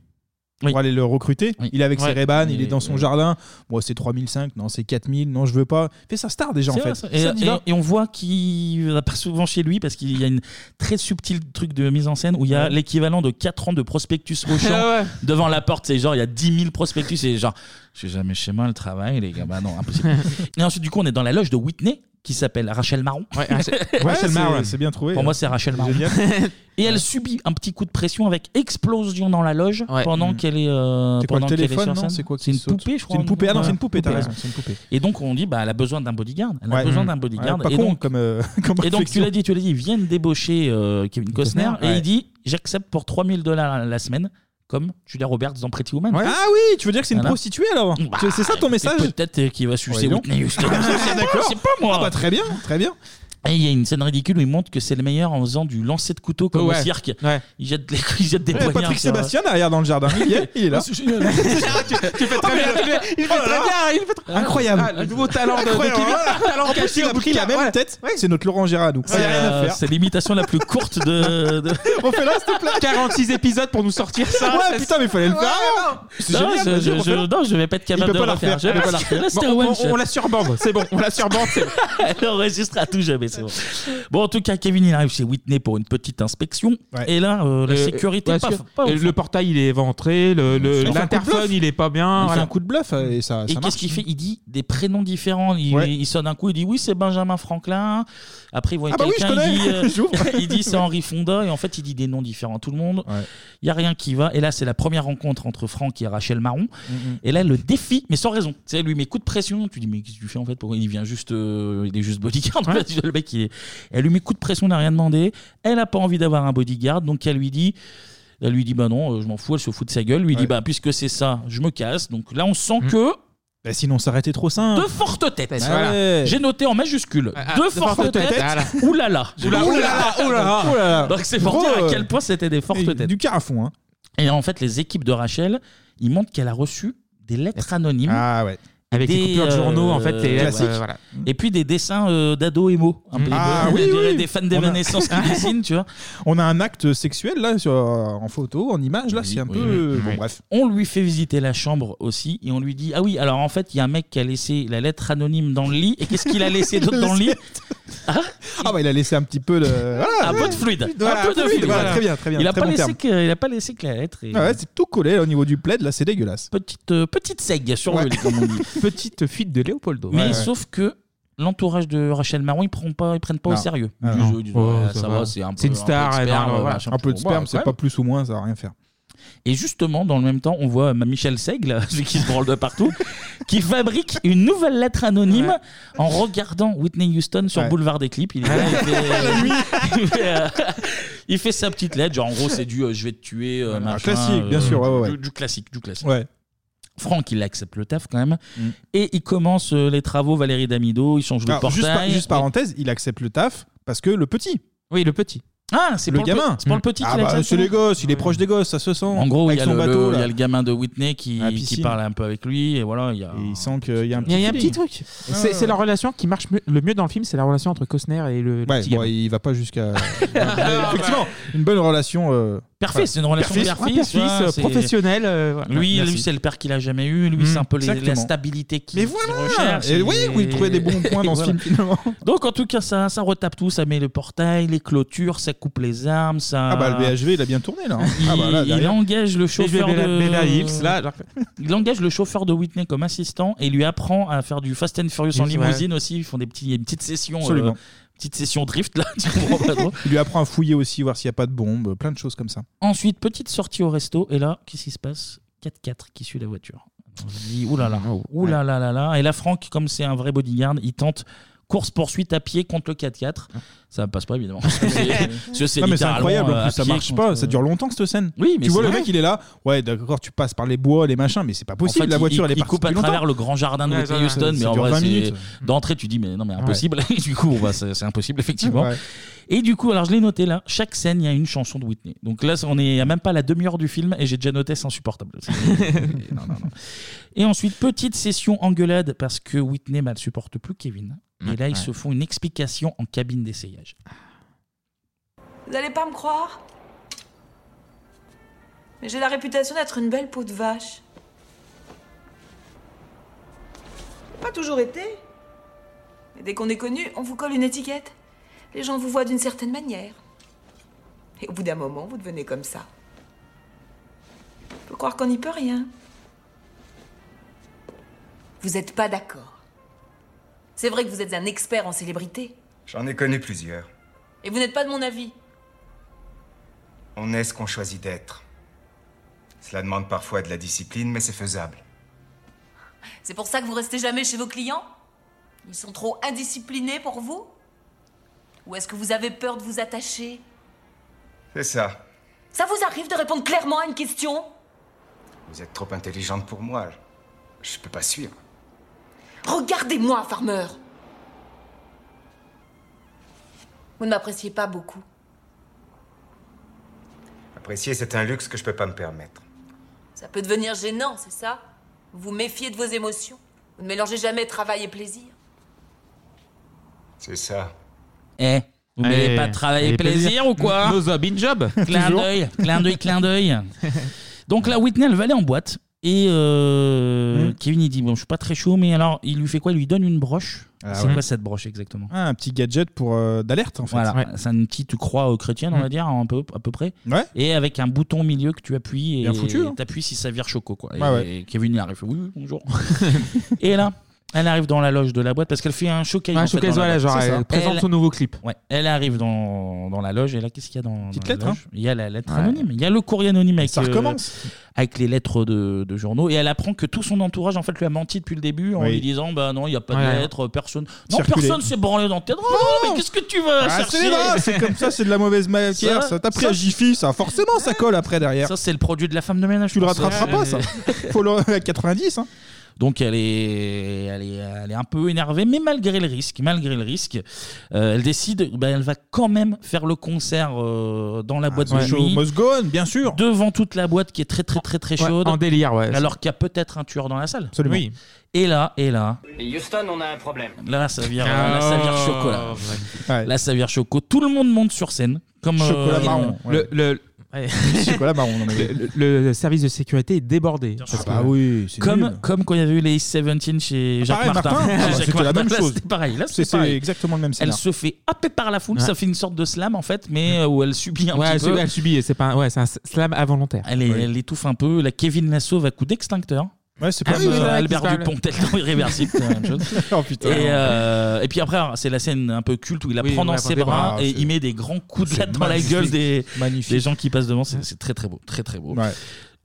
[SPEAKER 7] pour aller le recruter. Il est avec ses
[SPEAKER 1] Ouais.
[SPEAKER 7] Reban, il est
[SPEAKER 1] Et- euh,
[SPEAKER 7] dans son
[SPEAKER 1] et-
[SPEAKER 7] jardin. Moi, c'est 3005, non, c'est 4000, non, je veux pas. Fais sa star déjà en
[SPEAKER 1] C'est
[SPEAKER 7] fait.
[SPEAKER 1] vrai, ça.
[SPEAKER 7] Ça,
[SPEAKER 1] Et,
[SPEAKER 7] dis-là.
[SPEAKER 1] et- et on voit qu'il va pas souvent chez lui parce qu'il y a une très subtile truc de mise en scène où il y a l'équivalent de 4 ans de prospectus au champ
[SPEAKER 9] Ah ouais.
[SPEAKER 1] devant la porte. C'est genre, il y a 10 000 prospectus et genre, je suis jamais chez moi, le travail, les gars. Bah non, impossible. et ensuite, du coup, on est dans la loge de Whitney qui s'appelle Rachel Marron.
[SPEAKER 9] Rachel- Ouais, Rachel c'est- Marron. c'est bien
[SPEAKER 7] trouvé. hein.
[SPEAKER 1] Pour moi, c'est Rachel Marron.
[SPEAKER 9] Génial.
[SPEAKER 1] Et elle subit un petit coup de pression avec explosion dans la loge pendant
[SPEAKER 7] Mm.
[SPEAKER 1] qu'elle est, euh,
[SPEAKER 7] C'est quoi, le
[SPEAKER 1] pendant qu'elle est
[SPEAKER 7] téléphone,
[SPEAKER 1] sur
[SPEAKER 7] non
[SPEAKER 1] scène.
[SPEAKER 7] C'est quoi qui
[SPEAKER 1] C'est une
[SPEAKER 7] saute
[SPEAKER 1] poupée, je
[SPEAKER 7] C'est
[SPEAKER 1] crois.
[SPEAKER 7] une poupée. Ah non, c'est une poupée, t'as
[SPEAKER 1] ouais.
[SPEAKER 7] raison, c'est une poupée.
[SPEAKER 1] Et donc on dit bah elle a besoin d'un bodyguard. Elle a
[SPEAKER 7] Ouais.
[SPEAKER 9] Mmh.
[SPEAKER 1] besoin
[SPEAKER 7] Mm.
[SPEAKER 1] d'un
[SPEAKER 7] Ouais,
[SPEAKER 1] bodyguard.
[SPEAKER 7] pas
[SPEAKER 1] et
[SPEAKER 7] con
[SPEAKER 1] donc,
[SPEAKER 7] comme, euh, comme
[SPEAKER 1] et donc tu
[SPEAKER 7] réflexion.
[SPEAKER 1] l'as dit, tu l'as dit, ils viennent débaucher euh, Kevin Costner
[SPEAKER 7] Costner,
[SPEAKER 1] et
[SPEAKER 7] ouais.
[SPEAKER 1] il dit j'accepte pour 3000 dollars la semaine comme Julia Roberts dans Pretty Woman.
[SPEAKER 7] Ah oui, tu veux dire que c'est une
[SPEAKER 1] Voilà. Bah,
[SPEAKER 7] prostituée alors Tu- C'est ça ton message
[SPEAKER 1] Peut-être euh, qu'il va sucer
[SPEAKER 7] Ouais, non.
[SPEAKER 1] Whitney Houston.
[SPEAKER 7] D'accord.
[SPEAKER 1] C'est pas moi.
[SPEAKER 7] Ah bah, très bien, très bien.
[SPEAKER 1] Et il y a une scène ridicule où il montre que c'est le meilleur en faisant du lancer de couteau comme
[SPEAKER 7] Ouais.
[SPEAKER 1] au cirque. Il jette, les- il jette des
[SPEAKER 7] Ouais,
[SPEAKER 1] poignards.
[SPEAKER 7] Patrick
[SPEAKER 1] sur- euh,
[SPEAKER 7] Sébastien derrière dans le jardin, il est, il est là.
[SPEAKER 9] très bien, Oh tu fais- Ah, il fait très bien, il fait très-
[SPEAKER 7] Incroyable.
[SPEAKER 9] Ah, le nouveau talent de, de
[SPEAKER 7] Incroyable.
[SPEAKER 9] Kevin,
[SPEAKER 7] Voilà.
[SPEAKER 9] talent
[SPEAKER 7] En plus,
[SPEAKER 9] caché
[SPEAKER 7] il
[SPEAKER 9] au
[SPEAKER 7] a pris la
[SPEAKER 9] Picard,
[SPEAKER 7] même
[SPEAKER 9] ouais.
[SPEAKER 7] tête. C'est notre Laurent Gérard, nous. Ça y a rien à
[SPEAKER 1] Euh,
[SPEAKER 7] faire.
[SPEAKER 1] C'est l'imitation la plus courte de. de-
[SPEAKER 7] On fait là, s'il te plaît.
[SPEAKER 9] 46 épisodes pour nous sortir ça.
[SPEAKER 7] Ouais, putain, mais fallait le faire. C'est
[SPEAKER 1] Non,
[SPEAKER 7] génial,
[SPEAKER 1] je-
[SPEAKER 7] vas-y,
[SPEAKER 1] je-
[SPEAKER 7] on fait
[SPEAKER 1] je-
[SPEAKER 7] là.
[SPEAKER 1] non, je vais pas être capable
[SPEAKER 7] Il peut
[SPEAKER 1] de
[SPEAKER 7] pas la
[SPEAKER 1] refaire.
[SPEAKER 7] refaire. il peut pas la
[SPEAKER 1] Je-
[SPEAKER 7] refaire.
[SPEAKER 1] Là, c'était
[SPEAKER 7] Bon,
[SPEAKER 1] un
[SPEAKER 7] on-
[SPEAKER 1] one shot.
[SPEAKER 7] on la surbande. C'est bon, on la surbande. c'est bon.
[SPEAKER 1] Elle enregistrera tout jamais, c'est bon. Bon, en tout cas, Kevin, il arrive chez Whitney pour une petite inspection. Et là, euh, la
[SPEAKER 9] Euh,
[SPEAKER 1] sécurité,
[SPEAKER 9] ouais,
[SPEAKER 1] paf,
[SPEAKER 9] sûr.
[SPEAKER 1] paf.
[SPEAKER 9] Et le portail il est ventré, le- le-
[SPEAKER 1] Ils font un coup de
[SPEAKER 9] l'interphone
[SPEAKER 1] bluff.
[SPEAKER 9] il est pas bien.
[SPEAKER 1] Ils
[SPEAKER 9] voilà.
[SPEAKER 1] font un coup
[SPEAKER 7] de bluff hein, et ça.
[SPEAKER 1] Et qu'est-ce qu'il fait Il dit des prénoms différents. Il, il sonne un coup, il dit oui, c'est Benjamin Franklin. Après, il voit
[SPEAKER 7] Ah bah oui,
[SPEAKER 1] quelqu'un,
[SPEAKER 7] je
[SPEAKER 1] il dit, euh,
[SPEAKER 7] connais. J'ouvre.
[SPEAKER 1] il dit c'est Henri Fonda. Et en fait, il dit des noms différents à tout le monde. Il n'y a rien qui va. Et là, c'est la première rencontre entre Franck et Rachel
[SPEAKER 7] Mm.
[SPEAKER 1] Marron.
[SPEAKER 5] Mm,
[SPEAKER 1] Mm. Et là, le défi, mais sans raison. Tu sais, lui met coup de pression. Tu dis, mais qu'est-ce que tu fais en fait Pourquoi il vient juste. euh, il est juste bodyguard. en fait. le mec, il est... Elle lui met coup de pression, elle n'a rien demandé. Elle n'a pas envie d'avoir un bodyguard. Donc, elle lui dit. Elle lui dit, bah non, euh, je m'en fous, elle se fout de sa gueule. Lui dit, bah puisque c'est ça, je me casse. Donc là, on sent que
[SPEAKER 7] Bah, sinon, ça aurait été trop simple.
[SPEAKER 1] De fortes têtes.
[SPEAKER 7] Ouais.
[SPEAKER 1] Voilà. J'ai noté en majuscule. de, fortes, têtes. Oulala.
[SPEAKER 7] Oulala, oulala. Oulala.
[SPEAKER 1] Donc c'est
[SPEAKER 7] Gros,
[SPEAKER 1] pour dire
[SPEAKER 7] euh,
[SPEAKER 1] à quel point c'était des fortes têtes. Du
[SPEAKER 7] carafon.
[SPEAKER 1] Et en fait, les équipes de Rachel, ils montrent qu'elle a reçu des lettres anonymes.
[SPEAKER 7] Ah ouais.
[SPEAKER 9] Avec des coupures de journaux, en fait, les lettres, Classique. euh, voilà.
[SPEAKER 1] Et puis des dessins euh, d'ados émo. Un Playboy.
[SPEAKER 7] Ah
[SPEAKER 1] On
[SPEAKER 7] oui,
[SPEAKER 1] dirait
[SPEAKER 7] oui.
[SPEAKER 1] des fans
[SPEAKER 7] On a-
[SPEAKER 1] d'Evanescence qui dessinent, tu vois.
[SPEAKER 7] On a un acte sexuel là, sur- en photo, en image là, c'est un peu. Bon, bref.
[SPEAKER 1] On lui fait visiter la chambre aussi et on lui dit Ah oui, alors en fait, il y a un mec qui a laissé la lettre anonyme dans le lit. Et qu'est-ce qu'il a laissé d'autre dans le lit Hein
[SPEAKER 7] Ah bah il a laissé un petit peu de. Voilà,
[SPEAKER 1] Un peu
[SPEAKER 7] ouais.
[SPEAKER 1] de fluide.
[SPEAKER 7] Voilà,
[SPEAKER 1] un peu de fluide.
[SPEAKER 7] Voilà,
[SPEAKER 1] voilà.
[SPEAKER 7] très bien, très bien.
[SPEAKER 1] Il n'a
[SPEAKER 7] très
[SPEAKER 1] pas,
[SPEAKER 7] bon
[SPEAKER 1] laissé
[SPEAKER 7] terme.
[SPEAKER 1] que- il a pas laissé que la lettre. et-
[SPEAKER 7] Ah ouais, c'est tout collé là, au niveau du plaid, là c'est dégueulasse.
[SPEAKER 1] Petite, euh, petite seigle sur le lit, comme on dit.
[SPEAKER 9] Petite fuite de Léopoldo.
[SPEAKER 1] Mais sauf que l'entourage de Rachel Marron, ils prennent pas, ils prennent pas au
[SPEAKER 7] Non.
[SPEAKER 1] sérieux.
[SPEAKER 7] Ah
[SPEAKER 1] Ils
[SPEAKER 7] non.
[SPEAKER 1] disent, ils disent,
[SPEAKER 7] Oh,
[SPEAKER 1] ouais,
[SPEAKER 7] ça
[SPEAKER 1] ça
[SPEAKER 7] va.
[SPEAKER 1] va, c'est un peu
[SPEAKER 7] C'est une star,
[SPEAKER 1] un peu de
[SPEAKER 7] elle
[SPEAKER 1] sperme,
[SPEAKER 7] parle, voilà.
[SPEAKER 1] machin.
[SPEAKER 7] Un peu de
[SPEAKER 1] Bon,
[SPEAKER 7] sperme,
[SPEAKER 1] bah,
[SPEAKER 7] c'est
[SPEAKER 1] quand
[SPEAKER 7] pas
[SPEAKER 1] même.
[SPEAKER 7] plus ou moins, ça va rien faire.
[SPEAKER 1] Et justement, dans le même temps, on voit euh, Michel Seigle, celui qui se branle de partout, qui fabrique une nouvelle lettre anonyme en regardant Whitney Houston sur Boulevard des Clips. Il est là, il fait, il fait, euh, il fait sa petite lettre, genre en gros, c'est du euh, je vais te tuer, euh, machin,
[SPEAKER 7] classique, bien sûr, ouais, ouais,
[SPEAKER 1] du-
[SPEAKER 7] ouais.
[SPEAKER 1] du classique, du classique.
[SPEAKER 7] Ouais. Mm.
[SPEAKER 1] Franck, il accepte le taf quand même. Et il commence euh, les travaux Valérie Damido, il change le
[SPEAKER 7] Alors,
[SPEAKER 1] portail.
[SPEAKER 7] juste, par- juste parenthèse, il accepte le taf parce que le petit.
[SPEAKER 9] Oui, le petit.
[SPEAKER 1] Ah, c'est
[SPEAKER 7] le
[SPEAKER 1] pour le
[SPEAKER 7] gamin.
[SPEAKER 1] pe- c'est pour le petit
[SPEAKER 7] Ah
[SPEAKER 1] qu'il
[SPEAKER 7] bah,
[SPEAKER 1] accepte,
[SPEAKER 7] C'est
[SPEAKER 1] non
[SPEAKER 7] les gosses, il est proche des gosses, ça se sent.
[SPEAKER 1] En gros, il
[SPEAKER 7] avec
[SPEAKER 1] y, a
[SPEAKER 7] son
[SPEAKER 1] le,
[SPEAKER 7] bateau.
[SPEAKER 1] le- il y
[SPEAKER 7] là.
[SPEAKER 1] a le gamin de Whitney qui,
[SPEAKER 7] la
[SPEAKER 1] qui
[SPEAKER 7] piscine.
[SPEAKER 1] parle un peu avec lui et voilà, il y a.
[SPEAKER 7] Il sent qu'il y a un
[SPEAKER 9] Il y a- il y a un petit
[SPEAKER 7] feeling.
[SPEAKER 9] truc. C'est c'est la relation qui marche mieux- le mieux dans le film, c'est la relation entre Costner et le, le
[SPEAKER 7] Ouais,
[SPEAKER 9] petit
[SPEAKER 7] bon,
[SPEAKER 9] gamin.
[SPEAKER 7] il va pas jusqu'à. Effectivement, une bonne relation. euh,
[SPEAKER 1] Père-fils,
[SPEAKER 7] enfin,
[SPEAKER 1] c'est une relation
[SPEAKER 7] père-fils.
[SPEAKER 1] père-fils,
[SPEAKER 7] Ouais, euh,
[SPEAKER 1] tu vois, c'est- Lui,
[SPEAKER 7] Merci.
[SPEAKER 1] lui, c'est le père qu'il a jamais eu. Lui, c'est un peu les- la
[SPEAKER 7] Mm. Exactement.
[SPEAKER 1] stabilité qu'il
[SPEAKER 7] Mais
[SPEAKER 1] qu'il
[SPEAKER 7] voilà
[SPEAKER 1] recherche.
[SPEAKER 7] Et oui, vous trouvez des bons points dans ce film, finalement.
[SPEAKER 1] Donc, en tout cas, ça, ça retape tout. Ça met le portail, les clôtures, ça coupe les armes. Ça...
[SPEAKER 7] Ah bah le BHV, il a bien tourné là. hein. Ah bah, là,
[SPEAKER 1] euh, il
[SPEAKER 7] derrière.
[SPEAKER 1] engage le chauffeur
[SPEAKER 7] BHV,
[SPEAKER 1] de
[SPEAKER 7] Bella Hills, là,
[SPEAKER 1] il engage le chauffeur de Whitney comme assistant et lui apprend à faire du Fast and Furious en
[SPEAKER 7] Oui,
[SPEAKER 1] limousine aussi. Ils font des petits, une petite session,
[SPEAKER 7] Absolument.
[SPEAKER 1] petite session drift là. tu comprends pas trop.
[SPEAKER 7] Il lui apprend à fouiller aussi, voir s'il n'y a pas de bombe, plein de choses comme ça.
[SPEAKER 1] Ensuite, petite sortie au resto et là, qu'est-ce qui se passe 4x4 qui suit la voiture. On se dit oulala, oulala, là là là. Et là, Franck, comme c'est un vrai bodyguard, il tente course poursuite à pied contre le 4x4. Ça passe pas évidemment. Parce que c'est- parce que c'est
[SPEAKER 7] Non, mais c'est
[SPEAKER 1] littéralement,
[SPEAKER 7] incroyable,
[SPEAKER 1] euh,
[SPEAKER 7] en
[SPEAKER 1] à
[SPEAKER 7] plus, ça
[SPEAKER 1] pied
[SPEAKER 7] marche
[SPEAKER 1] contre-
[SPEAKER 7] pas, ça dure longtemps cette scène.
[SPEAKER 1] Oui, mais
[SPEAKER 7] tu vois
[SPEAKER 1] c'est
[SPEAKER 7] le
[SPEAKER 1] vrai.
[SPEAKER 7] mec, il est là, ouais, d'accord, tu passes par les bois, les machins, mais c'est pas possible,
[SPEAKER 1] En fait,
[SPEAKER 7] la
[SPEAKER 1] il-
[SPEAKER 7] voiture
[SPEAKER 1] il,
[SPEAKER 7] elle est
[SPEAKER 1] il
[SPEAKER 7] partie
[SPEAKER 1] coupe à
[SPEAKER 7] depuis
[SPEAKER 1] travers
[SPEAKER 7] longtemps.
[SPEAKER 1] le grand jardin de
[SPEAKER 7] Ouais,
[SPEAKER 1] Whitney
[SPEAKER 7] voilà.
[SPEAKER 1] Houston,
[SPEAKER 7] Ça
[SPEAKER 1] mais en
[SPEAKER 7] dure
[SPEAKER 1] vrai,
[SPEAKER 7] 20
[SPEAKER 1] c'est-
[SPEAKER 7] minutes.
[SPEAKER 1] d'entrée, tu dis, mais non, mais impossible. Et du coup, on va- c'est c'est impossible, effectivement.
[SPEAKER 7] Ouais.
[SPEAKER 1] Et du coup, alors je l'ai noté là, chaque scène, il y a une chanson de Whitney. Donc là, on est à même pas la demi-heure du film et j'ai déjà noté, c'est insupportable. C'est- non, non, non. Et ensuite, petite session engueulade parce que Whitney ne supporte plus Kevin. Et là, ils
[SPEAKER 29] Ouais.
[SPEAKER 1] se font une explication en cabine d'essayage.
[SPEAKER 29] Vous allez pas me croire Mais j'ai la réputation d'être une belle peau de vache. Pas toujours été. Mais dès qu'on est connu, on vous colle une étiquette. Les gens vous voient d'une certaine manière. Et au bout d'un moment, vous devenez comme ça. Faut croire qu'on n'y peut rien. Vous êtes pas d'accord. C'est vrai que vous êtes un expert en célébrité.
[SPEAKER 12] J'en ai connu plusieurs.
[SPEAKER 29] Et vous n'êtes pas de mon avis.
[SPEAKER 12] On est ce qu'on choisit d'être. Cela demande parfois de la discipline, mais c'est faisable.
[SPEAKER 29] C'est pour ça que vous restez jamais chez vos clients Ils sont trop indisciplinés pour vous Ou est-ce que vous avez peur de vous attacher
[SPEAKER 12] C'est ça.
[SPEAKER 29] Ça vous arrive de répondre clairement à une question
[SPEAKER 12] Vous êtes trop intelligente pour moi. Je peux pas suivre.
[SPEAKER 29] Regardez-moi, Farmer Vous ne m'appréciez pas beaucoup.
[SPEAKER 12] Apprécier, c'est un luxe que je peux pas me permettre.
[SPEAKER 29] Ça peut devenir gênant, c'est ça Vous vous méfiez de vos émotions. Vous ne mélangez jamais travail et plaisir.
[SPEAKER 12] C'est ça.
[SPEAKER 1] Eh, vous
[SPEAKER 12] Eh,
[SPEAKER 1] n'avez pas travaillé
[SPEAKER 12] et
[SPEAKER 1] plaisir,
[SPEAKER 12] plaisir.
[SPEAKER 1] ou quoi hein
[SPEAKER 12] Nos
[SPEAKER 9] in job.
[SPEAKER 1] Clin
[SPEAKER 9] Toujours.
[SPEAKER 1] d'œil, clin d'œil, clin d'œil. Donc là, Whitney, elle va aller en boîte. Et
[SPEAKER 7] Hmm.
[SPEAKER 1] euh, Kevin, il dit Bon, je suis pas très chaud, mais alors, il lui fait quoi Il lui donne une broche.
[SPEAKER 7] Ah
[SPEAKER 1] c'est
[SPEAKER 7] ouais.
[SPEAKER 1] quoi cette broche exactement
[SPEAKER 7] Ah, un petit gadget pour euh, d'alerte en fait.
[SPEAKER 1] Voilà, c'est une petite croix euh, chrétienne, on
[SPEAKER 7] Mm.
[SPEAKER 1] va dire, un peu, à peu près. Et avec un bouton au milieu que tu appuies.
[SPEAKER 7] Bien
[SPEAKER 1] et
[SPEAKER 7] foutu, hein.
[SPEAKER 1] T'appuies si ça vire choco, quoi. Et,
[SPEAKER 9] Bah
[SPEAKER 7] Ouais, ouais.
[SPEAKER 1] et Kevin, il arrive, il fait, oui, oui, bonjour. et là, elle arrive dans la loge de la boîte parce qu'elle fait un showcase.
[SPEAKER 9] Ouais,
[SPEAKER 1] en
[SPEAKER 9] un
[SPEAKER 1] fait,
[SPEAKER 9] showcase,
[SPEAKER 1] dans
[SPEAKER 9] voilà,
[SPEAKER 1] la boîte.
[SPEAKER 9] genre,
[SPEAKER 1] C'est ça.
[SPEAKER 9] elle présente son nouveau clip.
[SPEAKER 1] Ouais, elle arrive dans, dans la loge et là, qu'est-ce qu'il y a dans.
[SPEAKER 9] Petite
[SPEAKER 1] dans la
[SPEAKER 9] lettre,
[SPEAKER 1] loge
[SPEAKER 9] hein.
[SPEAKER 1] Il y a la lettre
[SPEAKER 9] Ouais.
[SPEAKER 1] anonyme. Il y a le courrier anonyme avec. euh,
[SPEAKER 9] Ça recommence.
[SPEAKER 1] avec les lettres de, de journaux. Et elle apprend que tout son entourage, en fait, lui a menti depuis le début en
[SPEAKER 9] Oui.
[SPEAKER 1] lui disant Bah non, il n'y a pas
[SPEAKER 9] Ouais.
[SPEAKER 1] de lettre, personne. Non,
[SPEAKER 7] Circuler.
[SPEAKER 1] personne s'est branlé dans tes droits. mais qu'est-ce que tu vas
[SPEAKER 7] Ah, c'est
[SPEAKER 1] chercher
[SPEAKER 7] là, c'est comme ça, c'est de la mauvaise matière.
[SPEAKER 1] Ça,
[SPEAKER 7] ça. T'as pris
[SPEAKER 1] ça-
[SPEAKER 7] à Jiffy, ça forcément ça colle après derrière.
[SPEAKER 1] Ça, c'est le produit de la femme de ménage.
[SPEAKER 7] Tu le
[SPEAKER 1] je pense.
[SPEAKER 7] rattraperas pas ça. Faut le à 90. Hein.
[SPEAKER 1] Donc elle est, elle est, elle est un peu énervée, mais malgré le risque, malgré le risque, euh, elle décide, bah, elle va quand même faire le concert euh, dans la boîte de
[SPEAKER 7] ouais.
[SPEAKER 1] nuit.
[SPEAKER 7] Ah, Must bien sûr.
[SPEAKER 1] Devant toute la boîte qui est très très très très
[SPEAKER 7] Ouais,
[SPEAKER 1] chaude.
[SPEAKER 7] en délire, ouais.
[SPEAKER 1] Alors qu'il y a peut-être un tueur dans la salle.
[SPEAKER 7] Absolument. Oui.
[SPEAKER 1] Et là, et là,
[SPEAKER 11] Houston, on a un problème.
[SPEAKER 1] Là, ça vire,
[SPEAKER 11] Ah,
[SPEAKER 1] là, ça
[SPEAKER 7] Oh.
[SPEAKER 1] vire choco. Là. Là, ça vire choco. Tout le monde monte sur scène. Comme, euh,
[SPEAKER 9] Chocolat marron, ouais.
[SPEAKER 1] Le,
[SPEAKER 9] Le, le- le service de sécurité est débordé. Parce que-
[SPEAKER 1] comme, comme quand il y avait eu les 17 chez Jacques
[SPEAKER 9] pareil,
[SPEAKER 1] Martin.
[SPEAKER 9] Martin.
[SPEAKER 1] Chez
[SPEAKER 9] Ah bah,
[SPEAKER 1] Jacques
[SPEAKER 9] c'était la
[SPEAKER 1] Martin,
[SPEAKER 9] même
[SPEAKER 1] là,
[SPEAKER 9] chose.
[SPEAKER 1] C'était pareil. Là,
[SPEAKER 7] C'était exactement le même
[SPEAKER 1] Elle
[SPEAKER 7] scénar.
[SPEAKER 1] se fait happer par la foule.
[SPEAKER 9] Ouais.
[SPEAKER 1] Ça fait une sorte de slam, en fait, mais euh, où elle subit un
[SPEAKER 9] Ouais, elle
[SPEAKER 1] petit peu.
[SPEAKER 9] subit- elle subit, c'est pas un- ouais, c'est un slam involontaire.
[SPEAKER 1] Elle, est- elle étouffe un peu. La Kevin la sauve à coup d'extincteur.
[SPEAKER 7] Ouais, c'est
[SPEAKER 9] pas
[SPEAKER 1] comme
[SPEAKER 9] mal.
[SPEAKER 1] euh,
[SPEAKER 9] Ah oui,
[SPEAKER 1] Albert
[SPEAKER 9] c'est pas
[SPEAKER 1] Dupont, tel dans Irréversible, c'est la même chose.
[SPEAKER 7] Oh, putain.
[SPEAKER 1] et, euh, et puis après, alors, c'est la scène un peu culte où il la
[SPEAKER 9] Oui,
[SPEAKER 1] prend
[SPEAKER 9] on
[SPEAKER 1] dans
[SPEAKER 9] la
[SPEAKER 1] ses
[SPEAKER 9] prend des
[SPEAKER 1] bras
[SPEAKER 9] bras,
[SPEAKER 1] et
[SPEAKER 9] c'est-
[SPEAKER 1] il met des grands coups de
[SPEAKER 9] c'est
[SPEAKER 1] latte dans la
[SPEAKER 9] magnifique.
[SPEAKER 1] gueule des,
[SPEAKER 9] Magnifique.
[SPEAKER 1] des gens qui passent devant. C'est c'est très très beau, très très beau.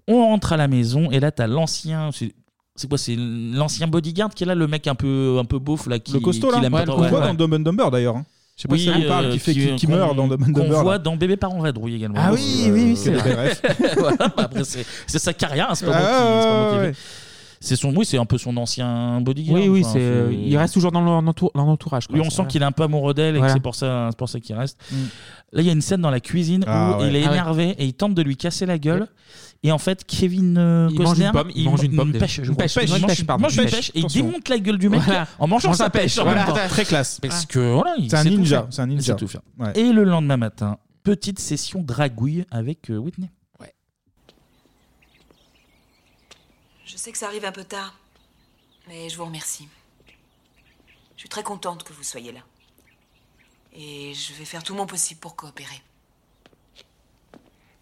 [SPEAKER 1] On rentre à la maison et là, t'as l'ancien. c'est- C'est quoi C'est l'ancien bodyguard qui est là, le mec un peu un peu beauf là qui
[SPEAKER 7] Le costaud,
[SPEAKER 1] qui
[SPEAKER 7] là,
[SPEAKER 1] l'aime pas
[SPEAKER 7] qu'on
[SPEAKER 1] trop, ouais.
[SPEAKER 7] voit dans
[SPEAKER 1] Ouais.
[SPEAKER 7] Dumb and Dumber d'ailleurs. hein. Je sais pas si ça
[SPEAKER 1] Oui,
[SPEAKER 7] vous parle,
[SPEAKER 1] euh,
[SPEAKER 7] qui, fait, qui, qui
[SPEAKER 1] qu'on-
[SPEAKER 7] meurt dans Dumb and Dumber.
[SPEAKER 1] Qu'on
[SPEAKER 7] là.
[SPEAKER 1] voit dans Bébé Parent Vadrouille également.
[SPEAKER 7] Ah oui, oui, oui, c'est
[SPEAKER 1] que des
[SPEAKER 7] vrai.
[SPEAKER 1] rêves. Voilà, bah après, c'est c'est sa carrière, hein, c'est pas
[SPEAKER 9] Ah,
[SPEAKER 1] moi qui- c'est pas moi qui
[SPEAKER 9] ouais,
[SPEAKER 1] ai fait. C'est son, oui, c'est un peu son ancien bodyguard.
[SPEAKER 9] Oui, oui,
[SPEAKER 1] enfin,
[SPEAKER 9] c'est, euh, il reste toujours dans l'entour- dans l'entourage. quoi.
[SPEAKER 1] Lui, on
[SPEAKER 9] C'est
[SPEAKER 1] sent
[SPEAKER 9] vrai.
[SPEAKER 1] qu'il est un peu amoureux d'elle et que
[SPEAKER 9] Voilà. Mm.
[SPEAKER 1] c'est pour ça, c'est pour ça qu'il reste. Là, il y a une scène dans la cuisine
[SPEAKER 9] Ah
[SPEAKER 1] où
[SPEAKER 9] ouais.
[SPEAKER 1] il est
[SPEAKER 9] Ah ouais.
[SPEAKER 1] énervé et il tente de lui casser la gueule. Et en fait, Kevin euh,
[SPEAKER 9] Il mange
[SPEAKER 1] Costner,
[SPEAKER 9] une pomme, il mange une pomme, déjà.
[SPEAKER 1] pêche, je
[SPEAKER 9] Une
[SPEAKER 1] crois.
[SPEAKER 9] pêche,
[SPEAKER 1] Il mange
[SPEAKER 9] une pêche, pardon,
[SPEAKER 1] mange une
[SPEAKER 9] une
[SPEAKER 1] pêche
[SPEAKER 9] pêche.
[SPEAKER 1] et il
[SPEAKER 9] Attention.
[SPEAKER 1] démonte la gueule du mec
[SPEAKER 9] Voilà.
[SPEAKER 1] en mangeant
[SPEAKER 9] Mange
[SPEAKER 1] sa
[SPEAKER 9] sa
[SPEAKER 1] pêche.
[SPEAKER 9] pêche,
[SPEAKER 1] en
[SPEAKER 9] voilà.
[SPEAKER 1] même temps.
[SPEAKER 9] Très classe.
[SPEAKER 1] Parce que voilà, il
[SPEAKER 7] C'est un
[SPEAKER 1] sait tout
[SPEAKER 7] ninja,
[SPEAKER 1] faire.
[SPEAKER 7] c'est un
[SPEAKER 1] Il
[SPEAKER 7] ninja.
[SPEAKER 1] sait tout faire.
[SPEAKER 7] Ouais.
[SPEAKER 1] Et le lendemain matin, petite session dragouille avec euh, Whitney.
[SPEAKER 29] Je sais que ça arrive un peu tard, mais je vous remercie. Je suis très contente que vous soyez là. Et je vais faire tout mon possible pour coopérer.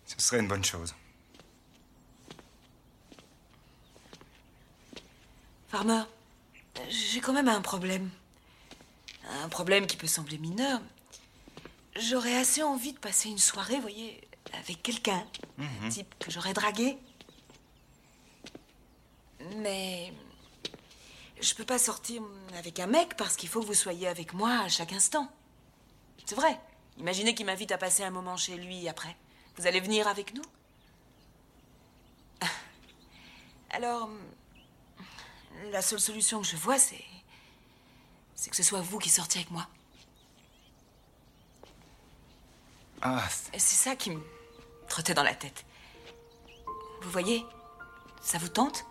[SPEAKER 12] Ce serait une bonne chose.
[SPEAKER 29] Farmer, euh, j'ai quand même un problème. Un problème qui peut sembler mineur. J'aurais assez envie de passer une soirée, voyez, avec quelqu'un, un type que j'aurais dragué. Mais je peux pas sortir avec un mec parce qu'il faut que vous soyez avec moi à chaque instant. C'est vrai. Imaginez qu'il m'invite à passer un moment chez lui après. Vous allez venir avec nous Alors, la seule solution que je vois, c'est. C'est que ce soit vous qui sortiez avec moi.
[SPEAKER 12] Ah,
[SPEAKER 29] Et C'est ça qui me trottait dans la tête. Vous voyez Ça vous tente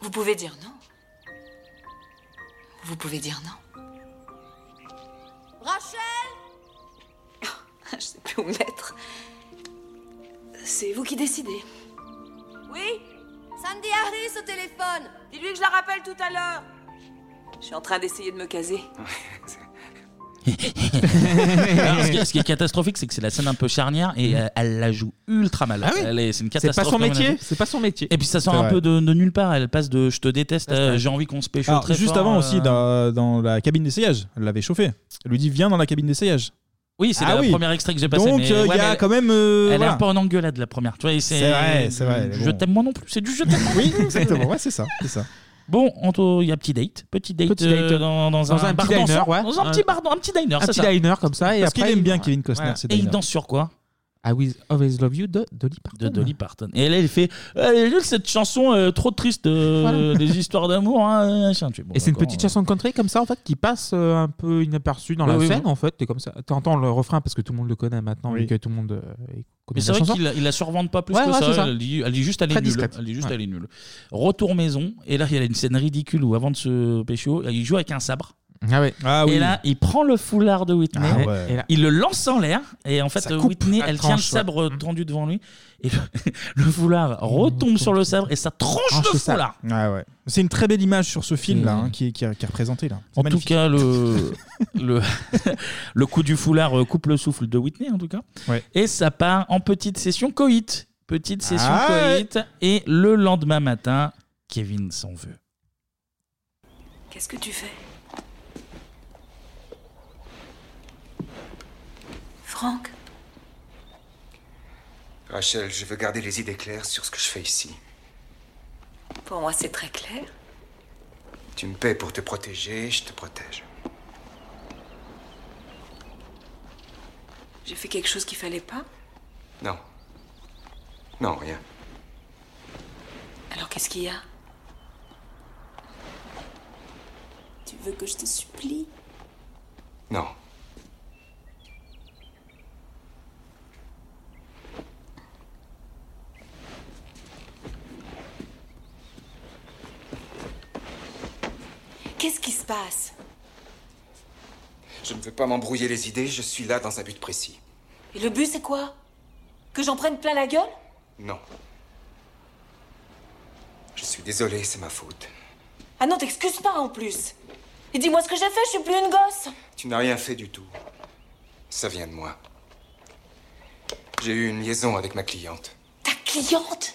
[SPEAKER 29] Vous pouvez dire non. Vous pouvez dire non. Rachel Ah, Je sais plus où me mettre. C'est vous qui décidez. Oui Sandy Harris au téléphone Dis-lui que je la rappelle tout à l'heure Je suis en train d'essayer de me caser.
[SPEAKER 1] Alors, ce, qui, ce qui est catastrophique, c'est que c'est la scène un peu charnière et euh, elle la joue ultra mal.
[SPEAKER 9] Mm. Ah oui
[SPEAKER 1] Elle est- c'est une
[SPEAKER 9] C'est pas
[SPEAKER 1] catastrophe.
[SPEAKER 9] son
[SPEAKER 1] comme elle a
[SPEAKER 9] métier,
[SPEAKER 1] joué.
[SPEAKER 9] c'est pas son métier.
[SPEAKER 1] Et puis ça sort
[SPEAKER 7] C'est
[SPEAKER 1] un
[SPEAKER 7] vrai.
[SPEAKER 1] peu de, de nulle part. Elle passe de je te déteste, à,
[SPEAKER 7] vrai.
[SPEAKER 1] Euh, j'ai envie qu'on se pêche au
[SPEAKER 7] Alors,
[SPEAKER 1] très
[SPEAKER 7] juste
[SPEAKER 1] fort,
[SPEAKER 7] avant
[SPEAKER 1] euh,
[SPEAKER 7] aussi, dans, dans la cabine d'essayage, elle l'avait chauffé. Elle lui dit Viens dans la cabine d'essayage.
[SPEAKER 1] Oui, c'est
[SPEAKER 7] Ah
[SPEAKER 1] le
[SPEAKER 7] oui.
[SPEAKER 1] premier extrait que j'ai passé.
[SPEAKER 7] Donc,
[SPEAKER 1] mais-
[SPEAKER 7] euh, il
[SPEAKER 1] Ouais,
[SPEAKER 7] y a
[SPEAKER 1] mais
[SPEAKER 7] quand même. euh,
[SPEAKER 1] elle est
[SPEAKER 7] voilà.
[SPEAKER 1] un peu en engueulade la première. Tu vois, et
[SPEAKER 7] C'est vrai, c'est vrai, mais
[SPEAKER 1] Je
[SPEAKER 7] bon.
[SPEAKER 1] t'aime moi non plus. C'est du je t'aime. moi non
[SPEAKER 7] Oui,
[SPEAKER 1] plus.
[SPEAKER 7] exactement. Ouais, c'est ça. c'est ça.
[SPEAKER 1] Bon, Anto, il y a petit date, petit date,
[SPEAKER 9] Petit date.
[SPEAKER 1] euh, dans, dans
[SPEAKER 9] Dans
[SPEAKER 1] un,
[SPEAKER 9] un
[SPEAKER 1] bar
[SPEAKER 9] petit diner,
[SPEAKER 1] dansant.
[SPEAKER 9] ouais.
[SPEAKER 1] dans un petit bar, dans un petit diner,
[SPEAKER 9] Un
[SPEAKER 1] c'est
[SPEAKER 9] petit
[SPEAKER 1] ça.
[SPEAKER 9] diner comme ça. Et
[SPEAKER 1] Parce
[SPEAKER 9] après,
[SPEAKER 1] qu'il aime bien
[SPEAKER 7] Kevin Costner,
[SPEAKER 9] Voilà.
[SPEAKER 7] c'est
[SPEAKER 1] Et il danse sur quoi
[SPEAKER 9] I Will Always Love You de Dolly Parton.
[SPEAKER 1] de Dolly Parton. Et là, il fait Euh, elle est nulle, cette chanson euh, trop triste euh,
[SPEAKER 9] Voilà.
[SPEAKER 1] des histoires d'amour. hein, machin. Tu- bon,
[SPEAKER 9] et c'est une
[SPEAKER 1] d'accord,
[SPEAKER 9] petite chanson de country comme ça en fait qui passe euh, un peu inaperçue dans la
[SPEAKER 1] Oui, oui,
[SPEAKER 9] scène
[SPEAKER 1] oui.
[SPEAKER 9] en fait. T'es comme ça, t'entends le refrain parce que tout le monde le connaît maintenant
[SPEAKER 1] Oui.
[SPEAKER 9] vu que tout le monde euh,
[SPEAKER 1] Mais
[SPEAKER 9] connaît
[SPEAKER 1] c'est
[SPEAKER 9] la
[SPEAKER 1] vrai
[SPEAKER 9] chanson.
[SPEAKER 1] qu'il la- il la survende pas plus
[SPEAKER 9] Ouais,
[SPEAKER 1] que
[SPEAKER 9] ouais,
[SPEAKER 1] ça.
[SPEAKER 9] c'est ça.
[SPEAKER 1] Elle dit, elle dit juste elle est
[SPEAKER 9] Très
[SPEAKER 1] nulle.
[SPEAKER 9] discrète.
[SPEAKER 1] Elle dit juste
[SPEAKER 9] Ouais.
[SPEAKER 1] elle est nulle. Retour maison. Et là, il y a une scène ridicule où avant de se pécho, il joue avec un sabre.
[SPEAKER 9] Ah ouais.
[SPEAKER 1] Et là, il prend le foulard de Whitney.
[SPEAKER 9] Ah ouais. Et là-
[SPEAKER 1] Il le lance en l'air. Et en fait,
[SPEAKER 9] Ça coupe
[SPEAKER 1] Whitney,
[SPEAKER 9] la
[SPEAKER 1] elle tient le
[SPEAKER 9] tranche, Mm.
[SPEAKER 1] sabre tendu devant lui. Et le, le foulard retombe sur le sabre et ça tranche le foulard.
[SPEAKER 9] Ah
[SPEAKER 7] Ouais, ouais. C'est une très belle image sur ce film
[SPEAKER 1] Mmh.
[SPEAKER 7] là, hein, qui, est- qui est qui est représenté là. C'est
[SPEAKER 1] En
[SPEAKER 7] magnifique.
[SPEAKER 1] tout cas, le, le, le coup du foulard euh, coupe le souffle de Whitney, en tout cas.
[SPEAKER 7] Ouais.
[SPEAKER 1] Et ça part en petite session coït. Petite session
[SPEAKER 7] Ah ouais.
[SPEAKER 1] coït. Et le lendemain matin, Kevin s'en veut.
[SPEAKER 29] Qu'est-ce que tu fais Franck
[SPEAKER 12] Rachel, je veux garder les idées claires sur ce que je fais ici.
[SPEAKER 29] Pour moi, c'est très clair.
[SPEAKER 12] Tu me paies pour te protéger, je te protège.
[SPEAKER 29] J'ai fait quelque chose qu'il fallait pas.
[SPEAKER 12] Non. Non, rien.
[SPEAKER 29] Alors qu'est-ce qu'il y a Tu veux que je te supplie
[SPEAKER 12] Non.
[SPEAKER 29] Qu'est-ce qui se passe
[SPEAKER 12] Je ne veux pas m'embrouiller les idées, je suis là dans un but précis.
[SPEAKER 29] Et le but, c'est quoi Que j'en prenne plein la gueule
[SPEAKER 12] Non. Je suis désolé, c'est ma faute.
[SPEAKER 29] Ah non, t'excuses pas en plus. Et dis-moi ce que j'ai fait, je suis plus une gosse.
[SPEAKER 12] Tu n'as rien fait du tout. Ça vient de moi. J'ai eu une liaison avec ma cliente.
[SPEAKER 29] Ta cliente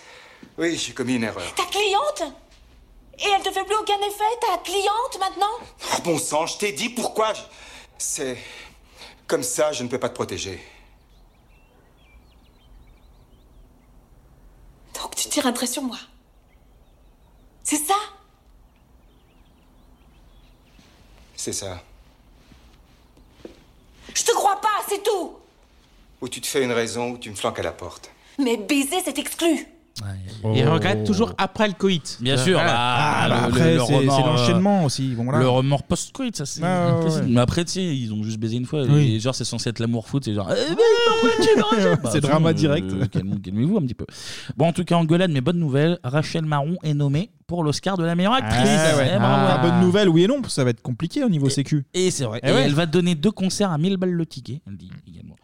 [SPEAKER 12] Oui, j'ai commis une erreur.
[SPEAKER 29] Ta cliente Et elle te fait plus aucun effet, ta cliente maintenant
[SPEAKER 12] Oh, bon sang, je t'ai dit pourquoi. je- C'est. Comme ça, je ne peux pas te protéger.
[SPEAKER 29] Donc tu tires un trait sur moi. C'est ça
[SPEAKER 12] C'est ça.
[SPEAKER 29] Je te crois pas, c'est tout
[SPEAKER 12] Ou tu te fais une raison, ou tu me flanques à la porte.
[SPEAKER 29] Mais baiser, c'est exclu
[SPEAKER 9] Il regrette toujours après le coït.
[SPEAKER 1] Bien sûr,
[SPEAKER 9] Voilà. Ah,
[SPEAKER 1] bah, le- le- le remords, euh, Le remords post-coït, ça c'est.
[SPEAKER 9] Ah, ouais, ouais.
[SPEAKER 1] Mais après, tu sais, ils ont juste baisé une fois.
[SPEAKER 9] Oui.
[SPEAKER 1] Et genre, c'est censé être l'amour foot. C'est
[SPEAKER 7] Ah
[SPEAKER 1] genre. eh, Bah,
[SPEAKER 7] C'est
[SPEAKER 1] attends,
[SPEAKER 7] drama
[SPEAKER 1] euh,
[SPEAKER 7] direct.
[SPEAKER 1] calme- Calmez-vous un petit peu. Bon, en tout cas, engueulade, mais bonne nouvelle. Rachel Marron est nommée pour l'Oscar de la meilleure actrice.
[SPEAKER 7] Ah ouais.
[SPEAKER 1] Eh, bravo.
[SPEAKER 7] Ah, bonne nouvelle, oui et non, parce que ça va être compliqué au niveau sécu.
[SPEAKER 1] Et c'est vrai.
[SPEAKER 7] Eh
[SPEAKER 1] Et
[SPEAKER 7] ouais.
[SPEAKER 1] elle va donner deux concerts à 1000 balles le ticket, elle dit également.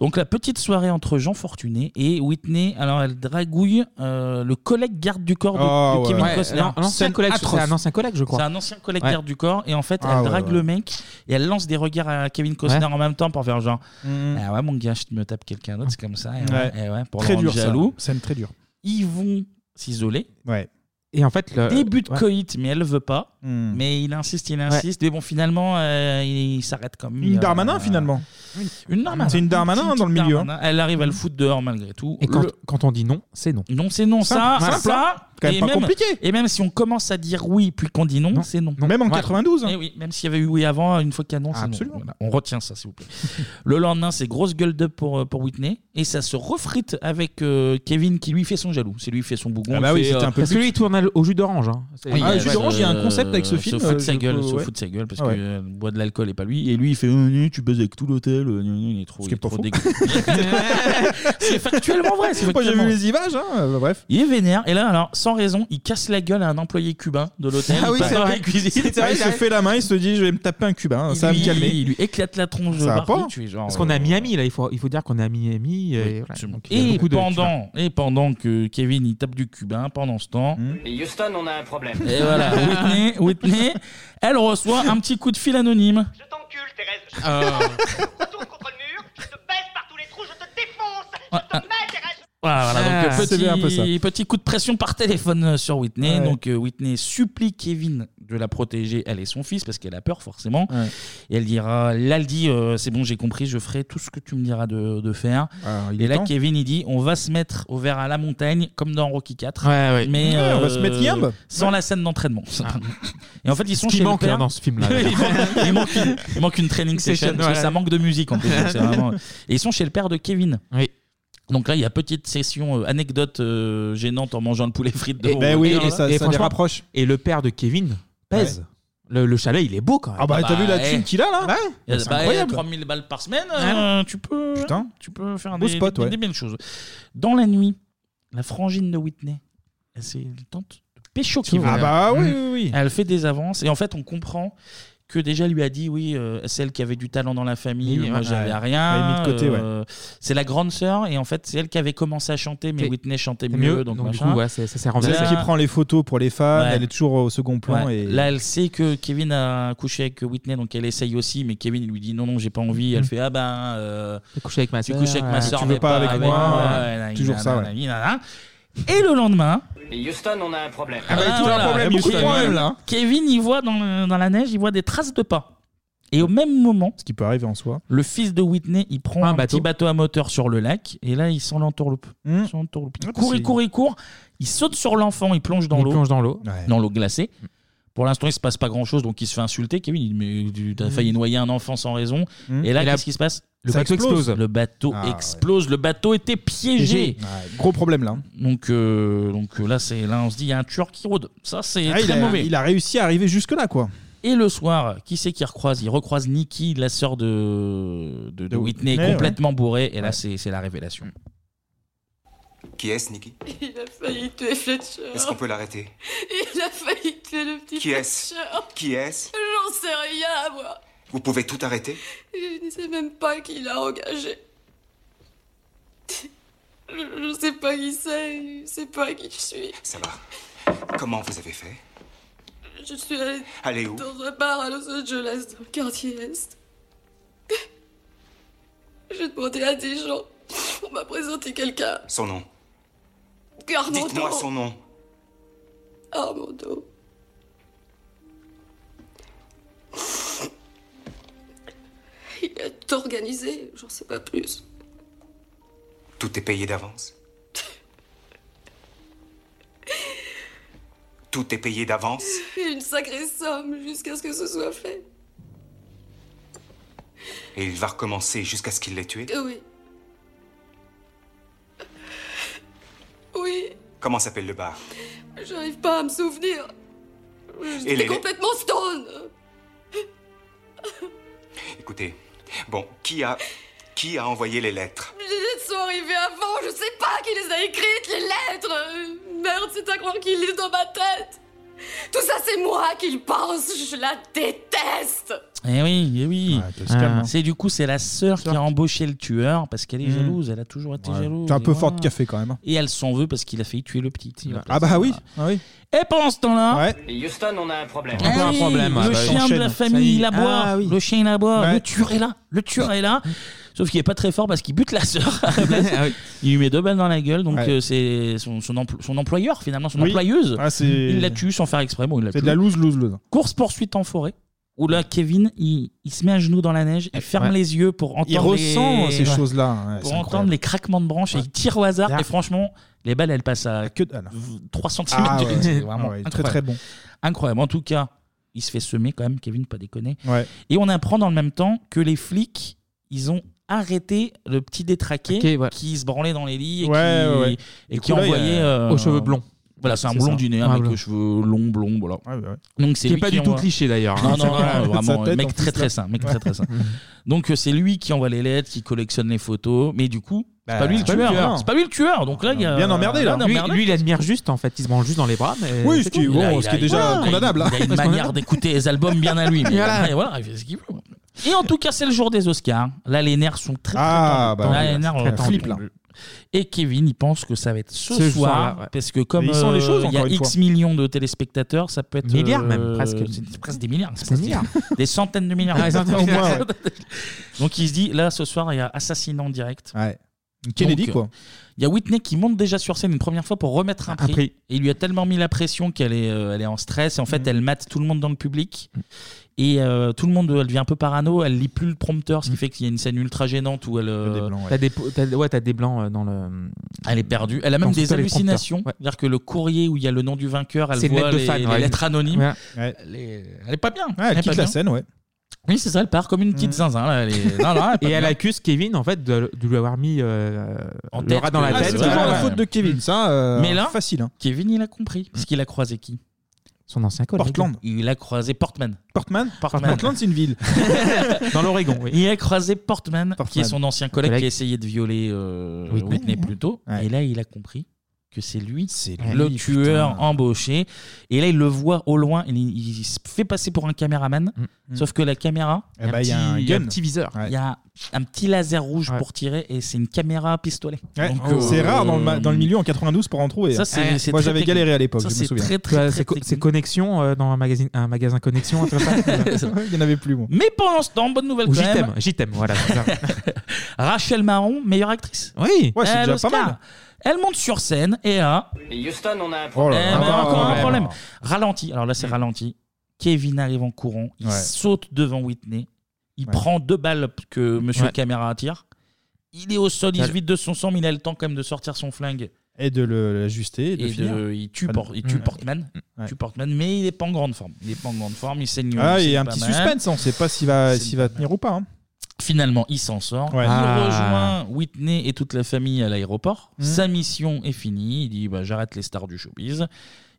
[SPEAKER 1] Donc la petite soirée entre Jean Fortuné et Whitney. Alors elle dragouille euh, le collègue garde du corps de,
[SPEAKER 9] Oh,
[SPEAKER 1] de
[SPEAKER 9] ouais.
[SPEAKER 1] Kevin
[SPEAKER 9] Ouais,
[SPEAKER 1] Costner.
[SPEAKER 9] non, un ancien
[SPEAKER 1] Scène
[SPEAKER 9] collègue, je-
[SPEAKER 1] atroce.
[SPEAKER 9] c'est un ancien collègue, je crois.
[SPEAKER 1] C'est un ancien collègue
[SPEAKER 9] Ouais.
[SPEAKER 1] garde du corps. Et en fait,
[SPEAKER 9] Ah,
[SPEAKER 1] elle
[SPEAKER 9] ouais,
[SPEAKER 1] drague
[SPEAKER 9] ouais,
[SPEAKER 1] le
[SPEAKER 9] ouais.
[SPEAKER 1] mec et elle lance des regards à Kevin Costner
[SPEAKER 9] Ouais.
[SPEAKER 1] en même temps pour faire genre
[SPEAKER 9] Mhm.
[SPEAKER 1] Ah ouais, mon gars, je me tape quelqu'un d'autre, c'est comme ça. Et ouais,
[SPEAKER 9] Ouais.
[SPEAKER 1] et eh ouais, pour
[SPEAKER 9] Très
[SPEAKER 1] le rendre
[SPEAKER 9] dur, ça.
[SPEAKER 1] jaloux.
[SPEAKER 7] Scène très dure.
[SPEAKER 1] Ils vont s'isoler.
[SPEAKER 7] Ouais.
[SPEAKER 9] Et en fait, le.
[SPEAKER 1] Début de
[SPEAKER 9] Euh, ouais.
[SPEAKER 1] coït, mais elle veut pas.
[SPEAKER 7] Hmm.
[SPEAKER 1] Mais il insiste, il insiste. Mais bon, finalement, euh, il, il s'arrête comme
[SPEAKER 7] Une Darmanin, finalement.
[SPEAKER 1] Une Darmanin.
[SPEAKER 7] C'est une Darmanin,
[SPEAKER 1] petite
[SPEAKER 7] dans le milieu,
[SPEAKER 9] hein.
[SPEAKER 1] Darmanin. Elle arrive à le foutre dehors malgré tout.
[SPEAKER 9] Et quand,
[SPEAKER 1] Le-
[SPEAKER 9] quand on dit non, c'est non.
[SPEAKER 1] Non, c'est non, ça,
[SPEAKER 9] Simple, simple, hein.
[SPEAKER 1] ça.
[SPEAKER 9] Quand même
[SPEAKER 1] et
[SPEAKER 9] pas compliqué.
[SPEAKER 1] Et même si on commence à dire oui puis qu'on dit non, c'est non.
[SPEAKER 7] Même en
[SPEAKER 1] Ouais.
[SPEAKER 7] 92.
[SPEAKER 9] hein.
[SPEAKER 1] Eh oui, même s'il y avait eu oui avant, une fois qu'il y a non, c'est non.
[SPEAKER 7] Absolument.
[SPEAKER 1] Voilà, on retient ça, s'il vous plaît. le lendemain, c'est grosse gueule de pour, euh, pour Whitney. Et ça se refrite avec euh, Kevin qui lui fait son jaloux. C'est lui qui fait son bougon.
[SPEAKER 9] Ah bah
[SPEAKER 1] il
[SPEAKER 9] oui,
[SPEAKER 1] fait,
[SPEAKER 9] c'était
[SPEAKER 1] euh,
[SPEAKER 9] un peu Parce que lui, il tourne au- au jus d'orange. hein. C'est-
[SPEAKER 7] Ah,
[SPEAKER 1] oui, bah, elle se-
[SPEAKER 9] euh,
[SPEAKER 1] Se fout de sa
[SPEAKER 9] je-
[SPEAKER 1] gueule, se
[SPEAKER 9] ouais.
[SPEAKER 1] fout de sa gueule parce
[SPEAKER 9] Ah ouais.
[SPEAKER 1] qu'elle boit de l'alcool et pas lui. Et lui, il fait euh, tu baises avec tout l'hôtel. euh, il est trop, il est trop dégueu. c'est factuellement vrai. c'est
[SPEAKER 7] Moi j'ai vu
[SPEAKER 1] factuellement
[SPEAKER 7] les images, hein, euh, bref.
[SPEAKER 1] Il est vénère. Et là, alors, sans raison, il casse la gueule à un employé cubain de l'hôtel.
[SPEAKER 7] Ah oui,
[SPEAKER 1] Il passe
[SPEAKER 7] c'est
[SPEAKER 1] dans
[SPEAKER 7] vrai.
[SPEAKER 1] la cuisine.
[SPEAKER 7] C'est vrai, il se fait la main, il se dit je vais me taper un hein. cubain, ça va
[SPEAKER 1] lui-
[SPEAKER 7] me calmer.
[SPEAKER 1] il lui éclate la tronche
[SPEAKER 7] Ça va
[SPEAKER 1] partout,
[SPEAKER 7] pas
[SPEAKER 1] tu es genre, euh,
[SPEAKER 9] Parce qu'on est à Miami, là, il faut, il faut dire qu'on est à Miami. et voilà. Donc, il y a
[SPEAKER 1] Et
[SPEAKER 9] beaucoup de-
[SPEAKER 1] pendant, et pendant que Kevin il tape du cubain, pendant ce temps,
[SPEAKER 7] Hmm.
[SPEAKER 11] Et Houston, on a un problème.
[SPEAKER 1] et voilà, Whitney, Whitney, elle reçoit un petit coup de fil anonyme. Ah. Je t'encule, Thérèse. Voilà, voilà, donc,
[SPEAKER 9] Ah,
[SPEAKER 1] petit,
[SPEAKER 9] c'est bien un peu ça.
[SPEAKER 1] petit coup de pression par téléphone euh, sur
[SPEAKER 9] Ouais.
[SPEAKER 1] Whitney. Donc euh, Whitney supplie Kevin de la protéger, elle et son fils, parce qu'elle a peur forcément.
[SPEAKER 9] Ouais.
[SPEAKER 1] Et elle dira, là elle dit, euh, c'est bon, j'ai compris, je ferai tout ce que tu me diras de, de faire.
[SPEAKER 9] Ah,
[SPEAKER 7] il
[SPEAKER 1] et
[SPEAKER 7] est
[SPEAKER 1] là
[SPEAKER 7] temps.
[SPEAKER 1] Kevin il dit, on va se mettre au vert à la montagne, comme dans Rocky 4. Mais, euh,
[SPEAKER 7] Ouais, on va se mettre yambe.
[SPEAKER 1] Sans
[SPEAKER 7] Ouais.
[SPEAKER 1] la scène d'entraînement. Et en fait ils sont
[SPEAKER 9] Ah. Ce qui
[SPEAKER 1] chez le
[SPEAKER 9] manque,
[SPEAKER 1] père.
[SPEAKER 9] hein, dans ce film-là.
[SPEAKER 1] il, manque, il manque une, il manque une training session,
[SPEAKER 9] Session,
[SPEAKER 1] parce que
[SPEAKER 9] ouais.
[SPEAKER 1] ça manque de musique en plus. donc c'est vraiment- Et ils sont chez le père de Kevin. Donc là, il y a petite session euh, anecdote euh, gênante en mangeant le poulet frites de
[SPEAKER 9] Et, ben oui, et, ça,
[SPEAKER 1] les
[SPEAKER 9] rapproche. Et le père de Kevin pèse. Le, le chalet, il est beau quand même.
[SPEAKER 1] Ah bah, t'as vu la thune qu'il
[SPEAKER 9] a là Ah,
[SPEAKER 1] C'est incroyable. 3000 bah, balles par semaine, euh, tu peux
[SPEAKER 9] Putain.
[SPEAKER 1] tu peux faire
[SPEAKER 9] Beau
[SPEAKER 1] des,
[SPEAKER 9] spot,
[SPEAKER 1] des-
[SPEAKER 9] ouais.
[SPEAKER 1] des belles choses. Dans la nuit, la frangine de Whitney, elle c'est une tante de pécho qui
[SPEAKER 9] Ah
[SPEAKER 1] va.
[SPEAKER 9] bah oui, oui,
[SPEAKER 1] Elle fait des avances et en fait, on comprend que déjà lui a dit oui euh, celle qui avait du talent dans la famille euh,
[SPEAKER 9] Oui,
[SPEAKER 1] moi
[SPEAKER 9] ouais.
[SPEAKER 1] j'avais
[SPEAKER 9] Ouais. Elle est
[SPEAKER 1] rien
[SPEAKER 9] mise de côté, ouais.
[SPEAKER 1] euh, c'est la grande sœur et en fait c'est elle qui avait commencé à chanter mais
[SPEAKER 9] C'est-
[SPEAKER 1] Whitney chantait
[SPEAKER 9] c'est
[SPEAKER 1] mieux
[SPEAKER 9] mieux,
[SPEAKER 1] donc,
[SPEAKER 9] donc du
[SPEAKER 1] machin.
[SPEAKER 9] coup, ouais, c'est- ça s'est
[SPEAKER 7] C'est
[SPEAKER 1] Là-
[SPEAKER 7] elle qui prend les photos pour les fans,
[SPEAKER 1] Ouais.
[SPEAKER 7] elle est toujours au second plan.
[SPEAKER 1] Ouais.
[SPEAKER 7] Et...
[SPEAKER 1] Là, elle sait que Kevin a couché avec Whitney, donc elle essaye aussi, mais Kevin il lui dit non, non, j'ai pas envie. Elle
[SPEAKER 9] Mm.
[SPEAKER 1] fait ah ben, euh,
[SPEAKER 9] Tu couches avec ma
[SPEAKER 1] tu
[SPEAKER 9] sœur,
[SPEAKER 1] couches avec ma
[SPEAKER 9] euh,
[SPEAKER 1] sœur,
[SPEAKER 9] tu veux
[SPEAKER 1] mais
[SPEAKER 9] pas avec moi,
[SPEAKER 1] ouais,
[SPEAKER 9] ouais.
[SPEAKER 1] nanani,
[SPEAKER 9] Toujours ça, ouais.
[SPEAKER 1] nanani, nanana. Et le lendemain,
[SPEAKER 11] Et Houston, on a un problème.
[SPEAKER 1] ah, voilà, beaucoup de problèmes, là. Kevin il voit dans, le- dans la neige, il voit des traces de pas. Et au même moment,
[SPEAKER 7] ce qui peut arriver en soi,
[SPEAKER 1] le fils de Whitney il prend un, petit bateau à moteur sur le lac et là il sent l'entourloupe. Il sent l'entourloupe.
[SPEAKER 9] Ah,
[SPEAKER 1] Il court, il court, il court. Il saute sur l'enfant, il plonge dans
[SPEAKER 9] Il
[SPEAKER 1] l'eau.
[SPEAKER 9] plonge dans l'eau.
[SPEAKER 1] Dans l'eau glacée. Pour l'instant, il se passe pas grand chose, donc il se fait insulter. Kevin, il dit Mais tu as
[SPEAKER 9] Mm.
[SPEAKER 1] failli noyer un enfant sans raison.
[SPEAKER 9] Mm.
[SPEAKER 1] Et là,
[SPEAKER 9] Et là,
[SPEAKER 1] qu'est-ce qui se passe
[SPEAKER 9] le bateau explose.
[SPEAKER 1] Le bateau
[SPEAKER 9] Ah, ouais.
[SPEAKER 1] explose. Le bateau était piégé.
[SPEAKER 9] Piégé. Ouais,
[SPEAKER 7] gros problème là. hein.
[SPEAKER 1] Donc, euh, donc euh, là, c'est là, on se dit il y a un tueur qui rôde. Ça, c'est
[SPEAKER 7] Ah,
[SPEAKER 1] très
[SPEAKER 7] il, a,
[SPEAKER 1] mauvais.
[SPEAKER 7] il a réussi à arriver jusque là quoi.
[SPEAKER 1] Et le soir, qui c'est qui recroise Il recroise Nikki, la sœur de, de, de
[SPEAKER 7] De
[SPEAKER 1] Whitney,
[SPEAKER 7] Whitney,
[SPEAKER 1] complètement bourrée. Et là, c'est c'est la révélation.
[SPEAKER 38] Qui est-ce, Nikki
[SPEAKER 39] Il a failli tuer Fletcher.
[SPEAKER 38] Est-ce qu'on peut l'arrêter
[SPEAKER 39] Il a failli tuer le petit
[SPEAKER 38] Qui est-ce
[SPEAKER 39] Fletcher.
[SPEAKER 38] Qui est-ce
[SPEAKER 39] J'en sais rien, moi.
[SPEAKER 38] Vous pouvez tout arrêter
[SPEAKER 39] Je ne sais même pas qui l'a engagé. Je ne sais pas qui c'est, je sais pas qui je suis.
[SPEAKER 38] Ça va. Comment vous avez fait
[SPEAKER 39] Je suis allée
[SPEAKER 38] Allez où
[SPEAKER 39] dans un bar à Los Angeles, dans le quartier Est. J'ai demandé à des gens, on m'a présenté quelqu'un,
[SPEAKER 38] Son nom.
[SPEAKER 39] Armando.
[SPEAKER 38] Dites-moi son nom.
[SPEAKER 39] Oh, Armando. Il a tout organisé, j'en sais pas plus.
[SPEAKER 38] Tout est payé d'avance. Tout est payé d'avance.
[SPEAKER 39] Et une sacrée somme jusqu'à ce que ce soit fait.
[SPEAKER 38] Et il va recommencer jusqu'à ce qu'il l'ait tué.
[SPEAKER 39] Euh, Oui. Oui,
[SPEAKER 38] Comment s'appelle le bar
[SPEAKER 39] j'arrive pas à me souvenir. J'étais
[SPEAKER 38] les-
[SPEAKER 39] complètement stone.
[SPEAKER 38] Écoutez, bon, qui a qui a envoyé les lettres
[SPEAKER 39] Les lettres sont arrivées avant, je sais pas qui les a écrites, les lettres. Merde, c'est à croire qu'il est dans ma tête. Tout ça, c'est moi qu'il pense, je la déteste.
[SPEAKER 1] Eh oui, eh oui.
[SPEAKER 7] se calmes, hein.
[SPEAKER 1] c'est du coup, c'est la sœur qui a embauché le tueur parce qu'elle est
[SPEAKER 7] Mm.
[SPEAKER 1] jalouse. Elle a toujours été jalouse.
[SPEAKER 7] T'es un
[SPEAKER 1] et
[SPEAKER 7] peu fort
[SPEAKER 1] voilà.
[SPEAKER 7] de café quand même. hein.
[SPEAKER 1] Et elle s'en veut parce qu'il a failli tuer le petit.
[SPEAKER 7] Ah bah oui, ah oui.
[SPEAKER 1] Et pendant ce temps-là,
[SPEAKER 14] Et Houston, on a un problème. bah
[SPEAKER 1] Ah oui, Le chien de la famille, il aboie.
[SPEAKER 7] Ah
[SPEAKER 1] Le chien, il aboie.
[SPEAKER 14] Ouais.
[SPEAKER 1] Le tueur est là. Le tueur est là. Sauf qu'il est pas très fort parce qu'il bute la sœur. à la place. Il lui met deux balles dans la gueule. Donc
[SPEAKER 7] Ah Ouais.
[SPEAKER 1] euh, c'est son, son empl- son employeur finalement, son
[SPEAKER 7] Oui.
[SPEAKER 1] employeuse.
[SPEAKER 7] Ah, c'est-
[SPEAKER 1] il la tue sans faire exprès. Bon, il la
[SPEAKER 7] C'est
[SPEAKER 1] tue.
[SPEAKER 7] de la loose, loose, loose.
[SPEAKER 1] Course poursuite en forêt. Où là, Kevin, il, il se met à genoux dans la neige, il ferme
[SPEAKER 7] Ouais.
[SPEAKER 1] les yeux pour entendre.
[SPEAKER 7] Il ressent
[SPEAKER 1] les-
[SPEAKER 7] ces
[SPEAKER 1] Ouais.
[SPEAKER 7] choses-là, ouais, c'est
[SPEAKER 1] pour entendre
[SPEAKER 7] incroyable.
[SPEAKER 1] les craquements de branches et il tire au hasard. Et franchement, les balles, elles passent à 3 cm
[SPEAKER 7] Ah
[SPEAKER 1] de
[SPEAKER 7] ouais,
[SPEAKER 1] lui. C'est
[SPEAKER 7] ouais,
[SPEAKER 1] vraiment
[SPEAKER 7] ouais, très,
[SPEAKER 1] incroyable.
[SPEAKER 7] très bon.
[SPEAKER 1] Incroyable. En tout cas, il se fait semer quand même, Kevin, pas déconner.
[SPEAKER 7] Ouais.
[SPEAKER 1] Et on apprend dans le même temps que les flics, ils ont arrêté le petit détraqué
[SPEAKER 7] Ok, ouais.
[SPEAKER 1] qui se branlait dans les lits et
[SPEAKER 7] Ouais,
[SPEAKER 1] qui,
[SPEAKER 7] ouais, ouais.
[SPEAKER 1] et
[SPEAKER 7] Du
[SPEAKER 1] qui
[SPEAKER 7] coup, là, il y a-
[SPEAKER 1] envoyait. euh,
[SPEAKER 9] Aux cheveux blonds.
[SPEAKER 1] Voilà, c'est un
[SPEAKER 9] C'est
[SPEAKER 1] blond
[SPEAKER 9] ça.
[SPEAKER 1] du nez hein,
[SPEAKER 9] Ouais,
[SPEAKER 1] avec
[SPEAKER 9] blond.
[SPEAKER 1] les cheveux longs, blonds, voilà. Donc c'est
[SPEAKER 9] Qui est
[SPEAKER 1] lui
[SPEAKER 9] pas du tout
[SPEAKER 1] envoie-
[SPEAKER 9] cliché, d'ailleurs.
[SPEAKER 1] Non, non, non,
[SPEAKER 9] Sa tête,
[SPEAKER 1] vraiment, euh,
[SPEAKER 9] en
[SPEAKER 1] mec
[SPEAKER 9] plus,
[SPEAKER 1] très
[SPEAKER 9] là.
[SPEAKER 1] très sain, mec très très sain. Donc euh, c'est lui qui envoie les lettres, qui collectionne les photos, mais du coup, c'est
[SPEAKER 9] Bah,
[SPEAKER 1] pas lui le
[SPEAKER 9] c'est pas lui le
[SPEAKER 1] tueur. hein.
[SPEAKER 9] tueur.
[SPEAKER 1] C'est pas lui le tueur. Donc là, il y a
[SPEAKER 9] Bien emmerdé, là.
[SPEAKER 1] Euh, Bien
[SPEAKER 9] Lui,
[SPEAKER 1] emmerdé.
[SPEAKER 9] lui, il admire juste, en fait. Il se branle juste dans les bras. Mais
[SPEAKER 1] Oui,
[SPEAKER 9] c'est
[SPEAKER 1] ce
[SPEAKER 9] tout.
[SPEAKER 1] qui- bon, Il a- ce qui est il a- déjà il a- condamnable, il a hein. une manière d'écouter les albums bien à lui, mais après, voilà, il fait ce qu'il veut. Et en tout cas, c'est le jour des Oscars. Là, les nerfs sont très, très
[SPEAKER 7] Ah,
[SPEAKER 1] tendus.
[SPEAKER 7] bah
[SPEAKER 1] Là,
[SPEAKER 7] oui,
[SPEAKER 1] les nerfs
[SPEAKER 7] très
[SPEAKER 1] euh,
[SPEAKER 7] tendus.
[SPEAKER 1] flippent, là. Et Kevin, il pense que ça va être ce,
[SPEAKER 9] Ce
[SPEAKER 1] soir,
[SPEAKER 9] soir-là, ouais.
[SPEAKER 1] parce que comme euh,
[SPEAKER 9] Mais ils sentent les choses,
[SPEAKER 1] il y a
[SPEAKER 9] encore une
[SPEAKER 1] X
[SPEAKER 9] fois.
[SPEAKER 1] millions de téléspectateurs, ça peut être euh,
[SPEAKER 9] Milliards, même, presque.
[SPEAKER 1] c'est presque des milliards, c'est
[SPEAKER 9] C'est
[SPEAKER 1] presque
[SPEAKER 9] milliards.
[SPEAKER 1] des, des centaines de milliards,
[SPEAKER 9] Ah, des centaines de
[SPEAKER 1] Au moins,
[SPEAKER 9] milliards.
[SPEAKER 1] ouais. Donc il se dit là ce soir il y a assassinat en direct.
[SPEAKER 7] Kennedy, quoi.
[SPEAKER 1] Il y a Whitney qui monte déjà sur scène une première fois pour remettre un prix.
[SPEAKER 9] prix.
[SPEAKER 1] Et il lui a tellement mis la pression qu'elle est, euh, elle est en stress. Et en fait,
[SPEAKER 9] Mm.
[SPEAKER 1] elle mate tout le monde dans le public. Et euh, tout le monde, elle devient un peu parano. Elle lit plus le prompteur, ce qui fait qu'il y a une scène ultra gênante où elle. euh,
[SPEAKER 9] T'as des, po- t'as- Mm. ouais, t'as des blancs euh, dans le.
[SPEAKER 1] Elle est perdue. Elle a même des hallucinations. C'est-à-dire que le courrier où il y a le nom du vainqueur, elle
[SPEAKER 9] C'est une
[SPEAKER 1] voit
[SPEAKER 9] lettre de
[SPEAKER 1] les,
[SPEAKER 9] fan,
[SPEAKER 1] les
[SPEAKER 9] ouais.
[SPEAKER 1] lettres anonymes.
[SPEAKER 9] Ouais.
[SPEAKER 1] Elle, est, elle est pas bien.
[SPEAKER 9] elle
[SPEAKER 1] est
[SPEAKER 9] quitte
[SPEAKER 1] pas
[SPEAKER 9] la
[SPEAKER 1] bien.
[SPEAKER 9] scène, ouais. Mm.
[SPEAKER 1] Oui, c'est ça, elle part comme une petite zinzin. là, elle est- non, non,
[SPEAKER 9] et
[SPEAKER 1] est pas
[SPEAKER 9] elle
[SPEAKER 1] bien.
[SPEAKER 9] accuse Kevin en fait de, de lui avoir mis euh, le
[SPEAKER 1] tête
[SPEAKER 9] rat dans la
[SPEAKER 1] que-
[SPEAKER 9] tête.
[SPEAKER 1] Ah, c'est toujours la faute de
[SPEAKER 7] Kevin, ça.
[SPEAKER 1] Mais là,
[SPEAKER 7] facile.
[SPEAKER 1] Kevin, il a compris. Parce qu'il a croisé qui
[SPEAKER 9] Son ancien collègue.
[SPEAKER 1] Portland. Il a croisé Portman.
[SPEAKER 7] Portman
[SPEAKER 1] Portman.
[SPEAKER 7] Portland, c'est une ville.
[SPEAKER 9] Dans l'Oregon, oui.
[SPEAKER 1] Il a croisé Portman, qui est son ancien collègue,
[SPEAKER 9] Collègue.
[SPEAKER 1] qui a essayé de violer euh,
[SPEAKER 9] Whitney,
[SPEAKER 1] Whitney, plus tôt. Et là, il a compris que c'est lui, le
[SPEAKER 9] lui,
[SPEAKER 1] tueur
[SPEAKER 9] putain.
[SPEAKER 1] embauché. Et là, il le voit au loin. Il, il se fait passer pour un caméraman.
[SPEAKER 9] Mm.
[SPEAKER 1] Sauf que la caméra,
[SPEAKER 7] Eh bah, il y a un
[SPEAKER 1] il y a
[SPEAKER 7] gun.
[SPEAKER 1] petit viseur. Il y a un petit laser rouge pour tirer et c'est une caméra pistolet.
[SPEAKER 7] Ouais.
[SPEAKER 1] Donc, euh,
[SPEAKER 7] c'est rare dans le, ma- dans le milieu en 92 pour en trouver.
[SPEAKER 1] Ça,
[SPEAKER 7] hein.
[SPEAKER 1] c'est- Ouais. c'est
[SPEAKER 7] Moi
[SPEAKER 1] très
[SPEAKER 7] j'avais
[SPEAKER 1] technique.
[SPEAKER 7] galéré à l'époque,
[SPEAKER 1] Ça,
[SPEAKER 7] je me
[SPEAKER 1] c'est
[SPEAKER 7] souviens.
[SPEAKER 1] très, très,
[SPEAKER 9] Ouais, c'est co- c'est connexion euh, dans un magasin, un magasin connexion, un truc comme ça.
[SPEAKER 7] Il n'y en avait plus, moi.
[SPEAKER 1] Mais pendant ce temps, bonne nouvelle
[SPEAKER 9] Ou E
[SPEAKER 1] quand même.
[SPEAKER 9] JTM, JTM, voilà. c'est ça.
[SPEAKER 1] Rachel Marron, meilleure actrice.
[SPEAKER 9] Oui,
[SPEAKER 14] Ouais, c'est
[SPEAKER 1] Elle,
[SPEAKER 14] déjà pas
[SPEAKER 1] Oscar.
[SPEAKER 14] mal.
[SPEAKER 1] Elle monte sur scène et a
[SPEAKER 14] Et Houston, on a un
[SPEAKER 7] Oh
[SPEAKER 1] Eh
[SPEAKER 14] problème.
[SPEAKER 7] Ah
[SPEAKER 1] ben,
[SPEAKER 7] bah,
[SPEAKER 1] encore un problème. Ralenti. Alors là,
[SPEAKER 7] Mm.
[SPEAKER 1] c'est ralenti. Kevin arrive en courant. Il
[SPEAKER 14] Ouais.
[SPEAKER 1] saute devant Whitney. Il prend deux balles que Monsieur
[SPEAKER 7] Ouais.
[SPEAKER 1] Caméra attire. Il est au sol, il
[SPEAKER 7] Elle-
[SPEAKER 1] se vide de son sang, mais il a le temps quand même de sortir son flingue.
[SPEAKER 7] Et de le- l'ajuster. et de
[SPEAKER 1] Et
[SPEAKER 7] finir.
[SPEAKER 1] de- il tue,
[SPEAKER 7] Ah,
[SPEAKER 1] Por- il tue
[SPEAKER 7] mm.
[SPEAKER 1] Portman, Il tue Portman, mais il n'est pas en grande forme. Il est pas en grande forme, il saigne.
[SPEAKER 7] Ah, il
[SPEAKER 1] c'est
[SPEAKER 7] y a un
[SPEAKER 1] pas
[SPEAKER 7] petit
[SPEAKER 1] mal.
[SPEAKER 7] suspense, on ne sait pas s'il va, s'il va tenir ou pas. hein.
[SPEAKER 1] Finalement, il s'en sort.
[SPEAKER 7] Ouais.
[SPEAKER 1] Il
[SPEAKER 7] Ah. Mm.
[SPEAKER 1] rejoint Whitney et toute la famille à l'aéroport. Sa mission est finie. Il dit bah, J'arrête les stars du showbiz.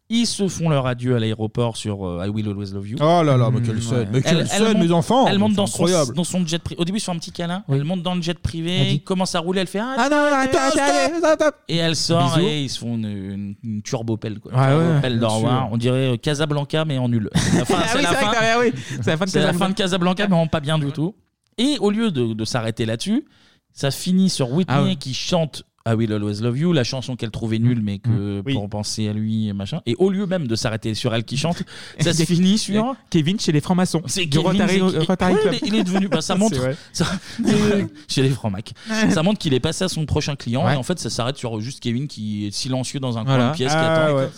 [SPEAKER 1] Ils se font leur adieu à l'aéroport sur euh, I Will Always Love You.
[SPEAKER 7] Oh là là, mais quelle scène, mais quelle scène,
[SPEAKER 1] monte-
[SPEAKER 7] mes enfants,
[SPEAKER 1] Elle monte
[SPEAKER 7] c'est
[SPEAKER 1] dans son,
[SPEAKER 7] incroyable.
[SPEAKER 1] dans son jet privé. Au début, ils se font un petit câlin.
[SPEAKER 7] Oui.
[SPEAKER 1] Elle monte dans le jet privé,
[SPEAKER 7] Elle dit-
[SPEAKER 1] il commence à rouler, elle fait. Ah,
[SPEAKER 9] Ah non, arrête, arrête, arrête, arrête, arrête.
[SPEAKER 1] Et elle sort
[SPEAKER 9] Bisous.
[SPEAKER 1] et ils se font une, une, une turbopelle. Quoi.
[SPEAKER 9] Ouais, ouais,
[SPEAKER 1] Turbopelle
[SPEAKER 9] bien
[SPEAKER 1] d'au revoir.
[SPEAKER 9] sûr.
[SPEAKER 1] On dirait euh, Casablanca, mais en nul. C'est la fin,
[SPEAKER 9] Ah
[SPEAKER 1] c'est
[SPEAKER 9] oui,
[SPEAKER 1] la
[SPEAKER 9] c'est vrai
[SPEAKER 1] fin.
[SPEAKER 9] que t'as- ah oui, c'est la fin de
[SPEAKER 1] C'est la
[SPEAKER 9] Casablanca.
[SPEAKER 1] fin de Casablanca, mais en pas bien du tout. Et au lieu de, de s'arrêter là-dessus, ça finit sur Whitney
[SPEAKER 9] Ah ouais.
[SPEAKER 1] qui chante I Will Always Love You, la chanson qu'elle trouvait nulle, mais
[SPEAKER 9] Mm.
[SPEAKER 1] que pour penser à lui, machin. Et au lieu même de s'arrêter sur elle qui chante, ça se finit sur.
[SPEAKER 9] Kevin chez les francs-maçons.
[SPEAKER 1] C'est
[SPEAKER 9] Du
[SPEAKER 1] Kevin,
[SPEAKER 9] Rotary,
[SPEAKER 1] c'est-
[SPEAKER 9] Rotary
[SPEAKER 1] Ouais,
[SPEAKER 9] Club.
[SPEAKER 1] il est- il est devenu. bah, ça
[SPEAKER 9] C'est
[SPEAKER 1] montre.
[SPEAKER 9] vrai.
[SPEAKER 1] ça- chez les francs Mac. Ça montre qu'il est passé à son prochain client.
[SPEAKER 9] Ouais.
[SPEAKER 1] Et en fait, ça s'arrête sur juste Kevin qui est silencieux dans un coin
[SPEAKER 9] Voilà.
[SPEAKER 1] de pièce
[SPEAKER 9] Ah,
[SPEAKER 1] qui attend.
[SPEAKER 9] ouais.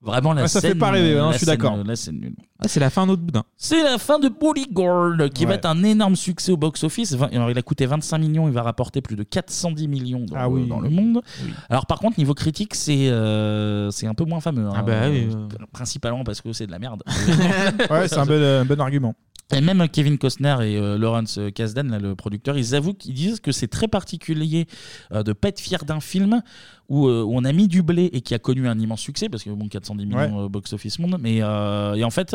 [SPEAKER 1] Vraiment, la
[SPEAKER 9] Ah, ça fait
[SPEAKER 1] scène.
[SPEAKER 9] pas rêver, hein,
[SPEAKER 1] la
[SPEAKER 9] je suis
[SPEAKER 1] scène-
[SPEAKER 9] d'accord.
[SPEAKER 1] La scène nulle.
[SPEAKER 9] Ah, c'est la fin d'autre boudin.
[SPEAKER 1] C'est la fin de Bodyguard qui va
[SPEAKER 9] Ouais.
[SPEAKER 1] être un énorme succès au box-office. Vingt- alors, il a coûté 25 millions, il va rapporter plus de 410 millions dans,
[SPEAKER 9] Ah
[SPEAKER 1] le,
[SPEAKER 9] oui.
[SPEAKER 1] dans le monde. Alors par contre, niveau critique, c'est euh, c'est un peu moins fameux.
[SPEAKER 9] Ah
[SPEAKER 1] hein.
[SPEAKER 9] bah oui,
[SPEAKER 1] Euh, Principalement parce que c'est de la merde.
[SPEAKER 7] Ouais, c'est un bon,
[SPEAKER 9] euh,
[SPEAKER 7] un bon argument.
[SPEAKER 1] Et même Kevin Costner et euh, Lawrence Kasdan, là, le producteur, ils avouent qu'ils disent que c'est très particulier euh, de pas être fier d'un film où, euh, où on a mis du blé et qui a connu un immense succès parce que bon 410 millions euh, box office monde, mais euh, et en fait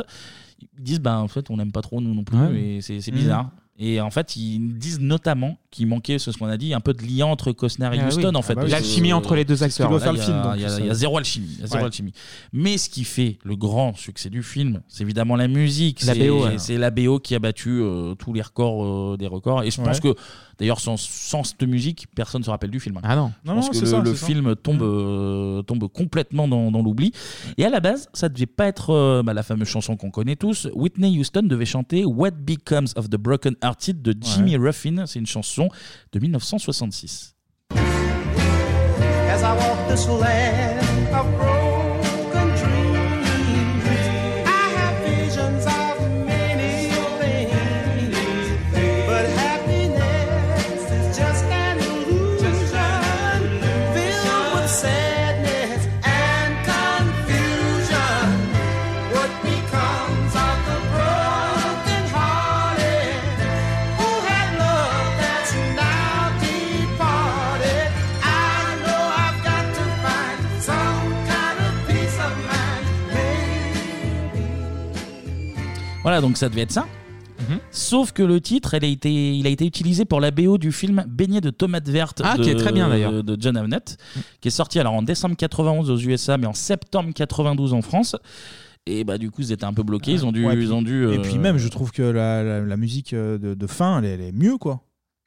[SPEAKER 1] ils disent bah en fait on n'aime pas trop nous non plus
[SPEAKER 9] Ouais.
[SPEAKER 1] et c'est c'est
[SPEAKER 9] Mhm.
[SPEAKER 1] bizarre. Et en fait, ils disent notamment qu'il manquait, c'est ce qu'on a dit, un peu de lien entre Costner et
[SPEAKER 9] Ah
[SPEAKER 1] Houston.
[SPEAKER 9] oui.
[SPEAKER 1] En fait,
[SPEAKER 9] Ah bah oui. L'alchimie entre les deux
[SPEAKER 1] Parce que
[SPEAKER 9] acteurs.
[SPEAKER 1] là,
[SPEAKER 9] Parce qu'il doit faire
[SPEAKER 1] il y a-
[SPEAKER 9] le film, donc,
[SPEAKER 1] il y a-
[SPEAKER 9] c'est ça.
[SPEAKER 1] Il y a zéro alchimie. il y a zéro
[SPEAKER 9] Ouais.
[SPEAKER 1] alchimie. Mais ce qui fait le grand succès du film, c'est évidemment la musique.
[SPEAKER 9] La hein.
[SPEAKER 1] c'est-
[SPEAKER 9] BO, ouais.
[SPEAKER 1] C'est la BO qui a battu euh, tous les records euh, des records. Et je pense
[SPEAKER 9] Ouais.
[SPEAKER 1] que, d'ailleurs, sans, sans cette musique, personne ne se rappelle du film.
[SPEAKER 9] Ah non.
[SPEAKER 1] Je
[SPEAKER 9] Non,
[SPEAKER 1] pense
[SPEAKER 9] non,
[SPEAKER 1] que
[SPEAKER 9] c'est
[SPEAKER 1] le,
[SPEAKER 9] ça,
[SPEAKER 1] le
[SPEAKER 9] c'est ça. Mm.
[SPEAKER 1] film tombe, euh, tombe complètement dans, dans l'oubli. Et à la base, ça devait pas être euh, bah, la fameuse chanson qu'on connaît tous. Whitney Houston devait chanter What Becomes of the Broken Hearted de Jimmy Ruffin. C'est une chanson de 1966.
[SPEAKER 8] As I walk this land of broken dreams, I have visions of many things. But happiness is just an illusion, filled with sadness and confusion. What becomes of the broken hearted? Who had love that's now departed? I know I've got to find some kind of peace of mind.
[SPEAKER 1] Voilà, donc ça devait être ça.
[SPEAKER 7] Mhm.
[SPEAKER 1] Sauf que le titre, elle a été, il a été utilisé pour la BO du film Baigné de tomates vertes
[SPEAKER 9] Ah,
[SPEAKER 1] de,
[SPEAKER 9] qui est très bien, d'ailleurs.
[SPEAKER 1] de, de John Avnett,
[SPEAKER 7] Mhm.
[SPEAKER 1] qui est sorti alors en décembre 91 aux USA, mais en septembre 92 en France. Et bah du coup, ils étaient un peu bloqués. Ils ont dû,
[SPEAKER 7] Ouais,
[SPEAKER 1] ils
[SPEAKER 7] puis-
[SPEAKER 1] ont dû.
[SPEAKER 7] Et
[SPEAKER 1] euh,
[SPEAKER 7] puis même, je trouve que la, la- la musique euh, de, de fin, elle, est- elle est mieux, quoi.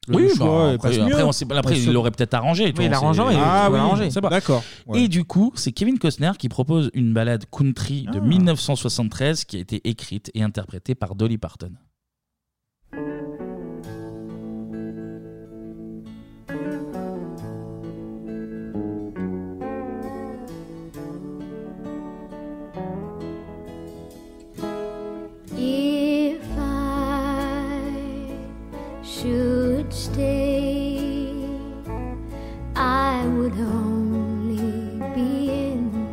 [SPEAKER 7] Le
[SPEAKER 1] oui,
[SPEAKER 7] choix,
[SPEAKER 1] bah,
[SPEAKER 7] elle
[SPEAKER 1] après,
[SPEAKER 7] passe
[SPEAKER 1] après,
[SPEAKER 7] mieux.
[SPEAKER 1] on sait pas- après,
[SPEAKER 7] Ouais,
[SPEAKER 1] il
[SPEAKER 7] ça-
[SPEAKER 1] l'aurait peut-être arrangé. tu
[SPEAKER 7] Oui, il
[SPEAKER 1] vois,
[SPEAKER 7] l'a arrangé,
[SPEAKER 1] c'est-
[SPEAKER 7] il- Ah il l'a oui, arrangé.
[SPEAKER 1] je sais pas.
[SPEAKER 7] d'accord, ouais.
[SPEAKER 1] Et du coup, c'est Kevin Costner qui propose une balade country
[SPEAKER 7] Ah.
[SPEAKER 1] de 1973 qui a été écrite et interprétée par Dolly Parton.
[SPEAKER 16] If I should stay, I would only be in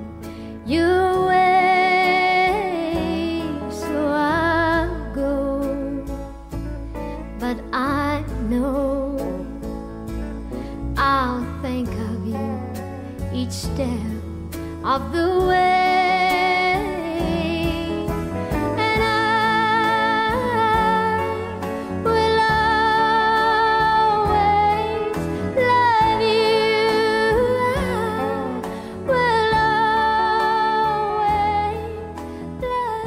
[SPEAKER 16] your way. So I'll go, but I know I'll think of you each step of the way. And I will always love you. I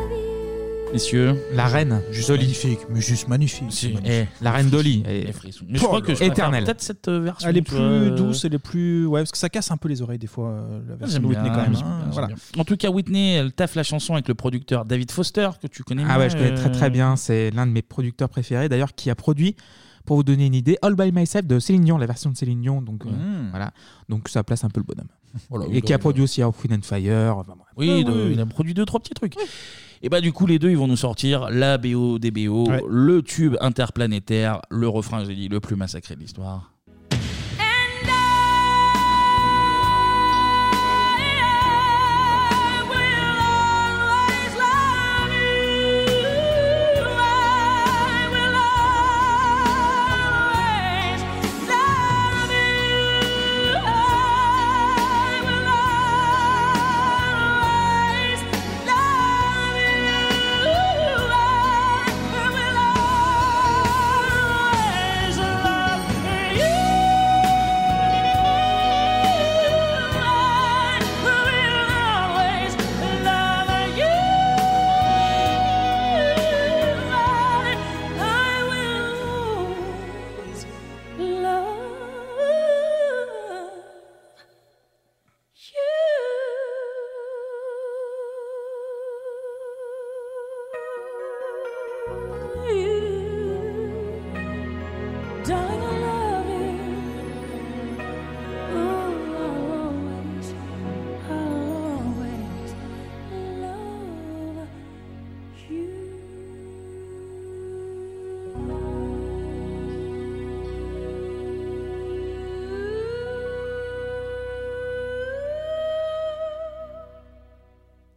[SPEAKER 16] will
[SPEAKER 1] Messieurs,
[SPEAKER 9] la reine,
[SPEAKER 7] juste magnifique, mais juste magnifique.
[SPEAKER 1] eh,
[SPEAKER 9] Eh, la reine Dolly, Eh,
[SPEAKER 1] Mais je crois que je préfère
[SPEAKER 9] éternelle.
[SPEAKER 1] peut-être cette euh, version.
[SPEAKER 7] Elle est
[SPEAKER 1] tu
[SPEAKER 7] plus
[SPEAKER 1] vois, euh, Ah,
[SPEAKER 7] douce, elle est plus. Ouais, parce que ça casse un peu les oreilles des fois, euh, la version
[SPEAKER 1] J'aime
[SPEAKER 7] de Whitney
[SPEAKER 1] bien,
[SPEAKER 7] quand même.
[SPEAKER 1] j'aime
[SPEAKER 7] hein,
[SPEAKER 1] bien, j'aime
[SPEAKER 7] voilà.
[SPEAKER 1] bien. En tout cas, Whitney, elle taffe la chanson avec le producteur David Foster, que tu connais
[SPEAKER 9] Ah
[SPEAKER 1] bien,
[SPEAKER 9] ouais, je connais
[SPEAKER 1] euh,
[SPEAKER 9] très très bien. C'est l'un de mes producteurs préférés, d'ailleurs, qui a produit, pour vous donner une idée, All by Myself de Céline Dion, la version de Céline Dion. Donc euh,
[SPEAKER 1] Mm.
[SPEAKER 9] voilà, donc ça place un peu le bonhomme.
[SPEAKER 1] Voilà,
[SPEAKER 9] Et
[SPEAKER 1] oui,
[SPEAKER 9] qui a
[SPEAKER 1] bah,
[SPEAKER 9] produit aussi Off Wind and Fire. enfin, bref.
[SPEAKER 1] Oui, il a- il a produit deux, trois petits trucs. Et bah, du coup, les deux, ils vont nous sortir la BO des BO, le tube interplanétaire, le refrain, j'ai dit, le plus massacré de l'histoire.
[SPEAKER 8] Always Oh,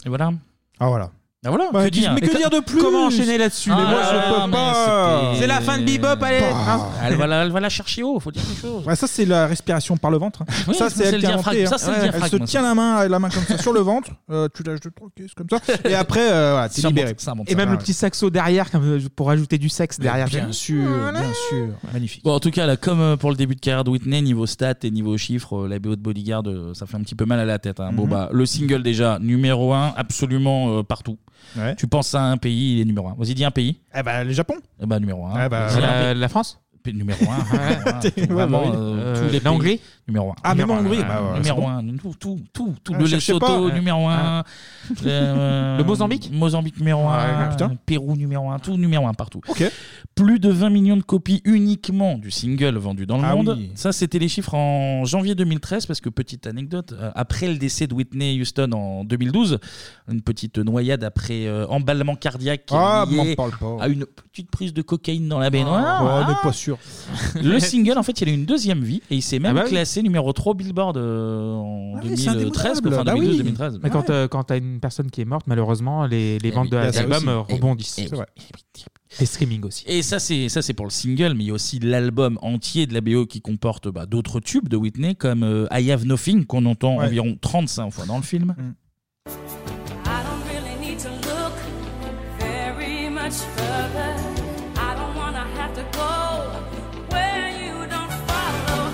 [SPEAKER 1] Et voilà.
[SPEAKER 7] Ah voilà.
[SPEAKER 1] Ah voilà,
[SPEAKER 7] Bah,
[SPEAKER 1] que
[SPEAKER 7] dis-
[SPEAKER 1] dire
[SPEAKER 7] mais que dire de plus
[SPEAKER 9] Comment enchaîner là-dessus
[SPEAKER 1] Ah
[SPEAKER 9] Mais moi,
[SPEAKER 1] là
[SPEAKER 9] je
[SPEAKER 1] là,
[SPEAKER 9] peux
[SPEAKER 1] mais
[SPEAKER 9] pas.
[SPEAKER 1] c'était-
[SPEAKER 9] C'est la fin de Bebop, allez. hein.
[SPEAKER 1] Bah, Elle va, la, elle va la chercher haut, faut dire quelque chose.
[SPEAKER 7] Ouais, ça, c'est la respiration par le ventre. hein.
[SPEAKER 1] Oui,
[SPEAKER 7] ça,
[SPEAKER 1] ça,
[SPEAKER 7] c'est
[SPEAKER 1] c'est
[SPEAKER 7] elle
[SPEAKER 1] le
[SPEAKER 7] qui a
[SPEAKER 1] diaphragme.
[SPEAKER 7] inventé. hein.
[SPEAKER 1] Ça, c'est le
[SPEAKER 7] Ouais, Elle se
[SPEAKER 1] diaphragme,
[SPEAKER 7] tient la main, la main comme ça sur le ventre. Euh, tu lâches deux, trois cuisses comme ça. Et après, euh, voilà, t'es
[SPEAKER 9] Ça monte,
[SPEAKER 7] libéré.
[SPEAKER 9] ça monte, Et ça même monte. le petit saxo derrière euh, pour ajouter du sexe derrière.
[SPEAKER 1] Bien sûr,
[SPEAKER 7] bien sûr. Magnifique.
[SPEAKER 1] Bon, en tout cas, là, comme euh, pour le début de carrière de Whitney, niveau stats et niveau chiffres, euh, la BO de Bodyguard, euh, ça fait un petit peu mal à la tête. hein. Bon,
[SPEAKER 7] Mhm.
[SPEAKER 1] bah, le single déjà, numéro 1, absolument euh, partout. Tu penses à un pays, il est numéro 1. Vas-y, dis un pays.
[SPEAKER 7] Eh bah, le Japon.
[SPEAKER 1] Eh bah, numéro 1.
[SPEAKER 7] Eh bah, la-
[SPEAKER 1] la France Numéro 1.
[SPEAKER 7] Ouais,
[SPEAKER 1] Vraiment,
[SPEAKER 7] bah oui.
[SPEAKER 1] euh,
[SPEAKER 7] Euh,
[SPEAKER 1] tous
[SPEAKER 7] la
[SPEAKER 1] les pays.
[SPEAKER 7] Hongrie
[SPEAKER 1] Numéro 1.
[SPEAKER 7] Ah, même en Hongrie, bah, ouais,
[SPEAKER 1] Numéro
[SPEAKER 7] c'est
[SPEAKER 1] 1.
[SPEAKER 7] bon.
[SPEAKER 1] Tout, tout, tout. tout.
[SPEAKER 7] Ah,
[SPEAKER 1] le
[SPEAKER 7] cherchez
[SPEAKER 1] Lesotho,
[SPEAKER 9] euh,
[SPEAKER 7] pas.
[SPEAKER 1] numéro
[SPEAKER 9] ah.
[SPEAKER 1] 1.
[SPEAKER 7] Le Mozambique
[SPEAKER 1] Mozambique, numéro 1.
[SPEAKER 7] Ouais, putain.
[SPEAKER 1] Pérou, numéro 1. Tout numéro 1 partout. Plus de 20 millions de copies uniquement du single vendu dans le
[SPEAKER 7] Ah
[SPEAKER 1] monde.
[SPEAKER 7] oui.
[SPEAKER 1] Ça, c'était les chiffres en janvier 2013, parce que petite anecdote, euh, après le décès de Whitney Houston en 2012, une petite noyade après euh, emballement cardiaque qui est
[SPEAKER 7] Ah,
[SPEAKER 1] lié
[SPEAKER 7] m'en parle pas.
[SPEAKER 1] à une petite prise de cocaïne dans la baignoire.
[SPEAKER 7] Ouais,
[SPEAKER 1] Ah.
[SPEAKER 7] on n'est pas sûr.
[SPEAKER 1] Le single, en fait, il a eu une deuxième vie et il s'est même
[SPEAKER 9] Ah bah oui.
[SPEAKER 1] classé numéro 3 Billboard euh,
[SPEAKER 7] Ah
[SPEAKER 1] en 2013, quoi, fin
[SPEAKER 9] Bah oui.
[SPEAKER 1] 2012-2013.
[SPEAKER 9] Mais quand, euh, quand t'as une personne qui est morte, malheureusement, les, les ventes
[SPEAKER 1] oui, il y a ça
[SPEAKER 9] d'albums
[SPEAKER 1] aussi.
[SPEAKER 9] euh,
[SPEAKER 1] Eh oui,
[SPEAKER 9] rebondissent.
[SPEAKER 1] eh oui, C'est vrai.
[SPEAKER 9] Les streamings aussi.
[SPEAKER 1] Et ça, c'est ça, c'est pour le single, mais il y a aussi l'album entier de la BO qui comporte bah, d'autres tubes de Whitney, comme euh, I Have Nothing, qu'on entend
[SPEAKER 9] Ouais.
[SPEAKER 1] environ 35 fois dans le film.
[SPEAKER 7] Mm.
[SPEAKER 8] I don't really need to look very much further. I don't wanna have to go where you don't follow.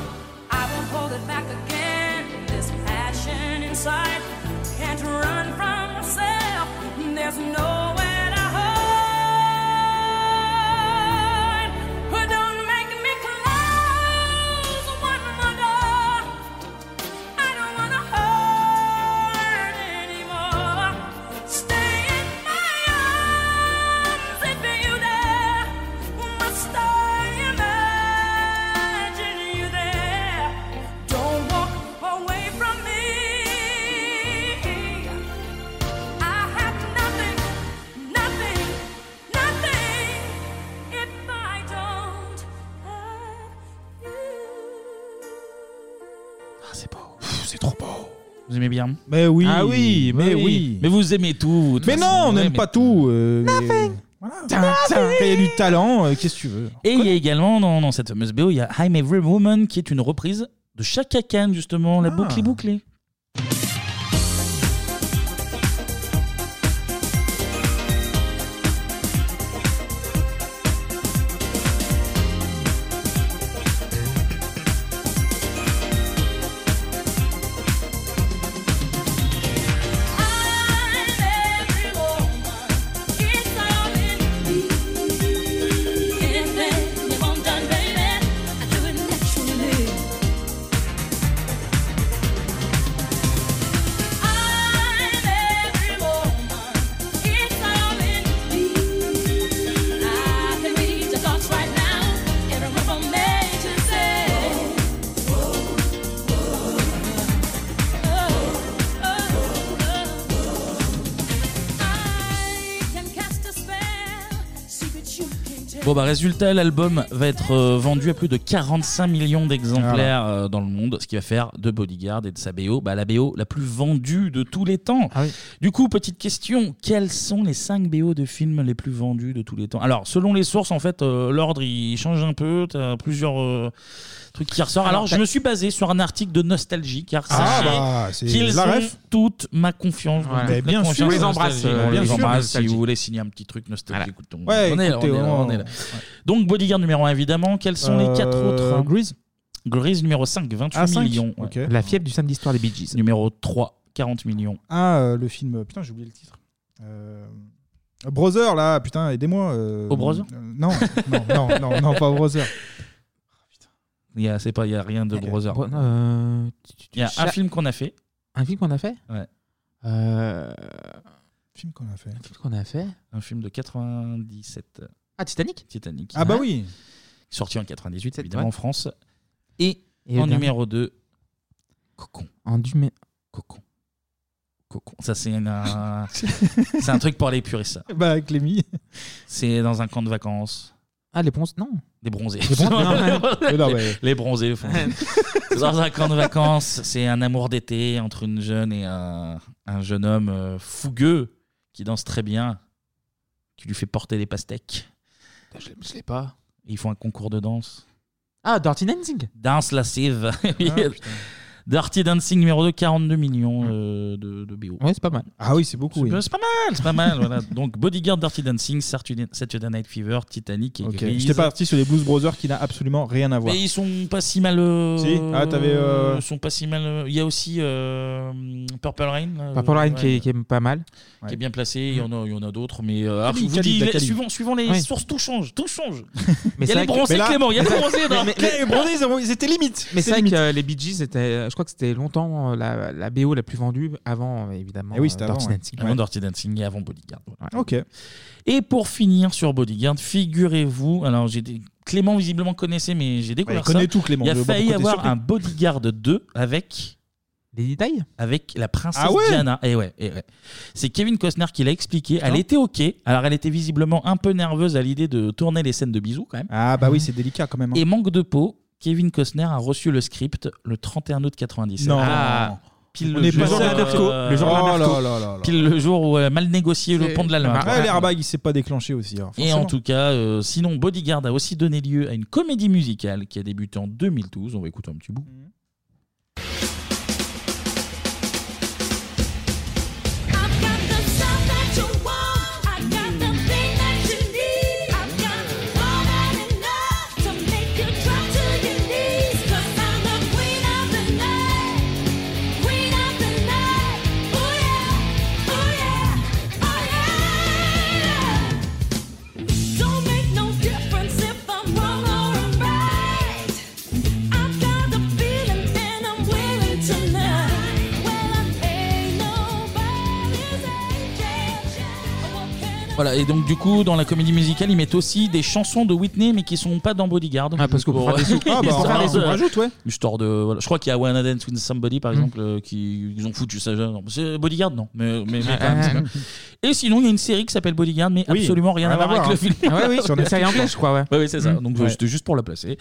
[SPEAKER 8] I won't hold it back again. This passion inside can't run from myself. There's nowhere to hide. But don't make me close one more door. I don't wanna hurt anymore. Stay in my arms if you dare. Must I imagine you there? Don't walk away from me. I have nothing, nothing, nothing if I don't have
[SPEAKER 1] C'est trop beau. Vous aimez bien
[SPEAKER 7] Mais oui.
[SPEAKER 1] Ah oui,
[SPEAKER 7] mais
[SPEAKER 1] mais oui.
[SPEAKER 7] oui.
[SPEAKER 1] Mais vous aimez tout.
[SPEAKER 7] Mais non, on n'aime pas tout. euh, mais- Tiens, tiens, quand il y a du talent, euh, qu'est-ce que tu veux
[SPEAKER 1] Ah Et il y a également dans, dans cette fameuse BO, il y a I'm Every Woman qui est une reprise de Chaka Khan justement,
[SPEAKER 7] Ah.
[SPEAKER 1] la boucle bouclée. Bon bah résultat, l'album va être euh, vendu à plus de 45 millions
[SPEAKER 7] Ah
[SPEAKER 1] d'exemplaires euh, dans le monde, ce qui va faire de Bodyguard et de sa BO bah, la BO la plus vendue de tous les temps.
[SPEAKER 7] Ah
[SPEAKER 1] Du coup, petite question, quels sont les 5 BO de films les plus vendus de tous les temps Alors, selon les sources, en fait, euh, l'ordre il change un peu, t'as plusieurs euh, trucs qui ressortent. Alors,
[SPEAKER 9] Alors,
[SPEAKER 1] je
[SPEAKER 9] t'as-
[SPEAKER 1] me suis basé sur un article de Nostalgie, car
[SPEAKER 7] Ah,
[SPEAKER 1] sachez
[SPEAKER 7] bah, c'est
[SPEAKER 1] qu'ils
[SPEAKER 7] la
[SPEAKER 1] ont
[SPEAKER 7] ref.
[SPEAKER 1] toute ma confiance.
[SPEAKER 7] Ouais.
[SPEAKER 1] toute
[SPEAKER 7] Mais
[SPEAKER 1] ma
[SPEAKER 7] bien sûr.
[SPEAKER 1] confiance
[SPEAKER 7] On les
[SPEAKER 1] en
[SPEAKER 7] embrasse,
[SPEAKER 1] Nostalgie.
[SPEAKER 7] euh,
[SPEAKER 1] On les
[SPEAKER 7] bien sûr,
[SPEAKER 1] embrasse si
[SPEAKER 7] Nostalgie.
[SPEAKER 1] vous voulez signer un petit truc Nostalgie. écoute, on-
[SPEAKER 7] Ouais,
[SPEAKER 1] on est là,
[SPEAKER 7] écoutez,
[SPEAKER 1] on est là,
[SPEAKER 7] on-
[SPEAKER 1] on est là. Donc Bodyguard numéro 1 évidemment. Quels sont les quatre
[SPEAKER 7] Euh,
[SPEAKER 1] autres Grease Grease numéro 5, 28
[SPEAKER 7] Ah, cinq
[SPEAKER 1] millions.
[SPEAKER 7] Ok.
[SPEAKER 1] La fièvre du samedi soir des Bee Gees. Numéro 3, 40 millions.
[SPEAKER 7] Ah, euh, le film. Putain, j'ai oublié le titre. Euh... Brother, là, putain, aidez-moi. euh,
[SPEAKER 1] Au Brother
[SPEAKER 7] euh, Non, non, non, non, non, pas Brother.
[SPEAKER 1] Il y a, c'est pas, il y a rien de Brother. Il y a un
[SPEAKER 9] Euh, Cha-
[SPEAKER 1] film qu'on a fait.
[SPEAKER 9] Un film qu'on a fait Euh,
[SPEAKER 1] Ouais.
[SPEAKER 7] Film qu'on a fait.
[SPEAKER 9] Un film qu'on a fait
[SPEAKER 1] Un film de 97.
[SPEAKER 9] Ah, Titanic
[SPEAKER 1] Titanic.
[SPEAKER 9] Ah bah
[SPEAKER 1] Ouais.
[SPEAKER 9] oui.
[SPEAKER 1] Sorti en 98, évidemment,
[SPEAKER 9] ouais.
[SPEAKER 1] en France. Et,
[SPEAKER 9] Et
[SPEAKER 1] en
[SPEAKER 9] le dernier.
[SPEAKER 1] numéro 2, Cocon.
[SPEAKER 9] En dumé.
[SPEAKER 1] Cocon. Cocon. Ça, c'est un, c'est un truc pour les puristes. ça.
[SPEAKER 7] Bah, Clémy.
[SPEAKER 1] C'est dans un camp de vacances.
[SPEAKER 9] Ah, les ponces Non.
[SPEAKER 1] Des bronzés.
[SPEAKER 7] Des bronzés, non, mais- non, mais-
[SPEAKER 1] Les bronzés font. Dans un camp de vacances, c'est un amour d'été entre une jeune et un, un jeune homme euh, fougueux qui danse très bien, qui lui fait porter des pastèques. Je, ne l'ai pas. Ils font un concours de danse.
[SPEAKER 9] Ah, Dirty Dancing
[SPEAKER 1] Danse lascive. Dirty Dancing numéro 2, 42 millions euh, de, de BO.
[SPEAKER 9] Ouais, c'est pas mal.
[SPEAKER 7] Ah oui, c'est beaucoup.
[SPEAKER 1] C'est pas mal, c'est pas mal. voilà. Donc Bodyguard, Dirty Dancing, Saturday Saturday Night Fever, Titanic et
[SPEAKER 7] Ok,
[SPEAKER 1] Grease.
[SPEAKER 7] J'étais parti sur les Blues Brothers qui n'a absolument rien à voir.
[SPEAKER 1] Mais ils sont pas si mal. euh,
[SPEAKER 7] Si. Ah, t'avais, euh,
[SPEAKER 1] Ils sont pas si mal. euh, Il y a aussi euh, Purple Rain. euh,
[SPEAKER 9] Purple Rain
[SPEAKER 1] ouais,
[SPEAKER 9] qui, est, qui est pas mal.
[SPEAKER 1] qui est bien placé. Il y en a, il y en a d'autres, mais euh,
[SPEAKER 9] Ah
[SPEAKER 1] alors,
[SPEAKER 9] oui,
[SPEAKER 1] je vous
[SPEAKER 9] Khalid,
[SPEAKER 1] dis,
[SPEAKER 9] la
[SPEAKER 1] les-
[SPEAKER 9] Khalid.
[SPEAKER 1] suivant, suivant les
[SPEAKER 9] Ouais.
[SPEAKER 1] sources, tout change, tout change.
[SPEAKER 9] Mais
[SPEAKER 1] il y
[SPEAKER 9] c'est
[SPEAKER 1] a
[SPEAKER 9] vrai
[SPEAKER 1] les
[SPEAKER 9] que-
[SPEAKER 1] bronzés,
[SPEAKER 9] mais là-
[SPEAKER 1] Clément. Il y a les bronzés. dans-
[SPEAKER 9] Mais- mais-
[SPEAKER 1] les bronzés,
[SPEAKER 9] ils, étaient limites. Mais c'est
[SPEAKER 1] C'est
[SPEAKER 9] vrai que euh, les Bee Gees, étaient, euh, je crois que c'était longtemps euh, la, la BO la plus vendue avant, euh, évidemment.
[SPEAKER 1] Eh oui, c'était
[SPEAKER 9] euh,
[SPEAKER 1] avant,
[SPEAKER 9] Dirty
[SPEAKER 1] ouais.
[SPEAKER 9] Dancing.
[SPEAKER 1] Avant Dirty Dancing et avant Bodyguard. Ok. Et pour finir sur Bodyguard, figurez-vous, alors j'ai des- Clément visiblement connaissait, mais j'ai découvert
[SPEAKER 7] connaît
[SPEAKER 1] ça.
[SPEAKER 7] tout, Clément.
[SPEAKER 1] Il y a
[SPEAKER 7] Je vois pas
[SPEAKER 1] failli
[SPEAKER 7] pourquoi t'es
[SPEAKER 1] avoir
[SPEAKER 7] surpris.
[SPEAKER 1] un Bodyguard 2 avec.
[SPEAKER 9] Les détails
[SPEAKER 1] Avec la princesse
[SPEAKER 9] Ah ouais
[SPEAKER 1] Diana. Eh ouais, eh ouais. C'est Kevin Costner qui l'a expliqué. Elle était OK. Alors, elle était visiblement un peu nerveuse à l'idée de tourner les scènes de bisous, quand même.
[SPEAKER 7] Ah bah oui, c'est délicat quand même. hein.
[SPEAKER 1] Et manque de peau, Kevin Costner a reçu le script le 31 août 97.
[SPEAKER 7] Non.
[SPEAKER 1] Ah, pile
[SPEAKER 7] On
[SPEAKER 1] le
[SPEAKER 7] est
[SPEAKER 1] jour,
[SPEAKER 7] pas à Lamberco. Le jour Oh Lamberco. là là là là.
[SPEAKER 1] Pile le jour où elle a mal négocié le pont de l'Allemagne.
[SPEAKER 7] Ouais, l'airbag, il s'est pas déclenché aussi.
[SPEAKER 9] hein,
[SPEAKER 7] alors,
[SPEAKER 1] Et
[SPEAKER 7] forcément.
[SPEAKER 1] en tout cas, euh, sinon, Bodyguard a aussi donné lieu à une comédie musicale qui a débuté en 2012. On va écouter un petit bout.
[SPEAKER 8] Oh,
[SPEAKER 1] Voilà, et donc du coup, dans la comédie musicale, ils mettent aussi des chansons de Whitney, mais qui sont pas dans Bodyguard. Ah,
[SPEAKER 9] parce que pour faire des sous. Ah, bah, pour faire des sous, on rajoute, Mm.
[SPEAKER 1] ouais. Histoire de. voilà. Je crois qu'il y a I Wanna Dance with Somebody, par exemple, euh, qui ils ont foutu ça. genre, non, c'est Bodyguard, non. Mais, mais, mais quand même, c'est pas- Et sinon, il y a une série qui s'appelle Bodyguard, mais
[SPEAKER 9] Oui,
[SPEAKER 1] absolument rien à voir avec
[SPEAKER 9] hein.
[SPEAKER 1] le film.
[SPEAKER 9] Ah ouais, oui, sur une série anglaise, je crois, ouais. Mm.
[SPEAKER 1] Ouais, ouais, c'est ça. Donc euh,
[SPEAKER 9] Ouais.
[SPEAKER 1] c'était juste pour la placer.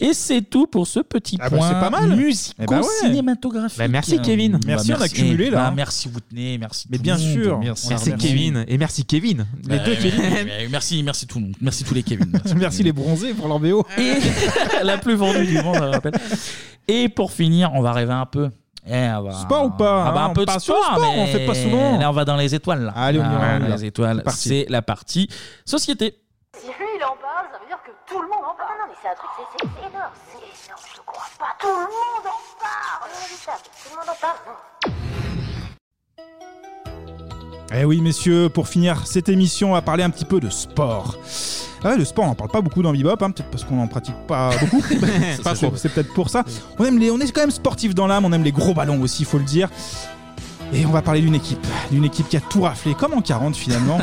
[SPEAKER 1] Et c'est tout pour ce petit
[SPEAKER 9] Ah bah,
[SPEAKER 1] point.
[SPEAKER 9] c'est pas mal. Eh bah ouais.
[SPEAKER 1] Musico-cinématographique.
[SPEAKER 9] Bah, merci, Kevin.
[SPEAKER 1] Bah,
[SPEAKER 9] Merci, on a cumulé,
[SPEAKER 1] Eh
[SPEAKER 9] là,
[SPEAKER 1] bah,
[SPEAKER 9] hein.
[SPEAKER 1] merci Whitney, merci.
[SPEAKER 9] Mais
[SPEAKER 1] tout
[SPEAKER 9] bien
[SPEAKER 1] le monde.
[SPEAKER 9] sûr. Merci,
[SPEAKER 1] Arnaud.
[SPEAKER 9] Kevin. Et merci Kevin. Les
[SPEAKER 1] Bah,
[SPEAKER 9] deux
[SPEAKER 1] ouais, ouais,
[SPEAKER 9] Kevin.
[SPEAKER 1] ouais, Merci, merci tout le monde. Merci tous les Kevin.
[SPEAKER 7] Merci les bronzés pour leur BO.
[SPEAKER 1] la plus vendue du monde, je le rappelle. Et pour finir, on va rêver un peu. Eh, on va-
[SPEAKER 7] Sport ou pas,
[SPEAKER 1] Ah bah,
[SPEAKER 7] hein,
[SPEAKER 1] Un
[SPEAKER 7] on
[SPEAKER 1] peu de
[SPEAKER 7] part sur
[SPEAKER 1] sport,
[SPEAKER 7] le sport,
[SPEAKER 1] mais
[SPEAKER 7] on fait pas souvent.
[SPEAKER 1] Là, on va dans les étoiles. Là.
[SPEAKER 7] Allez, on y
[SPEAKER 1] Ah,
[SPEAKER 7] va, on y va.
[SPEAKER 1] Les étoiles,
[SPEAKER 7] C'est parti.
[SPEAKER 1] c'est la partie société.
[SPEAKER 16] Si lui il en parle, ça veut dire que tout le monde en parle. Ah Non, non, mais c'est un truc, c'est c'est énorme, c'est énorme, je le crois pas. Tout le monde en parle. Tout le monde en parle.
[SPEAKER 7] Eh oui, messieurs, pour finir cette émission, on va parler un petit peu de sport. Ah ouais, le sport, on n'en parle pas beaucoup dans Bebop, hein, peut-être parce qu'on n'en pratique pas beaucoup.
[SPEAKER 9] Ça,
[SPEAKER 7] Pas
[SPEAKER 9] c'est
[SPEAKER 7] trop,
[SPEAKER 9] vrai.
[SPEAKER 7] c'est peut-être pour ça. On, aime les, on est quand même sportif dans l'âme, on aime les gros ballons aussi, il faut le dire. Et on va parler d'une équipe, d'une équipe qui a tout raflé, comme en 40 finalement.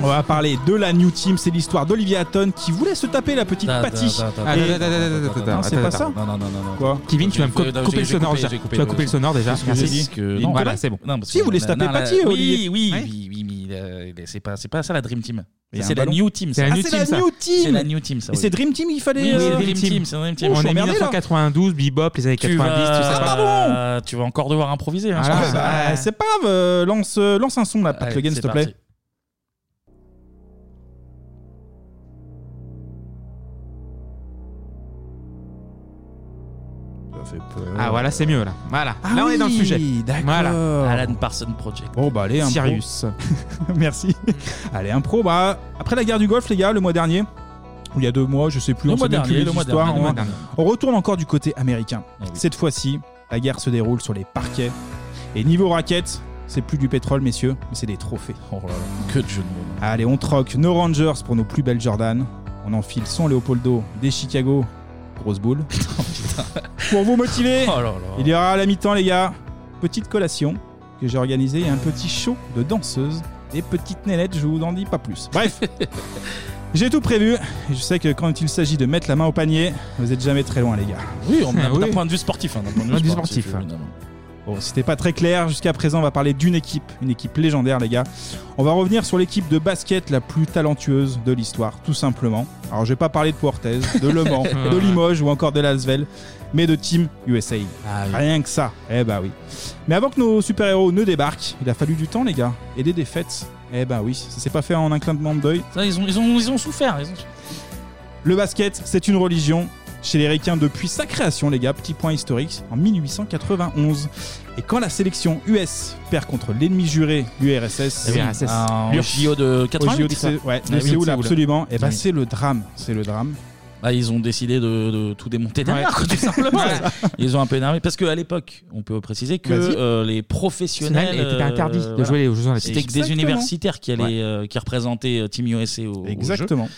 [SPEAKER 7] on va parler de la New Team, c'est l'histoire d'Olivier Hatton qui voulait se taper la petite
[SPEAKER 1] Da, da,
[SPEAKER 7] Patty.
[SPEAKER 1] da, da,
[SPEAKER 7] Et-
[SPEAKER 1] da, da, da, da, da, da,
[SPEAKER 7] Non,
[SPEAKER 1] da,
[SPEAKER 7] c'est
[SPEAKER 1] da,
[SPEAKER 7] pas
[SPEAKER 1] da,
[SPEAKER 7] ça
[SPEAKER 1] Non, non, non, non. non.
[SPEAKER 7] Quoi
[SPEAKER 9] Kevin, tu vas me
[SPEAKER 1] J'ai
[SPEAKER 9] co-
[SPEAKER 1] fait- non,
[SPEAKER 9] couper
[SPEAKER 1] j'ai-
[SPEAKER 9] le
[SPEAKER 1] j'ai
[SPEAKER 9] sonore
[SPEAKER 1] coupé-
[SPEAKER 9] déjà.
[SPEAKER 1] j'ai coupé
[SPEAKER 9] Tu vas
[SPEAKER 1] le
[SPEAKER 9] couper le sonore déjà.
[SPEAKER 1] Qu'est-ce que j'ai
[SPEAKER 9] Merci.
[SPEAKER 1] dit que-
[SPEAKER 9] Voilà,
[SPEAKER 1] voilà.
[SPEAKER 9] c'est bon.
[SPEAKER 1] Non, parce
[SPEAKER 9] Si,
[SPEAKER 1] que-
[SPEAKER 9] vous voulez se
[SPEAKER 1] non,
[SPEAKER 9] taper
[SPEAKER 1] non,
[SPEAKER 9] Patty,
[SPEAKER 1] là- Oui,
[SPEAKER 9] Olivier.
[SPEAKER 1] oui, oui, oui, oui, euh, c'est pas, c'est pas ça la Dream Team.
[SPEAKER 7] Il y a
[SPEAKER 1] C'est
[SPEAKER 7] un
[SPEAKER 1] la
[SPEAKER 7] ballon.
[SPEAKER 1] New Team.
[SPEAKER 7] C'est la
[SPEAKER 1] ça.
[SPEAKER 7] New
[SPEAKER 1] Ah,
[SPEAKER 7] Team, ça.
[SPEAKER 1] C'est la New Team, ça.
[SPEAKER 7] Et
[SPEAKER 1] oui.
[SPEAKER 7] c'est Dream Team, il fallait.
[SPEAKER 1] Oui,
[SPEAKER 7] euh,
[SPEAKER 1] c'est Dream Team, c'est Dream
[SPEAKER 7] Oh,
[SPEAKER 1] Team.
[SPEAKER 9] On est
[SPEAKER 7] je suis emmerdé, là.
[SPEAKER 9] 1992, bebop, les années 90, tout ça.
[SPEAKER 1] vas, tu vas encore devoir improviser. hein, je
[SPEAKER 7] Ah,
[SPEAKER 1] pense.
[SPEAKER 7] bah, c'est pas grave, euh, lance, euh, lance un son là, Pat
[SPEAKER 1] Allez,
[SPEAKER 7] Le Guen,
[SPEAKER 1] c'est
[SPEAKER 7] s'il te
[SPEAKER 1] parti.
[SPEAKER 7] plaît.
[SPEAKER 9] Ah voilà, c'est mieux là. Voilà.
[SPEAKER 7] Ah
[SPEAKER 9] là on est dans le
[SPEAKER 7] oui,
[SPEAKER 9] sujet.
[SPEAKER 7] d'accord.
[SPEAKER 9] Voilà. Oh.
[SPEAKER 1] Alan Parsons Project.
[SPEAKER 7] Bon bah allez, impro.
[SPEAKER 9] Sirius.
[SPEAKER 7] Merci. Allez, impro. Bah, après la guerre du Golfe, les gars, le mois dernier, ou il y a deux mois, je sais plus,
[SPEAKER 1] Le
[SPEAKER 7] on
[SPEAKER 1] mois
[SPEAKER 7] sait bien
[SPEAKER 1] dernier,
[SPEAKER 7] plus les
[SPEAKER 1] le mois
[SPEAKER 7] histoires,
[SPEAKER 1] dernier, le
[SPEAKER 7] on-
[SPEAKER 1] mois dernier. Eh
[SPEAKER 7] On retourne encore du côté américain.
[SPEAKER 1] oui.
[SPEAKER 7] Cette fois-ci, la guerre se déroule sur les parquets. Et niveau raquettes, c'est plus du pétrole, messieurs, mais c'est des trophées.
[SPEAKER 1] Oh que de jeu de mots.
[SPEAKER 7] Allez, on troque nos Rangers pour nos plus belles Jordan. On enfile son Léopoldo des Chicago. Grosse boule. pour vous
[SPEAKER 1] Oh,
[SPEAKER 7] motiver, il y aura à la mi-temps, les gars, petite collation que j'ai organisée et un petit show de danseuses et petites nénettes, je vous en dis pas plus. Bref, j'ai tout prévu. Je sais que quand il s'agit de mettre la main au panier, vous êtes jamais très loin, les gars.
[SPEAKER 1] Oui, on- d'un point de vue sportif. hein, d'un point de vue sportif, évidemment.
[SPEAKER 7] Bon, c'était pas très clair. Jusqu'à présent, on va parler d'une équipe, une équipe légendaire, les gars. On va revenir sur l'équipe de basket la plus talentueuse de l'histoire, tout simplement. Alors, je vais pas parler de Portez, de Le Mans, de Limoges ou encore de Lasvel, mais de Team USA. Rien que ça. Eh bah oui. Mais avant que nos super-héros ne débarquent, il a fallu du temps, les gars, et des défaites. Eh bah oui, ça s'est pas fait en un clignement de d'œil.
[SPEAKER 1] Ça, ils, ont, ils, ont, ils ont souffert. Ils ont...
[SPEAKER 7] Le basket, c'est une religion. Chez les Ricains depuis sa création, les gars, petit point historique, en 1891. Et quand la sélection US perd contre l'ennemi juré, l'URSS,
[SPEAKER 1] L'URSS. Ah, au JO de 88,
[SPEAKER 7] euh, au JO de-
[SPEAKER 1] ça
[SPEAKER 7] ouais,
[SPEAKER 1] Ah,
[SPEAKER 7] de
[SPEAKER 1] oui,
[SPEAKER 7] Séoul,
[SPEAKER 1] Séoul.
[SPEAKER 7] absolument. Et bah,
[SPEAKER 1] Oui.
[SPEAKER 7] c'est le drame, c'est le drame.
[SPEAKER 1] Bah, ils ont décidé de, de tout démonter derrière,
[SPEAKER 7] Ouais.
[SPEAKER 1] quoi, tout simplement. Ils ont un peu énervé. Parce qu'à l'époque, on peut préciser que
[SPEAKER 9] Vas-y.
[SPEAKER 1] euh, les professionnels.
[SPEAKER 9] C'était
[SPEAKER 1] euh,
[SPEAKER 9] interdit de jouer aux Jeux Olympiques.
[SPEAKER 1] C'était que des
[SPEAKER 9] Exactement.
[SPEAKER 1] universitaires qui, allaient,
[SPEAKER 9] Ouais.
[SPEAKER 1] euh, qui représentaient euh, Team USA au- aux
[SPEAKER 7] Exactement.
[SPEAKER 1] Jeux.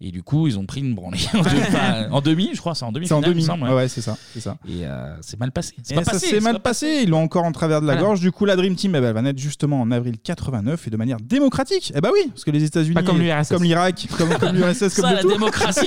[SPEAKER 1] Et du coup, ils ont pris une branlée. en, deux- enfin, en demi, je crois, c'est en demi.
[SPEAKER 7] C'est en
[SPEAKER 1] finale, il
[SPEAKER 7] demi.
[SPEAKER 1] me semble,
[SPEAKER 7] Ouais, ouais, c'est ça, c'est ça.
[SPEAKER 1] Et euh, c'est mal passé. C'est
[SPEAKER 7] Et
[SPEAKER 1] pas
[SPEAKER 7] ça
[SPEAKER 1] passé,
[SPEAKER 7] s'est
[SPEAKER 1] c'est
[SPEAKER 7] mal
[SPEAKER 1] pas-
[SPEAKER 7] passé, ils l'ont encore en travers de la
[SPEAKER 1] Voilà.
[SPEAKER 7] gorge. Du coup, la Dream Team, eh ben, elle va naître justement en avril 89 et de manière démocratique. Eh bah oui, parce que les États-Unis,
[SPEAKER 1] Pas comme l'URSS.
[SPEAKER 7] comme l'Irak, comme, comme l'URSS, comme
[SPEAKER 1] Ça,
[SPEAKER 7] le
[SPEAKER 1] la
[SPEAKER 7] tout.
[SPEAKER 1] démocratie,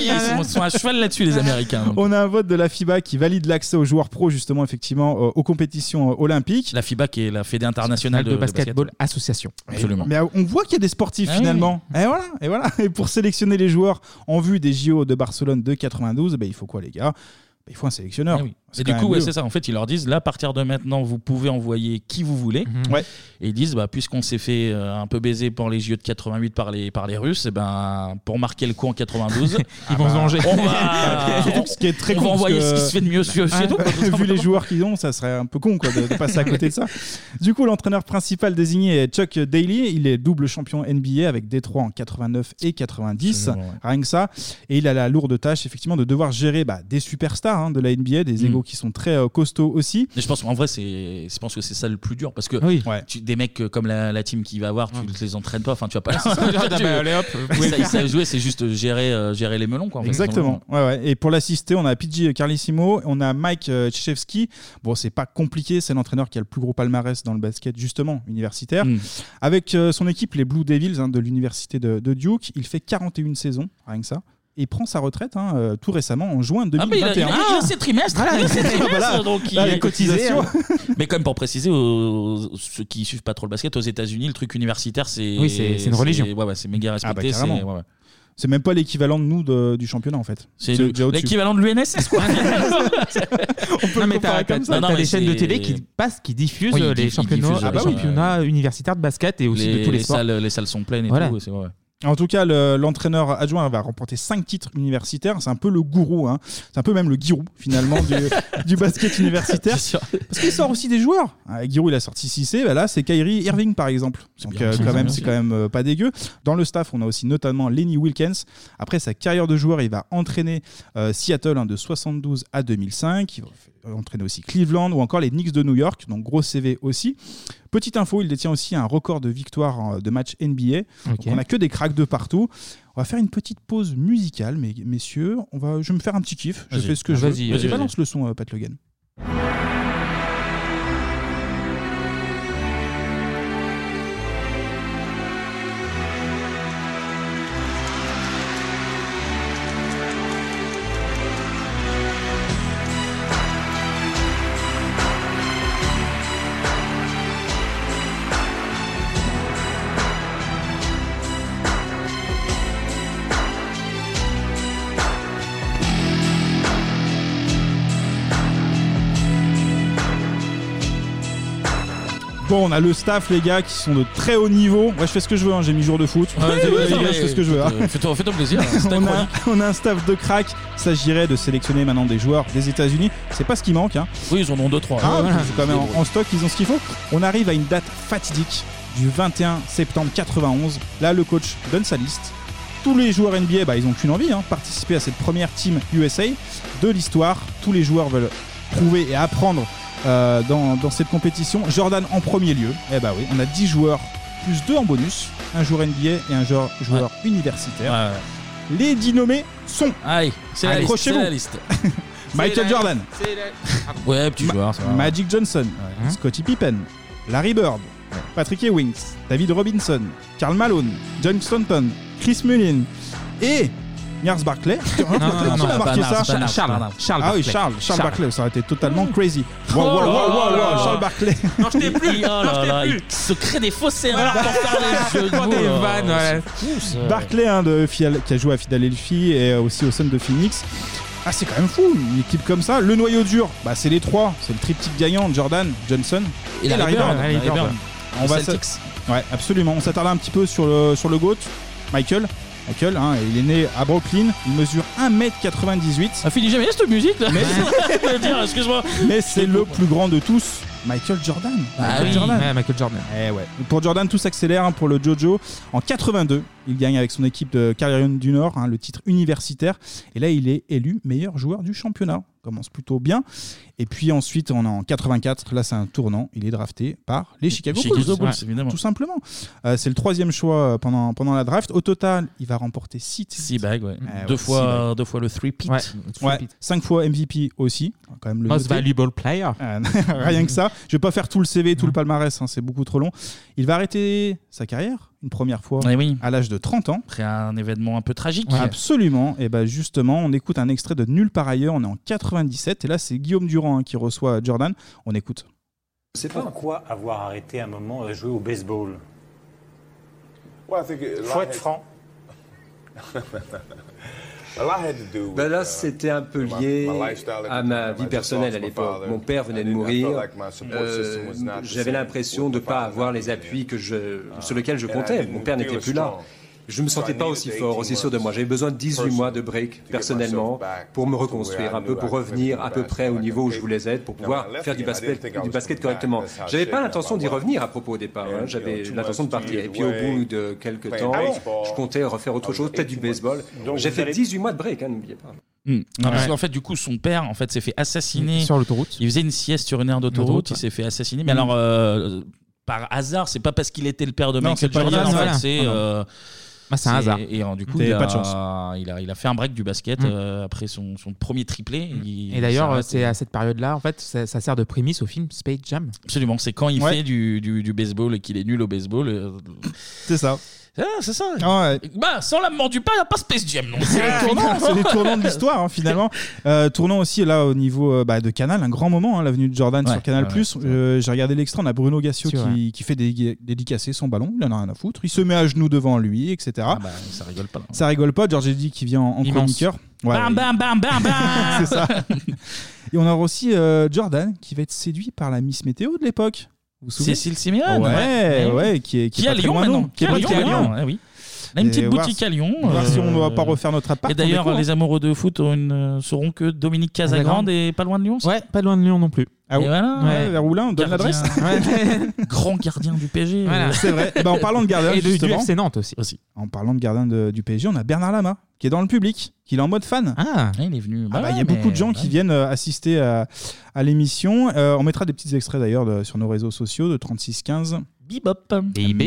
[SPEAKER 1] ils sont, sont à cheval là-dessus, les Américains. donc.
[SPEAKER 7] On a un vote de la FIBA qui valide l'accès aux joueurs pro justement effectivement euh, aux compétitions euh, olympiques.
[SPEAKER 1] La FIBA, qui est la Fédé internationale de,
[SPEAKER 7] De basketball
[SPEAKER 1] association. Absolument.
[SPEAKER 7] Mais on voit qu'il y a des sportifs
[SPEAKER 1] Ah oui.
[SPEAKER 7] finalement. Et voilà, et voilà. Et pour sélectionner les joueurs en vue des JO de Barcelone de 92, ben, il faut quoi les gars Ben, Il faut un sélectionneur. C'est
[SPEAKER 1] Ah Et du
[SPEAKER 7] quand
[SPEAKER 1] coup,
[SPEAKER 7] même
[SPEAKER 1] ouais,
[SPEAKER 7] mieux.
[SPEAKER 1] c'est ça. En fait, ils leur disent là, à partir de maintenant, vous pouvez envoyer qui vous voulez.
[SPEAKER 7] Mhm.
[SPEAKER 1] Et ils disent bah, puisqu'on s'est fait euh, un peu baiser pour les JO de 88 par les, par les Russes, et ben, pour marquer le coup en 92,
[SPEAKER 7] Ils vont se venger.
[SPEAKER 1] On va,
[SPEAKER 7] Surtout que ce qui est très
[SPEAKER 1] on
[SPEAKER 7] con,
[SPEAKER 1] va
[SPEAKER 7] parce
[SPEAKER 1] envoyer
[SPEAKER 7] que-
[SPEAKER 1] ce qui se fait de mieux chez
[SPEAKER 7] Ouais.
[SPEAKER 1] chez nous. quoi, tout simplement.
[SPEAKER 7] Vu les joueurs qu'ils ont, ça serait un peu con quoi, de, de passer à côté de ça. Du coup, l'entraîneur principal désigné est Chuck Daly. Il est double champion NBA avec Détroit en 89 et 90.
[SPEAKER 1] Absolument, ouais.
[SPEAKER 7] Rien que ça. Et il a la lourde tâche, effectivement, de devoir gérer bah, des superstars hein, de la NBA,
[SPEAKER 1] Mm.
[SPEAKER 7] des égaux qui sont très euh, costauds aussi.
[SPEAKER 1] Mais je pense qu'en vrai, c'est, je pense que c'est ça le plus dur parce que tu- des mecs euh, comme la, la team qui va avoir, tu les entraînes pas. Enfin, tu vas pas.
[SPEAKER 7] Ah, bah,
[SPEAKER 1] Tu-
[SPEAKER 7] allez, hop, vous pouvez
[SPEAKER 1] ça,
[SPEAKER 7] faire.
[SPEAKER 1] ils savent jouer, c'est juste gérer, euh, gérer les melons, quoi. en fait,
[SPEAKER 7] Exactement. Ouais, ouais. Et pour l'assister, on a PJ Carlissimo, on a Mike euh, Krzyzewski. Bon, c'est pas compliqué, c'est l'entraîneur qui a le plus gros palmarès dans le basket, justement, universitaire.
[SPEAKER 1] Hmm.
[SPEAKER 7] Avec euh, son équipe, les Blue Devils hein, de l'université de, de Duke, il fait 41 saisons, rien que ça. Et il prend sa retraite hein, euh, tout récemment, en juin
[SPEAKER 1] Ah, mais il a, il
[SPEAKER 7] 2021.
[SPEAKER 1] a- il a ses trimestres,
[SPEAKER 7] Voilà.
[SPEAKER 1] il a ses trimestres,
[SPEAKER 7] Voilà.
[SPEAKER 1] donc
[SPEAKER 7] Là, les cotisations.
[SPEAKER 1] hein. Mais comme pour préciser aux, aux- ceux qui suivent pas trop le basket, aux États-Unis, le truc universitaire, c'est
[SPEAKER 7] Oui, c'est- c'est une religion.
[SPEAKER 1] c'est- Ouais, ouais, c'est méga
[SPEAKER 7] Ah bah,
[SPEAKER 1] respecté. c'est-
[SPEAKER 7] carrément.
[SPEAKER 1] ouais, ouais.
[SPEAKER 7] C'est même pas l'équivalent de nous de- du championnat en fait.
[SPEAKER 1] C'est le-
[SPEAKER 7] déjà au-dessus.
[SPEAKER 1] l'équivalent de l'UNSS, quoi.
[SPEAKER 7] peut
[SPEAKER 9] non,
[SPEAKER 7] le
[SPEAKER 9] mais t'as
[SPEAKER 7] comparer
[SPEAKER 9] t'as-
[SPEAKER 7] comme ça.
[SPEAKER 9] t'as
[SPEAKER 7] Non, non,
[SPEAKER 9] des
[SPEAKER 7] mais
[SPEAKER 9] chaînes de
[SPEAKER 7] c'est-
[SPEAKER 9] télé qui passent, qui diffusent
[SPEAKER 1] Oui, ils
[SPEAKER 9] euh, les
[SPEAKER 1] diff- ils
[SPEAKER 9] championnats,
[SPEAKER 1] diffusent,
[SPEAKER 9] ah bah
[SPEAKER 1] ouais,
[SPEAKER 9] oui,
[SPEAKER 1] ouais.
[SPEAKER 9] championnats universitaires de basket et aussi
[SPEAKER 1] les,
[SPEAKER 9] de tous les,
[SPEAKER 1] les
[SPEAKER 9] sports.
[SPEAKER 1] salles, les salles sont pleines et
[SPEAKER 9] Voilà.
[SPEAKER 1] tout. C'est, ouais, ouais.
[SPEAKER 7] En tout cas, le- l'entraîneur adjoint va remporter 5 titres universitaires. C'est un peu le gourou. hein. C'est un peu même le Giroud, finalement, du, du basket universitaire. Parce qu'il sort aussi des joueurs. Ah, Giroud, il a sorti 6C. Bah là, c'est Kyrie Irving, par exemple. Donc,
[SPEAKER 1] bien,
[SPEAKER 7] euh,
[SPEAKER 1] c'est
[SPEAKER 7] quand
[SPEAKER 1] bien,
[SPEAKER 7] même,
[SPEAKER 1] bien
[SPEAKER 7] c'est
[SPEAKER 1] sûr.
[SPEAKER 7] quand même euh, pas dégueu. Dans le staff, on a aussi notamment Lenny Wilkins. Après sa carrière de joueur, il va entraîner euh, Seattle hein, de 72 à 2005. Il va f- entraîner aussi Cleveland ou encore les Knicks de New York. Donc, gros CV aussi. Petite info, il détient aussi un record de victoires en- de match NBA. Donc,
[SPEAKER 9] Ok.
[SPEAKER 7] on a que des cracks de partout. On va faire une petite pause musicale, mes- messieurs. On va, je vais me faire un petit kiff. Je
[SPEAKER 9] Vas-y.
[SPEAKER 7] fais ce que
[SPEAKER 9] Ah,
[SPEAKER 7] je veux.
[SPEAKER 9] vas-y, vas-y,
[SPEAKER 7] balance le son, euh, Pat Logan. Bon, on a le staff, les gars, qui sont de très haut niveau. Ouais, je fais ce que je veux. hein. J'ai mis jour de foot.
[SPEAKER 1] Ouais,
[SPEAKER 7] Ouais,
[SPEAKER 1] ouais,
[SPEAKER 7] ouais, les
[SPEAKER 1] ouais,
[SPEAKER 7] gars, je fais ce que je veux. hein.
[SPEAKER 1] euh, Fais-toi fais-toi plaisir. c'est ta
[SPEAKER 7] on, a,
[SPEAKER 1] chronique.
[SPEAKER 7] on a un staff de crack. Il s'agirait de sélectionner maintenant des joueurs des États-Unis. C'est pas ce qui manque. hein.
[SPEAKER 1] Oui, ils en ont deux, trois.
[SPEAKER 7] Ah,
[SPEAKER 1] Ouais, voilà.
[SPEAKER 7] c'est quand même en, en stock, ils ont ce qu'il faut. On arrive à une date fatidique du 21 septembre 91. Là, le coach donne sa liste. Tous les joueurs NBA, bah, ils ont qu'une envie, hein, participer à cette première team USA de l'histoire. Tous les joueurs veulent prouver et apprendre euh, dans, dans cette compétition. Jordan en premier lieu. Eh bah oui, on a 10 joueurs plus 2 en bonus. Un joueur NBA et un joueur, joueur universitaire. Les 10 nommés sont.
[SPEAKER 1] Allez, c'est la liste, c'est
[SPEAKER 7] Accrochez-vous.
[SPEAKER 1] la liste.
[SPEAKER 7] Michael Jordan.
[SPEAKER 1] Ouais, petit joueur. ça va.
[SPEAKER 7] Magic Johnson, Scottie Pippen, Larry Bird, Patrick Ewings, David Robinson, Karl Malone, John Stanton, Chris Mullin et Niars Barclay.
[SPEAKER 9] Non, non, non,
[SPEAKER 7] Qui a
[SPEAKER 9] c'est
[SPEAKER 7] marqué
[SPEAKER 9] pas Nars,
[SPEAKER 7] ça
[SPEAKER 9] c'est pas Nars, c'est pas Nars. Charles
[SPEAKER 7] Ah oui,
[SPEAKER 9] Barclay.
[SPEAKER 7] Charles, Charles
[SPEAKER 9] Charles.
[SPEAKER 7] Barclay, ça aurait été totalement crazy. Wow, wow, wow, wow, wow, Charles Barclay.
[SPEAKER 20] Non, je t'ai plus.
[SPEAKER 1] Oh là là, il se crée des fossés hein, pour faire des jeux de mots, là. C'est fou, ça.
[SPEAKER 9] Bah,
[SPEAKER 7] Barclay hein, de Fial- qui a joué à Philadelphie et euh, aussi au Sun de Phoenix. Ah, c'est quand même fou, une équipe comme ça. Le noyau dur, bah, c'est les trois. C'est le triptyque gagnant Jordan, Johnson
[SPEAKER 1] Et Larry
[SPEAKER 7] Bird.
[SPEAKER 1] Bird, Larry Bird.
[SPEAKER 7] On
[SPEAKER 1] Les
[SPEAKER 7] va
[SPEAKER 1] Celtics.
[SPEAKER 7] s- Ouais, absolument. On s'attarde un petit peu sur le, sur le GOAT, Michael. Michael, hein, il est né à Brooklyn, il mesure 1m98. Ça
[SPEAKER 1] finit jamais cette musique là Je veux dire, excuse-moi.
[SPEAKER 7] Mais c'est le plus grand de tous, Michael Jordan.
[SPEAKER 1] Ah
[SPEAKER 7] Michael
[SPEAKER 9] oui.
[SPEAKER 7] Jordan.
[SPEAKER 9] Ouais, Michael Jordan.
[SPEAKER 7] Eh ouais. Pour Jordan, tout s'accélère hein, pour le Jojo. En 82, il gagne avec son équipe de Carrière du Nord hein, le titre universitaire. Et là, il est élu meilleur joueur du championnat. Commence plutôt bien. Et puis ensuite, on est en 84. Là, c'est un tournant. Il est drafté par les Chicago
[SPEAKER 1] Chicago
[SPEAKER 7] Bulls.
[SPEAKER 1] Bulls, évidemment.
[SPEAKER 7] Tout simplement. Euh, c'est le troisième choix euh, pendant, pendant la draft. Au total, il va remporter 6 titres.
[SPEAKER 1] Six bagues, ouais.
[SPEAKER 7] Eh
[SPEAKER 1] deux,
[SPEAKER 7] ouais, six
[SPEAKER 1] fois, deux fois le three-peat.
[SPEAKER 7] Ouais, cinq fois MVP aussi. On va Quand même le
[SPEAKER 9] Most
[SPEAKER 7] noter.
[SPEAKER 9] valuable player.
[SPEAKER 7] Euh, Rien que ça. Je vais pas faire tout le CV,
[SPEAKER 1] Mmh.
[SPEAKER 7] tout le palmarès, hein, c'est beaucoup trop long. Il va arrêter sa carrière une première fois à l'âge de 30 ans.
[SPEAKER 1] Eh Après un événement un peu tragique.
[SPEAKER 7] Absolument. Et bah justement, on écoute un extrait de Nulle part ailleurs. On est en 97 et là c'est Guillaume Durand hein, qui reçoit Jordan. On écoute.
[SPEAKER 18] C'est pourquoi avoir arrêté un moment à jouer au baseball
[SPEAKER 19] Faut être franc.
[SPEAKER 24] Ben là, c'était un peu lié à ma vie personnelle à l'époque. Mon père venait de mourir. Euh, J'avais l'impression de ne pas avoir les appuis que je, sur lesquels je comptais. Mon père n'était plus là. Je ne me sentais pas aussi fort, aussi sûr de moi. J'avais besoin de 18 mois de break, personnellement, pour me reconstruire un peu, pour revenir à peu près au niveau où je voulais être, pour pouvoir faire du basket, du basket correctement. J'avais pas l'intention d'y revenir à propos au départ. hein. J'avais l'intention de partir. Et puis au bout de quelques temps, je comptais refaire autre chose, peut-être du baseball. J'ai fait 18 mois de break, hein, n'oubliez pas.
[SPEAKER 1] Hmm. Non, parce
[SPEAKER 24] Ouais.
[SPEAKER 1] qu'en fait, du coup, son père en fait, s'est fait assassiner.
[SPEAKER 24] Sur
[SPEAKER 9] l'autoroute.
[SPEAKER 1] Il faisait une sieste sur une aire
[SPEAKER 9] L'autoroute,
[SPEAKER 1] d'autoroute, il s'est fait assassiner. Mais
[SPEAKER 9] Hmm.
[SPEAKER 1] alors, euh, par hasard, c'est pas parce qu'il était le père de
[SPEAKER 9] Non,
[SPEAKER 1] Michael
[SPEAKER 9] c'est pas
[SPEAKER 1] Jordan,
[SPEAKER 9] lié à
[SPEAKER 1] en
[SPEAKER 9] ça.
[SPEAKER 1] fait, c'est.
[SPEAKER 9] Non, non.
[SPEAKER 1] euh,
[SPEAKER 9] Bah, c'est un hasard.
[SPEAKER 1] Et euh, du coup,
[SPEAKER 9] T'as
[SPEAKER 1] il a,
[SPEAKER 9] pas de chance.
[SPEAKER 1] Il, a, il a fait un break du basket
[SPEAKER 9] Hmm.
[SPEAKER 1] euh, après son, son premier triplé. Il-
[SPEAKER 9] Et d'ailleurs,
[SPEAKER 1] ça-
[SPEAKER 9] euh, c'est à cette période-là, en fait, ça, ça sert de prémisse au film Space Jam.
[SPEAKER 1] Absolument, c'est quand il
[SPEAKER 9] Ouais.
[SPEAKER 1] fait du, du, du baseball et qu'il est nul au baseball. euh, Ah,
[SPEAKER 7] C'est ça.
[SPEAKER 1] c'est ça.
[SPEAKER 7] Ouais.
[SPEAKER 1] Bah, sans la mort du pas, il n'y a pas Space Jam, non C'est
[SPEAKER 9] Ah,
[SPEAKER 7] les tournants, Ah, c'est les tournants de l'histoire hein, finalement. Euh, tournant aussi là au niveau euh, bah, de Canal, un grand moment, hein, l'avenue de Jordan
[SPEAKER 1] Ouais,
[SPEAKER 7] sur Canal+.
[SPEAKER 1] ouais,
[SPEAKER 7] Plus. Euh, J'ai regardé l'extrait, on a Bruno Gassio
[SPEAKER 1] C'est
[SPEAKER 7] qui,
[SPEAKER 1] vrai.
[SPEAKER 7] qui fait dé- dédicacer son ballon, il en a rien à foutre, il se met à genoux devant lui, etc.
[SPEAKER 1] Ça rigole pas.
[SPEAKER 7] Ça rigole pas, George Eddy qui vient en, en
[SPEAKER 1] Ah, bah, Immense.
[SPEAKER 7] chroniqueur. Ouais,
[SPEAKER 1] bam, bam, bam, bam, bam
[SPEAKER 7] c'est ça. Et on a aussi euh, Jordan qui va être séduit par la Miss Météo de l'époque. Vous vous souvenez
[SPEAKER 1] Cécile Siméon,
[SPEAKER 7] Ouais,
[SPEAKER 1] ouais.
[SPEAKER 7] ouais, qui est,
[SPEAKER 1] Qui est
[SPEAKER 7] pas
[SPEAKER 1] à
[SPEAKER 7] très
[SPEAKER 1] Lyon
[SPEAKER 7] loin,
[SPEAKER 1] maintenant.
[SPEAKER 7] non, Qui est
[SPEAKER 1] Qui est à
[SPEAKER 7] pas
[SPEAKER 1] Lyon,
[SPEAKER 7] très loin.
[SPEAKER 1] Lyon, ouais, oui. On a une
[SPEAKER 7] Et
[SPEAKER 1] petite
[SPEAKER 7] voir
[SPEAKER 1] boutique
[SPEAKER 7] si-
[SPEAKER 1] à Lyon,
[SPEAKER 7] Voir si on ne va
[SPEAKER 1] euh,
[SPEAKER 7] pas refaire notre appart.
[SPEAKER 1] Et d'ailleurs, les amoureux de foot ont une, euh, sauront que Dominique Casagrande est pas loin de Lyon.
[SPEAKER 9] Ouais, pas loin de Lyon non plus.
[SPEAKER 7] Ah
[SPEAKER 1] Et
[SPEAKER 7] oui
[SPEAKER 1] voilà,
[SPEAKER 7] Ouais, vers Oulin, on donne
[SPEAKER 1] Gardien.
[SPEAKER 7] l'adresse.
[SPEAKER 1] Grand gardien du PG.
[SPEAKER 7] Voilà, c'est vrai. Bah, en parlant de gardien,
[SPEAKER 9] Et de- du
[SPEAKER 7] justement,
[SPEAKER 9] FC Nantes aussi.
[SPEAKER 7] En parlant de gardien de- du PSG, on a Bernard Lama qui est dans le public, qui est en mode fan.
[SPEAKER 9] Ah,
[SPEAKER 1] il est venu.
[SPEAKER 7] bah, il y a beaucoup de gens qui viennent euh, assister à, à l'émission. Euh, on mettra des petits extraits d'ailleurs de- sur nos réseaux sociaux de 3615.
[SPEAKER 1] Bibop.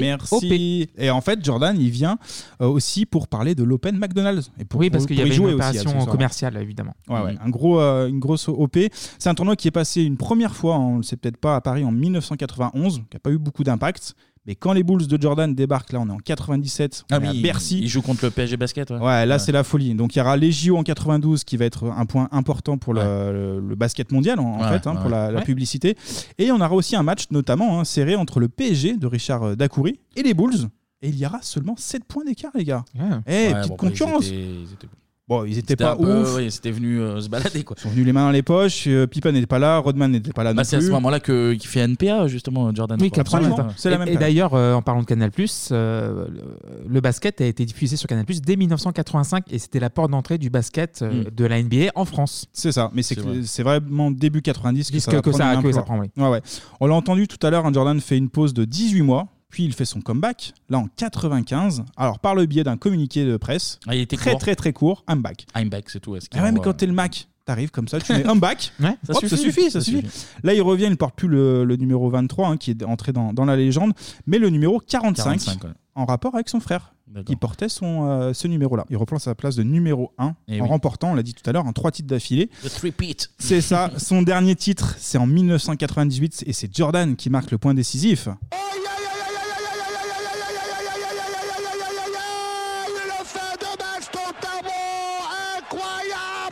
[SPEAKER 7] Merci. Et en fait, Jordan, il vient euh, aussi pour parler de l'Open McDonald's. Et pour,
[SPEAKER 9] Oui, parce
[SPEAKER 7] pour-
[SPEAKER 9] qu'il y
[SPEAKER 7] pour
[SPEAKER 9] avait une
[SPEAKER 7] jouer aussi, à ce
[SPEAKER 9] opération
[SPEAKER 7] soir.
[SPEAKER 9] commerciale, Mm. évidemment.
[SPEAKER 7] Ouais, ouais, un gros, euh, une grosse OP. C'est un tournoi qui est passé une première fois, hein, on ne le sait peut-être pas, à Paris en 1991, qui n'a pas eu beaucoup d'impact. Mais quand les Bulls de Jordan débarquent, là on est en 97, on
[SPEAKER 1] Ah
[SPEAKER 7] est à
[SPEAKER 1] oui,
[SPEAKER 7] Bercy.
[SPEAKER 1] Il joue contre le PSG basket. Ouais,
[SPEAKER 7] Ouais, là
[SPEAKER 1] Ouais.
[SPEAKER 7] c'est la folie. Donc il y aura les JO en 92 qui va être un point important pour le, le- le basket mondial en, en
[SPEAKER 1] Ouais,
[SPEAKER 7] fait, hein,
[SPEAKER 1] ouais,
[SPEAKER 7] pour la, la
[SPEAKER 1] ouais.
[SPEAKER 7] publicité. Et on aura aussi un match notamment hein, serré entre le PSG de Richard euh, Dacoury et les Bulls. Et il y aura seulement 7 points d'écart, les gars. Eh,
[SPEAKER 1] Ouais,
[SPEAKER 7] petite
[SPEAKER 1] bon, bah, ils
[SPEAKER 7] concurrence.
[SPEAKER 1] étaient- ils étaient-
[SPEAKER 7] Bon, ils étaient
[SPEAKER 1] C'était
[SPEAKER 7] pas
[SPEAKER 1] un peu-
[SPEAKER 7] ouf.
[SPEAKER 1] ouais, Ils étaient venus euh, se balader quoi.
[SPEAKER 7] Ils sont venus les mains dans les poches. euh, Pippen n'était pas là, Rodman n'était pas là non
[SPEAKER 1] Bah, c'est à
[SPEAKER 7] plus.
[SPEAKER 1] ce moment-là que- qu'il fait NPA justement Jordan.
[SPEAKER 9] Oui,
[SPEAKER 1] je crois.
[SPEAKER 9] absolument.
[SPEAKER 7] c'est la
[SPEAKER 9] Et-
[SPEAKER 7] même
[SPEAKER 9] Et,
[SPEAKER 7] période.
[SPEAKER 9] d'ailleurs, euh, en parlant de Canal+, euh, le, le basket a été diffusé sur Canal+ dès 1985 et c'était la porte d'entrée du basket euh, de la NBA en France.
[SPEAKER 7] Mm. C'est ça, mais c'est que- c'est vraiment début 90 que ça,
[SPEAKER 9] Que-
[SPEAKER 7] va
[SPEAKER 9] que ça-
[SPEAKER 7] prendre une
[SPEAKER 9] que ça
[SPEAKER 7] ampleur.
[SPEAKER 9] prend, oui.
[SPEAKER 7] Ouais, ouais. On l'a entendu tout à l'heure, hein, Jordan fait une pause de 18 mois, puis il fait son comeback, là en 95, alors par le biais d'un communiqué de presse,
[SPEAKER 1] Ah, il était
[SPEAKER 7] très
[SPEAKER 1] court.
[SPEAKER 7] très très court, I'm back.
[SPEAKER 1] I'm back, c'est tout. ouais, ce qui
[SPEAKER 7] Ah ouais, mais
[SPEAKER 1] envoie. euh,
[SPEAKER 7] quand t'es le Mac, t'arrives comme ça, tu mets un bac.
[SPEAKER 1] Ouais, ça
[SPEAKER 7] ça, suffit, ça
[SPEAKER 1] suffit,
[SPEAKER 7] suffit,
[SPEAKER 1] ça
[SPEAKER 7] Là, il revient, il porte plus le, le numéro 23, hein, qui est entré dans, dans la légende, mais le numéro 45,
[SPEAKER 1] 45, ouais.
[SPEAKER 7] en rapport avec son frère, qui portait son, euh, ce numéro-là. Il reprend sa place de numéro 1
[SPEAKER 1] Eh
[SPEAKER 7] en
[SPEAKER 1] oui.
[SPEAKER 7] remportant, on l'a dit tout à l'heure, un trois titres d'affilée.
[SPEAKER 1] The three-peat.
[SPEAKER 7] C'est ça, son dernier titre, c'est en 1998, et c'est Jordan qui marque le point décisif.
[SPEAKER 1] Ah,
[SPEAKER 8] Le fin de match pour Tarbon
[SPEAKER 7] Ah,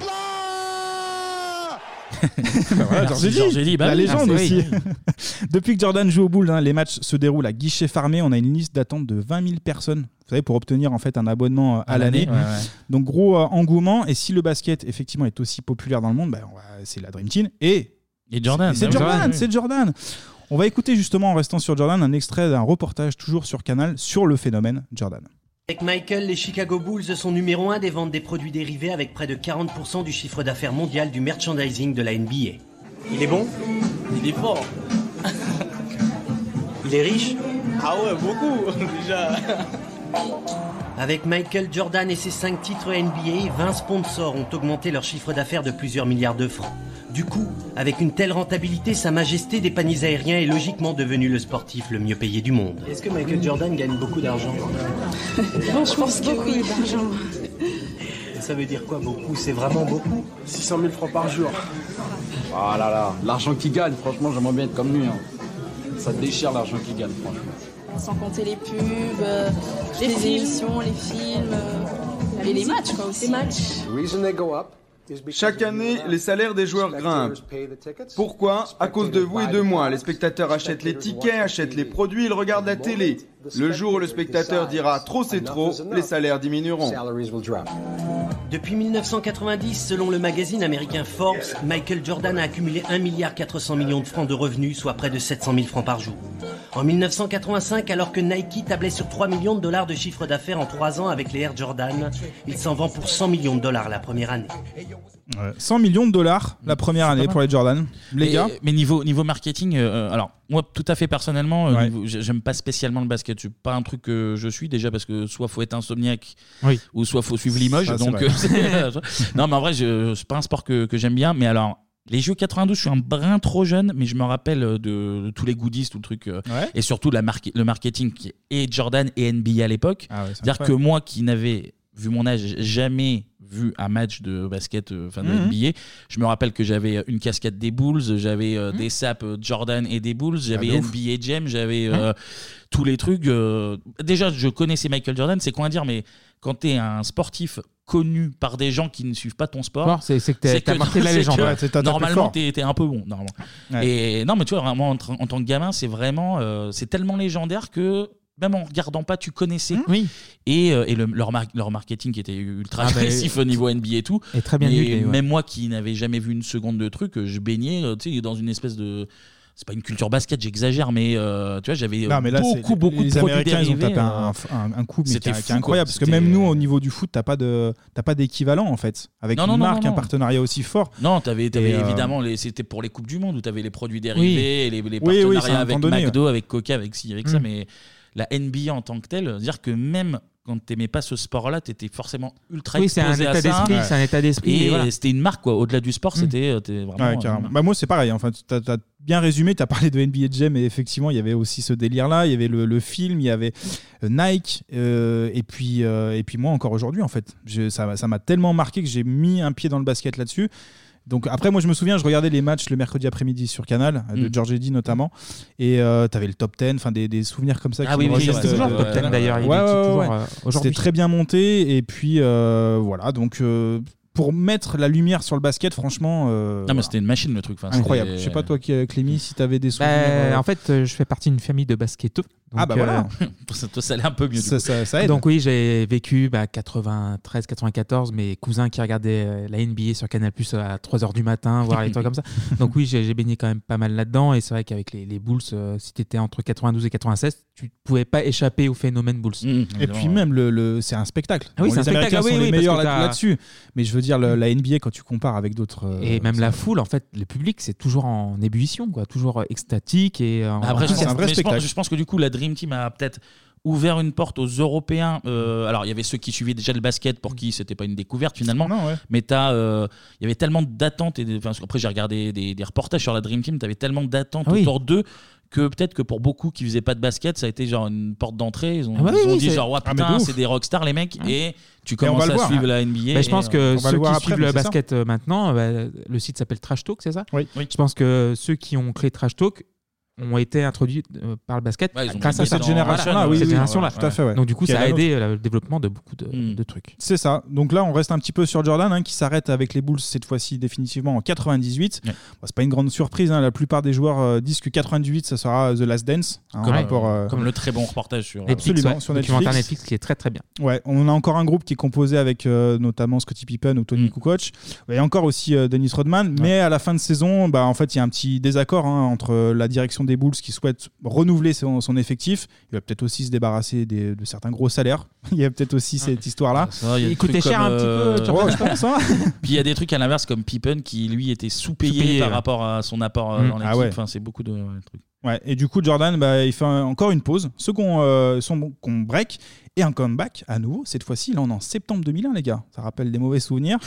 [SPEAKER 7] Voilà,
[SPEAKER 1] Merci,
[SPEAKER 7] Giorgi,
[SPEAKER 1] Giorgi Lee, bah
[SPEAKER 7] la
[SPEAKER 1] oui.
[SPEAKER 7] légende
[SPEAKER 1] Ah, c'est
[SPEAKER 7] aussi.
[SPEAKER 1] vrai.
[SPEAKER 7] Depuis que Jordan joue au boule, hein, les matchs se déroulent à guichet farmé. On a une liste d'attente de 20 000 personnes. Vous savez, pour obtenir en fait un abonnement euh, à,
[SPEAKER 1] À l'année,
[SPEAKER 7] l'année.
[SPEAKER 1] ouais, ouais.
[SPEAKER 7] Donc gros euh, engouement. Et si le basket effectivement est aussi populaire dans le monde, bah, on va- c'est la Dream Team et
[SPEAKER 1] Et Jordan.
[SPEAKER 7] C'est
[SPEAKER 1] Ah oui.
[SPEAKER 7] Jordan,
[SPEAKER 1] Jordan,
[SPEAKER 7] c'est
[SPEAKER 1] oui.
[SPEAKER 7] Jordan. On va écouter justement en restant sur Jordan un extrait d'un reportage toujours sur Canal sur le phénomène Jordan.
[SPEAKER 32] Avec Michael, les Chicago Bulls sont numéro 1 des ventes des produits dérivés avec près de 40% du chiffre d'affaires mondial du merchandising de la NBA. Il est bon Il est fort. Il est riche Ah ouais, beaucoup déjà. Avec Michael Jordan et ses 5 titres NBA, 20 sponsors ont augmenté leur chiffre d'affaires de plusieurs milliards de francs. Du coup, avec une telle rentabilité, Sa Majesté des paniers aériens est logiquement devenu le sportif le mieux payé du monde. Est-ce que Michael Jordan gagne beaucoup d'argent
[SPEAKER 29] Non, je pense que oui, d'argent.
[SPEAKER 32] Ça veut dire quoi beaucoup C'est vraiment beaucoup 600 000 francs par jour.
[SPEAKER 19] Ah là là, l'argent qu'il gagne, franchement, j'aimerais bien être comme lui. hein. Ça te déchire l'argent qu'il gagne, franchement.
[SPEAKER 29] Sans compter les pubs, euh, les, émissions, les films euh, et les matchs quoi aussi. Les matchs.
[SPEAKER 21] Chaque année, les salaires des joueurs grimpent. Pourquoi À cause de vous et de moi. Les spectateurs achètent les tickets, achètent les produits, ils regardent la télé. Le jour où le spectateur dira trop c'est trop, les salaires diminueront.
[SPEAKER 32] Depuis 1990, selon le magazine américain Forbes, Michael Jordan a accumulé 1,4 milliard de francs de revenus, soit près de 700 000 francs par jour. En 1985, alors que Nike tablait sur 3 millions de dollars de chiffre d'affaires en 3 ans avec les Air Jordan, il s'en vend pour 100 millions de dollars la première année.
[SPEAKER 7] 100 millions de dollars la première année
[SPEAKER 1] Hmm, mal.
[SPEAKER 7] pour les Jordan. Les
[SPEAKER 1] mais,
[SPEAKER 7] gars.
[SPEAKER 1] mais niveau, niveau marketing, euh, alors moi tout à fait personnellement, euh, niveau- j'ai- j'aime pas spécialement le basket. C'est pas un truc que je suis déjà parce que soit faut être insomniaque,
[SPEAKER 9] Oui.
[SPEAKER 1] ou soit faut suivre Limoges.
[SPEAKER 9] Ça, c'est
[SPEAKER 1] donc
[SPEAKER 9] vrai.
[SPEAKER 1] euh, c'est- non, mais en vrai, je- c'est pas un sport que, que j'aime bien. Mais alors. Les JO 92, je suis un brin trop jeune, mais je me rappelle de, de tous les goodies, tout le truc, euh,
[SPEAKER 7] Ouais.
[SPEAKER 1] et surtout la marque- le marketing qui est et Jordan et NBA à l'époque.
[SPEAKER 7] Ah ouais, c'est
[SPEAKER 1] C'est-à-dire que
[SPEAKER 7] incroyable.
[SPEAKER 1] moi qui n'avais, vu mon âge, jamais vu un match de basket, euh, enfin de
[SPEAKER 7] Mhm.
[SPEAKER 1] NBA, je me rappelle que j'avais euh, une casquette des Bulls, j'avais euh,
[SPEAKER 9] Mhm.
[SPEAKER 1] des sapes euh, Jordan et des Bulls, j'avais
[SPEAKER 9] Ah,
[SPEAKER 7] de ouf.
[SPEAKER 1] NBA Jam, j'avais euh,
[SPEAKER 7] Hein
[SPEAKER 1] tous les trucs. euh, Déjà, je connaissais Michael Jordan, c'est quoi dire, mais quand t'es un sportif connu par des gens qui ne suivent pas ton sport,
[SPEAKER 9] Fort, c'est- c'est que t'as- t'as marqué la
[SPEAKER 1] c'est
[SPEAKER 9] légende.
[SPEAKER 1] que
[SPEAKER 9] Ouais, t'as tapé
[SPEAKER 1] normalement,
[SPEAKER 9] fort.
[SPEAKER 1] t'es t'es un peu bon. Normalement.
[SPEAKER 9] Ouais.
[SPEAKER 1] Et non, mais tu vois, vraiment, en, tra- en tant que gamin, c'est vraiment, euh, c'est tellement légendaire que même en regardant pas, tu connaissais.
[SPEAKER 7] Mmh.
[SPEAKER 9] Oui.
[SPEAKER 1] Et, euh, et le- leur, mar- leur marketing qui était ultra
[SPEAKER 9] Ah bah,
[SPEAKER 1] agressif au niveau NBA et tout.
[SPEAKER 9] et très bien
[SPEAKER 1] Mais
[SPEAKER 9] huilé, ouais.
[SPEAKER 1] Même moi qui n'avais jamais vu une seconde de truc, euh, je baignais, euh, tu sais, dans une espèce de. C'est pas une culture basket, j'exagère, mais euh, tu vois, j'avais euh,
[SPEAKER 7] Non, mais là, c'est-
[SPEAKER 1] beaucoup, beaucoup
[SPEAKER 7] les
[SPEAKER 1] de produits
[SPEAKER 7] Américains, ils ont
[SPEAKER 1] dérivés,
[SPEAKER 7] tapé un,
[SPEAKER 1] euh,
[SPEAKER 7] un- un coup mais qui,
[SPEAKER 1] c'était
[SPEAKER 7] est- qui
[SPEAKER 1] fou,
[SPEAKER 7] est incroyable.
[SPEAKER 1] quoi.
[SPEAKER 7] Parce
[SPEAKER 1] euh,
[SPEAKER 7] que même nous, au niveau du foot, t'as pas de, t'as pas d'équivalent en fait. Avec
[SPEAKER 1] Non,
[SPEAKER 7] une
[SPEAKER 1] non, non,
[SPEAKER 7] marque,
[SPEAKER 1] non,
[SPEAKER 7] un
[SPEAKER 1] non.
[SPEAKER 7] partenariat aussi fort.
[SPEAKER 1] Non, t'avais, t'avais
[SPEAKER 7] Et, euh,
[SPEAKER 1] évidemment, les- c'était pour les Coupes du Monde où t'avais les produits dérivés, les, les
[SPEAKER 7] Oui, oui,
[SPEAKER 1] partenariats
[SPEAKER 7] c'est un
[SPEAKER 1] avec
[SPEAKER 7] temps donné,
[SPEAKER 1] McDo, avec Coca, avec ci, avec ça,
[SPEAKER 7] Mm.
[SPEAKER 1] mais la NBA en tant que telle, dire que même quand t'aimais pas ce sport-là, t'étais forcément ultra
[SPEAKER 9] Oui, c'est un
[SPEAKER 1] exposé à
[SPEAKER 9] état
[SPEAKER 1] ça.
[SPEAKER 9] d'esprit, c'est un état d'esprit,
[SPEAKER 1] Et,
[SPEAKER 9] et voilà. Mm.
[SPEAKER 1] euh, c'était une marque, quoi. Au-delà du sport, c'était euh,
[SPEAKER 7] Ouais,
[SPEAKER 1] t'es vraiment.
[SPEAKER 7] carrément.
[SPEAKER 1] euh,
[SPEAKER 7] Bah, moi, c'est pareil. Enfin, tu as, bien résumé. Tu as parlé de NBA Jam, et effectivement, il y avait aussi ce délire-là. Il y avait le, le film, il y avait euh, Nike, euh, et, puis, euh, et puis moi, encore aujourd'hui, en fait. Je- ça m'a ça m'a tellement marqué que j'ai mis un pied dans le basket là-dessus. Donc après, moi je me souviens, je regardais les matchs le mercredi après-midi sur Canal, euh, de
[SPEAKER 1] Mm.
[SPEAKER 7] George Eddy notamment, et tu avais le top 10, enfin des, des souvenirs comme ça.
[SPEAKER 9] Ah
[SPEAKER 7] qui
[SPEAKER 9] oui,
[SPEAKER 7] me
[SPEAKER 9] oui,
[SPEAKER 7] restent,
[SPEAKER 9] il existe toujours le
[SPEAKER 7] euh,
[SPEAKER 9] top 10,
[SPEAKER 7] ouais,
[SPEAKER 9] d'ailleurs, il
[SPEAKER 7] ouais,
[SPEAKER 9] existe
[SPEAKER 7] ouais,
[SPEAKER 9] toujours,
[SPEAKER 7] ouais.
[SPEAKER 9] euh, aujourd'hui.
[SPEAKER 7] C'était très bien monté, et puis euh, voilà, donc euh, pour mettre la lumière sur le basket, franchement, euh,
[SPEAKER 1] Non, mais
[SPEAKER 7] voilà.
[SPEAKER 1] c'était une machine le truc. Enfin,
[SPEAKER 7] Incroyable.
[SPEAKER 1] c'était-
[SPEAKER 7] Je sais pas toi, Clé- Clémy, si t'avais des
[SPEAKER 9] Bah,
[SPEAKER 7] souvenirs. euh,
[SPEAKER 9] en fait, euh, je fais partie d'une famille de basketteux. euh,
[SPEAKER 7] Ah, bah voilà.
[SPEAKER 1] ça, toi, ça allait un peu mieux. du
[SPEAKER 7] Ça-
[SPEAKER 1] coup.
[SPEAKER 7] ça- ça aide.
[SPEAKER 9] Donc oui, j'ai vécu bah, 93, 94, mes cousins qui regardaient euh, la NBA sur Canal Plus à 3h du matin, voir les trucs comme ça. Donc oui, j'ai j'ai baigné quand même pas mal là-dedans. Et c'est vrai qu'avec les, les Bulls, euh, si t'étais entre 92 et 96, tu pouvais pas échapper au phénomène Bulls.
[SPEAKER 1] Mmh.
[SPEAKER 7] Et puis
[SPEAKER 1] euh,
[SPEAKER 7] même, le, le- c'est un spectacle.
[SPEAKER 9] Ah oui, c'est
[SPEAKER 7] les
[SPEAKER 9] un spectacle.
[SPEAKER 7] Américains
[SPEAKER 9] Ah oui,
[SPEAKER 7] sont
[SPEAKER 9] oui,
[SPEAKER 7] les
[SPEAKER 9] parce
[SPEAKER 7] meilleurs
[SPEAKER 9] que
[SPEAKER 7] là-
[SPEAKER 9] t'as-
[SPEAKER 7] là-dessus. mais je veux dire, le- la NBA, quand tu compares avec d'autres. euh,
[SPEAKER 9] Et même la foule, en fait, le public, c'est toujours en ébullition, quoi, toujours extatique et euh, en
[SPEAKER 1] Bah, Après, je pense,
[SPEAKER 9] enthousiaste.
[SPEAKER 1] mais je pense- je pense que du coup, la Dream Team a peut-être ouvert une porte aux Européens. Euh, alors, il y avait ceux qui suivaient déjà le basket pour qui c'était pas une découverte finalement. Mais t'as, euh, il y avait tellement d'attentes. et de- enfin, Après, j'ai regardé des, des reportages sur la Dream Team. T'avais tellement d'attentes
[SPEAKER 9] Ah oui.
[SPEAKER 1] autour d'eux que peut-être que pour beaucoup qui faisaient pas de basket, ça a été genre une porte d'entrée. Ils ont,
[SPEAKER 9] Ah bah oui,
[SPEAKER 1] ils ont
[SPEAKER 9] oui,
[SPEAKER 1] dit
[SPEAKER 9] c'est-
[SPEAKER 1] genre, ouais,
[SPEAKER 9] Ah, mais
[SPEAKER 1] putain,
[SPEAKER 9] de ouf.
[SPEAKER 1] c'est des rockstars les mecs. Et tu
[SPEAKER 9] Mais on va
[SPEAKER 1] commences
[SPEAKER 9] le
[SPEAKER 1] à
[SPEAKER 9] voir.
[SPEAKER 1] suivre la NBA.
[SPEAKER 9] Mais je pense
[SPEAKER 1] et,
[SPEAKER 9] que
[SPEAKER 1] euh,
[SPEAKER 9] ceux qui suivent le basket euh, maintenant, euh, bah, le site s'appelle Trash Talk, c'est ça
[SPEAKER 7] Oui.
[SPEAKER 9] Je pense que ceux qui ont créé Trash Talk ont été introduites euh, par le basket
[SPEAKER 7] Ouais, ils ont
[SPEAKER 9] grâce à
[SPEAKER 7] mis cette
[SPEAKER 9] ça.
[SPEAKER 7] génération-là,
[SPEAKER 9] Voilà,
[SPEAKER 7] Ah oui,
[SPEAKER 9] cette
[SPEAKER 7] oui,
[SPEAKER 9] génération-là.
[SPEAKER 7] tout à fait, ouais.
[SPEAKER 9] Donc du coup,
[SPEAKER 7] Qui est
[SPEAKER 9] ça a
[SPEAKER 7] la nôtre.
[SPEAKER 9] aidé euh, le développement de beaucoup de,
[SPEAKER 1] Hmm.
[SPEAKER 9] de trucs.
[SPEAKER 7] C'est ça. Donc là, on reste un petit peu sur Jordan, hein, qui s'arrête avec les Bulls cette fois-ci définitivement en 98. Bon, c'est pas une grande surprise. hein. La plupart des joueurs euh, disent que 98, ça sera The Last Dance. hein,
[SPEAKER 1] Comme,
[SPEAKER 7] en rapport,
[SPEAKER 1] euh,
[SPEAKER 7] euh,
[SPEAKER 1] comme le très bon reportage sur
[SPEAKER 7] Netflix, Absolument, ouais. sur Netflix.
[SPEAKER 9] Documentaire Netflix qui est très très bien.
[SPEAKER 7] Ouais, on a encore un groupe qui est composé avec euh, notamment Scottie Pippen ou Tony Kukoc et encore aussi euh, Dennis Rodman. Mais à la fin de saison, bah, en fait, il y a un petit désaccord hein, entre euh, la direction des Bulls qui souhaite renouveler son, son effectif. Il va peut-être aussi se débarrasser des- de certains gros salaires. Il y a peut-être aussi cette histoire-là.
[SPEAKER 1] Ça, il y a des trucs comme, euh,
[SPEAKER 7] Ouais, je pense, hein.
[SPEAKER 1] Puis il y a des trucs à l'inverse comme Pippen qui lui était sous-payé
[SPEAKER 7] Sous-payé,
[SPEAKER 1] par
[SPEAKER 7] ouais.
[SPEAKER 1] rapport à son apport euh,
[SPEAKER 7] Mm.
[SPEAKER 1] dans
[SPEAKER 7] Ah
[SPEAKER 1] l'équipe.
[SPEAKER 7] ouais.
[SPEAKER 1] Enfin, c'est beaucoup de ouais, trucs.
[SPEAKER 7] Ouais, et du coup, Jordan, bah, il fait un- encore une pause, second, euh, son qu'on break et un comeback à nouveau. Cette fois-ci, il en est en septembre 2001, les gars. Ça rappelle des mauvais souvenirs.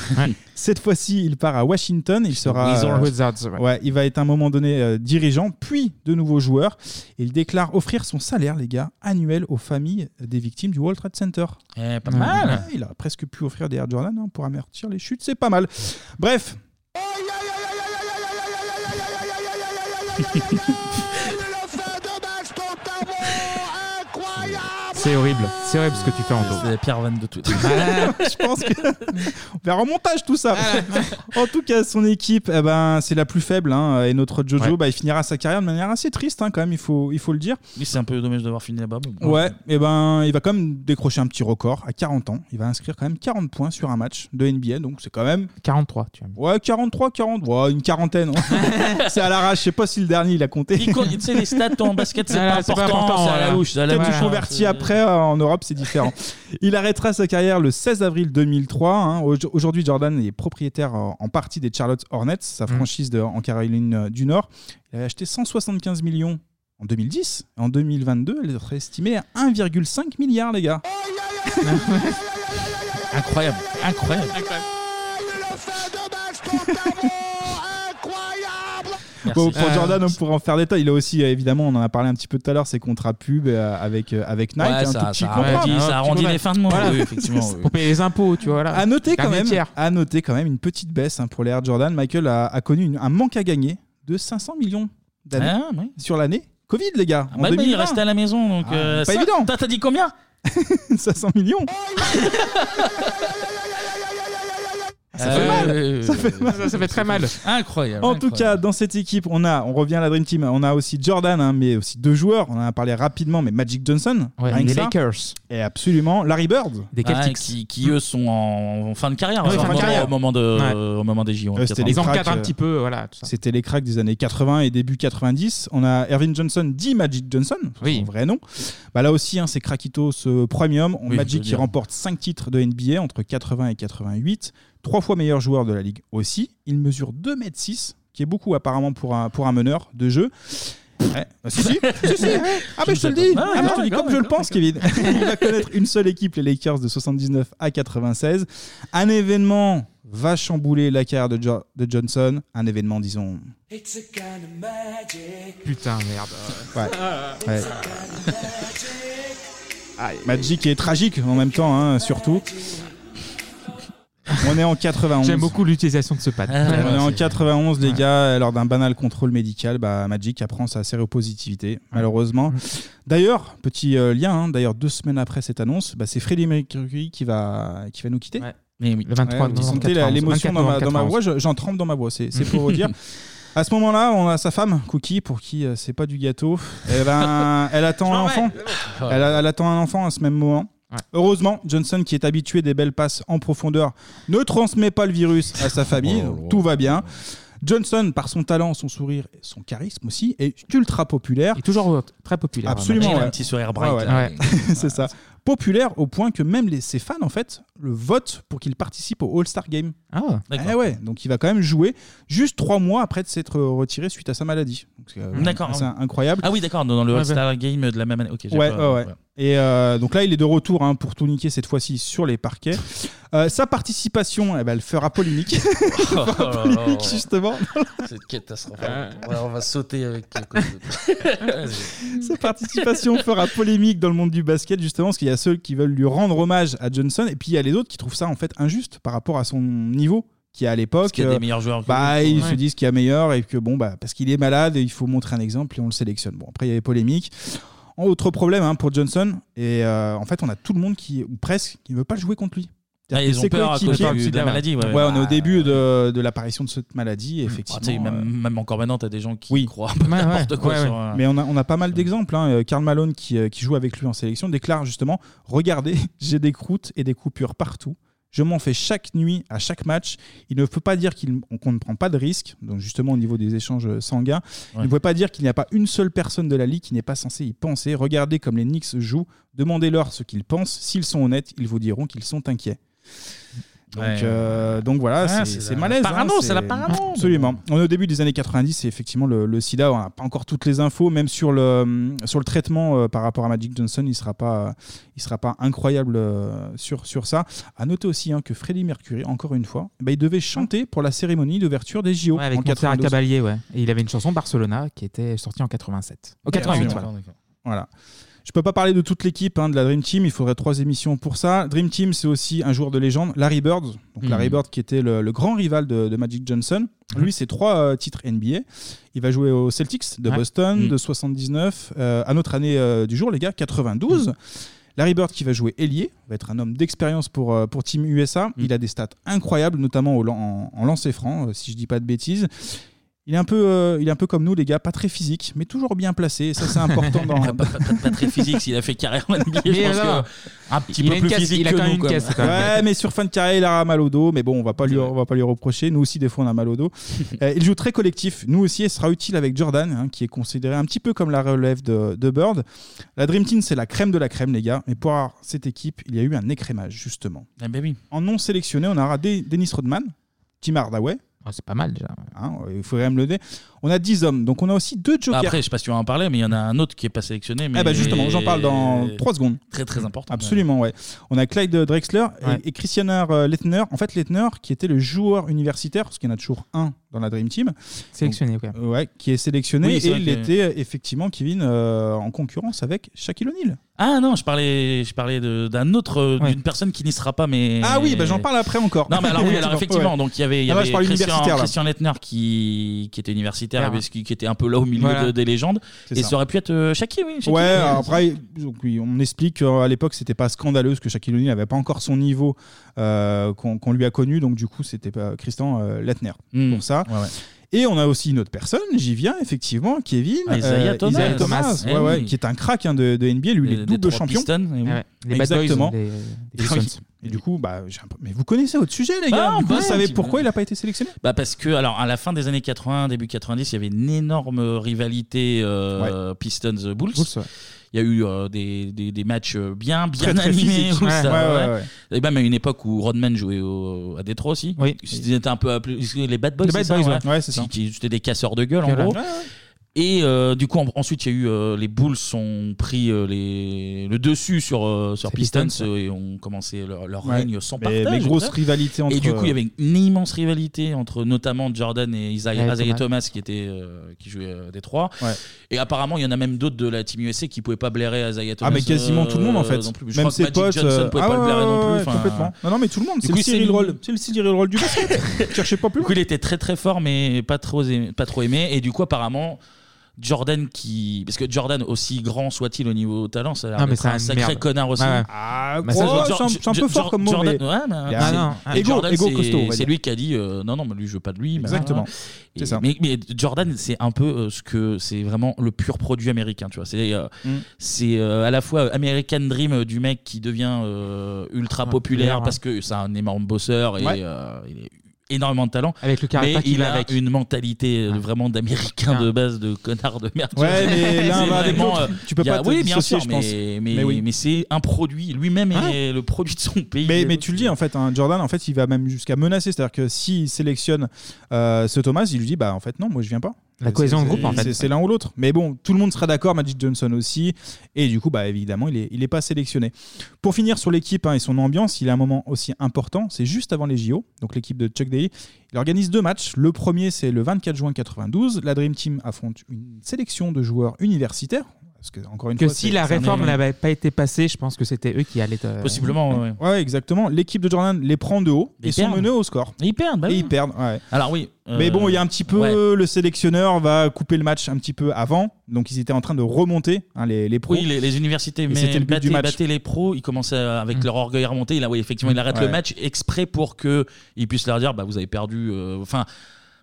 [SPEAKER 7] Cette fois-ci, il part à Washington. Il sera.
[SPEAKER 9] Wizards.
[SPEAKER 7] euh,
[SPEAKER 9] Wizards, ouais.
[SPEAKER 7] ouais, il va être à un moment donné euh, dirigeant, puis de nouveau joueur. Il déclare offrir son salaire, les gars, annuel aux familles des victimes du World Trade Center.
[SPEAKER 1] Eh, pas
[SPEAKER 7] Ouais,
[SPEAKER 1] mal.
[SPEAKER 7] ouais, il a presque pu offrir des Air Jordan hein, pour amortir les chutes, c'est pas mal. Bref.
[SPEAKER 9] C'est horrible, c'est horrible ce que tu fais en dos.
[SPEAKER 1] C'est Pierre Van de Twitter.
[SPEAKER 7] je pense que on verra au montage tout
[SPEAKER 1] Ah,
[SPEAKER 7] ça. en tout cas, son équipe, eh ben, c'est la plus faible. hein, et notre Jojo,
[SPEAKER 1] Ouais.
[SPEAKER 7] bah, il finira sa carrière de manière assez triste, hein, quand même, il faut, il faut le dire.
[SPEAKER 1] Oui, c'est un peu dommage d'avoir fini là-bas. mais bon.
[SPEAKER 7] Ouais, et ben, il va quand même décrocher un petit record à 40 ans. Il va inscrire quand même 40 points sur un match de NBA, donc c'est quand même.
[SPEAKER 9] 43, tu
[SPEAKER 7] Ouais, 43, 40, ouais, une quarantaine. hein. c'est à l'arrache, je sais pas si le dernier il a compté.
[SPEAKER 1] Il compte- Tu sais, les stats en basket, Ah c'est pas important. c'est à la louche. c'est à la
[SPEAKER 7] Peut-être
[SPEAKER 1] louche.
[SPEAKER 7] du converti après euh, en Europe, c'est différent. Il arrêtera sa carrière le 16 avril 2003. hein. Au- Aujourd'hui, Jordan est propriétaire euh, en partie des Charlotte Hornets, sa
[SPEAKER 1] Mmh.
[SPEAKER 7] franchise de- en Caroline euh, du Nord. Il avait acheté 175 millions en 2010. En 2022, elle serait estimée à 1,5 milliard, les gars.
[SPEAKER 1] incroyable, incroyable.
[SPEAKER 7] Bon, pour
[SPEAKER 9] Ah.
[SPEAKER 1] Euh,
[SPEAKER 7] Jordan, on pourra en faire des tas. Il a aussi, euh, évidemment, on en a parlé un petit peu tout à l'heure, ses contrats pub euh, avec, euh, avec Nike.
[SPEAKER 1] Ouais,
[SPEAKER 7] un
[SPEAKER 1] ça-
[SPEAKER 7] tout petit
[SPEAKER 1] ça
[SPEAKER 7] contrat.
[SPEAKER 1] arrondit- ça arrondit les fins de mois. Oui, effectivement, oui.
[SPEAKER 9] Pour payer les impôts, tu vois. Là.
[SPEAKER 7] À noter, quand
[SPEAKER 9] Dernier
[SPEAKER 7] même,
[SPEAKER 9] tiers.
[SPEAKER 7] à noter quand même une petite baisse hein, pour les Air Jordan. Michael a, a connu une- un manque à gagner de 500 millions d'années
[SPEAKER 1] Ah, oui.
[SPEAKER 7] sur l'année Covid, les gars.
[SPEAKER 1] Ah,
[SPEAKER 7] en
[SPEAKER 1] bah, mais
[SPEAKER 7] 2020.
[SPEAKER 1] il restait à la maison, donc.
[SPEAKER 7] Ah,
[SPEAKER 1] euh,
[SPEAKER 7] pas
[SPEAKER 1] ça-
[SPEAKER 7] évident.
[SPEAKER 1] T'as t'as dit combien
[SPEAKER 7] 500 millions. Ça fait mal. Ça fait mal.
[SPEAKER 9] Ça fait très mal.
[SPEAKER 1] Incroyable.
[SPEAKER 7] En tout cas, dans cette équipe, on a, on revient à la Dream Team, on a aussi Jordan, hein, mais aussi deux joueurs. On en a parlé rapidement, mais Magic Johnson,
[SPEAKER 9] Ouais,
[SPEAKER 7] rien que
[SPEAKER 9] les
[SPEAKER 7] ça.
[SPEAKER 9] Lakers.
[SPEAKER 7] Et absolument Larry Bird.
[SPEAKER 9] Des
[SPEAKER 1] Ah, qui, qui, eux sont en, en fin de carrière,
[SPEAKER 7] Ouais,
[SPEAKER 1] hein,
[SPEAKER 7] Ah fin de
[SPEAKER 1] au moment-
[SPEAKER 7] carrière.
[SPEAKER 1] Au, moment de,
[SPEAKER 7] Ouais.
[SPEAKER 1] au moment des JO.
[SPEAKER 7] Ouais, c'était les cracks, euh, C'était les cracks des années 80 et début 90. On a Erwin Johnson, dit Magic Johnson, son vrai nom. Bah, là aussi, hein, c'est Krakitos euh, Premium. On-
[SPEAKER 1] Oui, je
[SPEAKER 7] Magic
[SPEAKER 1] veux
[SPEAKER 7] qui
[SPEAKER 1] dire.
[SPEAKER 7] remporte 5 titres de NBA entre 80 et 88. Trois fois meilleur joueur de la ligue aussi. Il mesure 2m6, qui est beaucoup apparemment pour un, pour un meneur de jeu. Ouais. Ah, si, si, si, si. Ah, bah, je te le dis,
[SPEAKER 1] Ah,
[SPEAKER 7] Ah, bah, je te le dis
[SPEAKER 1] d'accord,
[SPEAKER 7] comme je le pense, Kevin. Il va connaître une seule équipe, les Lakers, de 79 à 96. Un événement va chambouler la carrière de, Jo- de Johnson. Un événement, disons.
[SPEAKER 9] Putain, merde.
[SPEAKER 7] Ouais. Ouais. Magic est tragique en même temps, hein, surtout. On est en 91.
[SPEAKER 9] J'aime beaucoup l'utilisation de ce pad.
[SPEAKER 7] On est en
[SPEAKER 9] Ah, C'est-
[SPEAKER 7] 91, les
[SPEAKER 9] Ouais.
[SPEAKER 7] gars. euh, Lors d'un banal contrôle médical, bah, Magic apprend sa séropositivité, malheureusement. D'ailleurs, petit euh, lien, hein, d'ailleurs, deux semaines après cette annonce, bah, c'est Freddie Mercury qui va, qui va nous quitter.
[SPEAKER 9] Le 23
[SPEAKER 7] vous sentez la-
[SPEAKER 9] 91,
[SPEAKER 7] l'émotion dans, ma-
[SPEAKER 9] 24,
[SPEAKER 7] dans ma
[SPEAKER 9] 91.
[SPEAKER 7] voix, je- j'en tremble dans ma voix, c'est c'est pour
[SPEAKER 9] Mm.
[SPEAKER 7] vous dire. À ce moment-là, on a sa femme, Cookie, pour qui euh, c'est pas du gâteau. Eh ben, elle attend un enfant. Elle, a- elle attend un enfant à ce même moment. Heureusement, Johnson, qui est habitué des belles passes en profondeur, ne transmet pas le virus à sa famille.
[SPEAKER 1] Oh
[SPEAKER 7] donc Tout va bien. Johnson, par son talent, son sourire, et son charisme aussi, est ultra populaire.
[SPEAKER 9] toujours très populaire.
[SPEAKER 7] Absolument.
[SPEAKER 1] Il a
[SPEAKER 7] ouais. Ah
[SPEAKER 1] un petit sourire bright,
[SPEAKER 7] Ouais, ouais.
[SPEAKER 1] là.
[SPEAKER 7] c'est ça. Populaire au point que même les, ses fans, en fait, le votent pour qu'il participe au All-Star Game.
[SPEAKER 9] Ah,
[SPEAKER 7] Eh ouais. Donc il va quand même jouer juste trois mois après de s'être euh, retiré suite à sa maladie. Donc, c'est, euh,
[SPEAKER 1] D'accord.
[SPEAKER 7] C'est incroyable.
[SPEAKER 1] Ah oui, d'accord, dans le
[SPEAKER 7] Ouais,
[SPEAKER 1] All-Star Game de la même année. Ok, j'ai
[SPEAKER 7] Ouais,
[SPEAKER 1] pas-
[SPEAKER 7] ouais, ouais. Et euh, donc là, il est de retour hein, pour tout niquer cette fois-ci sur les parquets. Euh, sa participation, eh ben, elle fera polémique. Elle
[SPEAKER 1] Oh,
[SPEAKER 7] fera
[SPEAKER 1] oh, oh,
[SPEAKER 7] polémique,
[SPEAKER 1] oh.
[SPEAKER 7] justement.
[SPEAKER 1] Cette catastrophe. Ouais, on va sauter avec quelque chose.
[SPEAKER 7] Sa participation fera polémique dans le monde du basket, justement, parce qu'il y a ceux qui veulent lui rendre hommage à Johnson, et puis il y a les autres qui trouvent ça en fait injuste par rapport à son niveau qui à l'époque
[SPEAKER 1] qu'il y a des
[SPEAKER 7] euh,
[SPEAKER 1] meilleurs joueurs que
[SPEAKER 7] bah,
[SPEAKER 1] lui.
[SPEAKER 7] ils
[SPEAKER 1] Ouais.
[SPEAKER 7] se disent qu'il y a meilleur et que bon bah parce qu'il est malade et il faut montrer un exemple et on le sélectionne bon après il y avait polémique En autre problème hein, pour Johnson et euh, en fait on a tout le monde qui ou presque qui veut pas le jouer contre lui
[SPEAKER 1] Ah, ils ont
[SPEAKER 7] Ses
[SPEAKER 1] peur à cause
[SPEAKER 7] coéquipiers-
[SPEAKER 1] du- de la maladie, ouais.
[SPEAKER 7] on est au début de, de l'apparition de cette maladie et
[SPEAKER 1] Ah,
[SPEAKER 7] effectivement
[SPEAKER 1] tu sais, même,
[SPEAKER 7] euh,
[SPEAKER 1] même encore maintenant, t'as des gens qui croient un peu
[SPEAKER 7] Ouais,
[SPEAKER 1] n'importe
[SPEAKER 7] ouais,
[SPEAKER 1] quoi.
[SPEAKER 7] ouais,
[SPEAKER 1] sur,
[SPEAKER 7] ouais.
[SPEAKER 1] euh,
[SPEAKER 7] Mais on a, on a pas mal d'exemples. hein. Euh, Karl Malone, qui, euh, qui joue avec lui en sélection, déclare justement Regardez, j'ai des croûtes et des coupures partout. Je m'en fais chaque nuit, à chaque match. Il ne peut pas dire qu'il- qu'on ne prend pas de risques. Donc, justement, au niveau des échanges euh, sanguins, il
[SPEAKER 1] Ouais.
[SPEAKER 7] ne peut pas dire qu'il n'y a pas une seule personne de la ligue qui n'est pas censée y penser. Regardez comme les Knicks jouent. Demandez-leur ce qu'ils pensent. S'ils sont honnêtes, ils vous diront qu'ils sont inquiets. Donc,
[SPEAKER 1] Ouais.
[SPEAKER 7] euh, donc voilà,
[SPEAKER 1] Ah,
[SPEAKER 7] c'est
[SPEAKER 1] c'est
[SPEAKER 7] c'est
[SPEAKER 1] la
[SPEAKER 7] malaise.
[SPEAKER 1] parano,
[SPEAKER 7] hein,
[SPEAKER 1] c'est la parano.
[SPEAKER 7] Absolument. On est au début des années 90 et effectivement, le, le sida, on n'a pas encore toutes les infos, même sur le, sur le traitement euh, par rapport à Magic Johnson, il ne sera, pas- euh, il sera pas incroyable euh, sur, sur ça. À noter aussi hein, que Freddie Mercury, encore une fois, bah, il devait chanter pour la cérémonie d'ouverture des JO.
[SPEAKER 9] Ouais, avec
[SPEAKER 7] en
[SPEAKER 9] Montserrat
[SPEAKER 7] 92.
[SPEAKER 9] Caballé, ouais. Et il avait une chanson Barcelona qui était sortie en 87. Au 88, voilà.
[SPEAKER 7] Voilà. Je peux pas parler de toute l'équipe hein, de la Dream Team, il faudrait trois émissions pour ça. Dream Team, c'est aussi un joueur de légende, Larry Bird, donc
[SPEAKER 1] Mhm.
[SPEAKER 7] Larry Bird qui était le, le grand rival de, de Magic Johnson. Lui, c'est trois euh, titres NBA. Il va jouer aux Celtics de
[SPEAKER 1] Ouais.
[SPEAKER 7] Boston,
[SPEAKER 1] Mhm.
[SPEAKER 7] de 79, euh, à notre année euh, du jour, les gars, 92. Larry Bird qui va jouer ailier, va être un homme d'expérience pour, euh, pour Team USA. Il a des stats incroyables, notamment au lan- en, en lancer franc, euh, si je dis pas de bêtises. Il est, un peu, euh, il est un peu comme nous, les gars, pas très physique, mais toujours bien placé. Et ça, c'est important dans.
[SPEAKER 1] pas, pas- pas- pas très physique s'il a fait carrière en NBA, je
[SPEAKER 7] Mais
[SPEAKER 1] pense
[SPEAKER 7] alors,
[SPEAKER 1] que un petit
[SPEAKER 7] il
[SPEAKER 1] peu
[SPEAKER 7] a une
[SPEAKER 1] plus
[SPEAKER 7] caisse,
[SPEAKER 1] physique
[SPEAKER 7] il a
[SPEAKER 1] que
[SPEAKER 7] quand même
[SPEAKER 1] nous,
[SPEAKER 7] une
[SPEAKER 1] quoi.
[SPEAKER 7] caisse, quand même. Ouais, mais sur fin de carrière, il a mal au dos. Mais bon, on va pas lui, on va pas lui reprocher. Nous aussi, des fois, on a mal au dos. Euh, il joue très collectif. Nous aussi, il sera utile avec Jordan, hein, qui est considéré un petit peu comme la relève de, de Bird. La Dream Team, c'est la crème de la crème, les gars. Et pour avoir cette équipe, il y a eu un écrémage, justement.
[SPEAKER 1] Ah, bah oui.
[SPEAKER 7] En non sélectionné, on aura De- Dennis Rodman, Tim Hardaway. Hein,
[SPEAKER 9] c'est pas mal déjà.
[SPEAKER 7] il faut quand même le dire. On a 10 hommes, donc on a aussi deux jokers.
[SPEAKER 1] Après, je sais pas si tu vas en parler, mais il y en a un autre qui est pas sélectionné. Mais...
[SPEAKER 7] Ah bah justement, j'en parle dans 3 secondes.
[SPEAKER 1] Très très important.
[SPEAKER 7] Absolument, ouais. On a Clyde Drexler et-
[SPEAKER 1] Ouais.
[SPEAKER 7] et, Christianer euh, Lettner. En fait, Lettner, qui était le joueur universitaire, parce qu'il y en a toujours un dans la Dream Team.
[SPEAKER 9] Sélectionné,
[SPEAKER 7] Donc, euh, ouais. Qui est sélectionné.
[SPEAKER 1] Oui, c'est
[SPEAKER 7] et
[SPEAKER 1] vrai
[SPEAKER 7] il
[SPEAKER 1] que-
[SPEAKER 7] était euh, effectivement, Kevin, euh, en concurrence avec Shaquille O'Neal.
[SPEAKER 1] Ah non, je parlais, je parlais de- d'un autre, euh, d'une personne qui n'y sera pas, mais.
[SPEAKER 7] Ah oui, bah, j'en parle après encore.
[SPEAKER 1] Non, mais alors oui, alors
[SPEAKER 7] Effectivement,
[SPEAKER 1] effectivement,
[SPEAKER 7] ouais.
[SPEAKER 1] donc il y avait, il y
[SPEAKER 7] Ah, là,
[SPEAKER 1] avait
[SPEAKER 7] je parle
[SPEAKER 1] Christian,
[SPEAKER 7] universitaire, là.
[SPEAKER 1] Christian Lettner qui, qui était universitaire,
[SPEAKER 7] Ah.
[SPEAKER 1] parce qu'il- qui était un peu là au milieu
[SPEAKER 7] Voilà.
[SPEAKER 1] de- des légendes,
[SPEAKER 7] C'est
[SPEAKER 1] et
[SPEAKER 7] ça.
[SPEAKER 1] ça aurait pu être euh, Shaquille, oui. Shaquille.
[SPEAKER 7] Ouais, alors après, donc, oui, on explique qu'à l'époque, c'était pas scandaleux, parce que Shaquille O'Neal n'avait pas encore son niveau euh, qu'on qu'on lui a connu, donc du coup, c'était pas Christian euh, Lettner
[SPEAKER 1] Hmm.
[SPEAKER 7] pour ça. Et on a aussi une autre personne, j'y viens effectivement, Kevin euh,
[SPEAKER 1] Ah, Isaiah Thomas.
[SPEAKER 7] Isaiah
[SPEAKER 1] Eh
[SPEAKER 7] ouais, ouais,
[SPEAKER 1] oui. Euh,
[SPEAKER 7] qui est un crack hein, de, de NBA, lui, il
[SPEAKER 1] des
[SPEAKER 7] est double
[SPEAKER 1] trois
[SPEAKER 7] champion.
[SPEAKER 1] Pistons, et oui. Ah ouais, les Bad Boys,
[SPEAKER 7] Exactement.
[SPEAKER 1] les- les
[SPEAKER 7] Et
[SPEAKER 1] Pistons.
[SPEAKER 7] oui, et du coup, bah, j'ai un peu- mais vous connaissez votre sujet, les gars.
[SPEAKER 1] Ah,
[SPEAKER 7] Du coup,
[SPEAKER 1] bah,
[SPEAKER 7] vous
[SPEAKER 1] un
[SPEAKER 7] savez
[SPEAKER 1] petit peu.
[SPEAKER 7] pourquoi il n'a pas été sélectionné
[SPEAKER 1] Bah parce que alors à la fin des années 80, début 90, il y avait une énorme rivalité euh, Pistons Bulls. Il y a eu euh, des, des, des matchs euh, bien bien
[SPEAKER 7] Très, très
[SPEAKER 1] animés.
[SPEAKER 7] physiques.
[SPEAKER 1] où
[SPEAKER 7] Ouais,
[SPEAKER 1] ça-
[SPEAKER 7] ouais, ouais,
[SPEAKER 1] Et même à une époque où Rodman jouait au- à Détroit aussi. Oui. Ils étaient un peu appelés les Bad Boys.
[SPEAKER 7] Les
[SPEAKER 1] c'est
[SPEAKER 7] Bad
[SPEAKER 1] ça,
[SPEAKER 7] Boys, ouais. Ouais, c'est ça.
[SPEAKER 1] Qui- qui- C'était des casseurs de gueule en
[SPEAKER 7] Voilà.
[SPEAKER 1] gros.
[SPEAKER 7] Ouais, ouais.
[SPEAKER 1] Et euh, du coup, en- ensuite, il y a eu euh, les Bulls ont pris euh, les, le dessus sur, euh, sur Pistons, euh, et ont commencé leur, leur
[SPEAKER 7] Ouais.
[SPEAKER 1] règne sans
[SPEAKER 7] Mais-
[SPEAKER 1] partage.
[SPEAKER 7] mais
[SPEAKER 1] je veux
[SPEAKER 7] grosse
[SPEAKER 1] dire.
[SPEAKER 7] rivalité entre-
[SPEAKER 1] Et du coup, il y avait une immense rivalité entre notamment Jordan et Isaiah,
[SPEAKER 7] Ouais,
[SPEAKER 1] Isaiah
[SPEAKER 7] Thomas.
[SPEAKER 1] Thomas qui était euh, qui jouait euh, des trois.
[SPEAKER 7] Ouais.
[SPEAKER 1] Et apparemment, il y en a même d'autres de la team USA qui pouvaient pas blairer Isaiah Thomas.
[SPEAKER 7] Ah, mais quasiment
[SPEAKER 1] euh,
[SPEAKER 7] tout le monde en fait.
[SPEAKER 1] non plus. Je
[SPEAKER 7] Même
[SPEAKER 1] crois que
[SPEAKER 7] ses
[SPEAKER 1] Magic
[SPEAKER 7] potes.
[SPEAKER 1] Johnson
[SPEAKER 7] euh,
[SPEAKER 1] pouvait
[SPEAKER 7] ah
[SPEAKER 1] pas le blairer non
[SPEAKER 7] ouais,
[SPEAKER 1] plus.
[SPEAKER 7] ouais,
[SPEAKER 1] enfin, euh,
[SPEAKER 7] complètement. Non, non, mais tout le monde.
[SPEAKER 1] Du
[SPEAKER 7] C'est
[SPEAKER 1] coup,
[SPEAKER 7] le
[SPEAKER 1] c'est
[SPEAKER 7] Cyril
[SPEAKER 1] une-
[SPEAKER 7] Roll. C'est le Cyril Roll du basket. Cherchez pas plus
[SPEAKER 1] du coup, il était très très fort, mais pas trop aimé, pas trop aimé. Et du coup, apparemment. Jordan qui. Parce que Jordan, aussi grand soit-il au niveau talent, ça a l'air
[SPEAKER 9] Non, Ah, mais
[SPEAKER 1] d'être
[SPEAKER 9] c'est
[SPEAKER 1] un
[SPEAKER 9] une
[SPEAKER 1] sacré
[SPEAKER 9] merde.
[SPEAKER 1] connard aussi.
[SPEAKER 9] Ouais, ouais.
[SPEAKER 7] Ah,
[SPEAKER 9] Mais ça,
[SPEAKER 1] gros,
[SPEAKER 9] je-
[SPEAKER 1] Jor-
[SPEAKER 9] Bah, c'est un- c'est un peu
[SPEAKER 1] Jor-
[SPEAKER 9] fort comme mot,
[SPEAKER 1] Jordan-
[SPEAKER 9] mais-
[SPEAKER 1] ouais, mais-
[SPEAKER 7] bah,
[SPEAKER 9] Ah,
[SPEAKER 1] c'est-
[SPEAKER 9] non.
[SPEAKER 1] mais
[SPEAKER 9] Égo-
[SPEAKER 1] Jordan,
[SPEAKER 9] égo
[SPEAKER 1] c'est-
[SPEAKER 9] costaud, on va
[SPEAKER 1] C'est
[SPEAKER 9] dire.
[SPEAKER 1] lui qui a dit euh, non, non, mais lui, je veux pas de lui. mais-
[SPEAKER 7] Exactement.
[SPEAKER 1] Et-
[SPEAKER 7] C'est ça.
[SPEAKER 1] Mais, mais Jordan, c'est un peu euh, ce que c'est vraiment le pur produit américain, tu vois. C'est euh,
[SPEAKER 7] Mm.
[SPEAKER 1] c'est, euh, à la fois American Dream euh, du mec qui devient euh, ultra
[SPEAKER 9] Ouais,
[SPEAKER 1] populaire
[SPEAKER 9] ouais.
[SPEAKER 1] parce que c'est un énorme bosseur et
[SPEAKER 9] Ouais.
[SPEAKER 1] euh, il est énormément de talent
[SPEAKER 9] Avec le caractère
[SPEAKER 1] mais
[SPEAKER 9] qu'il
[SPEAKER 1] il
[SPEAKER 9] a
[SPEAKER 1] a
[SPEAKER 9] avec.
[SPEAKER 1] une mentalité euh, vraiment d'américain de base de connard de merde tu
[SPEAKER 7] Ouais,
[SPEAKER 1] vois.
[SPEAKER 7] mais l'un
[SPEAKER 1] C'est
[SPEAKER 7] va avec
[SPEAKER 1] vraiment,
[SPEAKER 7] l'autre.
[SPEAKER 1] euh,
[SPEAKER 7] Tu peux
[SPEAKER 1] il y a-
[SPEAKER 7] pas te
[SPEAKER 1] oui bien
[SPEAKER 7] dissocier,
[SPEAKER 1] sûr
[SPEAKER 7] je pense.
[SPEAKER 1] mais,
[SPEAKER 7] Mais
[SPEAKER 1] mais,
[SPEAKER 7] oui.
[SPEAKER 1] mais c'est un produit lui-même est le produit de son pays euh,
[SPEAKER 7] Mais, mais tu le dis en fait, hein, Jordan, en fait, il va même jusqu'à menacer. C'est-à-dire que s'il sélectionne euh, ce Thomas, il lui dit bah en fait non, moi je viens pas.
[SPEAKER 9] La cohésion
[SPEAKER 7] C'est-
[SPEAKER 9] de groupe,
[SPEAKER 7] c'est-
[SPEAKER 9] en fait.
[SPEAKER 7] c'est- C'est l'un ou l'autre. Mais bon, tout le monde sera d'accord, Magic Johnson aussi. Et du coup, bah évidemment, il est, il est pas sélectionné. Pour finir sur l'équipe hein, et son ambiance, il a un moment aussi important. C'est juste avant les JO. Donc l'équipe de Chuck Daly, il organise deux matchs. Le premier, c'est le 24 juin 92. La Dream Team affronte une sélection de joueurs universitaires Parce que, encore une
[SPEAKER 9] Que
[SPEAKER 7] fois,
[SPEAKER 9] si
[SPEAKER 7] c'est-
[SPEAKER 9] la
[SPEAKER 7] c'est un
[SPEAKER 9] réforme
[SPEAKER 7] élément.
[SPEAKER 9] n'avait pas été passée, je pense que c'était eux qui allaient. euh,
[SPEAKER 7] ouais. exactement. L'équipe de Jordan les prend de haut
[SPEAKER 9] Ils
[SPEAKER 7] et sont
[SPEAKER 9] perdent.
[SPEAKER 7] menés au score.
[SPEAKER 1] Ils perdent,
[SPEAKER 7] Et ils perdent, ouais.
[SPEAKER 1] Alors oui. euh,
[SPEAKER 7] Mais bon, il y a un petit peu.
[SPEAKER 1] ouais.
[SPEAKER 7] Le sélectionneur va couper le match un petit peu avant. Donc, ils étaient en train de remonter, hein, les, les pros.
[SPEAKER 1] Oui, les, les universités
[SPEAKER 7] Et
[SPEAKER 1] mais
[SPEAKER 7] c'était le but
[SPEAKER 1] battaient,
[SPEAKER 7] du match. Mmh.
[SPEAKER 1] battaient les pros. Ils commençaient euh, avec leur orgueil remonté. Là, oui, effectivement, ils arrêtent
[SPEAKER 7] Ouais.
[SPEAKER 1] le match exprès pour que ils puissent leur dire, bah, vous avez perdu. euh, Enfin.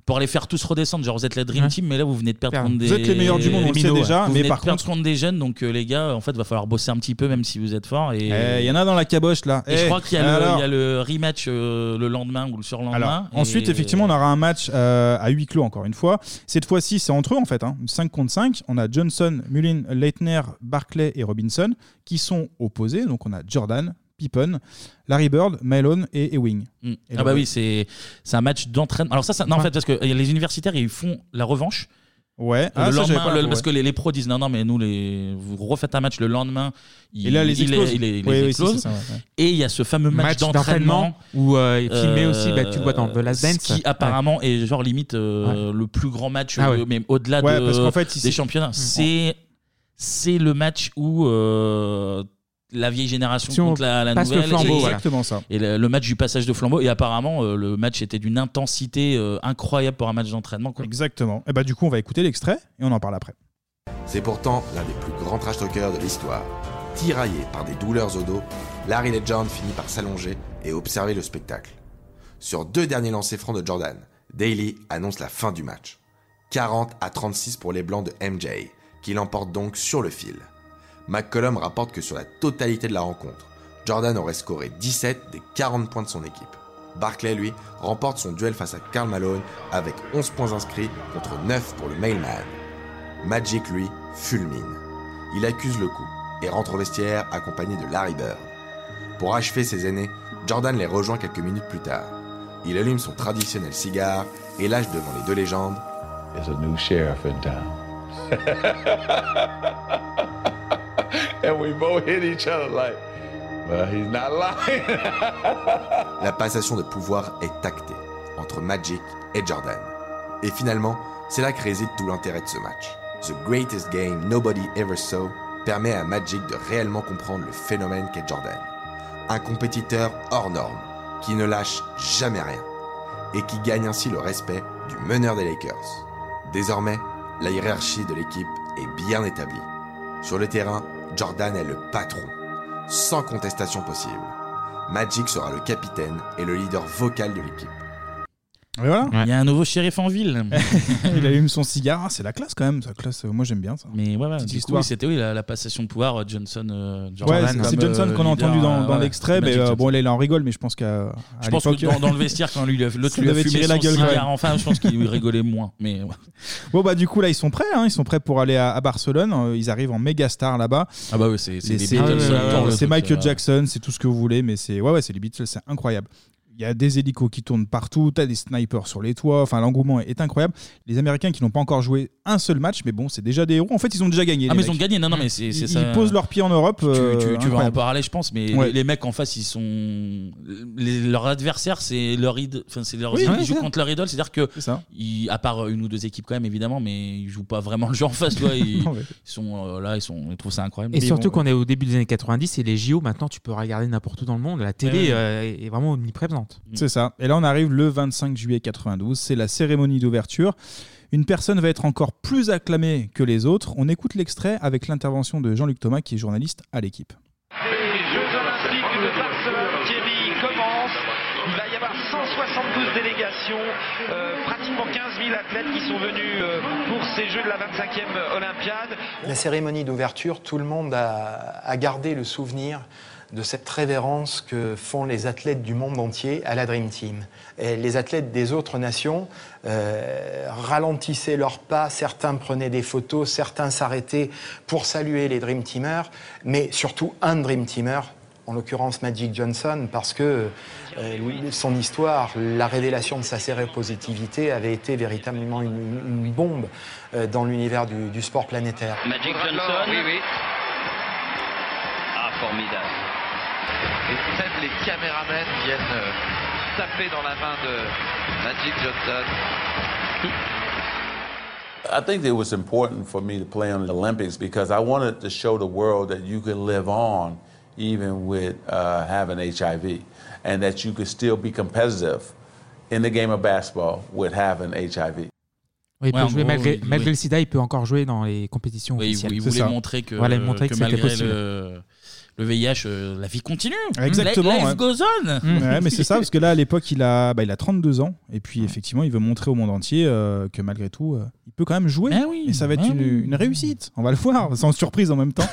[SPEAKER 1] pour les faire tous redescendre, genre vous êtes la Dream Team, mais là vous venez de perdre
[SPEAKER 7] Perdre.
[SPEAKER 1] contre des.
[SPEAKER 7] Vous êtes les meilleurs du monde,
[SPEAKER 1] des
[SPEAKER 7] on le sait
[SPEAKER 1] minots,
[SPEAKER 7] déjà,
[SPEAKER 1] ouais. Vous
[SPEAKER 7] mais
[SPEAKER 1] venez
[SPEAKER 7] par
[SPEAKER 1] de perdre contre des jeunes, donc euh, les gars, en fait, va falloir bosser un petit peu, même si vous êtes forts. Et,
[SPEAKER 7] Eh, Il y en a dans la caboche, là.
[SPEAKER 1] et je
[SPEAKER 7] Eh,
[SPEAKER 1] crois qu'il y, a le-
[SPEAKER 7] alors.
[SPEAKER 1] il y a le rematch euh, le lendemain ou le surlendemain. et-
[SPEAKER 7] Ensuite, effectivement, on aura un match euh, à huis clos, encore une fois. Cette fois-ci, c'est entre eux, en fait. hein. 5 contre 5. On a Johnson, Mullin, Leitner, Barclay et Robinson qui sont opposés. Donc, on a Jordan, Pippen, Larry Bird, Malone et Ewing.
[SPEAKER 1] Mm.
[SPEAKER 7] Et
[SPEAKER 1] Ah
[SPEAKER 7] donc,
[SPEAKER 1] bah oui, c'est c'est un match d'entraînement. Alors ça, ça non, en
[SPEAKER 7] Ouais.
[SPEAKER 1] fait, parce que euh, les universitaires, ils font la revanche.
[SPEAKER 7] Ouais.
[SPEAKER 1] Le
[SPEAKER 7] Ah, ça, j'avais
[SPEAKER 1] lendemain,
[SPEAKER 7] pas
[SPEAKER 1] le-
[SPEAKER 7] l'info,
[SPEAKER 1] parce
[SPEAKER 7] ouais.
[SPEAKER 1] que les, les pros disent non, non, mais nous, les, vous refaites un match le lendemain. Il,
[SPEAKER 7] Et là, les
[SPEAKER 1] il-
[SPEAKER 7] explose.
[SPEAKER 1] il- il- il-
[SPEAKER 7] Oui,
[SPEAKER 1] il
[SPEAKER 7] oui,
[SPEAKER 1] explose.
[SPEAKER 7] c'est ça, ouais, ouais.
[SPEAKER 1] Et il y a ce fameux match,
[SPEAKER 9] Match
[SPEAKER 1] d'entraînement
[SPEAKER 9] d'entraînement où, euh, filmé aussi, bah, tu le vois dans The Last Dance.
[SPEAKER 1] Qui apparemment est genre limite euh, le plus grand match,
[SPEAKER 9] Ah ouais.
[SPEAKER 1] euh, mais au-delà
[SPEAKER 9] Ouais,
[SPEAKER 1] de-
[SPEAKER 9] parce qu'en fait, il
[SPEAKER 1] des
[SPEAKER 9] s'est-
[SPEAKER 1] championnats.
[SPEAKER 9] Mm.
[SPEAKER 1] C'est c'est le match où euh, la vieille génération
[SPEAKER 9] Si on
[SPEAKER 1] contre la, la
[SPEAKER 9] passe le
[SPEAKER 1] nouvelle.
[SPEAKER 9] flambeau,
[SPEAKER 1] et-
[SPEAKER 9] voilà. Exactement
[SPEAKER 7] ça.
[SPEAKER 1] Et le, le match du passage de flambeau. Et apparemment, euh, le match était d'une intensité euh, incroyable pour un match d'entraînement. quoi.
[SPEAKER 7] Exactement. Et bah, du coup, on va écouter l'extrait et on en parle après.
[SPEAKER 34] C'est pourtant l'un des plus grands trash talkers de l'histoire. Tiraillé par des douleurs au dos, Larry Legend finit par s'allonger et observer le spectacle. Sur deux derniers lancers francs de Jordan, Daly annonce la fin du match. 40 à 36 pour les Blancs de MJ, qui l'emporte donc sur le fil. McCollum rapporte que sur la totalité de la rencontre, Jordan aurait scoré 17 des 40 points de son équipe. Barclay, lui, remporte son duel face à Karl Malone avec 11 points inscrits contre 9 pour le Mailman. Magic, lui, fulmine. Il accuse le coup et rentre au vestiaire accompagné de Larry Bird. Pour achever ses aînés, Jordan les rejoint quelques minutes plus tard. Il allume son traditionnel cigare et lâche devant les deux légendes
[SPEAKER 40] There's a new sheriff in town. and we both hit each other like, well, he's not lying.
[SPEAKER 34] La passation de pouvoir est actée entre Magic et Jordan. Et finalement, c'est là que réside tout l'intérêt de ce match. The Greatest Game Nobody Ever Saw permet à Magic de réellement comprendre le phénomène qu'est Jordan. Un compétiteur hors norme, qui ne lâche jamais rien, et qui gagne ainsi le respect du meneur des Lakers. Désormais, la hiérarchie de l'équipe est bien établie. Sur le terrain, Jordan est le patron, sans contestation possible. Magic sera le capitaine et le leader vocal de l'équipe.
[SPEAKER 7] Et voilà.
[SPEAKER 1] Il y a un nouveau shérif en ville.
[SPEAKER 7] il allume son cigare. Ah, c'est la classe quand même. Ça classe. euh, Moi, j'aime bien ça.
[SPEAKER 1] Mais ouais, ouais,
[SPEAKER 7] Petite
[SPEAKER 1] du coup,
[SPEAKER 7] histoire.
[SPEAKER 1] oui, c'était oui, la, la passation de pouvoir euh, Johnson. euh,
[SPEAKER 7] Ouais,
[SPEAKER 1] Jordan,
[SPEAKER 7] c'est-
[SPEAKER 1] comme,
[SPEAKER 7] c'est Johnson
[SPEAKER 1] euh,
[SPEAKER 7] qu'on a
[SPEAKER 1] leader,
[SPEAKER 7] entendu dans,
[SPEAKER 1] euh,
[SPEAKER 7] dans
[SPEAKER 1] ouais,
[SPEAKER 7] l'extrait,
[SPEAKER 1] c'est
[SPEAKER 7] mais
[SPEAKER 1] Magic
[SPEAKER 7] euh,
[SPEAKER 1] Johnson.
[SPEAKER 7] bon, là, il en rigole, mais je pense qu'à. à
[SPEAKER 1] Je pense que
[SPEAKER 7] l'époque-
[SPEAKER 1] dans, dans le vestiaire, quand lui, l'autre
[SPEAKER 7] Ça
[SPEAKER 1] lui a
[SPEAKER 7] devait
[SPEAKER 1] fumé
[SPEAKER 7] tirer
[SPEAKER 1] son
[SPEAKER 7] la gueule, quand même.
[SPEAKER 1] cigare en face, je pense qu'il rigolait moins. Mais ouais.
[SPEAKER 7] Bon bah du coup là ils sont prêts, hein. ils sont prêts pour aller à, à Barcelone, Euh, ils arrivent en méga star là-bas.
[SPEAKER 1] Ah bah oui, c'est- c'est
[SPEAKER 7] Et
[SPEAKER 1] les Beatles,
[SPEAKER 7] euh,
[SPEAKER 1] ça,
[SPEAKER 7] euh,
[SPEAKER 1] dans le
[SPEAKER 7] c'est
[SPEAKER 1] truc,
[SPEAKER 7] Michael
[SPEAKER 1] euh,
[SPEAKER 7] Jackson, c'est tout ce que vous voulez, mais c'est ouais ouais c'est les Beatles, c'est incroyable. Il y a des hélicos qui tournent partout, t'as des snipers sur les toits, enfin l'engouement est incroyable. Les Américains qui n'ont pas encore joué un seul match, mais bon c'est déjà des héros. En fait ils ont déjà gagné.
[SPEAKER 1] Ah,
[SPEAKER 7] les
[SPEAKER 1] mais ils
[SPEAKER 7] mecs.
[SPEAKER 1] ont gagné, non, non, mais c'est c'est
[SPEAKER 7] Ils-
[SPEAKER 1] ça.
[SPEAKER 7] Ils posent leurs pieds en Europe.
[SPEAKER 1] Tu,
[SPEAKER 7] euh,
[SPEAKER 1] tu- tu vas en
[SPEAKER 7] incroyable.
[SPEAKER 1] parler, je pense, mais
[SPEAKER 7] Ouais.
[SPEAKER 1] les, les mecs en face, ils sont. les- leurs adversaires, c'est leur idole. Enfin, c'est leur.
[SPEAKER 7] Oui,
[SPEAKER 1] ils
[SPEAKER 7] ouais,
[SPEAKER 1] jouent
[SPEAKER 7] c'est ça.
[SPEAKER 1] contre leur idole, c'est-à-dire que.
[SPEAKER 7] ça.
[SPEAKER 1] ils- à part euh, une ou deux équipes, quand même, évidemment, mais ils jouent pas vraiment le jeu en face, tu vois. Ils,
[SPEAKER 7] Non, mais-
[SPEAKER 1] ils sont euh, là, ils, sont, ils trouvent ça incroyable.
[SPEAKER 9] Et surtout qu'on est au début des années 90 et les JO, maintenant tu peux regarder n'importe où dans le monde. La télé
[SPEAKER 7] Ouais.
[SPEAKER 9] euh, est vraiment omniprésente.
[SPEAKER 7] Mm. C'est ça. Et là, on arrive le 25 juillet 92. C'est la cérémonie d'ouverture. Une personne va être encore plus acclamée que les autres. On écoute l'extrait avec l'intervention de Jean-Luc Thomas, qui est journaliste à l'équipe.
[SPEAKER 5] Les Jeux Olympiques de Barcelone Thierry commencent. Il va y avoir 172 délégations, euh, pratiquement 15 000 athlètes qui sont venus euh, pour ces Jeux de la 25e Olympiade.
[SPEAKER 17] La cérémonie d'ouverture, tout le monde a, a gardé le souvenir de cette révérence que font les athlètes du monde entier à la Dream Team. Et les athlètes des autres nations euh, ralentissaient leurs pas, certains prenaient des photos, certains s'arrêtaient pour saluer les Dream Teamers, mais surtout un Dream Teamer, en l'occurrence Magic Johnson, parce que euh, lui- son histoire, la révélation de sa séropositivité avait été véritablement une, une bombe euh, dans l'univers du- du sport planétaire.
[SPEAKER 8] Magic Johnson. Oui, oui. Ah, formidable.
[SPEAKER 5] Et même les caméramens viennent euh, taper dans la main de Magic Johnson.
[SPEAKER 22] I think it was important for me to play on the Olympics because I wanted to show the world that you can live on even with uh, having HIV and that you could still be competitive in the game of basketball with having HIV.
[SPEAKER 9] Ouais, il
[SPEAKER 22] Ouais,
[SPEAKER 9] peut
[SPEAKER 22] en
[SPEAKER 9] jouer
[SPEAKER 22] gros,
[SPEAKER 9] malgré,
[SPEAKER 22] il-
[SPEAKER 9] malgré
[SPEAKER 22] oui.
[SPEAKER 9] le sida, il peut encore jouer dans les compétitions
[SPEAKER 1] Oui,
[SPEAKER 9] officielles.
[SPEAKER 1] il, il
[SPEAKER 9] C'est
[SPEAKER 1] voulait
[SPEAKER 9] ça.
[SPEAKER 1] montrer que,
[SPEAKER 9] Voilà, montrer que,
[SPEAKER 1] que
[SPEAKER 9] c'était
[SPEAKER 1] malgré
[SPEAKER 9] possible.
[SPEAKER 1] le, le VIH, euh, la vie continue.
[SPEAKER 7] Exactement.
[SPEAKER 1] Life
[SPEAKER 7] ouais.
[SPEAKER 1] goes on.
[SPEAKER 7] Mm. Ouais, mais c'est ça, parce que là, à l'époque, il a, bah, il a 32 ans. Et puis, effectivement, il veut montrer au monde entier euh, que malgré tout, euh, il peut quand même jouer.
[SPEAKER 9] Ben
[SPEAKER 7] et ça va être une, une réussite. On va le voir, sans surprise en même temps.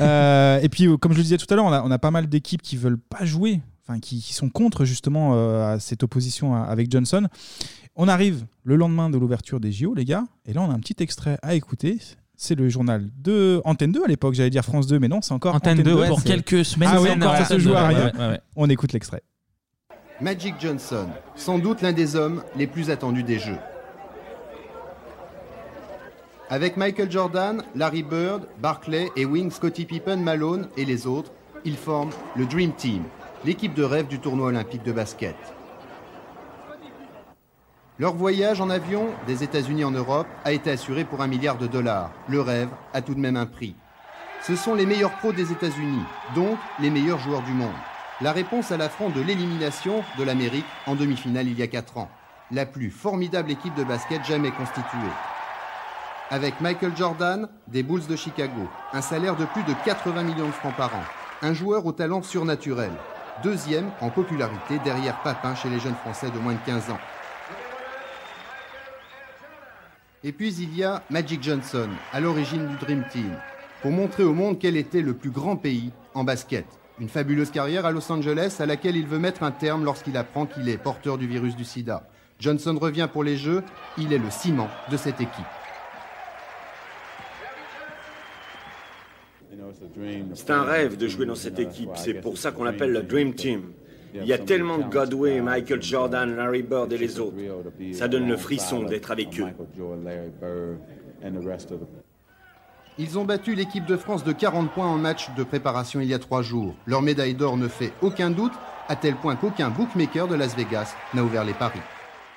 [SPEAKER 7] Euh, et puis, euh, comme je le disais tout à l'heure, on a, on a pas mal d'équipes qui veulent pas jouer, enfin, qui, qui sont contre justement euh, à cette opposition à- avec Johnson. On arrive le lendemain de l'ouverture des JO, les gars. Et là, on a un petit extrait à écouter. C'est le journal de Antenne 2 à l'époque, j'allais dire France 2, mais non, c'est encore
[SPEAKER 9] Antenne 2, ouais,
[SPEAKER 7] pour
[SPEAKER 9] c'est-
[SPEAKER 7] quelques semaines.
[SPEAKER 9] Ah
[SPEAKER 7] c'est
[SPEAKER 9] ouais,
[SPEAKER 7] encore
[SPEAKER 9] ouais,
[SPEAKER 7] ça
[SPEAKER 9] Antenne
[SPEAKER 7] se joue
[SPEAKER 9] 2,
[SPEAKER 7] à rien.
[SPEAKER 9] ouais, ouais, ouais.
[SPEAKER 7] On écoute l'extrait.
[SPEAKER 13] Magic Johnson, sans doute l'un des hommes les plus attendus des Jeux. Avec Michael Jordan, Larry Bird, Barclay, Ewing, Scottie Pippen, Malone et les autres, ils forment le Dream Team, l'équipe de rêve du tournoi olympique de basket. Leur voyage en avion des États-Unis en Europe a été assuré pour un milliard de dollars. Le rêve a tout de même un prix. Ce sont les meilleurs pros des États-Unis, donc les meilleurs joueurs du monde. La réponse à l'affront de l'élimination de l'Amérique en demi-finale il y a 4 ans. La plus formidable équipe de basket jamais constituée. Avec Michael Jordan, des Bulls de Chicago, un salaire de plus de 80 millions de francs par an, un joueur au talent surnaturel, deuxième en popularité derrière Papin chez les jeunes Français de moins de 15 ans. Et puis il y a Magic Johnson, à l'origine du Dream Team, pour montrer au monde quel était le plus grand pays en basket. Une fabuleuse carrière à Los Angeles à laquelle il veut mettre un terme lorsqu'il apprend qu'il est porteur du virus du sida. Johnson revient pour les Jeux, il est le ciment de cette équipe.
[SPEAKER 36] C'est un rêve de jouer dans cette équipe, c'est pour ça qu'on l'appelle la Dream Team. Il y a tellement de Godway, Michael Jordan, Larry Bird et les autres. Ça donne le frisson d'être avec eux.
[SPEAKER 13] Ils ont battu l'équipe de France de 40 points en match de préparation il y a trois jours. Leur médaille d'or ne fait aucun doute, à tel point qu'aucun bookmaker de Las Vegas n'a ouvert les paris.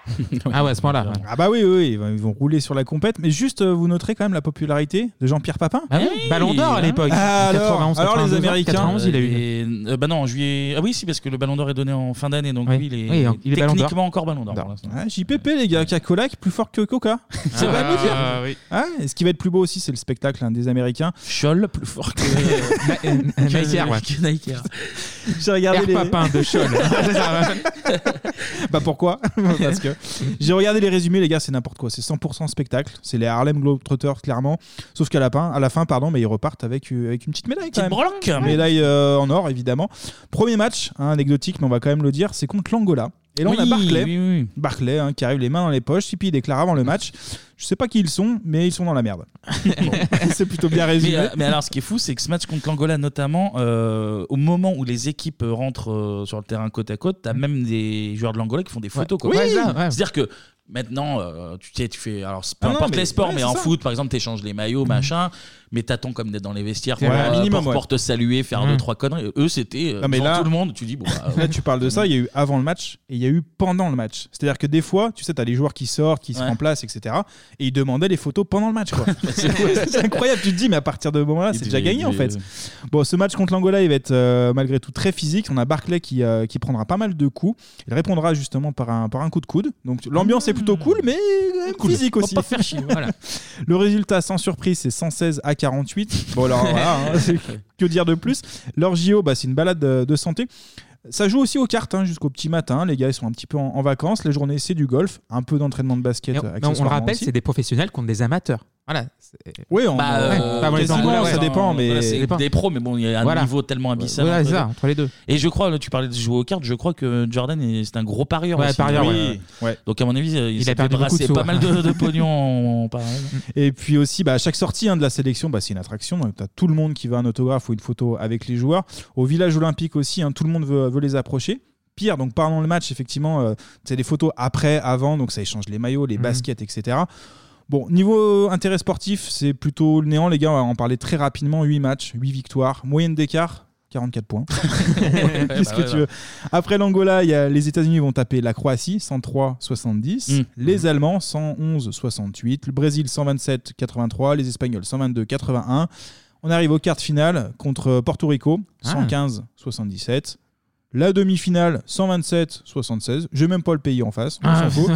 [SPEAKER 9] Ah ouais, à ce moment-là. ouais.
[SPEAKER 7] Ah bah oui, oui, oui, ils vont- ils vont rouler sur la compète. Mais juste, euh, vous noterez quand même la popularité de Jean-Pierre Papin.
[SPEAKER 9] Ah oui, Ballon d'Or à l'époque.
[SPEAKER 7] Ah, alors, alors les Américains. euh,
[SPEAKER 9] 91, il a eu.
[SPEAKER 1] eu. bah non, en juillet. Ah oui, si, parce que le ballon d'or est donné en fin d'année, donc
[SPEAKER 9] Oui.
[SPEAKER 1] oui, il est,
[SPEAKER 9] Oui, en- il est Ballon d'Or.
[SPEAKER 1] techniquement encore ballon d'or. pour l'instant.
[SPEAKER 7] Ah, JPP les gars, Cacolac plus fort que Coca. C'est
[SPEAKER 1] Ah,
[SPEAKER 7] pas à nous dire.
[SPEAKER 1] ah, oui.
[SPEAKER 7] Ah, et ce qui va être plus beau aussi, c'est le spectacle hein, des Américains.
[SPEAKER 1] Scholl plus fort que euh,
[SPEAKER 7] Niker, ouais.
[SPEAKER 1] Que Niker.
[SPEAKER 7] J'ai regardé
[SPEAKER 1] Air
[SPEAKER 7] les
[SPEAKER 1] Papin de Scholl. C'est ça,
[SPEAKER 7] bah pourquoi Parce que j'ai regardé les résumés les gars, c'est n'importe quoi, c'est 100% spectacle, c'est les Harlem Globetrotters clairement, sauf qu'à la fin, à la fin pardon, mais ils repartent avec, euh, avec une petite médaille quand
[SPEAKER 1] Petite
[SPEAKER 7] même.
[SPEAKER 1] breloque. Ouais.
[SPEAKER 7] Médaille euh, en or évidemment. Premier match, hein, anecdotique mais on va quand même le dire, c'est contre l'Angola. Et là, on a
[SPEAKER 1] Oui,
[SPEAKER 7] Barclay,
[SPEAKER 1] oui,
[SPEAKER 7] Barclay hein, qui arrive les mains dans les poches, et puis il déclare avant le match Je sais pas qui ils sont, mais ils sont dans la merde. Bon, c'est plutôt bien résumé.
[SPEAKER 1] Mais, euh, mais alors, ce qui est fou, c'est que ce match contre l'Angola, notamment, euh, au moment où les équipes euh, rentrent euh, sur le terrain côte à côte, t'as même des joueurs de l'Angola qui font des photos. quoi.
[SPEAKER 7] Oui. Ouais, ça, ouais.
[SPEAKER 1] C'est-à-dire que maintenant, euh, tu, sais, tu fais. Alors, peu
[SPEAKER 7] Ah non,
[SPEAKER 1] importe
[SPEAKER 7] mais-
[SPEAKER 1] les sports,
[SPEAKER 7] ouais,
[SPEAKER 1] mais
[SPEAKER 7] c'est
[SPEAKER 1] en
[SPEAKER 7] ça.
[SPEAKER 1] foot, par exemple, t'échanges les maillots, machin, mais t'attends comme d'être dans les vestiaires
[SPEAKER 7] Ouais,
[SPEAKER 1] pour,
[SPEAKER 7] un minimum,
[SPEAKER 1] pour,
[SPEAKER 7] ouais.
[SPEAKER 1] pour te saluer, faire
[SPEAKER 7] Mm.
[SPEAKER 1] deux, trois conneries. Eux, c'était. euh,
[SPEAKER 7] Non, mais
[SPEAKER 1] devant
[SPEAKER 7] là-
[SPEAKER 1] tout le monde, tu dis, bon. bah,
[SPEAKER 7] Là, tu parles de ça, il y a eu avant le match et il y a eu pendant le match. C'est-à-dire que des fois, tu sais, t'as les joueurs qui sortent, qui se
[SPEAKER 1] Ouais.
[SPEAKER 7] remplacent, etc. Et ils demandaient les photos pendant le match. quoi. c'est incroyable, tu te dis, mais à partir de ce moment-là, c'est déjà
[SPEAKER 1] devaient-
[SPEAKER 7] gagné
[SPEAKER 1] ils
[SPEAKER 7] en
[SPEAKER 1] devaient-
[SPEAKER 7] fait. Bon, ce match contre l'Angola, il va être euh, malgré tout très physique. On a Barclay qui, euh, qui prendra pas mal de coups. Il répondra justement par un, par un coup de coude. Donc l'ambiance est plutôt cool, mais quand même
[SPEAKER 1] Ah. Cool.
[SPEAKER 7] physique
[SPEAKER 1] On va
[SPEAKER 7] aussi.
[SPEAKER 1] pas faire chier, voilà.
[SPEAKER 7] Le résultat, sans surprise, c'est 116 à 48. Bon, alors voilà, hein, c'est- que dire de plus Leur JO, bah, c'est une balade de, de santé. Ça joue aussi aux cartes hein, jusqu'au petit matin. Les gars, ils sont un petit peu en, en vacances. Les journées, c'est du golf, un peu d'entraînement de basket.
[SPEAKER 9] Mais on-
[SPEAKER 7] euh,
[SPEAKER 9] mais on le
[SPEAKER 7] accessoirement
[SPEAKER 9] rappelle,
[SPEAKER 7] aussi.
[SPEAKER 9] c'est des professionnels contre des amateurs. Voilà. c'est-
[SPEAKER 7] Oui, on-
[SPEAKER 1] Bah,
[SPEAKER 7] ouais,
[SPEAKER 1] euh,
[SPEAKER 7] pas les
[SPEAKER 1] quasiment,
[SPEAKER 7] Anglais, ça
[SPEAKER 1] ouais.
[SPEAKER 7] dépend, mais
[SPEAKER 1] Voilà, c'est
[SPEAKER 7] dépend.
[SPEAKER 1] des pros, mais bon, il y a un
[SPEAKER 7] Voilà.
[SPEAKER 1] niveau tellement abyssal.
[SPEAKER 9] Voilà, c'est ça,
[SPEAKER 1] deux.
[SPEAKER 9] entre les deux.
[SPEAKER 1] Et je crois, là, tu parlais de jouer aux cartes, je crois que Jordan, il- c'est un gros parieur.
[SPEAKER 9] Ouais,
[SPEAKER 1] aussi.
[SPEAKER 9] parieur,
[SPEAKER 1] Oui.
[SPEAKER 9] ouais, ouais.
[SPEAKER 1] Donc, à mon avis, il,
[SPEAKER 9] Il a
[SPEAKER 1] s'est
[SPEAKER 9] perdu beaucoup de
[SPEAKER 1] débrassé
[SPEAKER 9] sous.
[SPEAKER 1] pas mal de, de pognon en, en parallèle.
[SPEAKER 7] Et puis aussi, bah, à chaque sortie hein, de la sélection, bah, c'est une attraction. Donc, tu as tout le monde qui veut un autographe ou une photo avec les joueurs. Au village olympique aussi, hein, tout le monde veut, veut les approcher. Pire, donc pendant le match, effectivement, euh, c'est des photos après, avant, donc ça échange les maillots, les
[SPEAKER 1] Mhm.
[SPEAKER 7] baskets, etc. Bon, niveau euh, intérêt sportif, c'est plutôt le néant, les gars, on va en parler très rapidement. 8 matchs, 8 victoires, moyenne d'écart. 44 points.
[SPEAKER 1] Ouais, bah
[SPEAKER 7] Qu'est-ce que
[SPEAKER 1] ouais,
[SPEAKER 7] tu
[SPEAKER 1] bah.
[SPEAKER 7] veux Après l'Angola, il y a- les États-Unis vont taper la Croatie 103-70,
[SPEAKER 1] Mm.
[SPEAKER 7] les Allemands 111-68, le Brésil 127-83, les Espagnols 122-81. On arrive aux quarts de finale contre Porto Rico
[SPEAKER 1] Ah.
[SPEAKER 7] 115-77. La demi-finale 127-76. J'ai même pas le pays en face. on
[SPEAKER 1] Ah.
[SPEAKER 7] s'en fout.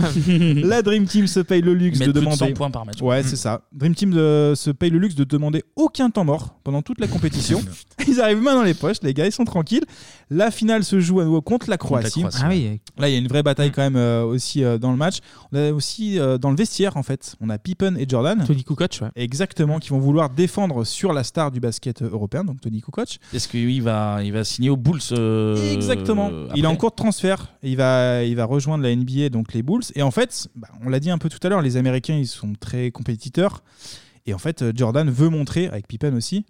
[SPEAKER 7] la Dream Team se paye le luxe
[SPEAKER 1] Ils mettent
[SPEAKER 7] de
[SPEAKER 1] plus de
[SPEAKER 7] demander
[SPEAKER 1] 100 points par match.
[SPEAKER 7] Ouais,
[SPEAKER 1] Mm.
[SPEAKER 7] c'est ça. Dream Team euh, se paye le luxe de demander aucun temps mort pendant toute la compétition. ils arrivent main dans les poches, les gars, ils sont tranquilles. La finale se joue à nouveau contre la
[SPEAKER 9] Contre la
[SPEAKER 7] Croatie.
[SPEAKER 9] Croatie. Ah oui.
[SPEAKER 7] Là, il y a une vraie bataille quand même euh, aussi euh, dans le match. On a aussi euh, dans le vestiaire, en fait, on a Pippen et Jordan. Tony Kukoc, ouais. Exactement, qui vont vouloir défendre sur la star du basket euh, européen, donc Tony Kukoc.
[SPEAKER 1] Est-ce qu'il va, il va signer aux Bulls euh,
[SPEAKER 7] Exactement.
[SPEAKER 1] après
[SPEAKER 7] il est en cours de transfert. Il va, il va rejoindre la NBA, donc les Bulls. Et en fait, bah, on l'a dit un peu tout à l'heure, les Américains, ils sont très compétiteurs. Et en fait, euh, Jordan veut montrer, avec Pippen aussi,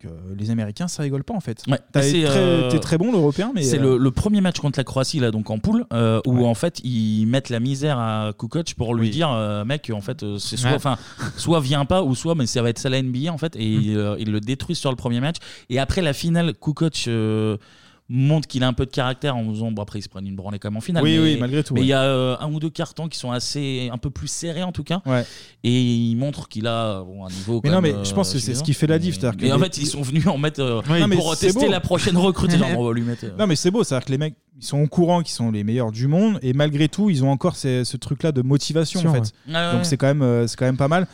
[SPEAKER 7] que les Américains, ça rigole pas en fait.
[SPEAKER 1] Ouais.
[SPEAKER 7] T'as-
[SPEAKER 1] Mais c'est,
[SPEAKER 7] T'es très,
[SPEAKER 1] euh,
[SPEAKER 7] t'es très bon l'Européen, mais.
[SPEAKER 1] C'est
[SPEAKER 7] euh,
[SPEAKER 1] le, le premier match contre la Croatie, là, donc en poule, euh, où en fait, ils mettent la misère à Kukoc pour lui dire, euh, mec, en fait, euh, c'est soit,
[SPEAKER 9] Ouais.
[SPEAKER 1] enfin, soit viens pas, ou soit, mais ça va être ça la NBA, en fait, et
[SPEAKER 7] Mmh.
[SPEAKER 1] ils, euh, ils le détruisent sur le premier match. Et après la finale, Kukoc. euh, montre qu'il a un peu de caractère en faisant bon après ils se prennent une branlée quand même en finale
[SPEAKER 7] Oui,
[SPEAKER 1] mais,
[SPEAKER 7] oui, malgré tout,
[SPEAKER 1] mais il
[SPEAKER 7] ouais.
[SPEAKER 1] y a euh, un ou deux cartons qui sont assez un peu plus serrés en tout cas
[SPEAKER 7] Ouais.
[SPEAKER 1] et il montre qu'il a bon, un niveau
[SPEAKER 7] Mais
[SPEAKER 1] quand
[SPEAKER 7] non,
[SPEAKER 1] même,
[SPEAKER 7] mais je pense
[SPEAKER 1] euh,
[SPEAKER 7] que c'est ce
[SPEAKER 1] suffisant.
[SPEAKER 7] qui fait la diff. c'est-à-dire que
[SPEAKER 1] mais en
[SPEAKER 7] les-
[SPEAKER 1] fait ils sont venus en mettre euh,
[SPEAKER 7] Oui, non, mais
[SPEAKER 1] pour
[SPEAKER 7] c'est
[SPEAKER 1] tester
[SPEAKER 7] beau.
[SPEAKER 1] la prochaine recrue Ils disent, on va lui mettre euh,
[SPEAKER 7] Non, mais c'est beau, c'est-à-dire que les mecs, ils sont au courant qu'ils sont les meilleurs du monde, et malgré tout, ils ont encore ces- ce truc-là de motivation, en
[SPEAKER 1] Sûr,
[SPEAKER 7] fait.
[SPEAKER 1] ouais. Ah ouais,
[SPEAKER 7] Donc
[SPEAKER 1] ouais.
[SPEAKER 7] c'est quand, même, euh, c'est quand même pas mal.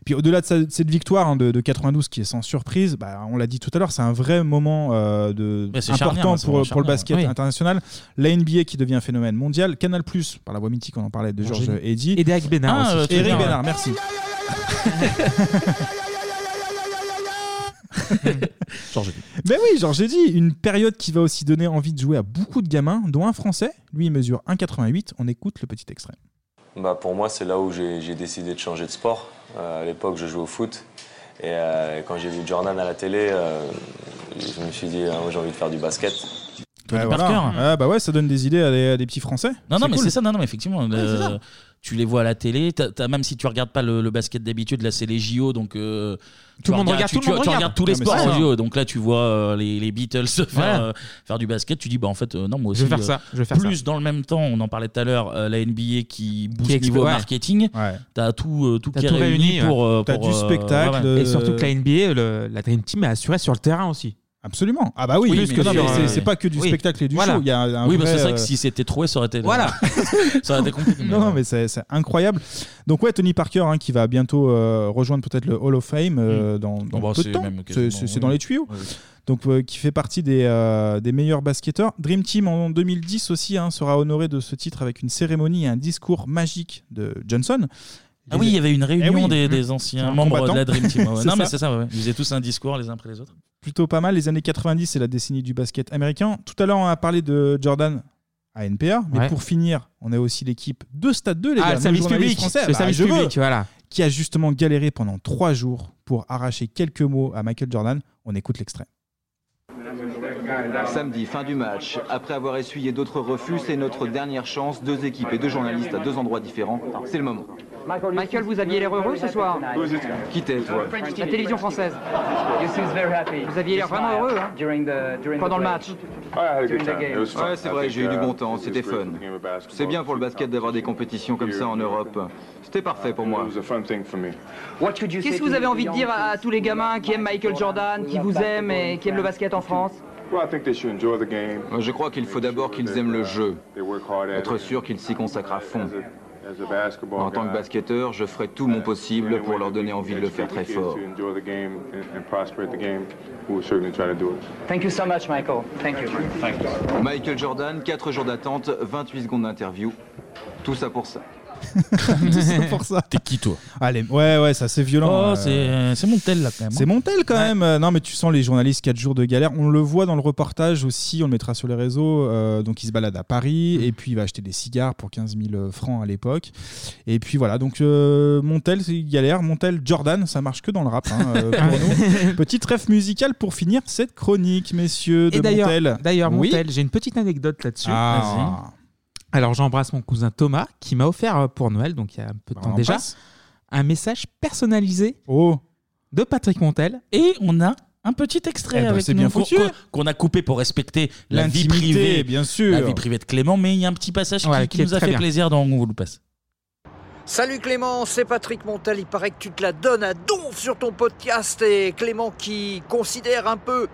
[SPEAKER 7] Et puis au-delà de, sa- de cette victoire hein, de, de 92 qui est sans surprise, bah, on l'a dit tout à l'heure, c'est un vrai moment euh, de,
[SPEAKER 1] Ouais, c'est charnière,
[SPEAKER 7] important
[SPEAKER 1] ouais, c'est
[SPEAKER 7] pour,
[SPEAKER 1] vraiment
[SPEAKER 7] pour le
[SPEAKER 1] charnière,
[SPEAKER 7] basket
[SPEAKER 1] ouais. Oui.
[SPEAKER 7] international. La NBA qui devient phénomène mondial, Canal, par la voix mythique, on en parlait de Georges
[SPEAKER 9] Angélique.
[SPEAKER 7] Eddy.
[SPEAKER 9] Et d'Eric Bénard
[SPEAKER 7] Ah,
[SPEAKER 9] aussi.
[SPEAKER 7] euh,
[SPEAKER 9] tu veux
[SPEAKER 7] Eric
[SPEAKER 9] dire, ouais.
[SPEAKER 7] Bénard, merci. Ben oui, genre j'ai dit, une période qui va aussi donner envie de jouer à beaucoup de gamins, dont un Français. Lui, il mesure 1,88. On écoute le petit extrait.
[SPEAKER 16] Bah pour moi, c'est là où j'ai j'ai décidé de changer de sport. Euh, à l'époque, je jouais au foot. Et euh, quand j'ai vu Jordan à la télé, euh, je me suis dit, ah, moi j'ai envie de faire du basket.
[SPEAKER 7] Ouais,
[SPEAKER 1] Parker.
[SPEAKER 7] Ah, bah ouais, ça donne des idées à des, à des petits Français.
[SPEAKER 1] Non, non, mais
[SPEAKER 7] cool.
[SPEAKER 1] c'est ça, non, non, mais effectivement. le-
[SPEAKER 7] c'est ça.
[SPEAKER 1] Tu les vois à la télé, t'as- t'as- même si tu regardes pas le, le basket d'habitude, là c'est les JO, donc euh, tu
[SPEAKER 9] Tout le monde regarde,
[SPEAKER 1] regardes- tu,
[SPEAKER 9] tout le
[SPEAKER 1] tu-
[SPEAKER 9] monde
[SPEAKER 1] tu
[SPEAKER 9] regarde.
[SPEAKER 1] regardes tous les
[SPEAKER 9] Non, mais
[SPEAKER 1] sports
[SPEAKER 9] c'est
[SPEAKER 1] aux
[SPEAKER 9] ça.
[SPEAKER 1] JO, donc là tu vois euh, les, les Beatles faire, euh, faire du basket, tu dis bah en fait euh, non moi aussi
[SPEAKER 9] Je vais faire
[SPEAKER 1] euh,
[SPEAKER 9] ça, je vais faire
[SPEAKER 1] plus
[SPEAKER 9] ça.
[SPEAKER 1] dans le même temps, on en parlait tout à l'heure, euh, la NBA qui booste
[SPEAKER 9] explose,
[SPEAKER 1] niveau
[SPEAKER 9] ouais.
[SPEAKER 1] marketing, t'as tout euh, tout
[SPEAKER 9] T'as
[SPEAKER 1] qui est
[SPEAKER 9] tout
[SPEAKER 1] réuni
[SPEAKER 9] réuni
[SPEAKER 1] pour,
[SPEAKER 9] ouais.
[SPEAKER 1] euh, pour, euh, ouais, ouais.
[SPEAKER 9] Et surtout que la NBA, le- la Dream Team est assurée sur le terrain aussi.
[SPEAKER 7] Absolument. Ah bah oui,
[SPEAKER 9] Plus
[SPEAKER 7] mais
[SPEAKER 9] que
[SPEAKER 7] non,
[SPEAKER 9] sur,
[SPEAKER 7] mais c'est-
[SPEAKER 9] euh,
[SPEAKER 7] c'est pas que du spectacle et du show, il y a un
[SPEAKER 1] oui, parce que
[SPEAKER 7] vrai,
[SPEAKER 1] c'est vrai
[SPEAKER 7] euh,
[SPEAKER 1] que si c'était troué, ça aurait été euh,
[SPEAKER 7] Voilà.
[SPEAKER 1] ça aurait été compliqué.
[SPEAKER 7] Non, non, mais c'est c'est incroyable. Donc ouais, Tony Parker hein, qui va bientôt euh, rejoindre peut-être le Hall of Fame euh, dans, dans
[SPEAKER 1] Oh, bah,
[SPEAKER 7] peu de
[SPEAKER 1] c'est
[SPEAKER 7] temps.
[SPEAKER 1] même
[SPEAKER 7] C'est
[SPEAKER 1] quasiment,
[SPEAKER 7] c'est- c'est
[SPEAKER 1] oui.
[SPEAKER 7] dans les tuyaux.
[SPEAKER 1] Ouais.
[SPEAKER 7] Donc euh, qui fait partie des, euh, des meilleurs basketteurs. Dream Team en 2010 aussi hein, sera honoré de ce titre avec une cérémonie et un discours magique de Johnson.
[SPEAKER 1] Ah oui, il y avait une
[SPEAKER 7] Eh
[SPEAKER 1] réunion
[SPEAKER 7] oui.
[SPEAKER 1] des, des
[SPEAKER 7] Mmh.
[SPEAKER 1] anciens
[SPEAKER 7] Un
[SPEAKER 1] membres de la
[SPEAKER 7] combattant.
[SPEAKER 1] Dream Team. Ah ouais, ouais.
[SPEAKER 7] C'est
[SPEAKER 1] Non, mais
[SPEAKER 7] ça.
[SPEAKER 1] c'est ça, ouais, ouais. ils faisaient tous un discours les uns après les autres.
[SPEAKER 7] plutôt pas mal. Les années 90, c'est la décennie du basket américain. Tout à l'heure, on a parlé de Jordan à NPA, mais
[SPEAKER 9] Ouais.
[SPEAKER 7] pour finir, on a aussi l'équipe de Stade 2,
[SPEAKER 9] Ah,
[SPEAKER 7] les gars,
[SPEAKER 9] le
[SPEAKER 7] nos
[SPEAKER 9] service
[SPEAKER 7] journalistes
[SPEAKER 9] public,
[SPEAKER 7] français.
[SPEAKER 9] le
[SPEAKER 7] Bah,
[SPEAKER 9] service
[SPEAKER 7] je veux.
[SPEAKER 9] public, voilà.
[SPEAKER 7] qui a justement galéré pendant trois jours pour arracher quelques mots à Michael Jordan. On écoute l'extrait.
[SPEAKER 5] Samedi, fin du match. Après avoir essuyé d'autres refus, c'est notre dernière chance. Deux équipes et deux journalistes à deux endroits différents. C'est le moment.
[SPEAKER 14] Michael, vous aviez l'air heureux ce soir.
[SPEAKER 5] Qui t'es, toi
[SPEAKER 14] La télévision française. Vous aviez l'air vraiment heureux hein, pendant le match.
[SPEAKER 5] Ouais, c'est vrai, j'ai eu du bon temps, c'était fun. C'est bien pour le basket d'avoir des compétitions comme ça en Europe. C'était parfait pour moi.
[SPEAKER 14] Qu'est-ce que vous avez envie de dire à, à tous les gamins qui aiment Michael Jordan, qui vous aiment et qui aiment le basket en France
[SPEAKER 5] Je crois qu'il faut d'abord qu'ils aiment le jeu, être sûr qu'ils s'y consacrent à fond. En tant que basketteur, je ferai tout mon possible pour leur donner envie de le faire très fort.
[SPEAKER 14] Thank you so much, Michael. Thank you.
[SPEAKER 5] Michael Jordan, 4 jours d'attente, 28 secondes d'interview. Tout ça pour ça.
[SPEAKER 7] Tout ça pour ça.
[SPEAKER 1] T'es qui toi
[SPEAKER 7] Allez, ouais, Bah, ouais, ça c'est violent.
[SPEAKER 1] Oh,
[SPEAKER 7] Euh,
[SPEAKER 1] c'est- c'est Montel là quand même. hein.
[SPEAKER 7] C'est Montel quand même. Euh, Non, mais tu sens les journalistes 4 jours de galère. On le voit dans le reportage aussi. On le mettra sur les réseaux. Euh, donc, il se balade à Paris
[SPEAKER 9] Mm.
[SPEAKER 7] et puis il va acheter des cigares pour 15 000 francs à l'époque. Et puis voilà. Donc, euh, Montel, c'est une galère. Montel, Jordan, ça marche que dans le rap hein, euh, pour nous. Petite ref musicale pour finir cette chronique, messieurs.
[SPEAKER 9] Et
[SPEAKER 7] de
[SPEAKER 9] d'ailleurs,
[SPEAKER 7] Montel.
[SPEAKER 9] d'ailleurs
[SPEAKER 7] Oui.
[SPEAKER 9] Montel, j'ai une petite anecdote là-dessus.
[SPEAKER 7] Ah.
[SPEAKER 9] Vas-y. Alors j'embrasse mon cousin Thomas qui m'a offert euh, pour Noël, donc il y a un peu de
[SPEAKER 7] Bah, on
[SPEAKER 9] temps déjà,
[SPEAKER 7] l'embrasse.
[SPEAKER 9] un message personnalisé
[SPEAKER 7] oh.
[SPEAKER 9] de Patrick Montel.
[SPEAKER 1] Et on a Un petit extrait
[SPEAKER 7] Eh ben,
[SPEAKER 1] avec
[SPEAKER 7] c'est
[SPEAKER 1] nous,
[SPEAKER 7] bien
[SPEAKER 1] qu'on-
[SPEAKER 7] foutu.
[SPEAKER 1] qu'on- qu'on a coupé pour respecter la vie
[SPEAKER 7] L'intimité,
[SPEAKER 1] privée,
[SPEAKER 7] bien sûr.
[SPEAKER 1] la vie privée de Clément, mais il y a un petit passage qui-
[SPEAKER 7] Ouais,
[SPEAKER 1] qui,
[SPEAKER 7] qui est
[SPEAKER 1] nous a
[SPEAKER 7] très
[SPEAKER 1] fait
[SPEAKER 7] bien.
[SPEAKER 1] plaisir, donc on vous le passe.
[SPEAKER 14] Salut Clément, c'est Patrick Montel. Il paraît que tu te la donnes à donf sur ton podcast. Et Clément qui considère un peu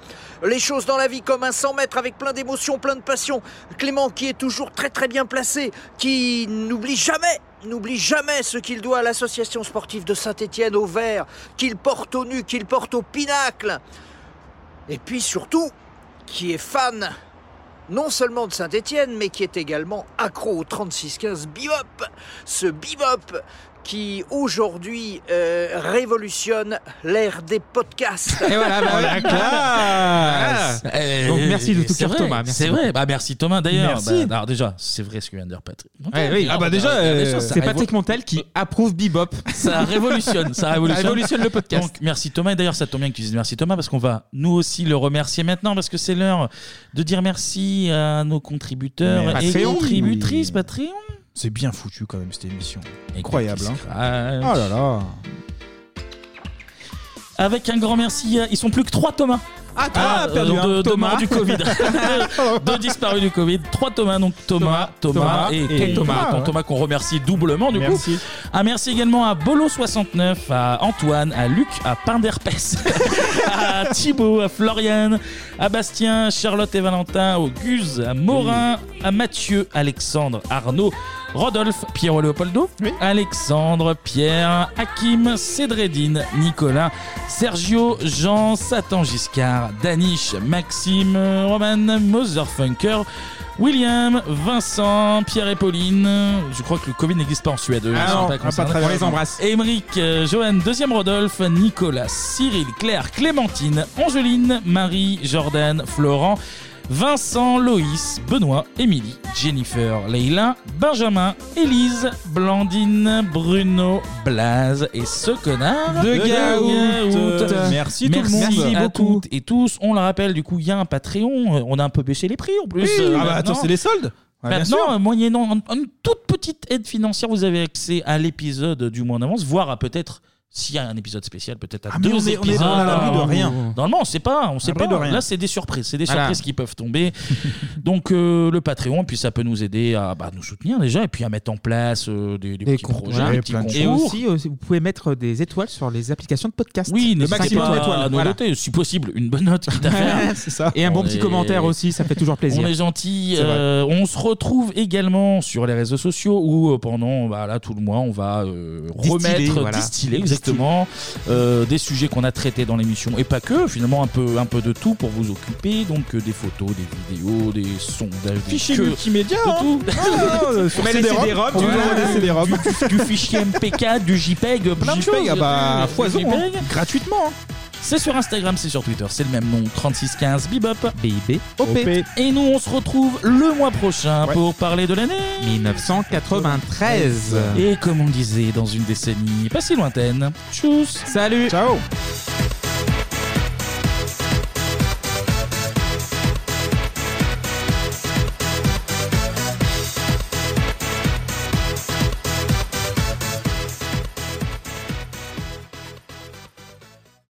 [SPEAKER 14] les choses dans la vie comme un 100 mètres avec plein d'émotions, plein de passion. Clément qui est toujours très très bien placé, qui n'oublie jamais, n'oublie jamais ce qu'il doit à l'association sportive de Saint-Étienne au vert, qu'il porte au nu, qu'il porte au pinacle. Et puis surtout, qui est fan non seulement de Saint-Étienne, mais qui est également accro au 36-15 Bebop. Ce Bebop qui aujourd'hui euh, révolutionne l'ère des podcasts.
[SPEAKER 9] Et voilà, bah, la classe.
[SPEAKER 1] Eh,
[SPEAKER 9] Ah. Donc, merci de
[SPEAKER 1] c'est
[SPEAKER 9] tout cœur,
[SPEAKER 1] vrai,
[SPEAKER 9] Thomas. Merci
[SPEAKER 1] C'est
[SPEAKER 9] beaucoup.
[SPEAKER 1] vrai, bah, merci Thomas d'ailleurs.
[SPEAKER 9] Merci.
[SPEAKER 1] Bah, alors déjà, c'est vrai ce que vient de dire Patrick. Donc,
[SPEAKER 9] Ouais,
[SPEAKER 1] on
[SPEAKER 9] oui.
[SPEAKER 1] regarde
[SPEAKER 9] Ah bah
[SPEAKER 1] des
[SPEAKER 9] déjà,
[SPEAKER 1] choses,
[SPEAKER 9] euh,
[SPEAKER 1] ça
[SPEAKER 9] c'est
[SPEAKER 1] révo-
[SPEAKER 9] Patrick Montel qui approuve Bebop.
[SPEAKER 1] Ça révolutionne, ça révolutionne.
[SPEAKER 9] le podcast.
[SPEAKER 1] Donc, merci Thomas. Et d'ailleurs, ça tombe bien que tu dises merci Thomas parce qu'on va nous aussi le remercier maintenant parce que c'est l'heure de dire merci à nos contributeurs
[SPEAKER 7] Mais
[SPEAKER 1] et
[SPEAKER 7] Patreon,
[SPEAKER 1] contributrices Patreon.
[SPEAKER 7] C'est bien foutu quand même cette émission. Incroyable.
[SPEAKER 1] Cookies
[SPEAKER 7] Hein.
[SPEAKER 1] Scratch.
[SPEAKER 7] Oh là là.
[SPEAKER 1] Avec un grand merci. à- Ils sont plus que trois Thomas. euh,
[SPEAKER 9] Ah, trois, perdu
[SPEAKER 1] de-
[SPEAKER 9] un,
[SPEAKER 1] de,
[SPEAKER 9] Thomas.
[SPEAKER 1] morts du Covid. deux, deux disparus du Covid. Trois Thomas, donc Thomas, Thomas,
[SPEAKER 9] Thomas
[SPEAKER 1] et,
[SPEAKER 9] et
[SPEAKER 1] ton Thomas.
[SPEAKER 9] Thomas,
[SPEAKER 1] Ton
[SPEAKER 9] ouais.
[SPEAKER 1] Thomas qu'on remercie doublement du
[SPEAKER 9] Merci.
[SPEAKER 1] coup. Un merci également à Bolo69, à Antoine, à Luc, à Pinderpès, à Thibaut, à Florian, à Bastien, Charlotte et Valentin, au Guze, à Morin, à Mathieu, Alexandre, Arnaud, Rodolphe, Pierre Leopoldo, Alexandre, Pierre, Hakim, Cédredine, Nicolas, Sergio, Jean, Satan Giscard, Danish, Maxime, Roman, Motherfunker, William, Vincent, Pierre et Pauline. Je crois que le Covid n'existe pas en Suède.
[SPEAKER 9] Ah
[SPEAKER 1] Ils sont
[SPEAKER 9] non, ah,
[SPEAKER 1] concernés.
[SPEAKER 9] pas très bien. On les embrasse.
[SPEAKER 1] Émeric, euh, Johan, deuxième Rodolphe, Nicolas, Cyril, Claire, Clémentine, Angeline, Marie, Jordan, Florent, Vincent, Loïs, Benoît, Émilie, Jennifer, Leila, Benjamin, Élise, Blandine, Bruno, Blaze et ce connard
[SPEAKER 9] De Gaout. Merci tout le monde.
[SPEAKER 1] Merci
[SPEAKER 9] Merci
[SPEAKER 1] à
[SPEAKER 9] beaucoup.
[SPEAKER 1] toutes et tous. On le rappelle, du coup, il y a un Patreon. Euh, On a un peu baissé les prix en plus.
[SPEAKER 7] Oui. Ah
[SPEAKER 1] euh,
[SPEAKER 7] bah
[SPEAKER 1] maintenant.
[SPEAKER 7] attends, c'est les soldes. Ouais, bien sûr.
[SPEAKER 1] Maintenant, euh, moyennant un- une toute petite aide financière, vous avez accès à l'épisode du mois en avance, voire à peut-être, s'il y a un épisode spécial, peut-être à
[SPEAKER 7] Ah, mais
[SPEAKER 1] deux
[SPEAKER 7] on est- on est
[SPEAKER 1] épisodes.
[SPEAKER 7] dans l'abri de rien.
[SPEAKER 1] Normalement, on sait pas. On sait
[SPEAKER 7] Abri
[SPEAKER 1] pas.
[SPEAKER 7] de rien.
[SPEAKER 1] Là, c'est des surprises. C'est des
[SPEAKER 7] Voilà.
[SPEAKER 1] surprises qui peuvent tomber. Donc, euh, le Patreon, et puis ça peut nous aider à bah, nous soutenir déjà, et puis à mettre en place euh, des, des
[SPEAKER 9] Des
[SPEAKER 1] petits
[SPEAKER 9] concours,
[SPEAKER 1] projets,
[SPEAKER 9] voilà.
[SPEAKER 1] des petits concours.
[SPEAKER 9] Et aussi, euh, vous pouvez mettre des étoiles sur les applications de podcast.
[SPEAKER 1] Oui,
[SPEAKER 9] le
[SPEAKER 1] n'hésitez
[SPEAKER 9] maximum
[SPEAKER 1] pas
[SPEAKER 9] d'étoiles.
[SPEAKER 1] à nous
[SPEAKER 9] Voilà.
[SPEAKER 1] noter, si possible, une bonne note qui t'a fait.
[SPEAKER 9] C'est ça. Et un bon
[SPEAKER 1] On
[SPEAKER 9] petit
[SPEAKER 1] est-
[SPEAKER 9] commentaire aussi, ça fait toujours plaisir.
[SPEAKER 1] On est gentil.
[SPEAKER 9] C'est vrai.
[SPEAKER 1] euh, on se retrouve également sur les réseaux sociaux où euh, pendant bah, là, tout le mois, on va euh,
[SPEAKER 9] Distiller,
[SPEAKER 1] remettre,
[SPEAKER 9] voilà.
[SPEAKER 1] distiller exactement euh, des sujets qu'on a traités dans l'émission et pas que, finalement un peu, un peu de tout pour vous occuper. Donc euh, des photos, des vidéos, des sondages, des
[SPEAKER 7] Fichier
[SPEAKER 1] que-
[SPEAKER 7] multimédia.
[SPEAKER 1] de
[SPEAKER 7] hein.
[SPEAKER 1] tout.
[SPEAKER 7] Ah, euh, sur
[SPEAKER 1] On met les
[SPEAKER 7] CD-ROM,
[SPEAKER 1] CD-ROM,
[SPEAKER 7] on
[SPEAKER 1] tu
[SPEAKER 7] nous
[SPEAKER 1] vois.
[SPEAKER 7] envoie des CD-ROM.
[SPEAKER 1] du, fichier MPK, du JPEG, plein de
[SPEAKER 7] JPEG,
[SPEAKER 1] choses.
[SPEAKER 7] ah bah, à foison,
[SPEAKER 1] Du JPEG.
[SPEAKER 7] hein. gratuitement.
[SPEAKER 1] C'est sur Instagram, c'est sur Twitter, c'est le même nom, 3615 Bibop, BIB, OP.
[SPEAKER 9] OP.
[SPEAKER 1] Et nous, on se retrouve le mois prochain pour parler de l'année
[SPEAKER 9] 1993.
[SPEAKER 1] Et comme on disait dans une décennie pas si lointaine, tchuss
[SPEAKER 9] Salut
[SPEAKER 7] Ciao